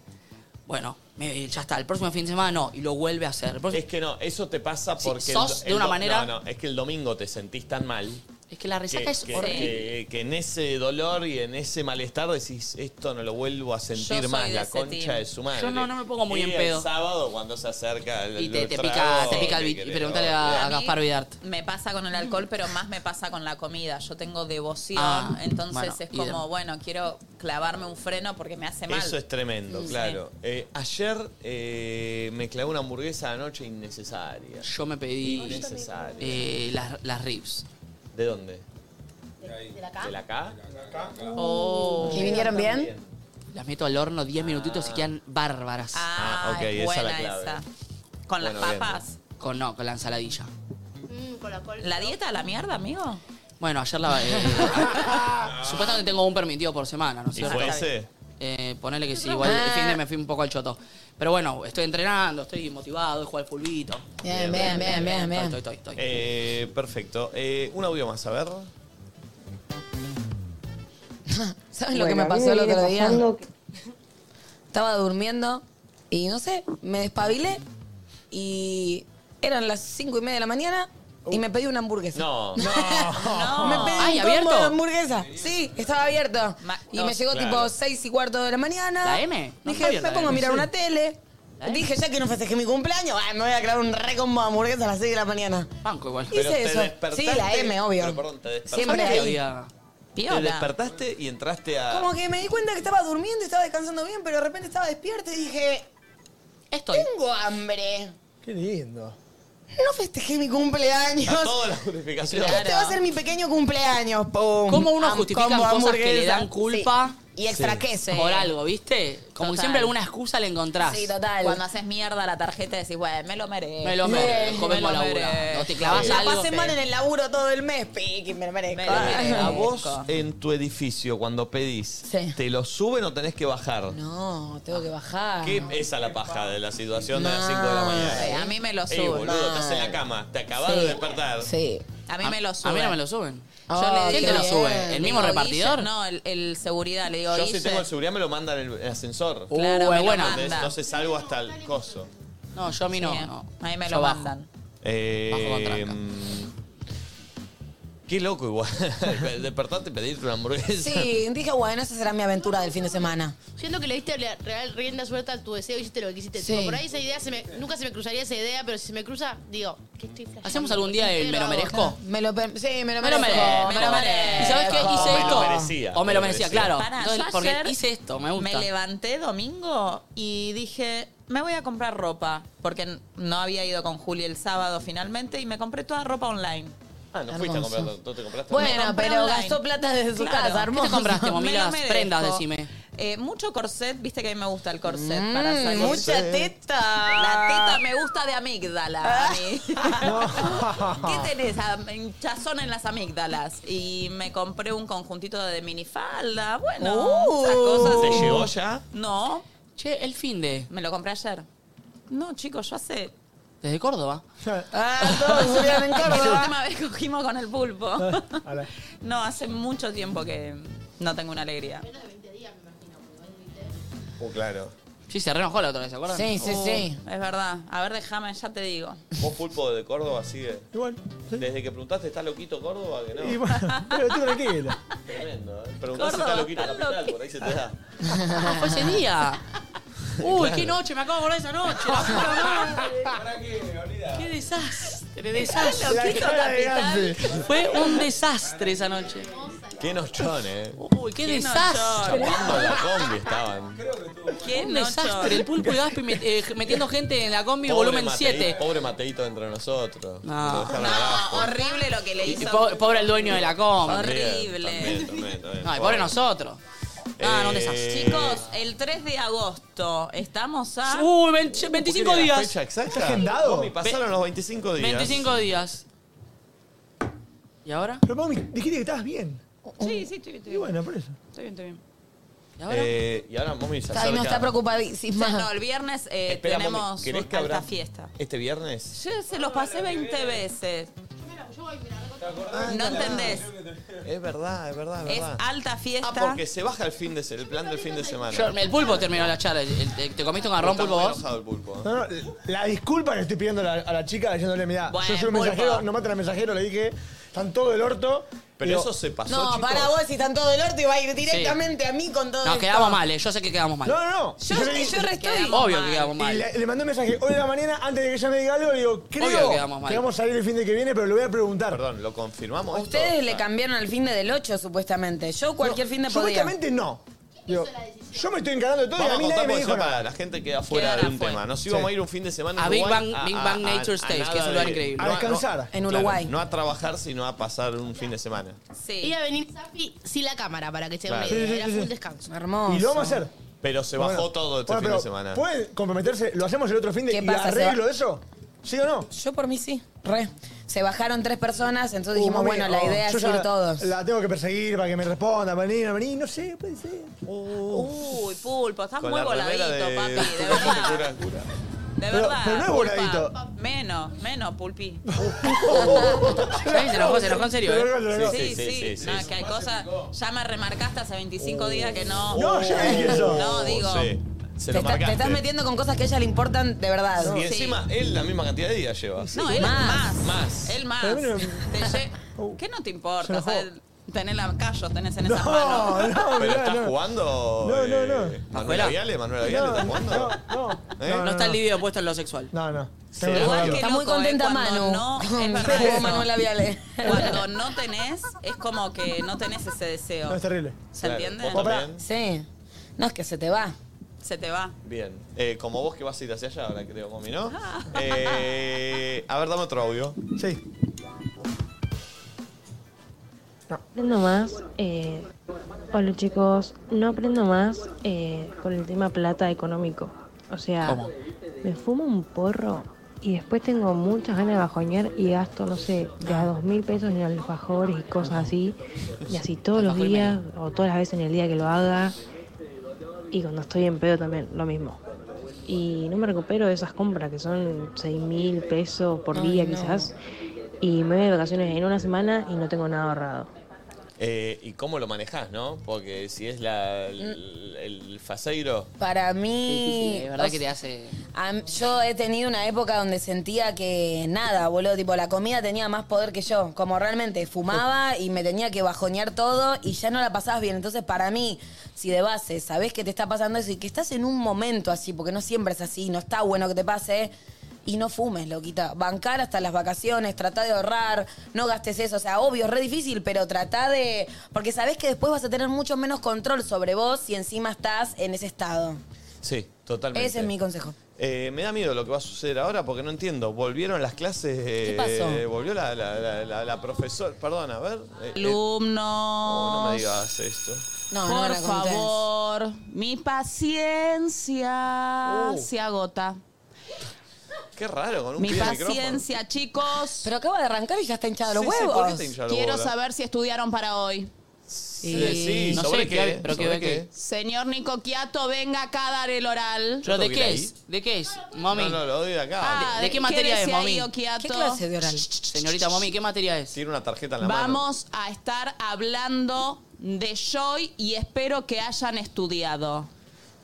Speaker 3: Bueno, me- ya está, el próximo fin de semana no, y lo vuelve a hacer. El próximo-
Speaker 1: Es que no, eso te pasa
Speaker 3: Sí,
Speaker 1: porque. el
Speaker 3: sos
Speaker 1: do-
Speaker 3: de
Speaker 1: el
Speaker 3: una
Speaker 1: do-
Speaker 3: manera-
Speaker 1: No, no, es que el domingo te sentís tan mal.
Speaker 3: es que la resaca
Speaker 1: que,
Speaker 3: es
Speaker 1: que-
Speaker 3: horrible.
Speaker 1: que- que en ese dolor y en ese malestar decís, esto no lo vuelvo a
Speaker 3: Yo
Speaker 1: sentir
Speaker 3: soy
Speaker 1: más,
Speaker 3: de
Speaker 1: la
Speaker 3: ese
Speaker 1: concha
Speaker 3: team.
Speaker 1: de su madre.
Speaker 3: Yo no- no me pongo muy
Speaker 1: Y
Speaker 3: en pedo.
Speaker 1: El sábado cuando se acerca el
Speaker 3: Y te-
Speaker 1: los
Speaker 3: te pica-
Speaker 1: tragos,
Speaker 3: te pica el
Speaker 1: ¿qué
Speaker 3: bit- y
Speaker 1: querés?
Speaker 3: preguntale a- a
Speaker 1: Olvidate.
Speaker 3: Gaspar Vidart.
Speaker 4: Me pasa con el alcohol, pero más me pasa con la comida. Yo tengo devoción,
Speaker 1: Ah,
Speaker 4: entonces
Speaker 1: bueno,
Speaker 4: es
Speaker 1: idem.
Speaker 4: como, bueno, quiero clavarme un freno porque me hace mal.
Speaker 1: Eso es tremendo,
Speaker 4: Mm,
Speaker 1: claro. Eh, ayer eh, me clavé una hamburguesa anoche innecesaria.
Speaker 3: Yo me pedí
Speaker 1: innecesaria.
Speaker 3: eh, las, las ribs.
Speaker 1: ¿De dónde?
Speaker 6: ¿De la K?
Speaker 1: ¿De la K?
Speaker 3: Oh.
Speaker 2: ¿Y vinieron bien?
Speaker 3: Las meto al horno 10 minutitos y quedan bárbaras.
Speaker 1: Ah, ok, esa es la clave.
Speaker 4: ¿Con las
Speaker 3: Bueno, bien.
Speaker 4: papas?
Speaker 3: Con no, con la ensaladilla.
Speaker 6: Mm,
Speaker 4: ¿La dieta a la mierda, amigo?
Speaker 3: Bueno, ayer la. eh, supuestamente tengo un permitido por semana, ¿no es
Speaker 1: ¿Y
Speaker 3: cierto?
Speaker 1: fue ese?
Speaker 3: Eh, ponele que sí, igual el fin de me fui un poco al choto. Pero bueno, estoy entrenando, estoy motivado, he jugado al fulbito.
Speaker 2: Bien, bien, bien, bien, bien.
Speaker 3: Estoy, estoy, estoy, estoy.
Speaker 1: Eh, perfecto. Eh, un audio más, a ver.
Speaker 2: ¿Sabes lo que
Speaker 1: Bueno,
Speaker 2: me
Speaker 1: a mí
Speaker 2: pasó el
Speaker 1: me
Speaker 2: otro
Speaker 1: viene
Speaker 2: día?
Speaker 1: pasando
Speaker 2: Estaba durmiendo y no sé, me despabilé y eran las cinco y media de la mañana
Speaker 1: Uh.
Speaker 2: y me pedí una hamburguesa.
Speaker 1: No. No.
Speaker 2: Me pedí
Speaker 3: Ay,
Speaker 2: un combo
Speaker 3: ¿abierto?
Speaker 2: de hamburguesa. Sí, estaba abierto. y
Speaker 3: no,
Speaker 2: me llegó
Speaker 3: claro.
Speaker 2: tipo seis y cuarto de la mañana.
Speaker 3: ¿La M? No está
Speaker 2: Dije,
Speaker 3: abierta
Speaker 2: me pongo a
Speaker 3: la M,
Speaker 2: mirar
Speaker 3: sí.
Speaker 2: una tele.
Speaker 3: La M.
Speaker 2: Dije, ya que no festejé mi cumpleaños, ah, me voy a clavar un re combo de hamburguesa a las seis de la mañana.
Speaker 3: Banco igual.
Speaker 2: Hice eso. Sí, la M, obvio.
Speaker 1: Pero perdón, te despertaste.
Speaker 2: Siempre ahí.
Speaker 1: Te despertaste y entraste a.
Speaker 2: Como que me di cuenta que estaba durmiendo y estaba descansando bien, pero de repente estaba despierta y dije.
Speaker 3: Estoy.
Speaker 2: Tengo hambre.
Speaker 5: Qué lindo.
Speaker 2: No festejé mi cumpleaños.
Speaker 1: A toda la justificación.
Speaker 2: Este va a ser mi pequeño cumpleaños. Pum.
Speaker 3: ¿Cómo uno
Speaker 2: Am-
Speaker 3: justifica
Speaker 2: combo
Speaker 3: cosas que
Speaker 2: hamburguesa.
Speaker 3: le dan culpa?
Speaker 2: Sí. Y extra queso.
Speaker 3: Por algo, ¿viste? Como que
Speaker 4: Total.
Speaker 3: siempre alguna excusa le encontrás.
Speaker 4: Sí, total. Cuando haces mierda la tarjeta decís, bueno, me lo merezco.
Speaker 3: Me lo merezco, vengo a laburar. No te clavas
Speaker 2: La
Speaker 3: algo.
Speaker 2: pasé mal en el laburo todo el mes. Piqui, me lo merezco.
Speaker 1: A vos en tu edificio, cuando pedís, ¿te lo suben o tenés que bajar?
Speaker 2: No, tengo que bajar.
Speaker 1: ¿Qué esa la paja de la situación de las 5 de la
Speaker 4: Sí,
Speaker 1: mañana?
Speaker 4: a mí me lo
Speaker 1: Ey,
Speaker 4: suben.
Speaker 1: boludo, estás en la cama, te acabas de
Speaker 4: Sí.
Speaker 1: despertar.
Speaker 2: Sí.
Speaker 4: A mí me lo
Speaker 3: A
Speaker 4: suben.
Speaker 3: mí no me lo suben.
Speaker 4: Yo le
Speaker 3: ¿Quién
Speaker 4: digo-
Speaker 3: te lo sube?
Speaker 4: Le
Speaker 3: ¿El mismo
Speaker 4: digo,
Speaker 3: repartidor?
Speaker 4: Guille, no, el, el seguridad. Le digo,
Speaker 1: Yo
Speaker 4: Guille,
Speaker 1: si tengo el seguridad me lo mandan el, el ascensor.
Speaker 3: Uh, Claro, me es lo buena.
Speaker 1: Entonces,
Speaker 3: manda.
Speaker 1: entonces salgo hasta el coso.
Speaker 3: No, yo a mí no.
Speaker 4: Sí.
Speaker 3: no.
Speaker 4: A mí me
Speaker 3: Yo
Speaker 4: lo
Speaker 3: bajo.
Speaker 4: mandan.
Speaker 1: Eh,
Speaker 3: Bajo con tranca.
Speaker 1: mm, Qué loco igual. Despertarte y pedirte una hamburguesa.
Speaker 2: Sí, dije, bueno, esa será mi aventura del fin de semana.
Speaker 6: Siento que le diste la real rienda suelta a tu deseo y hiciste lo que quisiste.
Speaker 2: Sí.
Speaker 6: Tipo, por ahí esa idea, se me, nunca se me cruzaría esa idea, pero si se me cruza, digo, ¿qué estoy flasheando?
Speaker 3: ¿Hacemos algún día el me lo merezco?
Speaker 2: eh, Me lo, per- sí, me lo
Speaker 3: Me lo
Speaker 2: merezco.
Speaker 3: merezco.
Speaker 2: Me lo merezco.
Speaker 3: ¿Y sabes qué? Hice
Speaker 1: me lo
Speaker 3: esto.
Speaker 1: merecía.
Speaker 3: O me lo merecía, claro.
Speaker 4: Pará,
Speaker 3: Entonces,
Speaker 4: yo
Speaker 3: porque
Speaker 4: ayer
Speaker 3: hice esto, me gusta.
Speaker 4: Me levanté domingo y dije, me voy a comprar ropa. Porque n- no había ido con Juli el sábado finalmente y me compré toda ropa online.
Speaker 1: Ah, no fuiste a comprar, ¿tú te compraste?
Speaker 2: Bueno,
Speaker 4: Me compré
Speaker 2: pero gastó plata desde su casa,
Speaker 4: ¿Qué te
Speaker 2: hermoso.
Speaker 3: compraste, Momilas?
Speaker 4: Me lo merezco.
Speaker 3: Prendas, decime.
Speaker 4: Eh, mucho corset, viste que a mí me gusta el corset para
Speaker 2: Mm,
Speaker 4: salir.
Speaker 2: mucha teta.
Speaker 4: La teta me gusta de amígdala a mí. ¿Qué tenés? Ah, Hinchazón en las amígdalas. Y me compré un conjuntito de
Speaker 2: Ah,
Speaker 4: minifalda. Bueno,
Speaker 3: Uh.
Speaker 4: esas cosas.
Speaker 1: ¿Te llegó ya?
Speaker 4: No.
Speaker 3: Che, el fin de.
Speaker 4: Me lo compré ayer. No, chicos, yo hace.
Speaker 3: Desde Córdoba.
Speaker 2: Ah, todos subían en
Speaker 4: La
Speaker 2: Córdoba.
Speaker 4: última vez cogimos con el pulpo.
Speaker 1: Ah,
Speaker 4: No, hace mucho tiempo que no tengo una alegría.
Speaker 1: Oh, claro.
Speaker 3: Sí, se reenojó la otra vez, ¿se acuerdan?
Speaker 4: Uh, Es verdad. A ver, déjame, ya te digo.
Speaker 1: Vos pulpo de Córdoba sigue. Igual. Desde que preguntaste, ¿estás loquito Córdoba? Que no.
Speaker 5: Y bueno, pero tú tranquila.
Speaker 1: Tremendo, ¿eh? Preguntaste,
Speaker 3: Córdoba,
Speaker 1: ¿estás loquito
Speaker 3: ¿estás
Speaker 1: capital?
Speaker 3: loquito?
Speaker 1: Por ahí se te da.
Speaker 3: Ah, fue ese día. Uy, qué noche, me acabo de acordar de esa noche. la puta madre. Qué desastre, desastre.
Speaker 8: La cara de Gance.
Speaker 3: Fue un desastre esa noche.
Speaker 1: Qué nochón, ¿eh?
Speaker 3: Uy, qué, desastre.
Speaker 1: Chapando la combi estaban.
Speaker 3: un desastre. El pulpo y Gaspi met- eh, metiendo gente en la combi
Speaker 1: Pobre ¿eh?
Speaker 3: volumen
Speaker 1: Mateí-
Speaker 3: 7.
Speaker 1: Pobre Mateito entre nosotros. Lo
Speaker 3: No.
Speaker 1: dejaron abajo.
Speaker 4: Horrible lo que le
Speaker 3: Y pobre, pobre el dueño de la combi.
Speaker 1: También, también, también, también.
Speaker 3: No, y pobre nosotros. Ah,
Speaker 1: Eh,
Speaker 3: no, un desastre.
Speaker 4: Chicos, el 3 de agosto estamos a.
Speaker 3: Uy, 20 25
Speaker 1: ¿Tiene la
Speaker 3: días.
Speaker 1: fecha exacta?
Speaker 3: ¿Está agendado?
Speaker 1: Mami, pasaron los 25 días.
Speaker 3: 25 días. ¿Y ahora?
Speaker 5: Pero mami, dijiste que estabas bien.
Speaker 4: Sí, sí, estoy bien.
Speaker 5: Y bueno, por eso.
Speaker 4: Estoy bien, estoy bien.
Speaker 1: Eh, y ahora Mommy se
Speaker 2: Ay, no,
Speaker 1: acerca.
Speaker 2: está preocupadísima.
Speaker 4: No, el viernes eh,
Speaker 1: Espera, Mommy,
Speaker 4: tenemos
Speaker 1: ¿querés que
Speaker 4: esta
Speaker 1: abra-
Speaker 4: fiesta.
Speaker 1: ¿Este viernes?
Speaker 4: Yo se los pasé 20 veces. No entendés.
Speaker 1: Es verdad, es verdad, es
Speaker 4: Es
Speaker 1: verdad.
Speaker 4: alta
Speaker 1: Ah,
Speaker 4: fiesta.
Speaker 1: porque se baja el, fin de se- el plan del fin de semana.
Speaker 3: Yo- el pulpo terminó la charla. El- el- ¿Te comiste un garrón,
Speaker 1: Está
Speaker 3: pulpo,
Speaker 1: muy
Speaker 3: vos?
Speaker 1: enojado el pulpo. ¿eh?
Speaker 5: No, no, la disculpa que le estoy pidiendo a la, a la chica diciéndole, mirá, yo soy un
Speaker 3: pulpo.
Speaker 5: mensajero, no maten al mensajero, le dije, están todo el orto.
Speaker 1: Pero
Speaker 5: Digo,
Speaker 1: eso se pasó,
Speaker 2: No, para vos, si están todo el orto y va a ir directamente
Speaker 3: directamente
Speaker 2: a mí con todo
Speaker 3: Nos quedamos mal, eh. Yo sé que quedamos mal.
Speaker 5: No, no.
Speaker 2: Yo- yo re estoy-
Speaker 3: Obvio que quedamos
Speaker 5: Y
Speaker 3: mal.
Speaker 5: le, le mandé un mensaje hoy de la mañana antes de que ella me diga algo. Le digo, creo
Speaker 1: que
Speaker 5: que,
Speaker 1: quedamos mal.
Speaker 5: vamos a salir el fin de que viene, pero le voy a preguntar.
Speaker 1: Perdón, ¿lo confirmamos? esto?
Speaker 2: Ustedes le cambiaron al fin de del 8, supuestamente. Yo cualquier fin de podía.
Speaker 5: Supuestamente no. Digo, yo me estoy encarando de todo
Speaker 1: Vamos
Speaker 5: y
Speaker 1: a
Speaker 5: a mí nadie
Speaker 1: contar
Speaker 5: me
Speaker 1: porque si
Speaker 5: dijo
Speaker 1: no,
Speaker 5: nada.
Speaker 1: para la gente queda fuera
Speaker 5: Quedan
Speaker 1: de un
Speaker 5: afuera.
Speaker 1: tema. Nos
Speaker 5: Sí.
Speaker 1: íbamos a ir un fin de semana
Speaker 3: A
Speaker 1: Big
Speaker 3: Big
Speaker 1: Uruguay,
Speaker 3: Bang- Big Bang Nature Stage,
Speaker 1: nada
Speaker 3: que es un lugar
Speaker 1: de-
Speaker 3: increíble.
Speaker 1: no
Speaker 3: A descansar.
Speaker 1: no-
Speaker 3: En
Speaker 1: claro,
Speaker 3: Uruguay.
Speaker 1: no a trabajar, sino a pasar un fin de semana.
Speaker 6: Y a venir Safi sin la cámara para que se vea una
Speaker 1: Claro.
Speaker 6: idea.
Speaker 1: Sí, sí,
Speaker 6: Era
Speaker 1: sí,
Speaker 6: full
Speaker 1: sí.
Speaker 6: descanso.
Speaker 5: Y lo vamos a hacer.
Speaker 1: Pero se bajó todo este
Speaker 5: bueno,
Speaker 1: fin de
Speaker 5: pero
Speaker 1: semana.
Speaker 5: ¿Pueden comprometerse? ¿Lo hacemos el otro fin de
Speaker 2: ¿Qué
Speaker 5: y
Speaker 2: pasa? ¿Se
Speaker 5: arreglo
Speaker 2: va?
Speaker 5: eso? ¿Sí o no?
Speaker 2: Yo por mí sí, re. Se bajaron tres personas, entonces
Speaker 5: Uh,
Speaker 2: dijimos,
Speaker 5: mami,
Speaker 2: bueno, la
Speaker 5: oh,
Speaker 2: idea es
Speaker 5: yo ya
Speaker 2: ir todos.
Speaker 5: La tengo que perseguir para que me responda, vení, no vení, no sé, puede ser.
Speaker 4: Uy, pulpo, estás
Speaker 5: Con
Speaker 4: muy
Speaker 5: la remera
Speaker 4: voladito,
Speaker 5: de-
Speaker 4: papi. De
Speaker 1: verdad.
Speaker 4: De
Speaker 5: Pero-
Speaker 4: verdad.
Speaker 5: pero no es
Speaker 4: pulpa.
Speaker 5: voladito.
Speaker 4: Menos, menos, pulpi.
Speaker 3: Sí, se enojó, se enojó en serio, ¿eh? Se enojó, se
Speaker 4: Sí,
Speaker 3: enojó. Sí, sí,
Speaker 4: sí,
Speaker 3: sí,
Speaker 4: sí.
Speaker 3: sí,
Speaker 4: No,
Speaker 3: sí.
Speaker 4: que hay cosas. Ya me remarcaste hace 25 días que no.
Speaker 5: No, ya dije eso.
Speaker 4: No, digo.
Speaker 1: Oh, Sí. Se
Speaker 2: Te,
Speaker 1: lo
Speaker 2: está- te
Speaker 1: marcaste.
Speaker 2: estás metiendo con cosas que a ella le importan de verdad.
Speaker 1: Y encima él la misma cantidad de días lleva.
Speaker 4: No, él más.
Speaker 1: Más.
Speaker 4: Él más.
Speaker 1: Pero a mí no
Speaker 4: Te lle-
Speaker 5: Oh.
Speaker 4: ¿Qué no te
Speaker 1: Se
Speaker 4: importa?
Speaker 1: enojó.
Speaker 4: ¿sabes? Tenés la callos, tenés en esas
Speaker 5: No,
Speaker 4: manos.
Speaker 5: no,
Speaker 1: ¿Pero
Speaker 5: mirá,
Speaker 1: estás
Speaker 5: no.
Speaker 1: jugando?
Speaker 5: No, no,
Speaker 1: eh,
Speaker 5: no.
Speaker 1: ¿Manuela Viale? ¿Manuela Viale? ¿Estás jugando? Eh,
Speaker 3: No, no está el libido puesto en lo sexual.
Speaker 5: No, no.
Speaker 3: Sí.
Speaker 4: Igual que
Speaker 2: Está
Speaker 4: loco,
Speaker 2: muy contenta
Speaker 4: eh, cuando
Speaker 2: Manu.
Speaker 4: No, es verdad
Speaker 2: Jugó
Speaker 4: eso.
Speaker 2: Manuela Viale.
Speaker 4: Cuando no tenés, es como que no tenés ese deseo.
Speaker 5: No, es terrible.
Speaker 4: ¿Se entiende?
Speaker 1: Oh.
Speaker 2: Sí. No, es que se te va.
Speaker 4: Se te va.
Speaker 1: Bien. Eh, como vos que vas a ir hacia allá ahora, creo, Mami, ¿no? Eh, a ver, dame otro audio.
Speaker 5: Sí.
Speaker 19: aprendo más. eh, hola chicos, no aprendo más eh, con el tema plata económico. O sea,
Speaker 11: ¿Cómo?
Speaker 19: me fumo un porro y después tengo muchas ganas de bajoñar y gasto, no sé, ya dos mil pesos en alfajores y cosas así. Y así todos los
Speaker 11: Alfajor y
Speaker 19: días o todas las veces en el día que lo haga. Y cuando estoy en pedo también, lo mismo. Y no me recupero de esas compras que son seis mil pesos por
Speaker 2: Ay,
Speaker 19: día
Speaker 2: no.
Speaker 19: quizás. Y me voy de vacaciones en una semana y no tengo nada ahorrado.
Speaker 1: Eh, ¿Y cómo lo manejás, no? Porque si es la, el, el faseiro.
Speaker 2: Para mí.
Speaker 3: Sí, es verdad
Speaker 2: Mm, o
Speaker 3: que te hace.
Speaker 2: Am- yo he tenido una época donde sentía que nada, boludo, tipo la comida tenía más poder que yo, como realmente fumaba y me tenía que bajonear todo y ya no la pasabas bien. Entonces para mí, si de base sabés que te está pasando eso y que estás en un momento así, porque no siempre es así, no está bueno que te pase. Y no fumes, loquita. Bancar hasta las vacaciones, tratá de ahorrar, no gastes eso. O sea, obvio, es re difícil, pero tratá de. Porque sabés que después vas a tener mucho menos control sobre vos si encima estás en ese estado.
Speaker 1: Sí, totalmente.
Speaker 2: Ese es mi consejo.
Speaker 1: Eh, me da miedo lo que va a suceder ahora porque no entiendo. Volvieron las clases. eh,
Speaker 2: pasó?
Speaker 1: Volvió la, la, la, la- la profesora. Perdón, a ver. eh, eh, oh,
Speaker 4: Alumnos.
Speaker 1: no me digas esto.
Speaker 2: No, no
Speaker 4: Por
Speaker 2: la contés.
Speaker 4: favor, mi paciencia se agota.
Speaker 1: Qué raro, Uh. con un
Speaker 4: Mi
Speaker 1: pie de micrófono.
Speaker 4: paciencia, chicos.
Speaker 2: Pero acaba de arrancar y ya está hinchado
Speaker 1: los Sí, sí, ¿por huevos. qué está hinchado los
Speaker 4: Quiero
Speaker 1: huevos?
Speaker 4: saber si estudiaron para hoy.
Speaker 1: Sí,
Speaker 3: No
Speaker 1: ¿sobre
Speaker 3: sé
Speaker 1: qué?
Speaker 3: qué, pero qué,
Speaker 1: ¿Sobre
Speaker 3: qué.
Speaker 4: Señor Nico Quiato, venga acá a dar el oral.
Speaker 3: Pero ¿de qué es? ¿De qué es? Mami.
Speaker 1: No, no, lo doy de acá.
Speaker 4: Ah,
Speaker 3: ¿De, de qué
Speaker 4: ¿qué
Speaker 3: materia es,
Speaker 4: decía
Speaker 3: mami?
Speaker 4: Guido Quiato? ¿Qué clase de oral?
Speaker 3: Señorita, mami, ¿qué materia es?
Speaker 1: Tiene una tarjeta en la mano.
Speaker 4: Vamos a estar hablando de Joy y espero que hayan estudiado.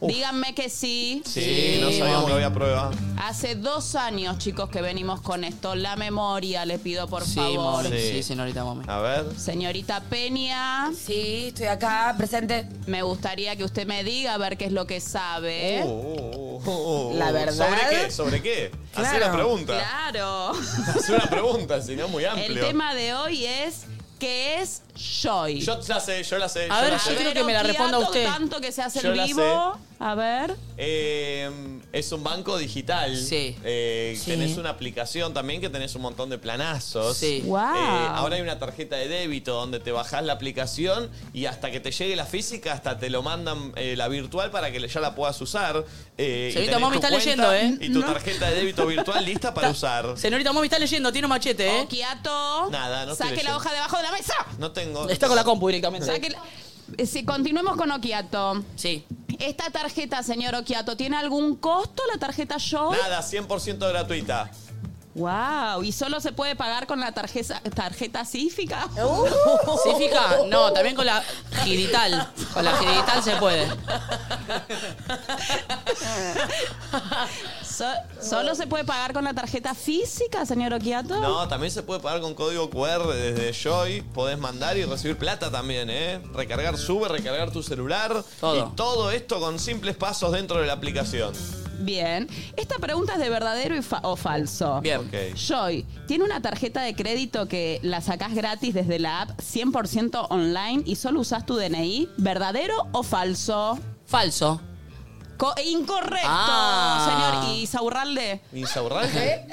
Speaker 4: Díganme que sí.
Speaker 1: Sí, no sabíamos que había prueba.
Speaker 4: Hace dos años, chicos, que venimos con esto. La memoria, le pido por
Speaker 3: Sí,
Speaker 4: favor.
Speaker 3: Mome. Sí, señorita Mome.
Speaker 1: A ver.
Speaker 4: Señorita Peña. Sí, estoy acá, presente. Me gustaría que usted me diga a ver qué es lo que
Speaker 2: ¿Eh?
Speaker 4: sabe.
Speaker 1: Oh, oh, oh.
Speaker 4: La verdad.
Speaker 1: ¿Sobre qué? ¿Sobre qué? Hacé la pregunta.
Speaker 4: Claro.
Speaker 1: Hacé una pregunta, si no muy amplio.
Speaker 4: El tema de hoy es ¿qué es Joy?
Speaker 1: Yo la sé, yo la sé.
Speaker 4: A
Speaker 1: yo
Speaker 4: ver,
Speaker 1: la
Speaker 4: yo
Speaker 1: sé.
Speaker 4: quiero que me la responda usted. tanto que se hace el vivo. A ver.
Speaker 1: Eh, es un banco digital. Sí.
Speaker 4: Sí.
Speaker 1: Tenés una aplicación también que tenés un montón de planazos. Eh,
Speaker 3: Sí.
Speaker 4: Guau.
Speaker 1: ahora hay una tarjeta de débito donde te bajás la aplicación y hasta que te llegue la física, hasta te lo mandan eh, la virtual para que le- ya la puedas usar. Eh, y
Speaker 3: Señorita
Speaker 1: tenés
Speaker 3: Momi
Speaker 1: tu
Speaker 3: está
Speaker 1: cuenta
Speaker 3: leyendo, ¿eh?
Speaker 1: Y tu
Speaker 3: No.
Speaker 1: tarjeta de débito virtual lista para usar.
Speaker 3: Señorita Momi está leyendo, tiene un machete, ¿eh?
Speaker 4: Okiato.
Speaker 1: Nada, no estoy
Speaker 4: Oh, Saque la
Speaker 1: leyendo.
Speaker 4: hoja debajo de la mesa.
Speaker 1: No tengo.
Speaker 3: Está con la compu directamente.
Speaker 4: Saque la- Eh, Si continuemos con Okiato.
Speaker 3: Sí.
Speaker 4: Esta tarjeta, señor Okiato, ¿tiene algún costo la tarjeta Joy?
Speaker 1: Nada, 100% gratuita.
Speaker 4: Wow, ¿y solo se puede pagar con la tarjeta tarjeta cífica?
Speaker 1: Uh.
Speaker 3: ¿Sí, fija? No, también con la digital. Con la digital se puede.
Speaker 4: So- ¿Solo se puede pagar con la tarjeta física, señor Okiato?
Speaker 1: No, también se puede pagar con código QR desde Joy. Podés mandar y recibir plata también, ¿eh? Recargar, sube, recargar tu celular.
Speaker 3: Todo.
Speaker 1: Y todo esto con simples pasos dentro de la aplicación.
Speaker 4: Bien. Esta pregunta es de verdadero y fa- o falso.
Speaker 1: Bien. Ok.
Speaker 4: Joy, ¿tiene una tarjeta de crédito que la sacás gratis desde la app 100% online y solo usás tu DNI? ¿Verdadero o falso?
Speaker 3: Falso.
Speaker 4: Co- incorrecto,
Speaker 1: Ah.
Speaker 4: señor. ¿Y Saurralde?
Speaker 1: Insaurralde.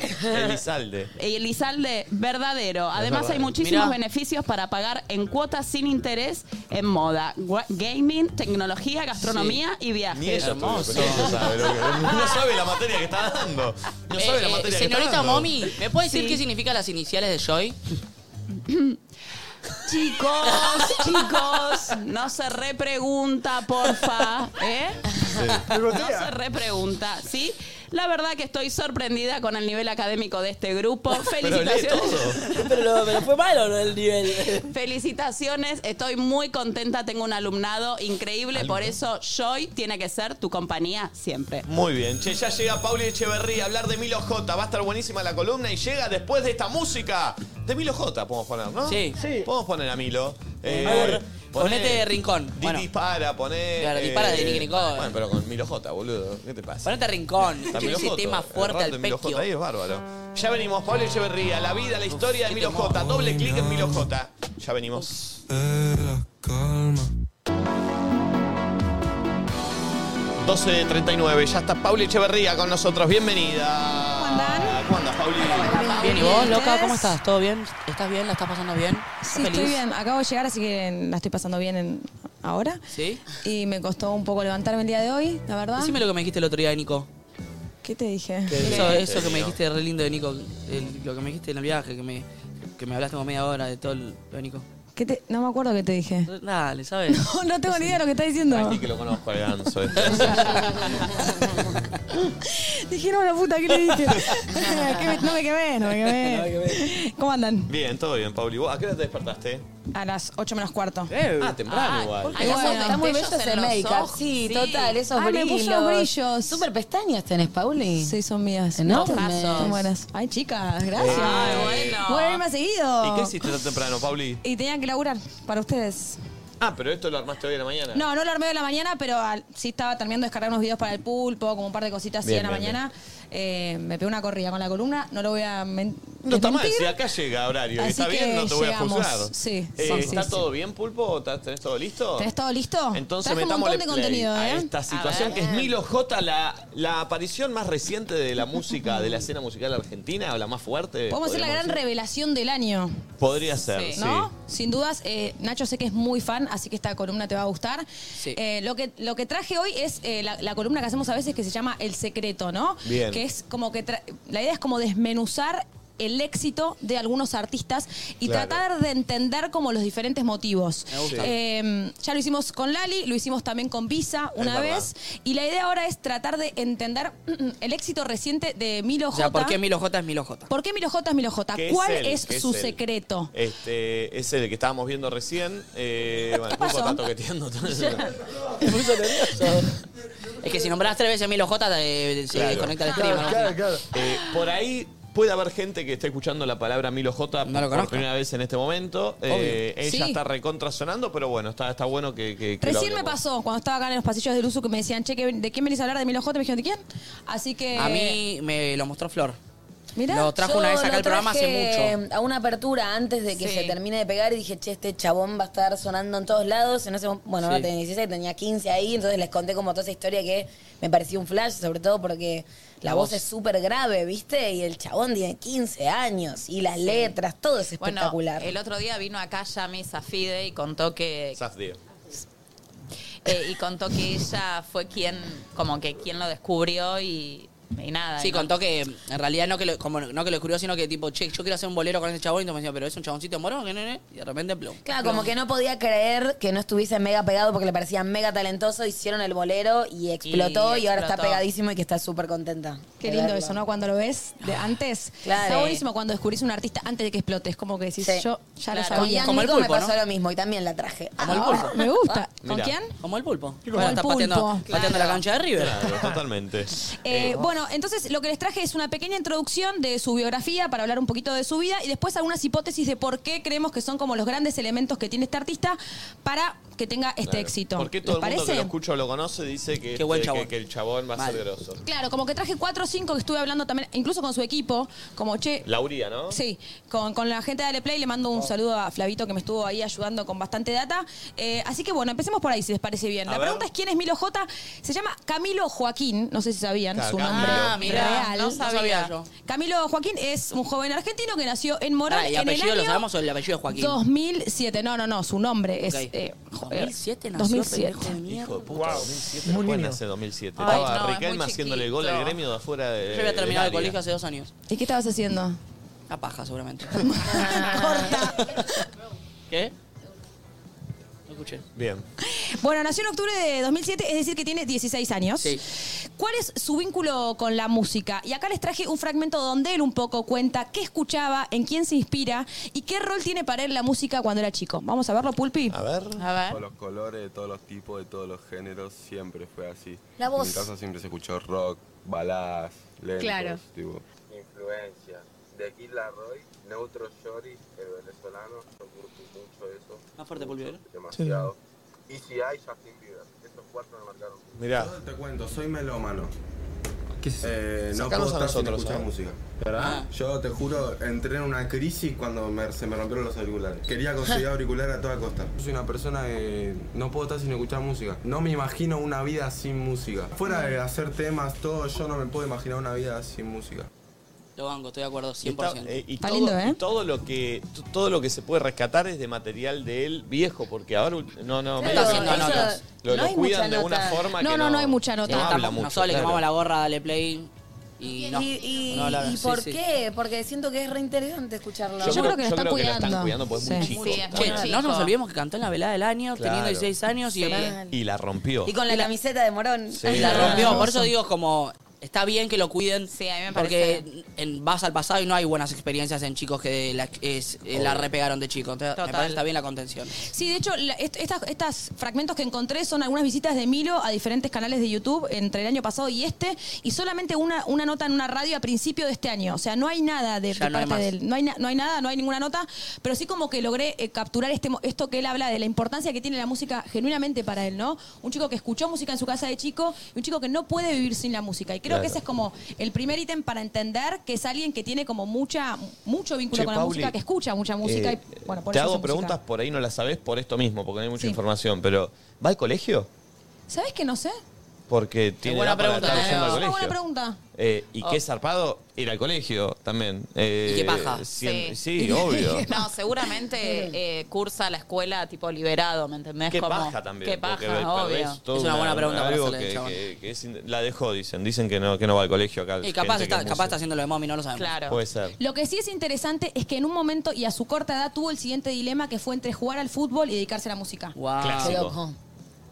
Speaker 1: Elizalde.
Speaker 4: Elizalde, eh, verdadero. Además hay
Speaker 1: verdadero.
Speaker 4: muchísimos
Speaker 1: Mirá.
Speaker 4: beneficios para pagar en cuotas sin interés en moda, gua- gaming, tecnología, gastronomía y viajes.
Speaker 1: Ni ella estudió,
Speaker 3: hermoso.
Speaker 1: pero ella no sabe, lo que- no sabe la materia que está dando. No sabe
Speaker 3: Eh,
Speaker 1: la
Speaker 3: eh,
Speaker 1: materia que está
Speaker 3: señorita
Speaker 1: dando.
Speaker 3: Momi, ¿me puede decir
Speaker 4: Sí.
Speaker 3: qué significan las iniciales de Joy?
Speaker 4: Chicos, chicos, no se repregunta, porfa. ¿Eh? No se repregunta, ¿sí? La verdad que estoy sorprendida con el nivel académico de este grupo.
Speaker 8: Pero lee todo.
Speaker 4: Felicitaciones.
Speaker 8: pero, pero fue malo ¿no? el nivel.
Speaker 4: Felicitaciones, estoy muy contenta, tengo un alumnado increíble, por eso Joy tiene que ser tu compañía siempre.
Speaker 1: Muy bien, che, ya llega Pauli Echeverría a hablar de Milo J. Va a estar buenísima la columna y llega después de esta música. De Milo J podemos poner, ¿no?
Speaker 3: Sí.
Speaker 1: Podemos poner a Milo.
Speaker 3: A ver, ponete Rincón.
Speaker 1: Di
Speaker 3: Bueno.
Speaker 1: dispara, poné. eh,
Speaker 3: Claro, dispara de Nicky Nicole.
Speaker 1: Bueno, pero con Milo J, boludo. ¿Qué te pasa?
Speaker 3: Ponete Este rincón.
Speaker 1: Está
Speaker 3: Quiero
Speaker 1: Milo
Speaker 3: ese
Speaker 1: J,
Speaker 3: tema
Speaker 1: el
Speaker 3: fuerte
Speaker 1: rap
Speaker 3: al
Speaker 1: de Milo J,
Speaker 3: pecho.
Speaker 1: Ahí es bárbaro. Ya venimos, Pauli Echeverría, la vida, la historia de Milo J. Doble clic en Milo J. Ya venimos.
Speaker 11: Era calma.
Speaker 1: 12.39, ya está Pauli Echeverría con nosotros. Bienvenida. ¿Cómo andan? Ah, ¿Cómo andas, Pauli?
Speaker 3: Bien, ¿y vos, loca? ¿Cómo
Speaker 23: Yes.
Speaker 3: estás? ¿Todo bien? ¿Estás bien? ¿La estás pasando bien? ¿Estás
Speaker 23: Sí, estoy bien. Acabo de llegar, así que la estoy pasando bien en- ahora.
Speaker 3: ¿Sí?
Speaker 23: Y me costó un poco levantarme el día de hoy, la verdad.
Speaker 3: Decime lo que me dijiste el otro día de Nico.
Speaker 23: ¿Qué te dije?
Speaker 3: Eso, eso que me dijiste re lindo de Nico. el- lo que me dijiste en el viaje, que me, que me hablaste como media hora de todo el- lo de Nico.
Speaker 23: ¿Qué te- No me acuerdo qué te dije.
Speaker 3: Dale, ¿sabes?
Speaker 23: No, no tengo ni idea de lo que estás diciendo.
Speaker 1: que lo conozco eh. al ganso.
Speaker 23: Dije, no, la puta, ¿qué le dije? ¿Qué me- no me quemé, no me quemé. ¿Cómo andan?
Speaker 1: Bien, todo bien, Pauli. ¿Vos ¿A qué hora te despertaste?
Speaker 23: A las 8 menos cuarto.
Speaker 1: Ah, temprano igual.
Speaker 23: Ay,
Speaker 2: Está muy-
Speaker 23: bueno,
Speaker 2: está muy bello
Speaker 23: destellos
Speaker 2: ese
Speaker 23: en los
Speaker 2: make-up.
Speaker 23: ojos.
Speaker 2: Sí,
Speaker 23: Sí.
Speaker 2: total, esos
Speaker 23: Ay, Ah, me
Speaker 2: brillos.
Speaker 23: puso brillos.
Speaker 2: Súper pestañas tenés, Pauli.
Speaker 23: Sí, son mías.
Speaker 2: Enormes.
Speaker 23: Están buenas. Ay, chicas, gracias.
Speaker 1: Ay, bueno.
Speaker 23: Voy a ir más seguido.
Speaker 1: ¿Y qué hiciste tan temprano, Pauli?
Speaker 23: Y tenía que laburar para ustedes.
Speaker 1: Ah, pero esto lo armaste hoy en la mañana.
Speaker 23: No, no lo armé de la mañana, pero al- sí estaba terminando de descargar unos videos para el pulpo, como un par de cositas así
Speaker 1: Bien,
Speaker 23: en la
Speaker 1: bien,
Speaker 23: mañana. Eh, me pegué una corrida con la columna, no lo voy a men-
Speaker 1: No está mal,
Speaker 23: desmentir.
Speaker 1: si acá llega horario y
Speaker 23: Así
Speaker 1: está bien,
Speaker 23: que
Speaker 1: no te voy a
Speaker 23: llegamos.
Speaker 1: juzgar.
Speaker 23: Sí,
Speaker 1: Eh,
Speaker 23: sí, sí,
Speaker 1: ¿Está
Speaker 23: sí.
Speaker 1: todo bien, Pulpo? ¿Estás- ¿Tenés todo listo?
Speaker 23: ¿Tenés todo listo?
Speaker 1: Entonces
Speaker 23: Traje un
Speaker 1: metámosle
Speaker 23: montón de
Speaker 1: play
Speaker 23: contenido,
Speaker 1: a
Speaker 23: ¿eh?
Speaker 1: esta
Speaker 23: A
Speaker 1: situación
Speaker 23: ver.
Speaker 1: que es Milo J, la, la aparición más reciente de la música, de la escena musical argentina, o la más fuerte.
Speaker 23: Podemos hacer la gran
Speaker 1: podríamos decir.
Speaker 23: revelación del año.
Speaker 1: Podría ser, sí.
Speaker 23: ¿No? Sin dudas, eh, Nacho sé que es muy fan, así que esta columna te va a gustar. Eh, lo, que, lo que traje hoy es eh, la, la columna que hacemos a veces que se llama El Secreto, ¿no?
Speaker 24: Bien.
Speaker 23: Que es como que tra- la idea es como desmenuzar el éxito de algunos artistas y
Speaker 24: Claro.
Speaker 23: tratar de entender como los diferentes motivos.
Speaker 24: Me gusta.
Speaker 23: Eh, ya lo hicimos con Lali, lo hicimos también con Visa
Speaker 24: Es
Speaker 23: una
Speaker 24: verdad.
Speaker 23: vez y la idea ahora es tratar de entender mm, el éxito reciente de Milo
Speaker 3: O sea,
Speaker 23: J.
Speaker 3: ¿por qué Milo J es Milo J?
Speaker 23: ¿Por qué Milo J es Milo J?
Speaker 1: ¿Qué
Speaker 23: ¿Cuál
Speaker 1: él?
Speaker 23: es,
Speaker 1: ¿Qué
Speaker 23: su
Speaker 1: él?
Speaker 23: secreto?
Speaker 1: Este, es el que estábamos viendo recién. Eh, bueno, el Pulpo está toqueteando todo eso.
Speaker 3: Me puso nervioso. Es Es que si nombrás tres veces Milo J, eh, se
Speaker 1: Claro.
Speaker 3: desconecta el stream. ¿no?
Speaker 1: Eh, por ahí puede haber gente que esté escuchando la palabra Milo J por
Speaker 3: conozco.
Speaker 1: primera vez en este momento. Eh,
Speaker 23: Obvio.
Speaker 1: ella
Speaker 23: Sí.
Speaker 1: está recontra sonando, pero bueno, está, está bueno que, que- que lo
Speaker 23: Recién me
Speaker 1: hablemos.
Speaker 23: pasó cuando estaba acá en los pasillos del uso que me decían, che, ¿qué ven- ¿de quién venís a hablar? De Milo J. Me dijeron, ¿de quién? Así que.
Speaker 3: A mí me lo mostró Flor.
Speaker 23: Mirá,
Speaker 3: lo trajo
Speaker 2: Yo
Speaker 3: una vez acá
Speaker 2: lo
Speaker 3: al programa hace
Speaker 2: traje
Speaker 3: mucho.
Speaker 2: Eh, A una apertura antes de que se termine de pegar y dije, che, este chabón va a estar sonando en todos lados. En ese mom- bueno,
Speaker 3: Sí.
Speaker 2: ahora tenía 16, tenía 15 ahí, entonces les conté como toda esa historia que me pareció un flash, sobre todo porque la,
Speaker 7: La
Speaker 2: voz,
Speaker 7: voz.
Speaker 2: es súper grave, ¿viste? Y el chabón tiene 15 años y las letras, todo es
Speaker 4: Bueno,
Speaker 2: espectacular.
Speaker 4: el otro día vino acá Yami Safide y contó que eh, y contó que ella fue quien como que quien lo descubrió y, y nada.
Speaker 3: Sí,
Speaker 4: y no-
Speaker 3: contó que en realidad no que lo, como no que lo descubrió, sino que tipo, che, yo quiero hacer un bolero con ese chabón y me decía, pero es un chaboncito morón, que nene, y de repente plum.
Speaker 2: Claro, como que no podía creer que no estuviese mega pegado porque le parecía mega talentoso, hicieron el bolero y explotó y, ahora está
Speaker 23: explotó.
Speaker 2: pegadísimo y que está súper contenta.
Speaker 23: Qué
Speaker 2: de
Speaker 23: lindo
Speaker 2: verlo. Ah,
Speaker 23: eso, ¿no? Cuando lo ves de antes.
Speaker 2: Claro.
Speaker 23: Está buenísimo cuando descubrís un artista antes de que explote. Es como que decís,
Speaker 2: Sí.
Speaker 23: yo ya lo
Speaker 2: Claro.
Speaker 23: sabía.
Speaker 2: Con Ian Nico me pasó lo mismo y también la traje. Ah.
Speaker 23: Como el pulpo. Me gusta. ¿Con
Speaker 1: Mirá.
Speaker 23: quién?
Speaker 3: Como el pulpo.
Speaker 23: Como el
Speaker 3: está
Speaker 23: pulpo.
Speaker 3: pateando, pateando la cancha de River.
Speaker 1: Claro, totalmente.
Speaker 23: Eh, bueno, entonces lo que les traje es una pequeña introducción de su biografía para hablar un poquito de su vida y después algunas hipótesis de por qué creemos que son como los grandes elementos que tiene este artista para que tenga este
Speaker 1: Claro.
Speaker 23: éxito.
Speaker 1: Porque todo el
Speaker 23: ¿Les
Speaker 1: mundo
Speaker 23: parece?
Speaker 1: que lo escucha o lo conoce dice que, este-
Speaker 3: buen
Speaker 1: que-
Speaker 3: chabón.
Speaker 1: que el chabón va a ser grosso.
Speaker 23: Claro, como que traje cuatro o cinco que estuve hablando también, incluso con su equipo, como che.
Speaker 1: Lauría, ¿no? Oh.
Speaker 23: Sí, con, con la gente de Dale Play le mando un saludo a Flavito que me estuvo ahí ayudando con bastante data. Eh, así que bueno, empecemos por ahí si les parece bien.
Speaker 1: A
Speaker 23: la
Speaker 1: ver.
Speaker 23: pregunta es quién es Milo J. Se llama Camilo Joaquín, no sé si sabían
Speaker 3: Claro,
Speaker 23: su
Speaker 3: Camilo.
Speaker 23: nombre.
Speaker 3: Ah, mirá,
Speaker 23: real.
Speaker 3: no No sabía. sabía yo.
Speaker 23: Camilo Joaquín es un joven argentino que nació en Morón
Speaker 3: Pará, ¿Y
Speaker 23: en el
Speaker 3: apellido
Speaker 23: año
Speaker 3: lo sabemos o el apellido es Joaquín?
Speaker 23: 2007. No, no, no, su nombre es
Speaker 3: Ok.
Speaker 23: eh, joder,
Speaker 3: 2007 nació,
Speaker 23: 2007.
Speaker 3: pendejo de mierda.
Speaker 1: Hijo de puta, 2007.
Speaker 23: Muy
Speaker 1: Muy
Speaker 23: niño.
Speaker 1: nace 2007.
Speaker 23: Ay,
Speaker 1: Estaba
Speaker 23: no, es muy
Speaker 1: Riquelme haciéndole el gol
Speaker 23: chiquito.
Speaker 1: al gremio de afuera de.
Speaker 3: Yo había terminado el
Speaker 1: del área.
Speaker 3: colegio hace dos años.
Speaker 23: ¿Y qué estabas haciendo?
Speaker 3: La paja, seguramente. ¿Qué? No
Speaker 7: Eh,
Speaker 3: escuché.
Speaker 1: Bien.
Speaker 23: Bueno, nació en octubre de 2007, es decir que tiene 16 años. ¿Cuál es su vínculo con la música? Y acá les traje un fragmento donde él un poco cuenta qué escuchaba, en quién se inspira y qué rol tiene para él la música cuando era chico. Vamos a verlo, Pulpi.
Speaker 1: A ver.
Speaker 23: A ver.
Speaker 12: Todos los colores, de todos los tipos, de todos los géneros, siempre fue así.
Speaker 23: La voz.
Speaker 12: En mi casa siempre se escuchó rock,
Speaker 11: ah,
Speaker 12: baladas, lentos, Claro. tipo.
Speaker 13: Influencia. De aquí la Roy, Neutro Shorty, el venezolano, yo curto mucho eso.
Speaker 3: Más fuerte,
Speaker 13: Mucho,
Speaker 3: Pulvero.
Speaker 13: Demasiado. Y si hay Justin Bieber, esos cuatro me marcaron.
Speaker 1: Mirá.
Speaker 12: Yo te cuento, soy melómano. Eh, no puedo
Speaker 1: Sacanos a
Speaker 12: estar sin
Speaker 1: nosotros,
Speaker 12: escuchar
Speaker 1: ¿eh?
Speaker 12: música. ¿Verdad?
Speaker 3: Ah.
Speaker 12: Yo te juro, entré en una crisis cuando me- se me rompieron los auriculares. Quería conseguir auricular a toda costa. Yo soy una persona que no puedo estar sin escuchar música. No me imagino una vida sin música. Fuera de hacer temas, todo, yo no me puedo imaginar una vida sin música.
Speaker 3: Lo banco, estoy de acuerdo, 100%.
Speaker 1: Y, está- eh, y
Speaker 23: Está
Speaker 1: todo,
Speaker 23: lindo, ¿eh?
Speaker 1: y todo lo que t- todo lo que se puede rescatar es de material de él viejo, porque ahora ul- no no medio que
Speaker 23: haciendo
Speaker 1: lo-
Speaker 23: notas.
Speaker 1: Lo,
Speaker 23: No
Speaker 1: lo
Speaker 23: hay
Speaker 1: cuidan
Speaker 23: mucha
Speaker 1: de una
Speaker 23: nota.
Speaker 1: forma
Speaker 23: No,
Speaker 1: que
Speaker 23: no,
Speaker 1: no
Speaker 23: no hay mucha nota.
Speaker 1: No
Speaker 23: Sí,
Speaker 1: habla
Speaker 23: tampoco-
Speaker 1: mucho.
Speaker 3: Nosotros le
Speaker 1: claro.
Speaker 3: quemamos la gorra, dale play. Y no.
Speaker 2: Y, y-
Speaker 3: No habla-
Speaker 2: y
Speaker 3: sí,
Speaker 2: por
Speaker 3: sí.
Speaker 2: qué? Porque siento que es reinteresante escucharlo.
Speaker 1: Yo Yo creo- creo que lo yo están creo que lo están cuidando. cuidando porque es muy Sí. chico. Sí, es muy
Speaker 3: Che,
Speaker 1: chico.
Speaker 3: no nos olvidemos que cantó en la velada del año,
Speaker 1: Claro.
Speaker 3: teniendo 16 años y,
Speaker 2: Mal.
Speaker 1: Y la rompió.
Speaker 2: Y con la, camiseta de Morón.
Speaker 1: Sí.
Speaker 3: y la rompió. Por eso digo, como, está bien que lo cuiden.
Speaker 2: me
Speaker 3: Porque en- vas al pasado y no hay buenas experiencias en chicos que la, es- eh, la
Speaker 4: Obvio.
Speaker 3: repegaron de chico. Entonces, me
Speaker 4: Total.
Speaker 3: parece que está bien la contención.
Speaker 23: Sí, de hecho, la- est- estas, estas fragmentos que encontré son algunas visitas de Milo a diferentes canales de YouTube entre el año pasado y este, y solamente una, una nota en una radio a principio de este año. O sea, no hay nada de,
Speaker 3: Ya
Speaker 23: de
Speaker 3: no hay
Speaker 23: parte
Speaker 3: más.
Speaker 23: de él. No hay, na- no hay nada, no hay ninguna nota, pero sí como que logré eh, capturar este, mo- esto que él habla de la importancia que tiene la música genuinamente para él, ¿no? Un chico que escuchó música en su casa de chico y un chico que no puede vivir sin la música. Y creo
Speaker 1: Claro.
Speaker 23: que ese es como el primer ítem para entender que es alguien que tiene como mucha, mucho vínculo
Speaker 1: Che,
Speaker 23: con la
Speaker 1: Pauli,
Speaker 23: música, que escucha mucha música.
Speaker 1: eh,
Speaker 23: y, bueno, por
Speaker 1: Te
Speaker 23: eso
Speaker 1: hago
Speaker 23: hace música.
Speaker 1: preguntas, por ahí no las sabes por esto mismo, porque no hay mucha información, pero ¿va al colegio?
Speaker 23: ¿Sabes que no sé?
Speaker 1: Porque tiene
Speaker 23: buena
Speaker 1: edad para
Speaker 23: pregunta,
Speaker 1: estar
Speaker 23: eh.
Speaker 1: yendo al
Speaker 23: Es una
Speaker 1: colegio.
Speaker 23: buena pregunta.
Speaker 1: Eh, y
Speaker 4: Oh.
Speaker 1: qué zarpado ir al colegio también. Eh,
Speaker 4: Y qué paja.
Speaker 1: siem- Sí, obvio.
Speaker 4: No, seguramente eh, cursa la escuela tipo liberado, ¿me entendés?
Speaker 1: Qué
Speaker 4: Como-
Speaker 1: paja también.
Speaker 4: Qué
Speaker 1: porque
Speaker 4: paja,
Speaker 1: perdés
Speaker 4: obvio.
Speaker 1: toda
Speaker 3: Es una buena pregunta para
Speaker 1: algo
Speaker 3: hacerle al
Speaker 1: que-
Speaker 3: chabón.
Speaker 1: que- que es in- La dejó, dicen. Dicen que no, que no va al colegio acá.
Speaker 3: Y capaz
Speaker 1: gente que
Speaker 3: está,
Speaker 1: es
Speaker 3: capaz
Speaker 1: música.
Speaker 3: está haciendo lo de mommy, no lo sabemos. Claro.
Speaker 1: Puede ser.
Speaker 23: Lo que sí es interesante es que en un momento y a su corta edad tuvo el siguiente dilema que fue entre jugar al fútbol y dedicarse a la música.
Speaker 3: Wow.
Speaker 1: Clásico.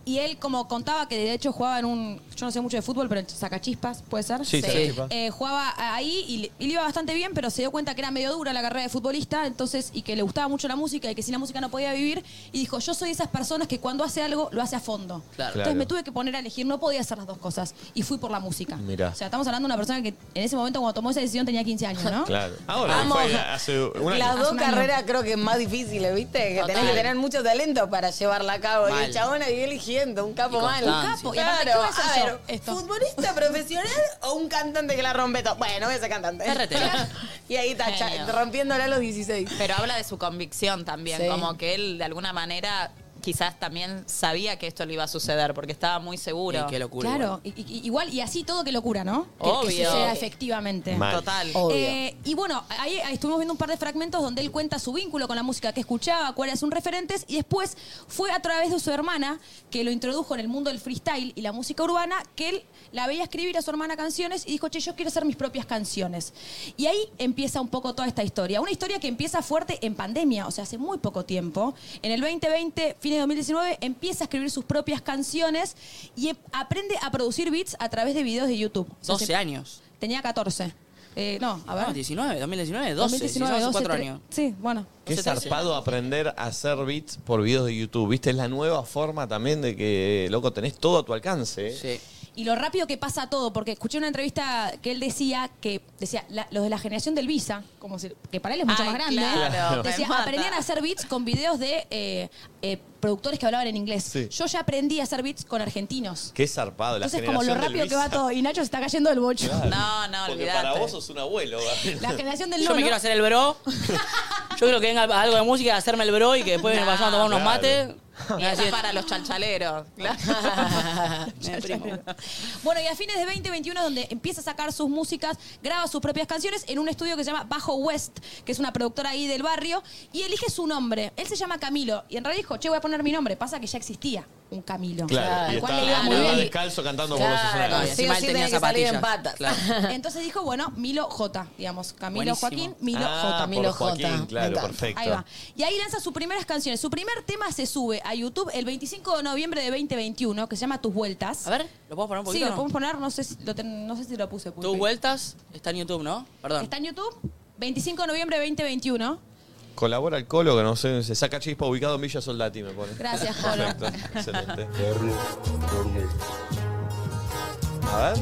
Speaker 23: y él como contaba que de hecho jugaba en un, yo no sé mucho de fútbol, pero el sacachispas, ¿puede ser?
Speaker 10: Sí, sacachispas.
Speaker 23: Eh, jugaba ahí y le, y le iba bastante bien, pero se dio cuenta que era medio dura la carrera de futbolista, entonces, y que le gustaba mucho la música y que sin la música no podía vivir, y dijo, yo soy de esas personas que cuando hace algo, lo hace a fondo.
Speaker 1: Claro.
Speaker 23: Entonces
Speaker 1: Claro.
Speaker 23: me tuve que poner a elegir, no podía hacer las dos cosas, y fui por la música.
Speaker 1: Mirá.
Speaker 23: O sea, estamos hablando de una persona que en ese momento cuando tomó esa decisión tenía 15 años, ¿no?
Speaker 1: Claro. Ahora,
Speaker 2: Vamos.
Speaker 1: fue hace un año.
Speaker 2: Las dos
Speaker 23: un año.
Speaker 2: carreras creo que es más difíciles, ¿viste? Que tenés
Speaker 23: Total.
Speaker 2: que tener mucho talento para llevarla a cabo. Y
Speaker 23: Mal.
Speaker 2: el chabón ahí eligiendo, un capo
Speaker 23: Y
Speaker 2: mal.
Speaker 23: constancia. Un capo. Y aparte,
Speaker 2: Claro,
Speaker 23: ¿qué voy a
Speaker 2: a
Speaker 23: hacer
Speaker 2: ver, ¿futbolista profesional o un cantante que la rompe todo? Bueno, voy a ser cantante. y ahí está, cha-
Speaker 7: Genio.
Speaker 2: rompiéndola a los 16.
Speaker 7: Pero habla de su convicción también,
Speaker 2: Sí.
Speaker 7: como que él de alguna manera quizás también sabía que esto le iba a suceder porque estaba muy seguro.
Speaker 23: Y qué locura Claro, igual. Y- y- igual y así todo que locura, ¿no? Que- Que,
Speaker 7: Obvio.
Speaker 23: suceda efectivamente.
Speaker 7: Mal. Total. Obvio.
Speaker 23: Eh, y bueno, ahí, ahí estuvimos viendo un par de fragmentos donde él cuenta su vínculo con la música que escuchaba, cuáles son referentes, y después fue a través de su hermana que lo introdujo en el mundo del freestyle y la música urbana, que él la veía escribir a su hermana canciones y dijo, che, yo quiero hacer mis propias canciones. Y ahí empieza un poco toda esta historia. Una historia que empieza fuerte en pandemia, o sea, hace muy poco tiempo. En el 2020, fines de 2019, empieza a escribir sus propias canciones y eh, aprende a producir beats a través de videos de YouTube. O sea,
Speaker 3: 12
Speaker 23: se-
Speaker 3: años.
Speaker 23: Tenía 14. Eh, no, a ver.
Speaker 3: No, 19, 2019, 12.
Speaker 23: 2019,
Speaker 3: 12, 4
Speaker 23: 12, tre-
Speaker 3: años.
Speaker 23: Sí, bueno.
Speaker 1: Qué zarpado aprender a hacer beats por videos de YouTube. ¿Viste? Es la nueva forma también de que, loco, tenés todo a tu alcance. Sí.
Speaker 23: Y lo rápido que pasa todo, porque escuché una entrevista que él decía que decía la- los de la generación del Visa, como si- que para él es mucho
Speaker 7: Ay,
Speaker 23: más grande,
Speaker 7: claro, me
Speaker 23: decía,
Speaker 7: mata.
Speaker 23: aprendían a hacer beats con videos de eh, eh, productores que hablaban en inglés.
Speaker 1: Sí.
Speaker 23: Yo ya aprendí a hacer beats con argentinos.
Speaker 1: Qué zarpado. La
Speaker 23: Entonces, como lo
Speaker 1: generación del
Speaker 23: rápido que va
Speaker 1: Visa.
Speaker 23: todo. Y Nacho se está cayendo del bocho.
Speaker 1: Claro. Porque para
Speaker 23: olvidate.
Speaker 1: vos sos un abuelo. Gabriel.
Speaker 23: La generación del
Speaker 3: Yo
Speaker 23: nono.
Speaker 3: me quiero hacer el bro. Yo creo que venga algo de música, hacerme el bro y que después vayamos a tomar unos
Speaker 7: Claro.
Speaker 3: mates.
Speaker 7: Y eso es para los chalchaleros. claro.
Speaker 23: Bueno, y a fines de 2021 es donde empieza a sacar sus músicas, graba sus propias canciones en un estudio que se llama Bajo West, que es una productora ahí del barrio, y elige su nombre. Él se llama Camilo, y en realidad dijo, che, voy a poner mi nombre. Pasa que ya existía un Camilo.
Speaker 1: Claro. Y
Speaker 23: Al cual
Speaker 1: estaba,
Speaker 23: le iba muy
Speaker 1: estaba
Speaker 23: bien.
Speaker 1: descalzo cantando
Speaker 23: Claro,
Speaker 1: por los escenarios.
Speaker 23: sí o sí tenía que salir en
Speaker 1: zapatillas.
Speaker 23: patas. Entonces dijo, bueno, Milo J, digamos, Camilo
Speaker 1: Buenísimo.
Speaker 23: Joaquín, Milo
Speaker 1: Ah,
Speaker 23: J.
Speaker 1: por
Speaker 23: Milo
Speaker 1: Joaquín,
Speaker 23: J.
Speaker 1: claro,
Speaker 23: Me encanta.
Speaker 1: perfecto.
Speaker 23: Ahí va. Y ahí lanza sus primeras canciones. Su primer tema se sube a YouTube el 25 de noviembre de 2021, que se llama Tus Vueltas. A ver,
Speaker 3: ¿Lo puedo poner un
Speaker 23: Sí,
Speaker 3: poquito?
Speaker 23: lo
Speaker 3: no?
Speaker 23: podemos poner, no sé si lo, ten- no sé si lo puse. Pulpi.
Speaker 3: Tus vueltas está en YouTube, ¿no? Perdón.
Speaker 23: Está en YouTube, 25 de noviembre de 2021.
Speaker 1: Colabora el colo, que no sé, se saca chispa ubicado en Villa Soldati, me pone.
Speaker 23: Gracias, Colo.
Speaker 1: Perfecto, excelente. A ver.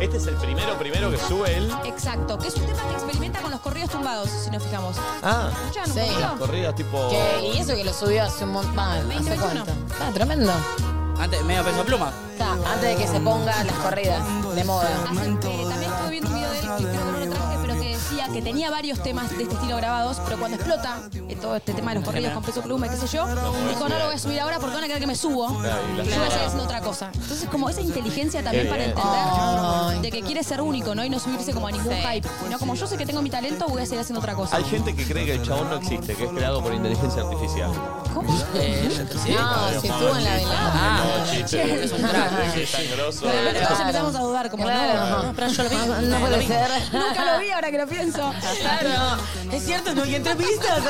Speaker 1: Este es el primero, primero que sube él.
Speaker 23: Exacto, que es un tema que experimenta con los corridos tumbados, si nos fijamos.
Speaker 1: Ah.
Speaker 23: ¿Escuchan un
Speaker 2: Sí.
Speaker 1: Las
Speaker 23: poquito?
Speaker 1: corridas tipo.
Speaker 2: Que- y eso que lo subió hace un montón. ¿Hace cuánto? Está tremendo.
Speaker 3: Antes, medio peso pluma.
Speaker 2: Está, antes de que se ponga las corridas de moda.
Speaker 23: También estuve viendo un video de él, que creo que no lo traje, pero que decía que tenía varios temas de este estilo grabados, pero cuando explota eh, todo este tema de los corridos con peso pluma y qué sé yo, dijo, no lo voy a subir ahora porque van a creer que me subo.
Speaker 1: Claro, y
Speaker 23: Y voy
Speaker 1: la
Speaker 23: a seguir
Speaker 1: suba.
Speaker 23: haciendo otra cosa. Entonces, como esa inteligencia también
Speaker 1: Qué
Speaker 23: para
Speaker 1: bien.
Speaker 23: entender de que quiere ser único, ¿no? Y no subirse como a ningún hype. Sino como yo sé que tengo mi talento, voy a seguir haciendo otra cosa.
Speaker 1: Hay gente que cree que el chabón no existe, que es creado por inteligencia artificial.
Speaker 23: ¿Cómo?
Speaker 2: No, si estuvo en la velada.
Speaker 1: Ah, no, chiste. Es un crack. Es tan grosso.
Speaker 23: Entonces empezamos a dudar, como no, no, pero yo lo vi,
Speaker 2: No, no
Speaker 23: lo
Speaker 2: puede
Speaker 23: vi.
Speaker 2: ser.
Speaker 23: Nunca lo vi ahora que lo pienso.
Speaker 2: Claro. Es cierto, no hay entrevistas.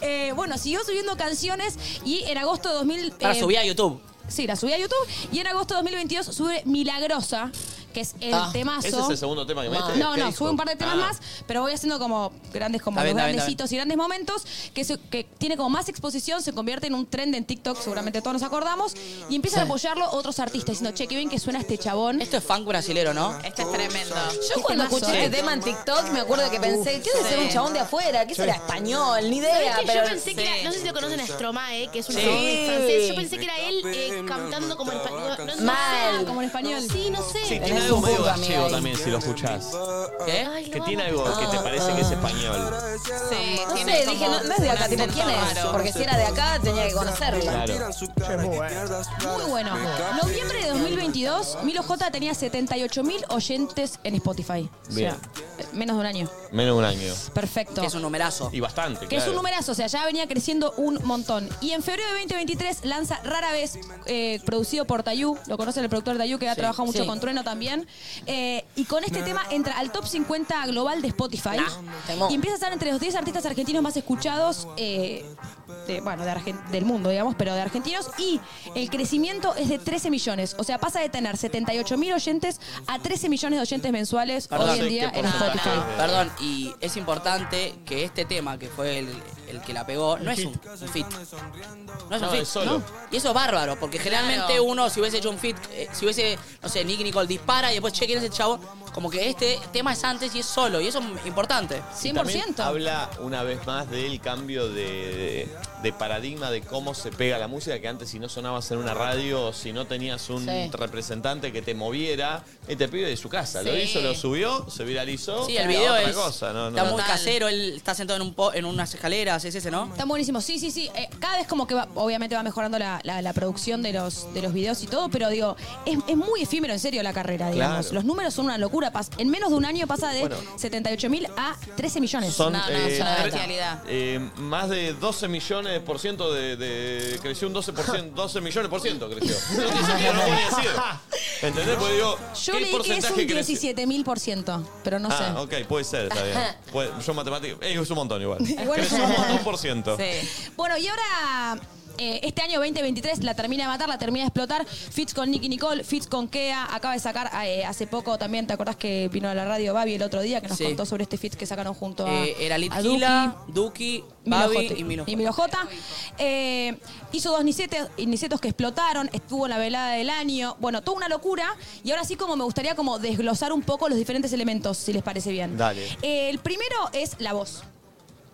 Speaker 23: Eh, bueno, siguió subiendo canciones y en agosto de 2000.
Speaker 3: Ahora
Speaker 23: eh,
Speaker 3: subí a YouTube.
Speaker 23: Sí, la subí a YouTube. Y en agosto de 2022 sube Milagrosa, que es el
Speaker 1: Ah,
Speaker 23: temazo.
Speaker 1: ¿ese es el segundo tema que metiste?
Speaker 23: No,
Speaker 1: ¿Qué
Speaker 23: no,
Speaker 1: dijo?
Speaker 23: sube un par de temas
Speaker 1: Ah.
Speaker 23: más, pero voy haciendo como grandes, como
Speaker 1: Está bien,
Speaker 23: los
Speaker 1: está bien,
Speaker 23: grandes
Speaker 1: está
Speaker 23: hitos y grandes momentos, que, se- que tiene como más exposición, se convierte en un trend en TikTok, seguramente todos nos acordamos, y empiezan a apoyarlo otros artistas, diciendo, che, qué bien que suena este chabón. Esto
Speaker 3: es funk brasilero, ¿no?
Speaker 7: Este es tremendo.
Speaker 2: Yo cuando
Speaker 23: temazo,
Speaker 2: escuché
Speaker 23: ¿eh?
Speaker 2: este tema en TikTok me acuerdo que pensé, ¿qué debe ser un chabón de afuera? ¿Qué
Speaker 23: Sí.
Speaker 2: será español? Ni idea.
Speaker 6: ¿Sabés que
Speaker 2: pero
Speaker 6: yo pensé que era, no sé si lo conocen a Stromae, que es un
Speaker 2: Sí.
Speaker 6: chabón francés. Yo pensé que era él eh, cantando como en español. No, no sé.
Speaker 2: Mal.
Speaker 23: Como en español.
Speaker 6: Sí, no sé.
Speaker 1: Sí, tiene algo medio gallego también, si lo escuchás.
Speaker 3: ¿Qué?
Speaker 1: Que tiene algo que te parece que es español.
Speaker 7: Sí,
Speaker 2: No
Speaker 7: tiene
Speaker 2: sé, dije,
Speaker 7: como
Speaker 2: no, no es de acá,
Speaker 7: un
Speaker 2: tipo, ¿quién es?
Speaker 7: acento
Speaker 2: Porque si era de acá tenía que conocerlo.
Speaker 1: Claro.
Speaker 23: Muy bueno. Noviembre de 2022, Milo J tenía 78.000 oyentes en Spotify. O sea,
Speaker 1: Bien.
Speaker 23: eh, menos de un año.
Speaker 1: Menos de un año.
Speaker 23: Perfecto. Que
Speaker 1: es
Speaker 23: un numerazo.
Speaker 1: Y bastante,
Speaker 23: Que es un numerazo, o sea, ya venía creciendo un montón. Y en febrero de 2023 lanza Rara Vez, eh, producido por Tayú, lo conocen el productor Tayú, que ha
Speaker 2: Sí,
Speaker 23: trabajado mucho
Speaker 2: sí.
Speaker 23: con Trueno también. Eh, y con este tema entra al top 50 global de Spotify. y empieza a estar entre los 10 artistas argentinos más escuchados, eh, de- bueno, de Argen- del mundo, digamos, pero de argentinos. Y el crecimiento es de 13 millones. O sea, pasa de tener 78 mil oyentes a 13 millones de oyentes mensuales hoy en día en Spotify.
Speaker 3: Perdón, y es importante que este tema, que fue el, el que la pegó, no es un, un fit. No es un
Speaker 1: No,
Speaker 3: fit.
Speaker 1: es solo.
Speaker 3: ¿no? Y eso es bárbaro, porque generalmente
Speaker 1: Claro.
Speaker 3: uno, si hubiese hecho un fit, eh, si hubiese, no sé, Nick Nicole dispara y después, che, ¿quién es el chavo? Como que este tema es antes y es solo, y eso es importante.
Speaker 1: Y también Habla una vez más del cambio de, de- de paradigma de cómo se pega la música, que antes si no sonabas en una radio o si no tenías un
Speaker 3: Sí.
Speaker 1: representante que te moviera, este pibe de su casa lo
Speaker 3: Sí.
Speaker 1: hizo, lo subió, se viralizó.
Speaker 3: Sí, el
Speaker 1: era
Speaker 3: video
Speaker 1: otra
Speaker 3: es-
Speaker 1: cosa, no, no.
Speaker 3: Está muy casero, él está sentado en, un po- en unas escaleras, es ese, ¿no?
Speaker 23: Están buenísimos. Sí, sí, sí. Eh, cada vez como que va- obviamente va mejorando la, la- la producción de los, de los videos y todo, pero digo, es, es muy efímero en serio la carrera,
Speaker 1: Claro.
Speaker 23: digamos. Los números son una locura. Pas- en menos de un año pasa de
Speaker 1: Bueno.
Speaker 23: 78 mil a 13 millones.
Speaker 1: Son eh, tre-
Speaker 23: bestialidad.
Speaker 1: eh, más de 12 millones por ciento de, de- creció un 12 por ciento, 12 millones por ciento creció. No te sé qué, no lo voy a decir. ¿Entendés? Porque digo,
Speaker 23: Yo
Speaker 1: ¿qué
Speaker 23: leí que es
Speaker 1: porcentaje
Speaker 23: un
Speaker 1: creció?
Speaker 23: 17 mil por ciento, pero no sé.
Speaker 1: Ah, ok, puede ser, está bien. Puede- yo matemática. Eh, es un montón igual.
Speaker 23: Igual es
Speaker 1: Creció
Speaker 23: un
Speaker 1: un
Speaker 23: montón.
Speaker 1: montón por ciento.
Speaker 23: Bueno, y ahora. eh, este año 2023 la termina de matar, la termina de explotar. Fitz con Nicky Nicole, Fitz con Kea. Acaba de sacar eh, hace poco también, ¿te acordás que vino a la radio Babi el otro día que nos
Speaker 3: Sí.
Speaker 23: contó sobre este Fitz que sacaron junto a.
Speaker 3: Eh, era Lit
Speaker 23: a
Speaker 3: Gila, Duki,
Speaker 23: Milo
Speaker 3: Babi
Speaker 23: J-
Speaker 3: y Milo.
Speaker 23: y Milo J. Eh, hizo dos nicetes- nicetos que explotaron, estuvo en la velada del año. Bueno, toda una locura. Y ahora sí como me gustaría como desglosar un poco los diferentes elementos, si les parece bien.
Speaker 1: Dale.
Speaker 23: Eh, el primero es la voz.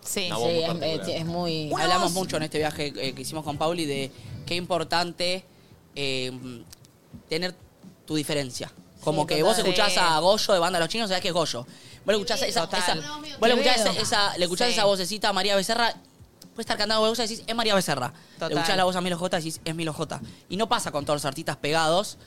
Speaker 7: Sí,
Speaker 3: Una voz muy particular.
Speaker 23: muy...
Speaker 3: Hablamos mucho en este viaje eh, que hicimos con Pauli de qué importante eh, tener tu diferencia. Como
Speaker 7: Sí,
Speaker 3: que
Speaker 7: total.
Speaker 3: vos escuchás
Speaker 7: Sí.
Speaker 3: a Goyo de Banda Los Chinos, sabés que es Goyo. Vos le escuchás esa, esa- vos le escuchás
Speaker 7: Quevedo.
Speaker 3: esa- esa- le escuchás
Speaker 7: Sí.
Speaker 3: esa vocecita a María Becerra, puede estar cantando Goyo y decís, es María Becerra.
Speaker 7: Total.
Speaker 3: Le escuchás la voz a Milo J y decís, es Milo J. Y no pasa con todos los artistas pegados.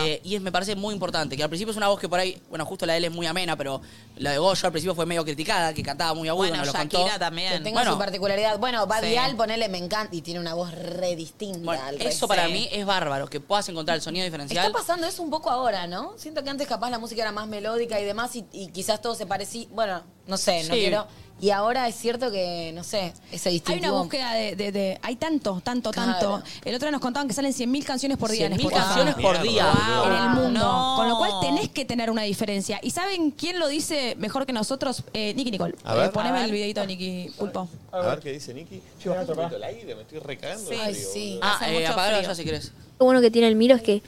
Speaker 3: Eh, y es, me parece muy importante, que al principio es una voz que por ahí, bueno, justo la de él es muy amena, pero la de Goyo al principio fue medio criticada, que cantaba muy agudo,
Speaker 7: Bueno,
Speaker 3: nos lo
Speaker 7: Shakira
Speaker 3: contó.
Speaker 7: también.
Speaker 2: Que tenga su particularidad. Bueno,
Speaker 3: Sí.
Speaker 2: Badial, ponele, me encanta. Y tiene una voz re distinta.
Speaker 3: Bueno,
Speaker 2: al resto.
Speaker 3: eso para mí es bárbaro, que puedas encontrar el sonido diferencial.
Speaker 2: Está pasando eso un poco ahora, ¿no? Siento que antes capaz la música era más melódica y demás y, y quizás todo se parecía. Bueno, no sé, no
Speaker 23: Sí.
Speaker 2: quiero. Y ahora es cierto que, no sé, ese
Speaker 23: Hay
Speaker 2: distintivo.
Speaker 23: una búsqueda de, de- de- Hay tanto, tanto,
Speaker 2: Claro.
Speaker 23: tanto. El otro día nos contaban que salen 100.000 canciones por día en
Speaker 3: 100.000
Speaker 23: Spotify.
Speaker 3: canciones por día. Wow.
Speaker 23: En el mundo.
Speaker 3: No.
Speaker 23: Con lo cual tenés que tener una diferencia. ¿Y saben quién lo dice mejor que nosotros? Eh, Nicky Nicole.
Speaker 1: A ver.
Speaker 23: Eh, poneme
Speaker 1: A ver.
Speaker 23: el videito de Nicky Pulpo.
Speaker 1: A ver qué dice Nicky. Che, bajá un poquito el aire, me estoy recagando. de frío, boludo.
Speaker 3: Ah, eh, apagalo ya si querés.
Speaker 10: Lo bueno que tiene el Miro es que,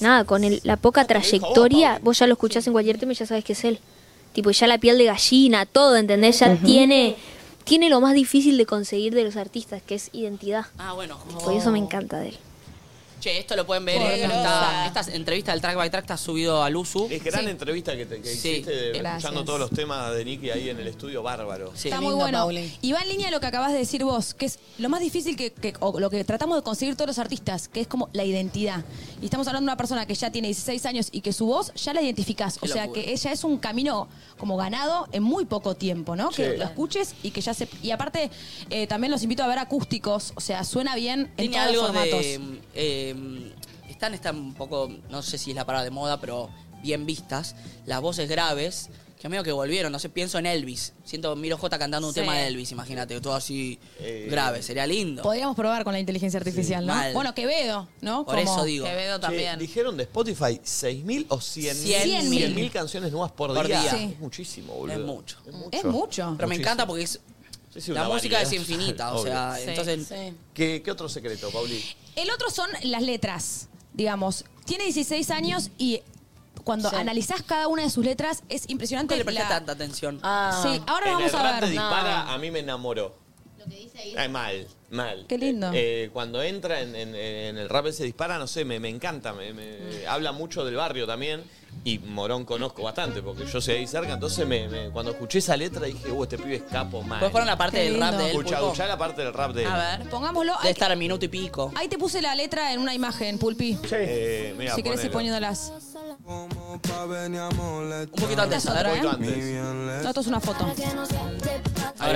Speaker 10: nada, con el- la poca trayectoria, vos ya lo escuchás en cualquier tema y ya sabes que es él. Tipo, ya la piel de gallina, todo, ¿entendés? Ya tiene, tiene lo más difícil de conseguir de los artistas, que es identidad.
Speaker 3: Ah, bueno.
Speaker 10: Por eso me encanta de él.
Speaker 3: Che, esto lo pueden ver.
Speaker 10: Poderosa.
Speaker 3: en esta- esta entrevista del track by track está subido al uso.
Speaker 1: Es gran entrevista que, te, que
Speaker 3: Sí.
Speaker 1: hiciste de-
Speaker 23: Gracias.
Speaker 1: escuchando todos los temas de Nicky ahí en el estudio, bárbaro.
Speaker 23: Está muy bueno. Y va en línea lo que acabas de decir vos, que es lo más difícil que, que- o lo que tratamos de conseguir todos los artistas, que es como la identidad. Y estamos hablando de una persona que ya tiene 16 años y que su voz ya la identificás. O
Speaker 2: Qué
Speaker 23: sea,
Speaker 2: locura.
Speaker 23: que ella es un camino como ganado en muy poco tiempo, ¿no? Que
Speaker 2: Sí.
Speaker 23: lo escuches y que ya se... Y aparte, eh, también los invito a ver acústicos. O sea, suena bien en
Speaker 3: Tiene
Speaker 23: todos los
Speaker 3: algo
Speaker 23: formatos.
Speaker 3: de. eh, están, están un poco, no sé si es la palabra de moda, pero bien vistas. Las voces graves, que medio que volvieron. No sé, pienso en Elvis. Siento a Miro J cantando un
Speaker 23: Sí.
Speaker 3: tema de Elvis, imagínate, todo así grave. Sería lindo.
Speaker 23: Podríamos probar con la inteligencia artificial, ¿no?
Speaker 3: mal.
Speaker 23: Bueno, Quevedo, ¿no?
Speaker 3: Por eso digo. Quevedo
Speaker 1: Che,
Speaker 3: también.
Speaker 1: Dijeron de Spotify 6.000 o 100.000
Speaker 3: 100.000.
Speaker 1: 100.000 canciones nuevas por día.
Speaker 3: Por día. Sí.
Speaker 1: Es muchísimo, boludo.
Speaker 3: Es mucho. Es
Speaker 23: mucho. Es mucho.
Speaker 3: Pero me
Speaker 1: Muchísimo.
Speaker 3: encanta porque es.
Speaker 1: Sí, sí,
Speaker 3: la
Speaker 1: una
Speaker 3: música
Speaker 1: variedad.
Speaker 3: es infinita, o
Speaker 1: Obvio.
Speaker 3: sea, entonces.
Speaker 1: ¿Qué, qué otro secreto, Pauli?
Speaker 23: El otro son las letras, digamos. Tiene 16 años y cuando
Speaker 3: Sí.
Speaker 23: analizás cada una de sus letras es
Speaker 3: Nunca
Speaker 23: impresionante.
Speaker 3: le presté
Speaker 23: la-
Speaker 1: Ah.
Speaker 3: tanta atención.
Speaker 23: Sí, ahora
Speaker 1: en
Speaker 23: vamos
Speaker 1: el
Speaker 23: a
Speaker 1: rap
Speaker 23: ver.
Speaker 1: te dispara, a mí me enamoró. Ay, mal, mal.
Speaker 23: Qué lindo.
Speaker 1: Eh, eh, cuando entra en, en- en el rap se dispara, no sé, me, me encanta. me- me-
Speaker 23: Mm.
Speaker 1: Habla mucho del barrio también. Y Morón conozco bastante, porque yo soy ahí cerca. Entonces, me- me- cuando escuché esa letra dije, uh, este pibe escapo mal.
Speaker 23: Pues
Speaker 3: ¿Puedes poner la parte Qué del rap lindo. de él,
Speaker 1: Escuchá,
Speaker 3: Pulpo?
Speaker 1: escuchá la parte del rap de él.
Speaker 23: A ver, pongámoslo.
Speaker 3: Debe
Speaker 23: Ahí,
Speaker 3: estar al minuto y pico.
Speaker 23: ahí te puse la letra en una imagen, Pulpi.
Speaker 1: Eh, mira,
Speaker 23: si querés ir
Speaker 1: ponelo.
Speaker 23: poniéndolas.
Speaker 3: Un poquito antes, a ver.
Speaker 1: Un poquito
Speaker 3: ¿eh?
Speaker 1: antes.
Speaker 23: No, esto es una foto.
Speaker 1: Ahí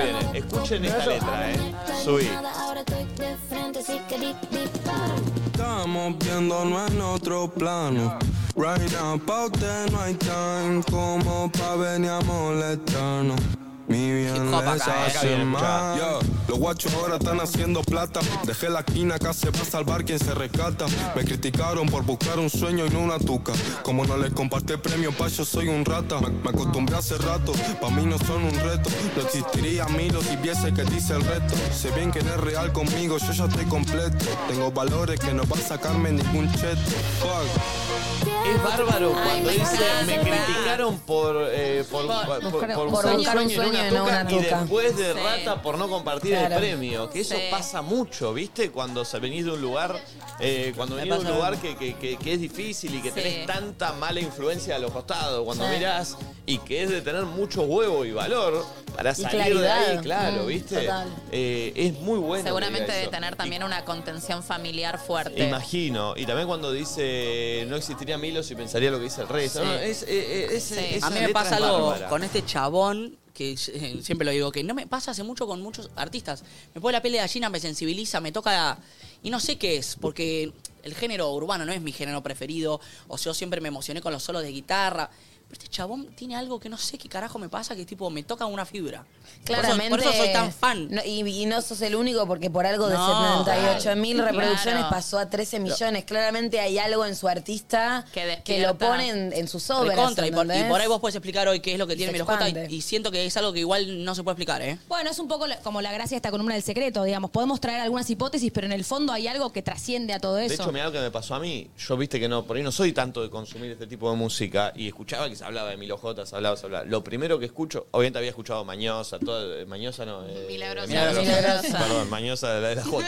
Speaker 1: viene. eh. Escuchen esta letra, eh.
Speaker 11: Subí.
Speaker 15: Ahora estoy de frente, sí que di- disparo.
Speaker 11: Estamos viéndonos en otro plano. Right now, pa' usted no hay time. Como pa' venir a molestarnos. Mi bien
Speaker 16: copa
Speaker 11: les
Speaker 16: acá, eh. Acá
Speaker 11: hace
Speaker 16: viene,
Speaker 11: mal.
Speaker 16: escuchá.
Speaker 11: Yeah, Los guachos ahora están haciendo plata. Dejé la esquina, acá se va a salvar quien se rescata. Me criticaron por buscar un sueño y no una tuca. Como no les compartí el premio, pa' yo soy un rata. Me, me acostumbré hace rato, pa' mí no son un reto. No existiría Milo si viese que dice el resto. Sé bien que eres real conmigo, yo ya estoy completo. Tengo valores que no va a sacarme ningún cheto. Fuck.
Speaker 1: Es bárbaro cuando
Speaker 11: me
Speaker 1: dice me
Speaker 11: encanta.
Speaker 1: criticaron por, eh, por,
Speaker 11: Por- buscar-
Speaker 1: por- por
Speaker 11: por
Speaker 1: buscar un
Speaker 11: buscar
Speaker 1: sueño,
Speaker 11: un
Speaker 1: en una
Speaker 11: sueño
Speaker 1: tuca
Speaker 11: en una
Speaker 1: y
Speaker 11: tuca.
Speaker 1: después de
Speaker 11: Sí.
Speaker 1: rata por no compartir
Speaker 11: Claro.
Speaker 1: el premio. Que eso
Speaker 11: Sí.
Speaker 1: pasa mucho, ¿viste? Cuando se- venís de un lugar, eh, cuando
Speaker 11: Me
Speaker 1: venís de un
Speaker 11: pasa
Speaker 1: lugar que, que- que- que es difícil y que
Speaker 11: Sí.
Speaker 1: tenés tanta mala influencia a los costados, cuando
Speaker 11: Sí.
Speaker 1: mirás, y que es de tener mucho huevo y valor para
Speaker 7: Y
Speaker 1: salir de ahí,
Speaker 7: claridad.
Speaker 1: claro,
Speaker 7: Mm,
Speaker 1: ¿viste?
Speaker 7: total.
Speaker 1: Eh, es muy bueno. que
Speaker 7: Seguramente
Speaker 1: diga
Speaker 7: debe
Speaker 1: eso.
Speaker 7: tener también una contención familiar fuerte.
Speaker 1: Imagino. Y también cuando dice no existiría Milo si pensaría lo que dice el resto.
Speaker 3: Sí.
Speaker 1: No, es- eh, eh, es-
Speaker 7: Sí.
Speaker 1: esa
Speaker 3: a mí me
Speaker 1: letra
Speaker 3: pasa
Speaker 1: es
Speaker 3: algo
Speaker 1: bárbara.
Speaker 3: con este chabón, que eh, siempre lo digo, que no me pasa hace mucho con muchos artistas. Me pone la piel de gallina, me sensibiliza, me toca. Y no sé qué es, porque el género urbano no es mi género preferido. O sea, yo siempre me emocioné con los solos de guitarra. Pero este chabón tiene algo que no sé qué carajo me pasa, que es tipo, me toca una fibra. Por eso-
Speaker 2: Claramente.
Speaker 3: Por eso, soy tan fan.
Speaker 2: No, y, y no sos el único porque por algo de
Speaker 3: No,
Speaker 2: 78 mil
Speaker 3: claro.
Speaker 2: reproducciones
Speaker 3: Claro.
Speaker 2: pasó a 13 millones. Claramente hay algo en su artista que, lo
Speaker 3: despierta.
Speaker 2: pone en, en sus obras.
Speaker 3: Recontra, y por, y
Speaker 2: ¿entendés?
Speaker 3: por ahí vos podés explicar hoy qué es lo que tiene
Speaker 2: se
Speaker 3: Melojota y-
Speaker 2: expande.
Speaker 3: y siento que es algo que igual no se puede explicar, ¿eh?
Speaker 23: Bueno, es un poco la- como la gracia de esta columna del secreto, digamos. Podemos traer algunas hipótesis, pero en el fondo hay algo que trasciende a todo
Speaker 1: De
Speaker 23: eso.
Speaker 1: hecho, mira lo que me pasó a mí. Yo viste que no, por ahí no soy tanto de consumir este tipo de música. Y escuchaba que se hablaba de Milo J, se hablaba, se hablaba. Lo primero que escucho, obviamente había escuchado Mañosa, todo, eh, Mañosa no. eh,
Speaker 14: Milagrosa.
Speaker 1: Milagrosa.
Speaker 14: Milagrosa.
Speaker 1: Perdón, Mañosa de la, de la J.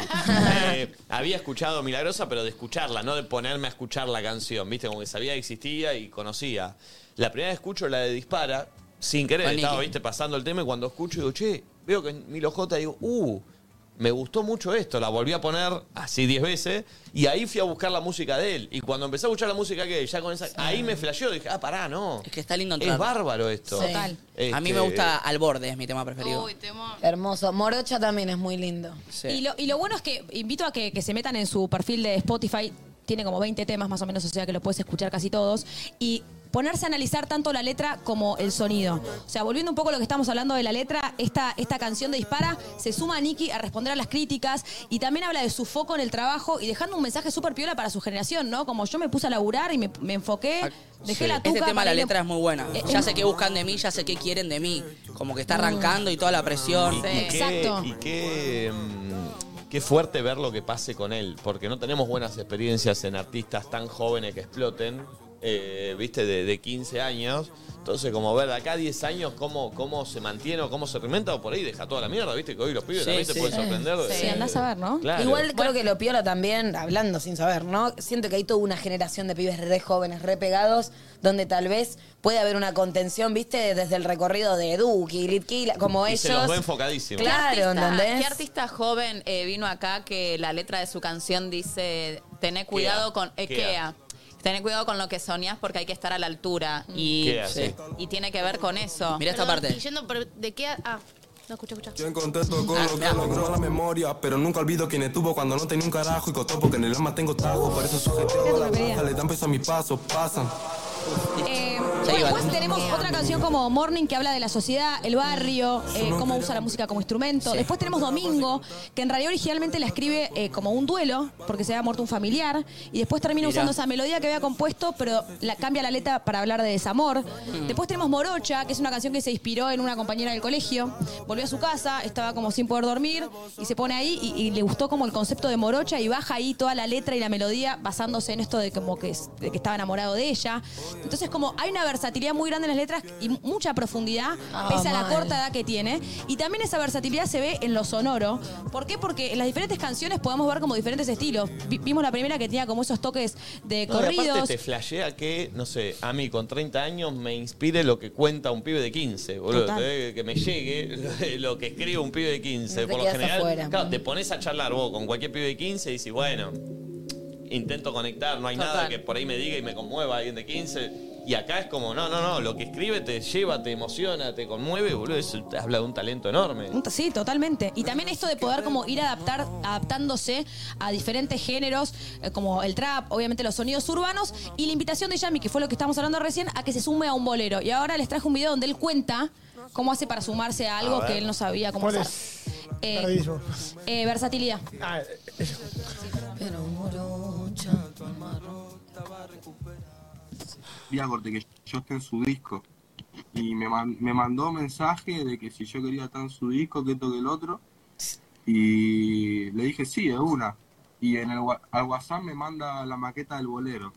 Speaker 1: Eh, había escuchado Milagrosa, pero de escucharla, no de ponerme a escuchar la canción. Viste, como que sabía que existía y conocía. La primera vez escucho la de Dispara, sin querer,
Speaker 11: Con
Speaker 1: estaba,
Speaker 11: Nicki.
Speaker 1: viste, pasando el tema y cuando escucho digo, che, veo que en Milo J digo, uh, me gustó mucho esto, la volví a poner así 10 veces y ahí fui a buscar la música de él. Y cuando empecé a escuchar la música que él, ya con esa, ahí me flasheó, dije, ah, pará, no. Es
Speaker 3: que está lindo
Speaker 1: Es bárbaro esto.
Speaker 2: Total.
Speaker 1: Este,
Speaker 3: A mí me gusta Al Borde, es mi tema preferido.
Speaker 2: Hermoso. Morocha también es muy lindo.
Speaker 23: Y, lo, y lo bueno es que invito a que, que se metan en su perfil de Spotify. Tiene como 20 temas más o menos, o sea que lo puedes escuchar casi todos. Y ponerse a analizar tanto la letra como el sonido. O sea, volviendo un poco a lo que estamos hablando de la letra, esta, esta canción de Dispara se suma a Nicky a responder a las críticas y también habla de su foco en el trabajo y dejando un mensaje súper piola para su generación, ¿no? Como yo me puse a laburar y me, me enfoqué, dejé
Speaker 3: Ah, Sí.
Speaker 23: la tuca
Speaker 3: Este tema,
Speaker 23: para
Speaker 3: la
Speaker 23: ir en-
Speaker 3: letra es muy buena.
Speaker 23: Eh,
Speaker 3: Ya
Speaker 23: eh.
Speaker 3: sé qué buscan de mí, ya sé qué quieren de mí. Como que está arrancando y toda la presión.
Speaker 1: Y qué- Y qué, mm, qué fuerte ver lo que pase con él, porque no tenemos buenas experiencias en artistas tan jóvenes que exploten, eh, viste, de, de 15 años. Entonces, como ver de acá a 10 años cómo, cómo se mantiene o cómo se reinventa, o por ahí deja toda la mierda, viste, que hoy los pibes
Speaker 2: Sí,
Speaker 1: también te
Speaker 2: sí.
Speaker 1: pueden sorprender. de-
Speaker 23: Sí, andás a ver, ¿no?
Speaker 1: Eh, Claro.
Speaker 2: Igual creo que lo piola también, hablando sin saber, ¿no? Siento que hay toda una generación de pibes re jóvenes, re pegados, donde tal vez puede haber una contención, ¿viste? Desde el recorrido de Duki, Litki, la- como
Speaker 1: y
Speaker 2: ellos.
Speaker 1: se los ve enfocadísimos.
Speaker 2: Claro,
Speaker 7: ¿Qué artista,
Speaker 2: ¿entendés?
Speaker 7: Ah, qué artista joven eh, vino acá que la letra de su canción dice tené cuidado
Speaker 14: Kea.
Speaker 7: con eh,
Speaker 14: Kea.
Speaker 7: Kea, Tené cuidado con lo que soñás porque hay que estar a la altura.
Speaker 23: Mm.
Speaker 7: Y,
Speaker 14: Kea, sí.
Speaker 7: y tiene que ver con eso.
Speaker 14: Mirá esta
Speaker 6: Perdón,
Speaker 14: parte.
Speaker 6: Y yendo por- de qué... a- Ah, no, escucha, escucha.
Speaker 16: Yo encontré todo con lo que logró la memoria, pero nunca olvido quien estuvo cuando no tenía un carajo y costó porque en el alma tengo tajo, por eso sujeteo a la baja, le dan peso a mis pasos, pasan.
Speaker 23: Eh,
Speaker 16: Ya
Speaker 23: bueno,
Speaker 16: iba.
Speaker 23: después tenemos otra canción como Morning que habla de la sociedad, el barrio, eh, cómo usa la música como instrumento. Después tenemos Domingo, que en realidad originalmente la escribe eh, como un duelo, porque se había muerto un familiar. Y después termina
Speaker 2: Mirá.
Speaker 23: usando esa melodía que había compuesto, pero la, cambia la letra para hablar de desamor. Después tenemos Morocha, que es una canción que se inspiró en una compañera del colegio. Volvió a su casa, estaba como sin poder dormir, y se pone ahí y, y le gustó como el concepto de Morocha y baja ahí toda la letra y la melodía basándose en esto de como que, es- de que estaba enamorado de ella. Entonces como hay una versatilidad muy grande en las letras y mucha profundidad,
Speaker 2: Ah,
Speaker 23: pese a la
Speaker 2: mal.
Speaker 23: corta edad que tiene. Y también esa versatilidad se ve en lo sonoro. ¿Por qué? Porque en las diferentes canciones podemos ver como diferentes estilos. Vi- vimos la primera que tenía como esos toques de
Speaker 1: No, y
Speaker 23: corridos.
Speaker 1: aparte te flashea que, no sé, a mí con 30 años me inspire lo que cuenta un pibe de 15, boludo.
Speaker 23: Total.
Speaker 1: ¿entendés? Que me llegue lo de- lo que escribe un pibe de
Speaker 23: No
Speaker 1: 15.
Speaker 23: te
Speaker 1: Por lo
Speaker 23: quedas
Speaker 1: general,
Speaker 23: afuera.
Speaker 1: claro, te pones a charlar vos con cualquier pibe de 15 y dices, bueno, intento conectar, no hay nada
Speaker 17: Total.
Speaker 1: que por ahí me diga y me conmueva alguien de 15. Y acá es como, no, no, no, lo que escribe te lleva, te emociona, te conmueve, boludo. Eso te habla de un talento enorme.
Speaker 23: Un- Mm, Sí, totalmente. Y también esto de poder como ir adaptar, adaptándose a diferentes géneros, eh, como el trap, obviamente los sonidos urbanos, y la invitación de Yami, que fue lo que estábamos hablando recién, a que se sume a un bolero. Y ahora les traje un video donde él cuenta cómo hace para sumarse a algo
Speaker 5: A ver.
Speaker 23: que él no sabía cómo
Speaker 5: ¿Cuál
Speaker 23: hacer.
Speaker 5: es?
Speaker 23: Eh,
Speaker 5: Paraíso.
Speaker 23: eh, versatilidad.
Speaker 5: Ah,
Speaker 13: Diagor,
Speaker 21: de que yo esté en su disco. Y me, man- me mandó mensaje de que si yo quería estar en su disco, que toque el otro. Y le dije, sí, es una. Y en el, wa- al WhatsApp me manda la maqueta del bolero,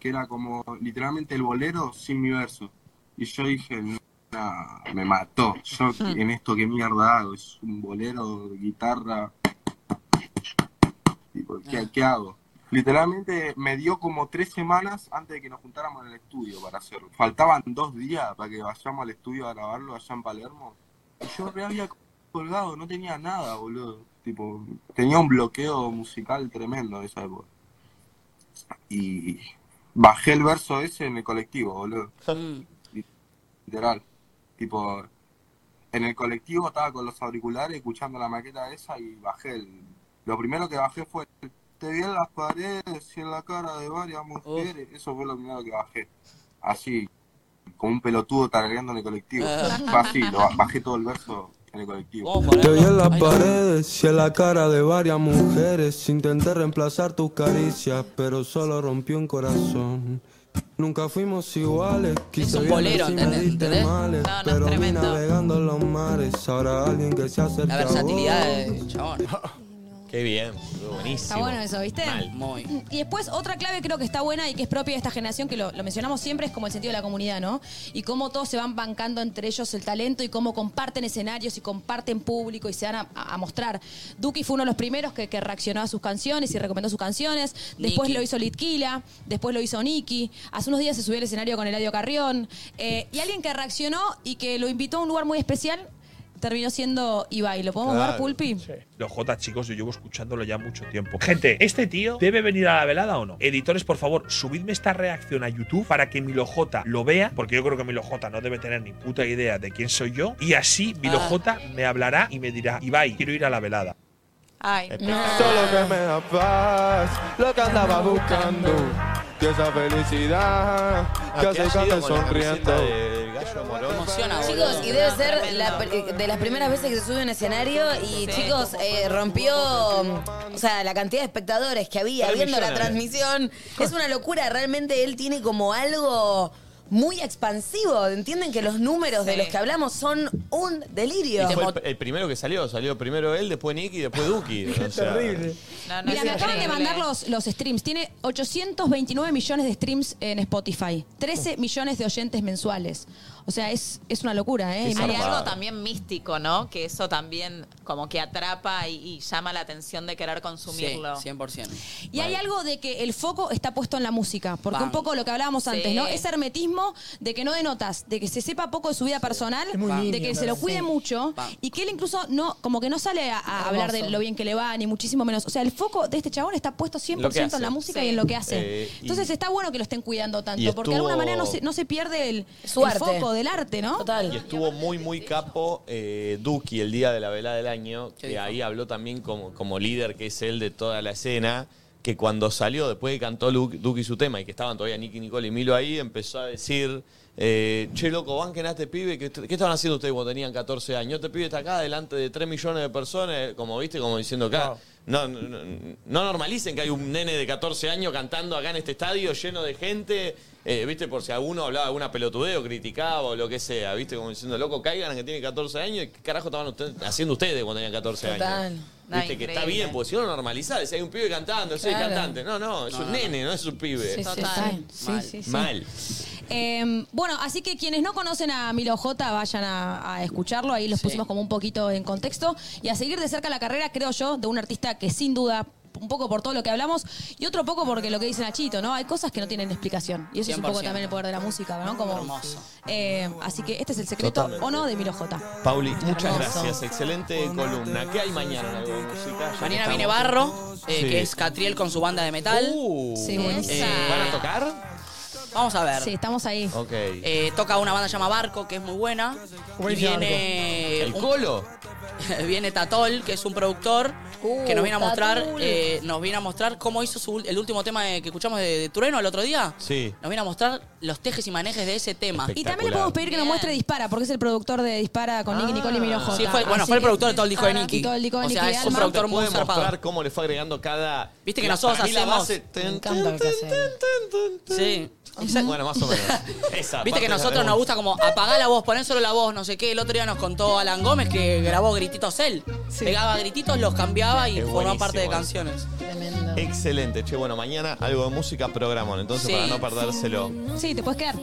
Speaker 21: que era como literalmente el bolero sin mi verso. Y yo dije, "Nah, me mató. Yo en esto qué mierda hago. Es un bolero, guitarra. Tipo, ¿qué, ¿Qué hago? Literalmente me dio como tres semanas antes de que nos juntáramos en el estudio para hacerlo. Faltaban dos días para que vayamos al estudio a grabarlo allá en Palermo. Y yo me había colgado, no tenía nada, boludo. Tipo, tenía un bloqueo musical tremendo en esa época. Y bajé el verso ese en el colectivo, boludo. Literal. Tipo, en el colectivo estaba con los auriculares escuchando la maqueta esa y bajé el... Lo primero que bajé fue te vi en las paredes y en la cara de varias mujeres. Eso fue lo primero que bajé. Así, como un pelotudo tarareando en el colectivo. Fue así, lo ba- bajé todo el verso en el colectivo.
Speaker 11: Te vi en las paredes y en la cara de varias mujeres. Intenté reemplazar tus caricias, pero solo rompió un corazón. Nunca fuimos iguales, quise
Speaker 3: un
Speaker 11: bien,
Speaker 3: bolero,
Speaker 11: si me
Speaker 3: ¿entendés?
Speaker 11: diste
Speaker 3: ¿Entendés?
Speaker 11: males,
Speaker 3: No, no,
Speaker 11: pero vi
Speaker 3: tremendo.
Speaker 11: navegando en los mares. Ahora alguien que se acerca
Speaker 5: eh,
Speaker 3: La
Speaker 11: a vos.
Speaker 3: versatilidad de chabón.
Speaker 1: Qué bien, boludo, buenísimo.
Speaker 23: Está bueno eso, ¿viste?
Speaker 1: Mal.
Speaker 23: Y después otra clave creo que está buena y que es propia de esta generación, que lo, lo mencionamos siempre, es como el sentido de la comunidad, ¿no? Y cómo todos se van bancando entre ellos el talento y cómo comparten escenarios y comparten público y se van a, a mostrar. Duki fue uno de los primeros que, que reaccionó a sus canciones y recomendó sus canciones. Después
Speaker 2: Nicki.
Speaker 23: lo hizo Litquila, después lo hizo Nicky. Hace unos días se subió al escenario con Eladio Carrión. Eh, y alguien que reaccionó y que lo invitó a un lugar muy especial terminó siendo Ibai. ¿Lo podemos
Speaker 18: Claro.
Speaker 23: ver, Pulpi?
Speaker 18: Los J chicos, yo llevo escuchándolo ya mucho tiempo. Gente, ¿este tío debe venir a la velada o no? Editores, por favor, subidme esta reacción a YouTube para que Milo J lo vea, porque yo creo que Milo J no debe tener ni puta idea de quién soy yo. Y así Milo Ah. J me hablará y me dirá, Ibai, quiero ir a la velada.
Speaker 4: Ay,
Speaker 11: Solo que me da paz, lo que andaba buscando. Y esa felicidad que hace que ande sonriendo.
Speaker 2: Chicos, y debe ser la pr- de las primeras veces que se sube a un escenario y chicos, eh, rompió, o sea, la cantidad de espectadores que había
Speaker 17: Tres
Speaker 2: viendo la
Speaker 17: millones.
Speaker 2: transmisión. Es una locura, realmente él tiene como algo muy expansivo. ¿Entienden que los números de los que hablamos son un delirio?
Speaker 1: Y fue el, el primero que salió, salió primero él, después Nicky, después Duki. o sea,
Speaker 5: terrible.
Speaker 23: Mira, me acaban de mandar los, los streams. Tiene 829 millones de streams en Spotify. 13 millones de oyentes mensuales. O sea, es, es una locura, ¿eh?
Speaker 7: Hay algo
Speaker 23: Imagínate.
Speaker 7: también místico, ¿no? Que eso también como que atrapa y, y llama la atención de querer consumirlo.
Speaker 3: Sí, 100%.
Speaker 23: Y hay algo de que el foco está puesto en la música, porque
Speaker 3: Bang.
Speaker 23: un poco lo que hablábamos
Speaker 7: Sí.
Speaker 23: antes, ¿no? Ese hermetismo de que no denotas, de que se sepa poco de su vida personal,
Speaker 7: muy
Speaker 23: de
Speaker 7: lindo,
Speaker 23: que se lo
Speaker 7: sí.
Speaker 23: cuide mucho
Speaker 7: Bang.
Speaker 23: y que él incluso no, como que no sale a, a hablar de lo bien que le va, ni muchísimo menos. O sea, el foco de este chabón está puesto
Speaker 1: Lo que
Speaker 23: 100%
Speaker 1: hace.
Speaker 23: en la música
Speaker 1: Sí.
Speaker 23: y en lo que hace.
Speaker 1: Eh, y-
Speaker 23: Entonces está bueno que lo estén cuidando tanto,
Speaker 1: Y
Speaker 23: porque de alguna
Speaker 1: estuvo-
Speaker 23: manera no se, no se pierde el,
Speaker 2: Su
Speaker 23: el
Speaker 2: arte.
Speaker 23: foco del arte, ¿no?
Speaker 1: Y estuvo muy, muy capo eh, Duki el día de la velada del año, que ahí habló también como, como líder que es él de toda la escena, que cuando salió, después que cantó Lu- Duki su tema y que estaban todavía Nicky, Nicole y Milo ahí, empezó a decir, eh, che, loco, banquen a este pibe, ¿qué, est- qué estaban haciendo ustedes cuando tenían 14 años? Este pibe está acá delante de 3 millones de personas, como viste, como diciendo acá. No, no, no- no normalicen que hay un nene de 14 años cantando acá en este estadio lleno de gente, eh, viste, por si alguno hablaba alguna pelotudeo, criticaba o lo que sea, viste, como diciendo, loco, caigan que tiene 14 años y qué carajo estaban ustedes haciendo ustedes cuando tenían 14 años.
Speaker 7: No,
Speaker 1: Viste que está
Speaker 7: increíble.
Speaker 1: bien, porque si no lo normalizás. Si hay un pibe cantando, soy
Speaker 23: Claro.
Speaker 1: cantante. No, no, es
Speaker 23: No,
Speaker 1: un
Speaker 23: no,
Speaker 1: nene, no es un pibe.
Speaker 23: Sí, sí, Total. sí,
Speaker 1: Mal.
Speaker 23: sí, sí.
Speaker 1: Mal.
Speaker 23: Eh, bueno, así que quienes no conocen a Milo J, vayan a, a escucharlo. Ahí los pusimos como un poquito en contexto. Y a seguir de cerca la carrera, creo yo, de un artista que sin duda, un poco por todo lo que hablamos, y otro poco porque lo que dice Nachito, ¿no? Hay cosas que no tienen explicación. Y eso es un poco
Speaker 3: 100%.
Speaker 23: también el poder de la música, ¿no? Como,
Speaker 3: Hermoso.
Speaker 23: Eh, así que este es el secreto
Speaker 1: Totalmente.
Speaker 23: o no de Milo J.
Speaker 1: Pauli, muchas
Speaker 23: Hermoso.
Speaker 1: gracias. Excelente columna. ¿Qué hay mañana en algo musical?
Speaker 3: Mañana viene Barro, eh,
Speaker 1: Sí. Uh.
Speaker 3: que es Catriel con su banda de metal. Eh,
Speaker 1: Sí, buenísimo. ¿Van a tocar?
Speaker 3: Vamos a ver.
Speaker 23: Sí, estamos ahí.
Speaker 1: Ok.
Speaker 3: Eh, toca una banda llamada Barco, que es muy buena. Y
Speaker 1: Buenísimo,
Speaker 3: viene.
Speaker 1: Barco. ¿El
Speaker 3: un-
Speaker 1: Colo?
Speaker 3: viene Tatol, que es un productor
Speaker 23: Uh,
Speaker 3: que nos viene a mostrar.
Speaker 8: Tatol.
Speaker 3: eh, nos viene a mostrar cómo hizo su ul- el último tema de- que escuchamos de, de Trueno el otro día.
Speaker 1: Sí.
Speaker 3: Nos viene a mostrar los tejes y manejes de ese tema.
Speaker 23: Y también le podemos pedir que nos muestre Dispara, porque es el productor de Dispara con Nicky Nicole y Milo J.
Speaker 3: Ah. Sí, fue- bueno,
Speaker 23: Así
Speaker 3: fue el
Speaker 23: que-
Speaker 3: productor de todo el disco de
Speaker 23: Ahora,
Speaker 3: Nicky.
Speaker 23: y todo Ah, el disco de
Speaker 3: O sea,
Speaker 23: Nicky
Speaker 3: es
Speaker 1: Te
Speaker 3: un
Speaker 1: puede
Speaker 3: productor muy
Speaker 1: mostrar
Speaker 3: zarpado.
Speaker 1: cómo le fue agregando cada.
Speaker 3: Viste que
Speaker 1: la-
Speaker 3: nosotros
Speaker 1: para mí la
Speaker 3: hacemos-
Speaker 1: base-
Speaker 23: Me encanta lo que hace.
Speaker 3: Sí.
Speaker 1: Bueno, más o menos. Esa
Speaker 3: Viste
Speaker 1: parte
Speaker 3: que
Speaker 1: la
Speaker 3: nosotros
Speaker 1: tenemos.
Speaker 3: nos gusta como apagar la voz, poner solo la voz, no sé qué. El otro día nos contó Alan Gómez que grabó grititos él. Pegaba grititos, los cambiaba y
Speaker 1: Es
Speaker 3: formaba parte de
Speaker 1: buenísimo
Speaker 3: canciones.
Speaker 1: Excelente, che, bueno, mañana algo de música programón, entonces
Speaker 3: Sí.
Speaker 1: para no perdérselo.
Speaker 23: Sí, te puedes quedar.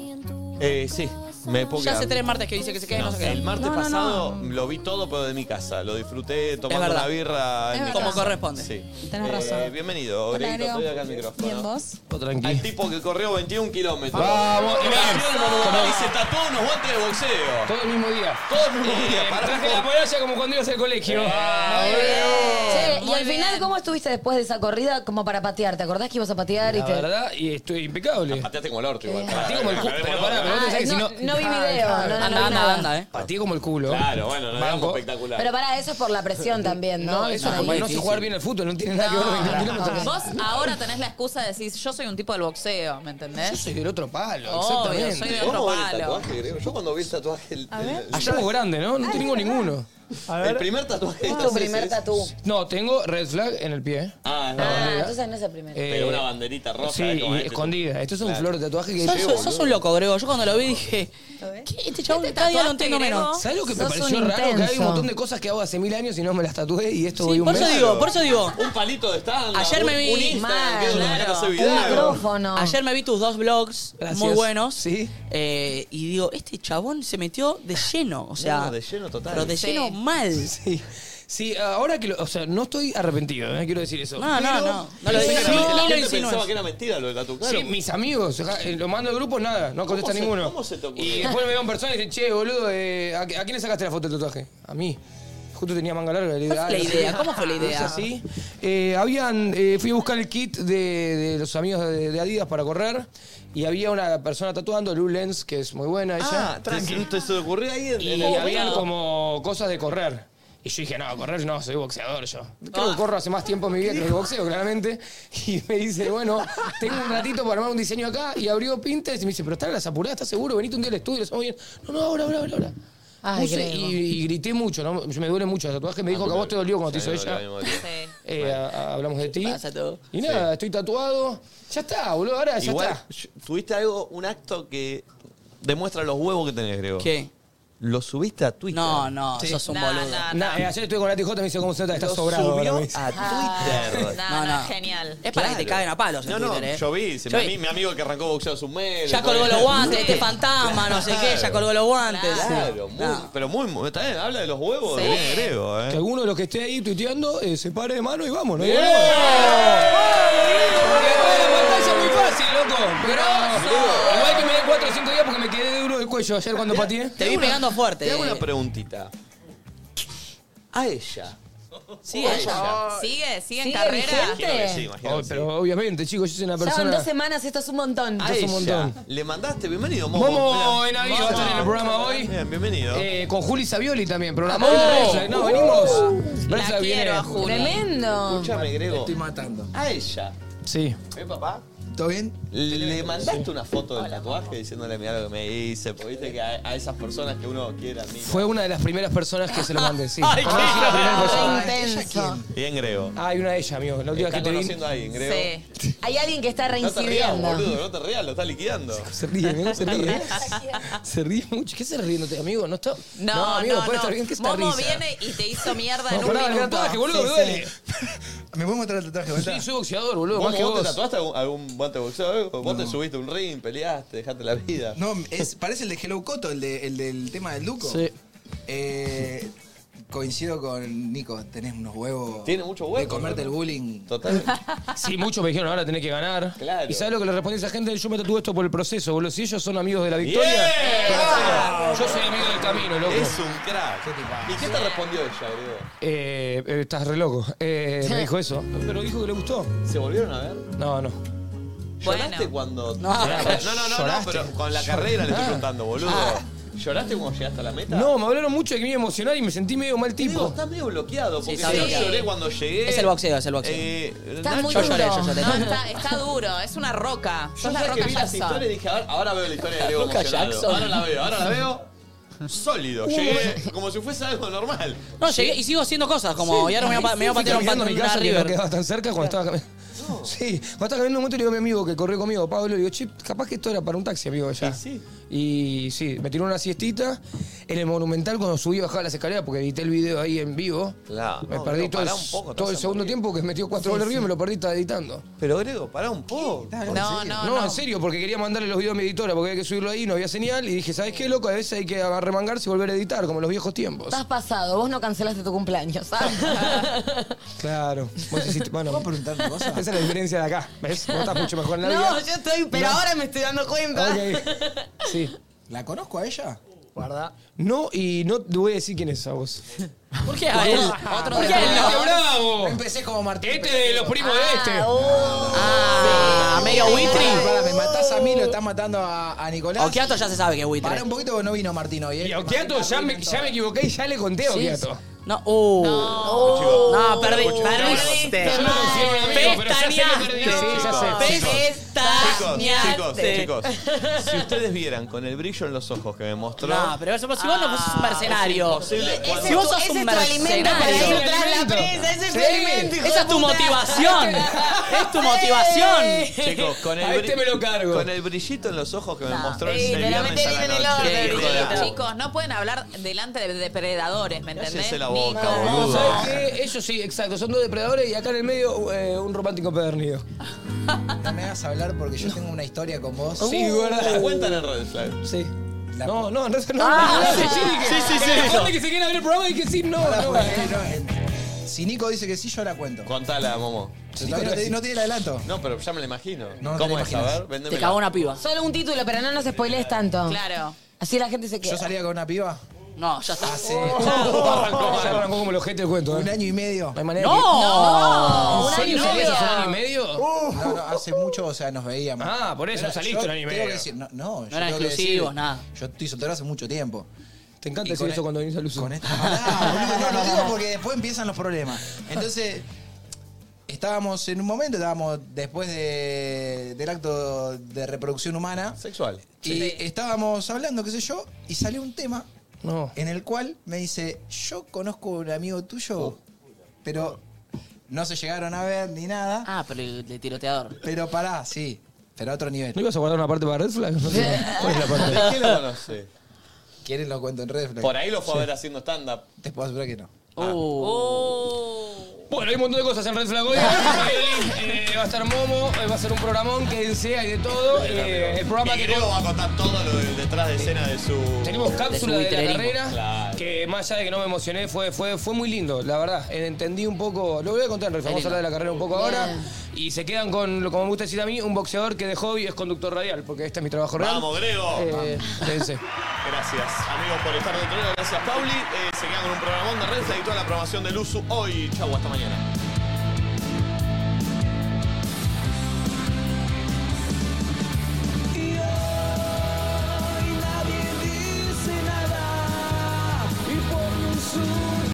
Speaker 1: Eh, sí, me puedo
Speaker 3: Ya hace
Speaker 1: quedar.
Speaker 3: tres martes que dice que se quede,
Speaker 1: No,
Speaker 3: no, se queda.
Speaker 1: el martes
Speaker 3: No, no,
Speaker 1: pasado lo vi todo, pero de mi casa. Lo disfruté tomando
Speaker 3: Es
Speaker 1: una
Speaker 3: verdad.
Speaker 1: birra. en
Speaker 3: Es
Speaker 1: mi
Speaker 3: verdad.
Speaker 1: casa.
Speaker 3: Como corresponde.
Speaker 1: Sí. Eh,
Speaker 23: Tenés razón.
Speaker 1: Bienvenido,
Speaker 23: Hola,
Speaker 1: Gregito,
Speaker 23: Grego.
Speaker 1: estoy acá al micrófono.
Speaker 23: Bien, vos.
Speaker 1: Al tipo que corrió 21 kilómetros.
Speaker 17: Vamos,
Speaker 1: Y me
Speaker 17: bien.
Speaker 1: abrió el monumental y se tatuó unos guantes de boxeo.
Speaker 17: Todo el mismo día.
Speaker 1: Todo el mismo
Speaker 17: Eh,
Speaker 1: día. pará. Eh,
Speaker 17: traje la medalla como cuando ibas al colegio.
Speaker 2: Che, y al final, ¿cómo estuviste después de esa corrida como para patear? ¿Te acordás que ibas a patear y
Speaker 17: La
Speaker 2: te.?
Speaker 17: verdad, y estoy impecable.
Speaker 1: Pateaste como el orto igual.
Speaker 17: Pateé como el culo. Pero pará, pero vos pensás que si no...
Speaker 2: Eh.
Speaker 17: Ah,
Speaker 2: no, no vi video. no, no, no vi nada.
Speaker 17: eh. Pateé como el culo.
Speaker 1: Claro, bueno, no
Speaker 17: Banco.
Speaker 1: espectacular.
Speaker 2: Pero para eso es por la presión también, ¿no?
Speaker 17: No, eso
Speaker 2: Una
Speaker 17: no, porque no sé
Speaker 2: difícil.
Speaker 17: jugar bien al fútbol, no tiene nada que ver
Speaker 4: Ah.
Speaker 17: con el kilómetro.
Speaker 7: Vos ahora tenés la excusa de decir, yo soy un tipo del boxeo, ¿me entendés? Yo
Speaker 17: soy del otro palo,
Speaker 7: Obvio, soy del otro
Speaker 1: el
Speaker 7: palo.
Speaker 1: tatuaje, Grego? Yo cuando vi el tatuaje. El, el-
Speaker 17: Allá es Ah, grande, ¿no? No tengo ninguno.
Speaker 1: El primer tatuaje
Speaker 2: Tu
Speaker 1: entonces,
Speaker 2: primer
Speaker 1: es-
Speaker 2: tatu.
Speaker 17: No, tengo red flag en el pie.
Speaker 1: Ah, no.
Speaker 2: Ah, entonces no es el primero.
Speaker 1: Pero una banderita roja.
Speaker 17: Eh, Sí,
Speaker 1: ¿eh? Como
Speaker 17: y
Speaker 1: este.
Speaker 17: escondida. Esto es un flor de tatuaje que
Speaker 3: Sos, sos- sos un loco, Grego. Yo cuando lo vi dije, ¿qué? Este chabón cada día lo entiendo menos.
Speaker 17: ¿Sabes lo que me pareció raro? Que hay un montón de cosas que hago hace mil años y no me las tatué y esto
Speaker 3: Sí,
Speaker 17: voy un
Speaker 3: por eso
Speaker 17: mes.
Speaker 3: digo, por eso digo.
Speaker 1: Un palito de estanga.
Speaker 3: Ayer
Speaker 1: un-
Speaker 3: me vi-
Speaker 1: Un Instagram.
Speaker 3: Mal,
Speaker 1: que
Speaker 3: claro.
Speaker 1: no hace
Speaker 3: Un
Speaker 1: video.
Speaker 2: Oh,
Speaker 3: Ayer me vi tus dos vlogs
Speaker 1: Gracias.
Speaker 3: muy buenos. Eh, y digo, este chabón se metió de lleno. O sea,
Speaker 17: No, de
Speaker 1: lleno total.
Speaker 3: Pero de
Speaker 17: Sí.
Speaker 3: lleno mal.
Speaker 17: Sí. Sí, ahora que lo. O sea, no estoy arrepentido, ¿eh? quiero decir eso.
Speaker 3: No, no,
Speaker 17: Pero-
Speaker 3: no. No lo
Speaker 1: Sí,
Speaker 17: Mis
Speaker 1: la gente-
Speaker 17: amigos-
Speaker 1: la gente pensaba que era mentira lo de tatu.
Speaker 17: Sí, mis amigos, ja, eh, lo mando al grupo, nada, no contesta
Speaker 1: se-
Speaker 17: ninguno.
Speaker 1: cómo se te ocurrió?
Speaker 17: Y después me veo en persona y dicen, che, boludo, eh, ¿a, a quién le sacaste la foto del tatuaje? A mí. Justo tenía manga larga. le digo,
Speaker 3: ¿Cuál fue
Speaker 17: "Ah,
Speaker 3: la
Speaker 17: no sé".
Speaker 3: idea? ¿Cómo fue la
Speaker 17: No es
Speaker 3: idea?
Speaker 17: así. Eh, habían, eh, fui a buscar el kit de, de los amigos de, de Adidas para correr y había una persona tatuando, Lou Lenz, que es muy buena ella.
Speaker 1: Ah, tranqui. ¿Te se te ocurrió ahí en,
Speaker 17: Y
Speaker 1: en el
Speaker 17: habían
Speaker 1: camino?
Speaker 17: como cosas de correr. Y yo dije, no, correr no, soy boxeador yo. Creo
Speaker 1: Ah.
Speaker 17: que corro hace más tiempo en mi vida que el boxeo, claramente. Y me dice, bueno, tengo un ratito para armar un diseño acá. Y abrió Pinterest y me dice, pero están las apuradas, ¿estás seguro? Venite un día al estudio, lo hacemos bien. No, no, ahora, ahora, ahora. ahora.
Speaker 1: Ah,
Speaker 2: Ay,
Speaker 17: Puse
Speaker 2: Grego.
Speaker 17: y, y grité mucho, ¿no? me duele mucho el tatuaje. Me dijo que a vos te dolió cuando te hizo ella. Eh, a- a- hablamos de ti. Y nada, estoy tatuado. Ya está, boludo, ahora ya
Speaker 1: Igual,
Speaker 17: está.
Speaker 1: yo- tuviste algo, un acto que demuestra los huevos que tenés, Grego.
Speaker 17: ¿Qué?
Speaker 1: Lo subiste a Twitter.
Speaker 17: No, no,
Speaker 1: eso
Speaker 17: sos
Speaker 1: es
Speaker 17: un Nah, boludo. nah, nah. Nah, eh, ayer estuve con la TJ y me dice cómo se nota que estás
Speaker 1: Lo
Speaker 17: sobrado.
Speaker 1: subió
Speaker 17: ahora me dice.
Speaker 1: a
Speaker 4: Ah,
Speaker 1: Twitter.
Speaker 7: No, no, genial.
Speaker 3: Es para que te caguen a palos en
Speaker 1: No, no,
Speaker 3: Twitter, ¿eh?
Speaker 1: yo vi. se-
Speaker 3: Yo
Speaker 1: mi,
Speaker 3: vi.
Speaker 1: mi amigo que arrancó boxeo hace un mes.
Speaker 3: Ya
Speaker 1: después-
Speaker 3: colgó los guantes,
Speaker 1: Sí.
Speaker 3: este fantasma, no sé qué, ya colgó los guantes.
Speaker 1: Claro,
Speaker 17: Sí.
Speaker 1: muy- pero muy, muy- también habla de los huevos de Irene Grego, ¿eh?
Speaker 17: Que alguno de los que esté ahí tuiteando eh, se pare de mano y ¿eh? vamos, ¿no?
Speaker 1: ¡Bien!
Speaker 17: Porque después de la pantalla es muy fácil, loco. Pero igual que me dé 4 o 5 días porque me quedé duro el cuello ayer cuando pateé.
Speaker 1: Te vi pegando
Speaker 3: fuerte.
Speaker 1: Te hago una preguntita. A ella.
Speaker 17: Sí, ella.
Speaker 7: ¿Sigue? ¿Sigue en
Speaker 2: ¿Sigue
Speaker 7: carrera?
Speaker 2: vigente? Imagino que sí,
Speaker 17: Oh, pero obviamente, chicos, yo soy una
Speaker 2: Ya van
Speaker 17: persona.
Speaker 2: dos semanas, esto es un montón.
Speaker 1: A
Speaker 17: Esto es un
Speaker 1: ella.
Speaker 17: montón.
Speaker 1: Le mandaste bienvenido, Momo.
Speaker 17: Momo
Speaker 1: Mirá.
Speaker 17: Benavides va a estar en el programa hoy.
Speaker 1: Bien, bienvenido.
Speaker 17: Eh, con Juli Savioli también, programa.
Speaker 1: Ah,
Speaker 17: hoy
Speaker 1: no.
Speaker 17: Red Flag. No, venimos. Red
Speaker 1: Uh, La
Speaker 17: Flag viene.
Speaker 1: quiero a Juli.
Speaker 2: Tremendo.
Speaker 1: Escúchame, Grego.
Speaker 17: Estoy matando.
Speaker 1: A ella.
Speaker 17: Sí.
Speaker 1: ¿Eh, papá? ¿Todo bien? ¿Le mandaste una foto del tatuaje diciéndole, mira lo que me hice? Porque viste que a, a esas personas que uno quiere, amigo.
Speaker 17: Fue una de las primeras personas que se lo mandé, sí.
Speaker 1: Ay,
Speaker 17: Fue una de las primeras personas.
Speaker 2: intenso.
Speaker 1: Bien grego.
Speaker 17: Ah, hay una de ellas, amigo. La última
Speaker 1: Está
Speaker 17: que te vi.
Speaker 1: conociendo a alguien, creo.
Speaker 2: Hay alguien que está
Speaker 1: No te rías,
Speaker 2: reincidiendo.
Speaker 1: boludo, no te rías, lo está liquidando.
Speaker 17: Se ríe, amigo, se ríe. Se ríe mucho. ¿Qué se ríe, amigo? No está.
Speaker 4: No,
Speaker 17: amigo,
Speaker 4: no,
Speaker 17: puede estar
Speaker 4: no.
Speaker 17: bien que está
Speaker 4: Momo
Speaker 17: risa.
Speaker 4: viene y te hizo mierda en
Speaker 17: No,
Speaker 4: un
Speaker 17: pará, el
Speaker 4: minuto.
Speaker 17: tatuaje, boludo, me
Speaker 4: Sí,
Speaker 17: duele.
Speaker 1: ¿Me puedes mostrar el tatuaje?
Speaker 17: Sí, soy boxeador, boludo,
Speaker 1: ¿Vos,
Speaker 17: más que
Speaker 1: vos
Speaker 17: vos.
Speaker 1: te tatuaste algún, algún guante de boxeo? algo? ¿Vos te subiste a un ring, peleaste, dejaste la vida?
Speaker 5: No, es, parece el de Hello Coto, el, de- el del tema del Duco.
Speaker 1: Sí.
Speaker 5: Eh, coincido con Nico, tenés unos huevos.
Speaker 17: Tiene mucho huevo,
Speaker 5: De comerte el
Speaker 17: ¿no?
Speaker 5: bullying.
Speaker 1: Total.
Speaker 17: Sí, muchos me dijeron, ahora tenés que ganar.
Speaker 5: Claro.
Speaker 17: ¿Y sabes lo que le respondí a esa gente? Yo me tatué esto por el proceso, boludo. Si ellos son amigos de la victoria, yo soy amigo del camino, loco.
Speaker 1: Es un crack. ¿Y qué te respondió ella, Grego?
Speaker 17: Eh, eh, estás re loco. Eh, me dijo eso. Pero dijo que le gustó.
Speaker 1: ¿Se volvieron a ver?
Speaker 17: No, no.
Speaker 1: ¿Lloraste cuando.?
Speaker 17: No.
Speaker 1: no, no, no,
Speaker 17: Lloraste.
Speaker 1: pero con la carrera
Speaker 3: Ah.
Speaker 1: le estoy preguntando, boludo. ¿Lloraste cuando llegaste a la meta?
Speaker 17: No, me hablaron mucho de que me iba a emocionar y me sentí medio mal tipo.
Speaker 1: Estás medio bloqueado, porque
Speaker 17: Sí, está
Speaker 1: yo
Speaker 17: bloqueado.
Speaker 1: lloré cuando llegué.
Speaker 3: Es el boxeo, es el boxeo.
Speaker 1: Eh,
Speaker 4: Estás
Speaker 1: Nacho-
Speaker 4: muy
Speaker 3: Yo
Speaker 4: duro.
Speaker 3: lloré, yo lloré.
Speaker 4: No, está, está duro, es una roca.
Speaker 1: Yo
Speaker 4: Sos la
Speaker 1: ya que
Speaker 4: roca
Speaker 1: vi las historias y
Speaker 4: Jackson.
Speaker 1: dije, ahora, ahora veo la historia de Diego
Speaker 3: Luca
Speaker 1: emocionado.
Speaker 3: Jackson.
Speaker 1: Ahora la veo, ahora la veo. Sólido,
Speaker 3: Uh,
Speaker 1: llegué como si fuese algo normal.
Speaker 3: No, llegué y sigo haciendo
Speaker 1: Ah,
Speaker 3: cosas, como y ahora me voy a, pa- me voy a patear un pato
Speaker 17: Caminando
Speaker 3: en
Speaker 17: mi
Speaker 3: una
Speaker 17: casa, que no
Speaker 3: River.
Speaker 17: quedaba tan cerca cuando estaba caminando. Sí, cuando estaba caminando un momento le digo a mi amigo que corrió conmigo, Pablo, le digo, che, capaz que esto era para un taxi, amigo, ya.
Speaker 1: sí.
Speaker 17: Y sí, me tiró una siestita en el Monumental cuando subí y bajaba las escaleras porque edité el video ahí en vivo.
Speaker 1: Claro,
Speaker 17: me
Speaker 1: no,
Speaker 17: perdí
Speaker 1: pero
Speaker 17: todo el,
Speaker 1: pará un poco, te
Speaker 17: todo el
Speaker 1: vas a
Speaker 17: segundo tiempo que metió cuatro
Speaker 1: Sí,
Speaker 17: goles River
Speaker 1: sí.
Speaker 17: y me lo perdí, estaba editando.
Speaker 1: Pero Grego, pará un poco.
Speaker 17: No, no, no. en serio, porque quería mandarle los videos a mi editora porque había que subirlo ahí, no había señal y dije, ¿sabes qué, loco? A veces hay que remangarse y volver a editar, como en los viejos tiempos.
Speaker 2: Estás pasado, vos no cancelaste tu cumpleaños.
Speaker 17: Claro. Vos hiciste, bueno, ¿Puedo preguntar una cosa? Esa es la diferencia de acá, ¿ves? Vos estás mucho mejor en la vida.
Speaker 2: No, yo estoy, pero
Speaker 17: No.
Speaker 2: ahora me estoy dando cuenta.
Speaker 17: Ok. Sí.
Speaker 5: ¿La conozco a ella?
Speaker 17: Guarda. No, y no te voy a decir quién es a vos.
Speaker 3: ¿Por qué a él?
Speaker 5: Otro
Speaker 17: ¿Por qué a él?
Speaker 5: detrás.
Speaker 17: Este bravo.
Speaker 5: Empecé como Martín.
Speaker 17: Este de los primos de este.
Speaker 5: Ah,
Speaker 3: medio buitri.
Speaker 5: Pará, me matás a mí, lo estás matando a, a Nicolás.
Speaker 3: Occhiato ya se sabe que es buitre.
Speaker 5: Pará un poquito porque no vino Martín hoy. ¿eh?
Speaker 17: Y a Okiato ya me, ya me equivoqué y ya le conté a
Speaker 5: Sí.
Speaker 17: Okiato.
Speaker 3: No, uh.
Speaker 17: No,
Speaker 3: No, perdí, perdiste.
Speaker 17: Yo lo considero un amigo, pero ya sé que perdí. Sí, ya sé.
Speaker 1: Chicos, chicos, chicos. Si ustedes vieran con el brillo en los ojos que me mostró.
Speaker 3: No, pero si vos no sos un mercenario.
Speaker 1: Ah, Es imposible.
Speaker 3: Ese
Speaker 1: Cuando-
Speaker 3: Si vos sos un mercenario. Sí, Esa es tu motivación. Es tu motivación.
Speaker 1: Chicos, con el,
Speaker 17: A este
Speaker 1: bri-
Speaker 17: me lo cargo.
Speaker 1: con el brillito en los ojos que me mostró el
Speaker 4: Sí,
Speaker 1: el
Speaker 4: pero
Speaker 1: viernes
Speaker 4: metele
Speaker 1: a
Speaker 4: en
Speaker 1: la
Speaker 4: el
Speaker 1: noche.
Speaker 4: orden,
Speaker 1: hijo de la puta.
Speaker 4: Chicos, no pueden hablar delante de depredadores, ¿me entendés?
Speaker 1: Cállese la
Speaker 4: Ni-
Speaker 1: boca,
Speaker 17: No,
Speaker 1: boludo.
Speaker 17: ¿sabes qué? Ellos sí, exacto. Son dos depredadores y acá en el medio eh, un romántico pedernido.
Speaker 5: No me hagas hablar porque yo tengo una historia con vos.
Speaker 17: Sí, guarda.
Speaker 1: La cuentan en Red Flag.
Speaker 17: Sí. No, no, no, no.
Speaker 5: Ah.
Speaker 17: no, dije,
Speaker 5: Sí, sí, sí,
Speaker 17: eh,
Speaker 5: no.
Speaker 17: ponle que se quiera ver el programa y que sí, no,
Speaker 5: Pará,
Speaker 17: no.
Speaker 5: porque no, eh, Si Nico dice que sí, yo la cuento.
Speaker 1: Contala, Momo.
Speaker 5: Todavía no te- no tiene el adelanto.
Speaker 1: No, pero ya me la imagino.
Speaker 5: No, te
Speaker 1: ¿Cómo
Speaker 5: la
Speaker 1: es? A
Speaker 5: imaginas.
Speaker 1: ver, vendeme.
Speaker 5: Te cagó
Speaker 3: una piba.
Speaker 2: Solo un título, pero no nos spoilees tanto.
Speaker 4: Claro.
Speaker 2: Así la gente se queda.
Speaker 5: Yo salía con una piba. Ah,
Speaker 3: No, ya está.
Speaker 5: Hace
Speaker 17: Ya arrancó como el ojete el cuento,
Speaker 5: un
Speaker 17: ¿eh?
Speaker 5: año y medio.
Speaker 17: No hay manera
Speaker 5: No.
Speaker 17: que-
Speaker 5: No.
Speaker 17: ¿En
Speaker 5: Un
Speaker 17: serio
Speaker 5: año y
Speaker 17: salías
Speaker 5: medio.
Speaker 17: hace un año y medio?
Speaker 5: No, no, hace mucho, o sea, nos veíamos.
Speaker 17: Ah, por eso,
Speaker 5: Pero
Speaker 17: no saliste
Speaker 5: yo
Speaker 17: un año y
Speaker 5: tengo
Speaker 17: medio.
Speaker 5: que decir, no, no, yo
Speaker 17: eran
Speaker 5: tengo que decir,
Speaker 17: exclusivos, nada.
Speaker 5: Yo estoy soltero hace mucho tiempo.
Speaker 17: Te encanta
Speaker 5: Y
Speaker 17: decir
Speaker 5: con
Speaker 17: eso
Speaker 5: el-
Speaker 17: cuando venís al uso.
Speaker 5: No, no, no digo porque después empiezan los problemas. Entonces, estábamos en un momento, estábamos después de- eh, del acto de reproducción humana.
Speaker 1: Sexual.
Speaker 5: Y estábamos hablando, qué sé yo, y salió un tema
Speaker 17: No.
Speaker 5: en el cual me dice, yo conozco un amigo tuyo,
Speaker 17: Oh.
Speaker 5: pero no se llegaron a ver ni nada.
Speaker 3: Ah, pero el, el tiroteador.
Speaker 5: Pero pará, sí, pero a otro nivel.
Speaker 17: ¿No ibas a guardar una parte para Red Flag? No sé. ¿Cuál es la parte?
Speaker 1: ¿De qué lo conoce?
Speaker 5: ¿Quieren lo cuento en redes?
Speaker 1: Por ahí lo fue a ver haciendo stand-up.
Speaker 5: Te puedo asegurar que no.
Speaker 17: Oh. Bueno, hay un montón de cosas en Red Flag hoy. Eh, va a estar Momo, eh, va a ser un programón, quédense, hay de todo. Eh, el programa que...
Speaker 1: Grego va a contar todo lo del detrás de escena de su.
Speaker 17: Tenemos cápsula de, la carrera,
Speaker 1: Claro.
Speaker 17: que más allá de que no me emocioné, fue, fue, fue muy lindo, la verdad. Eh, Entendí un poco, lo voy a contar en realidad, vamos a hablar de la carrera un poco ahora. Y se quedan con, lo- como me gusta decir a mí, un boxeador que de hobby es conductor radial, porque este es mi trabajo real.
Speaker 1: Vamos, Grego.
Speaker 17: Eh, quédense.
Speaker 1: Gracias, amigos, por estar dentro. Gracias, Pauli. Eh, se quedan con un programón de Red Flag y toda la programación del USU hoy. Chau, hasta mañana.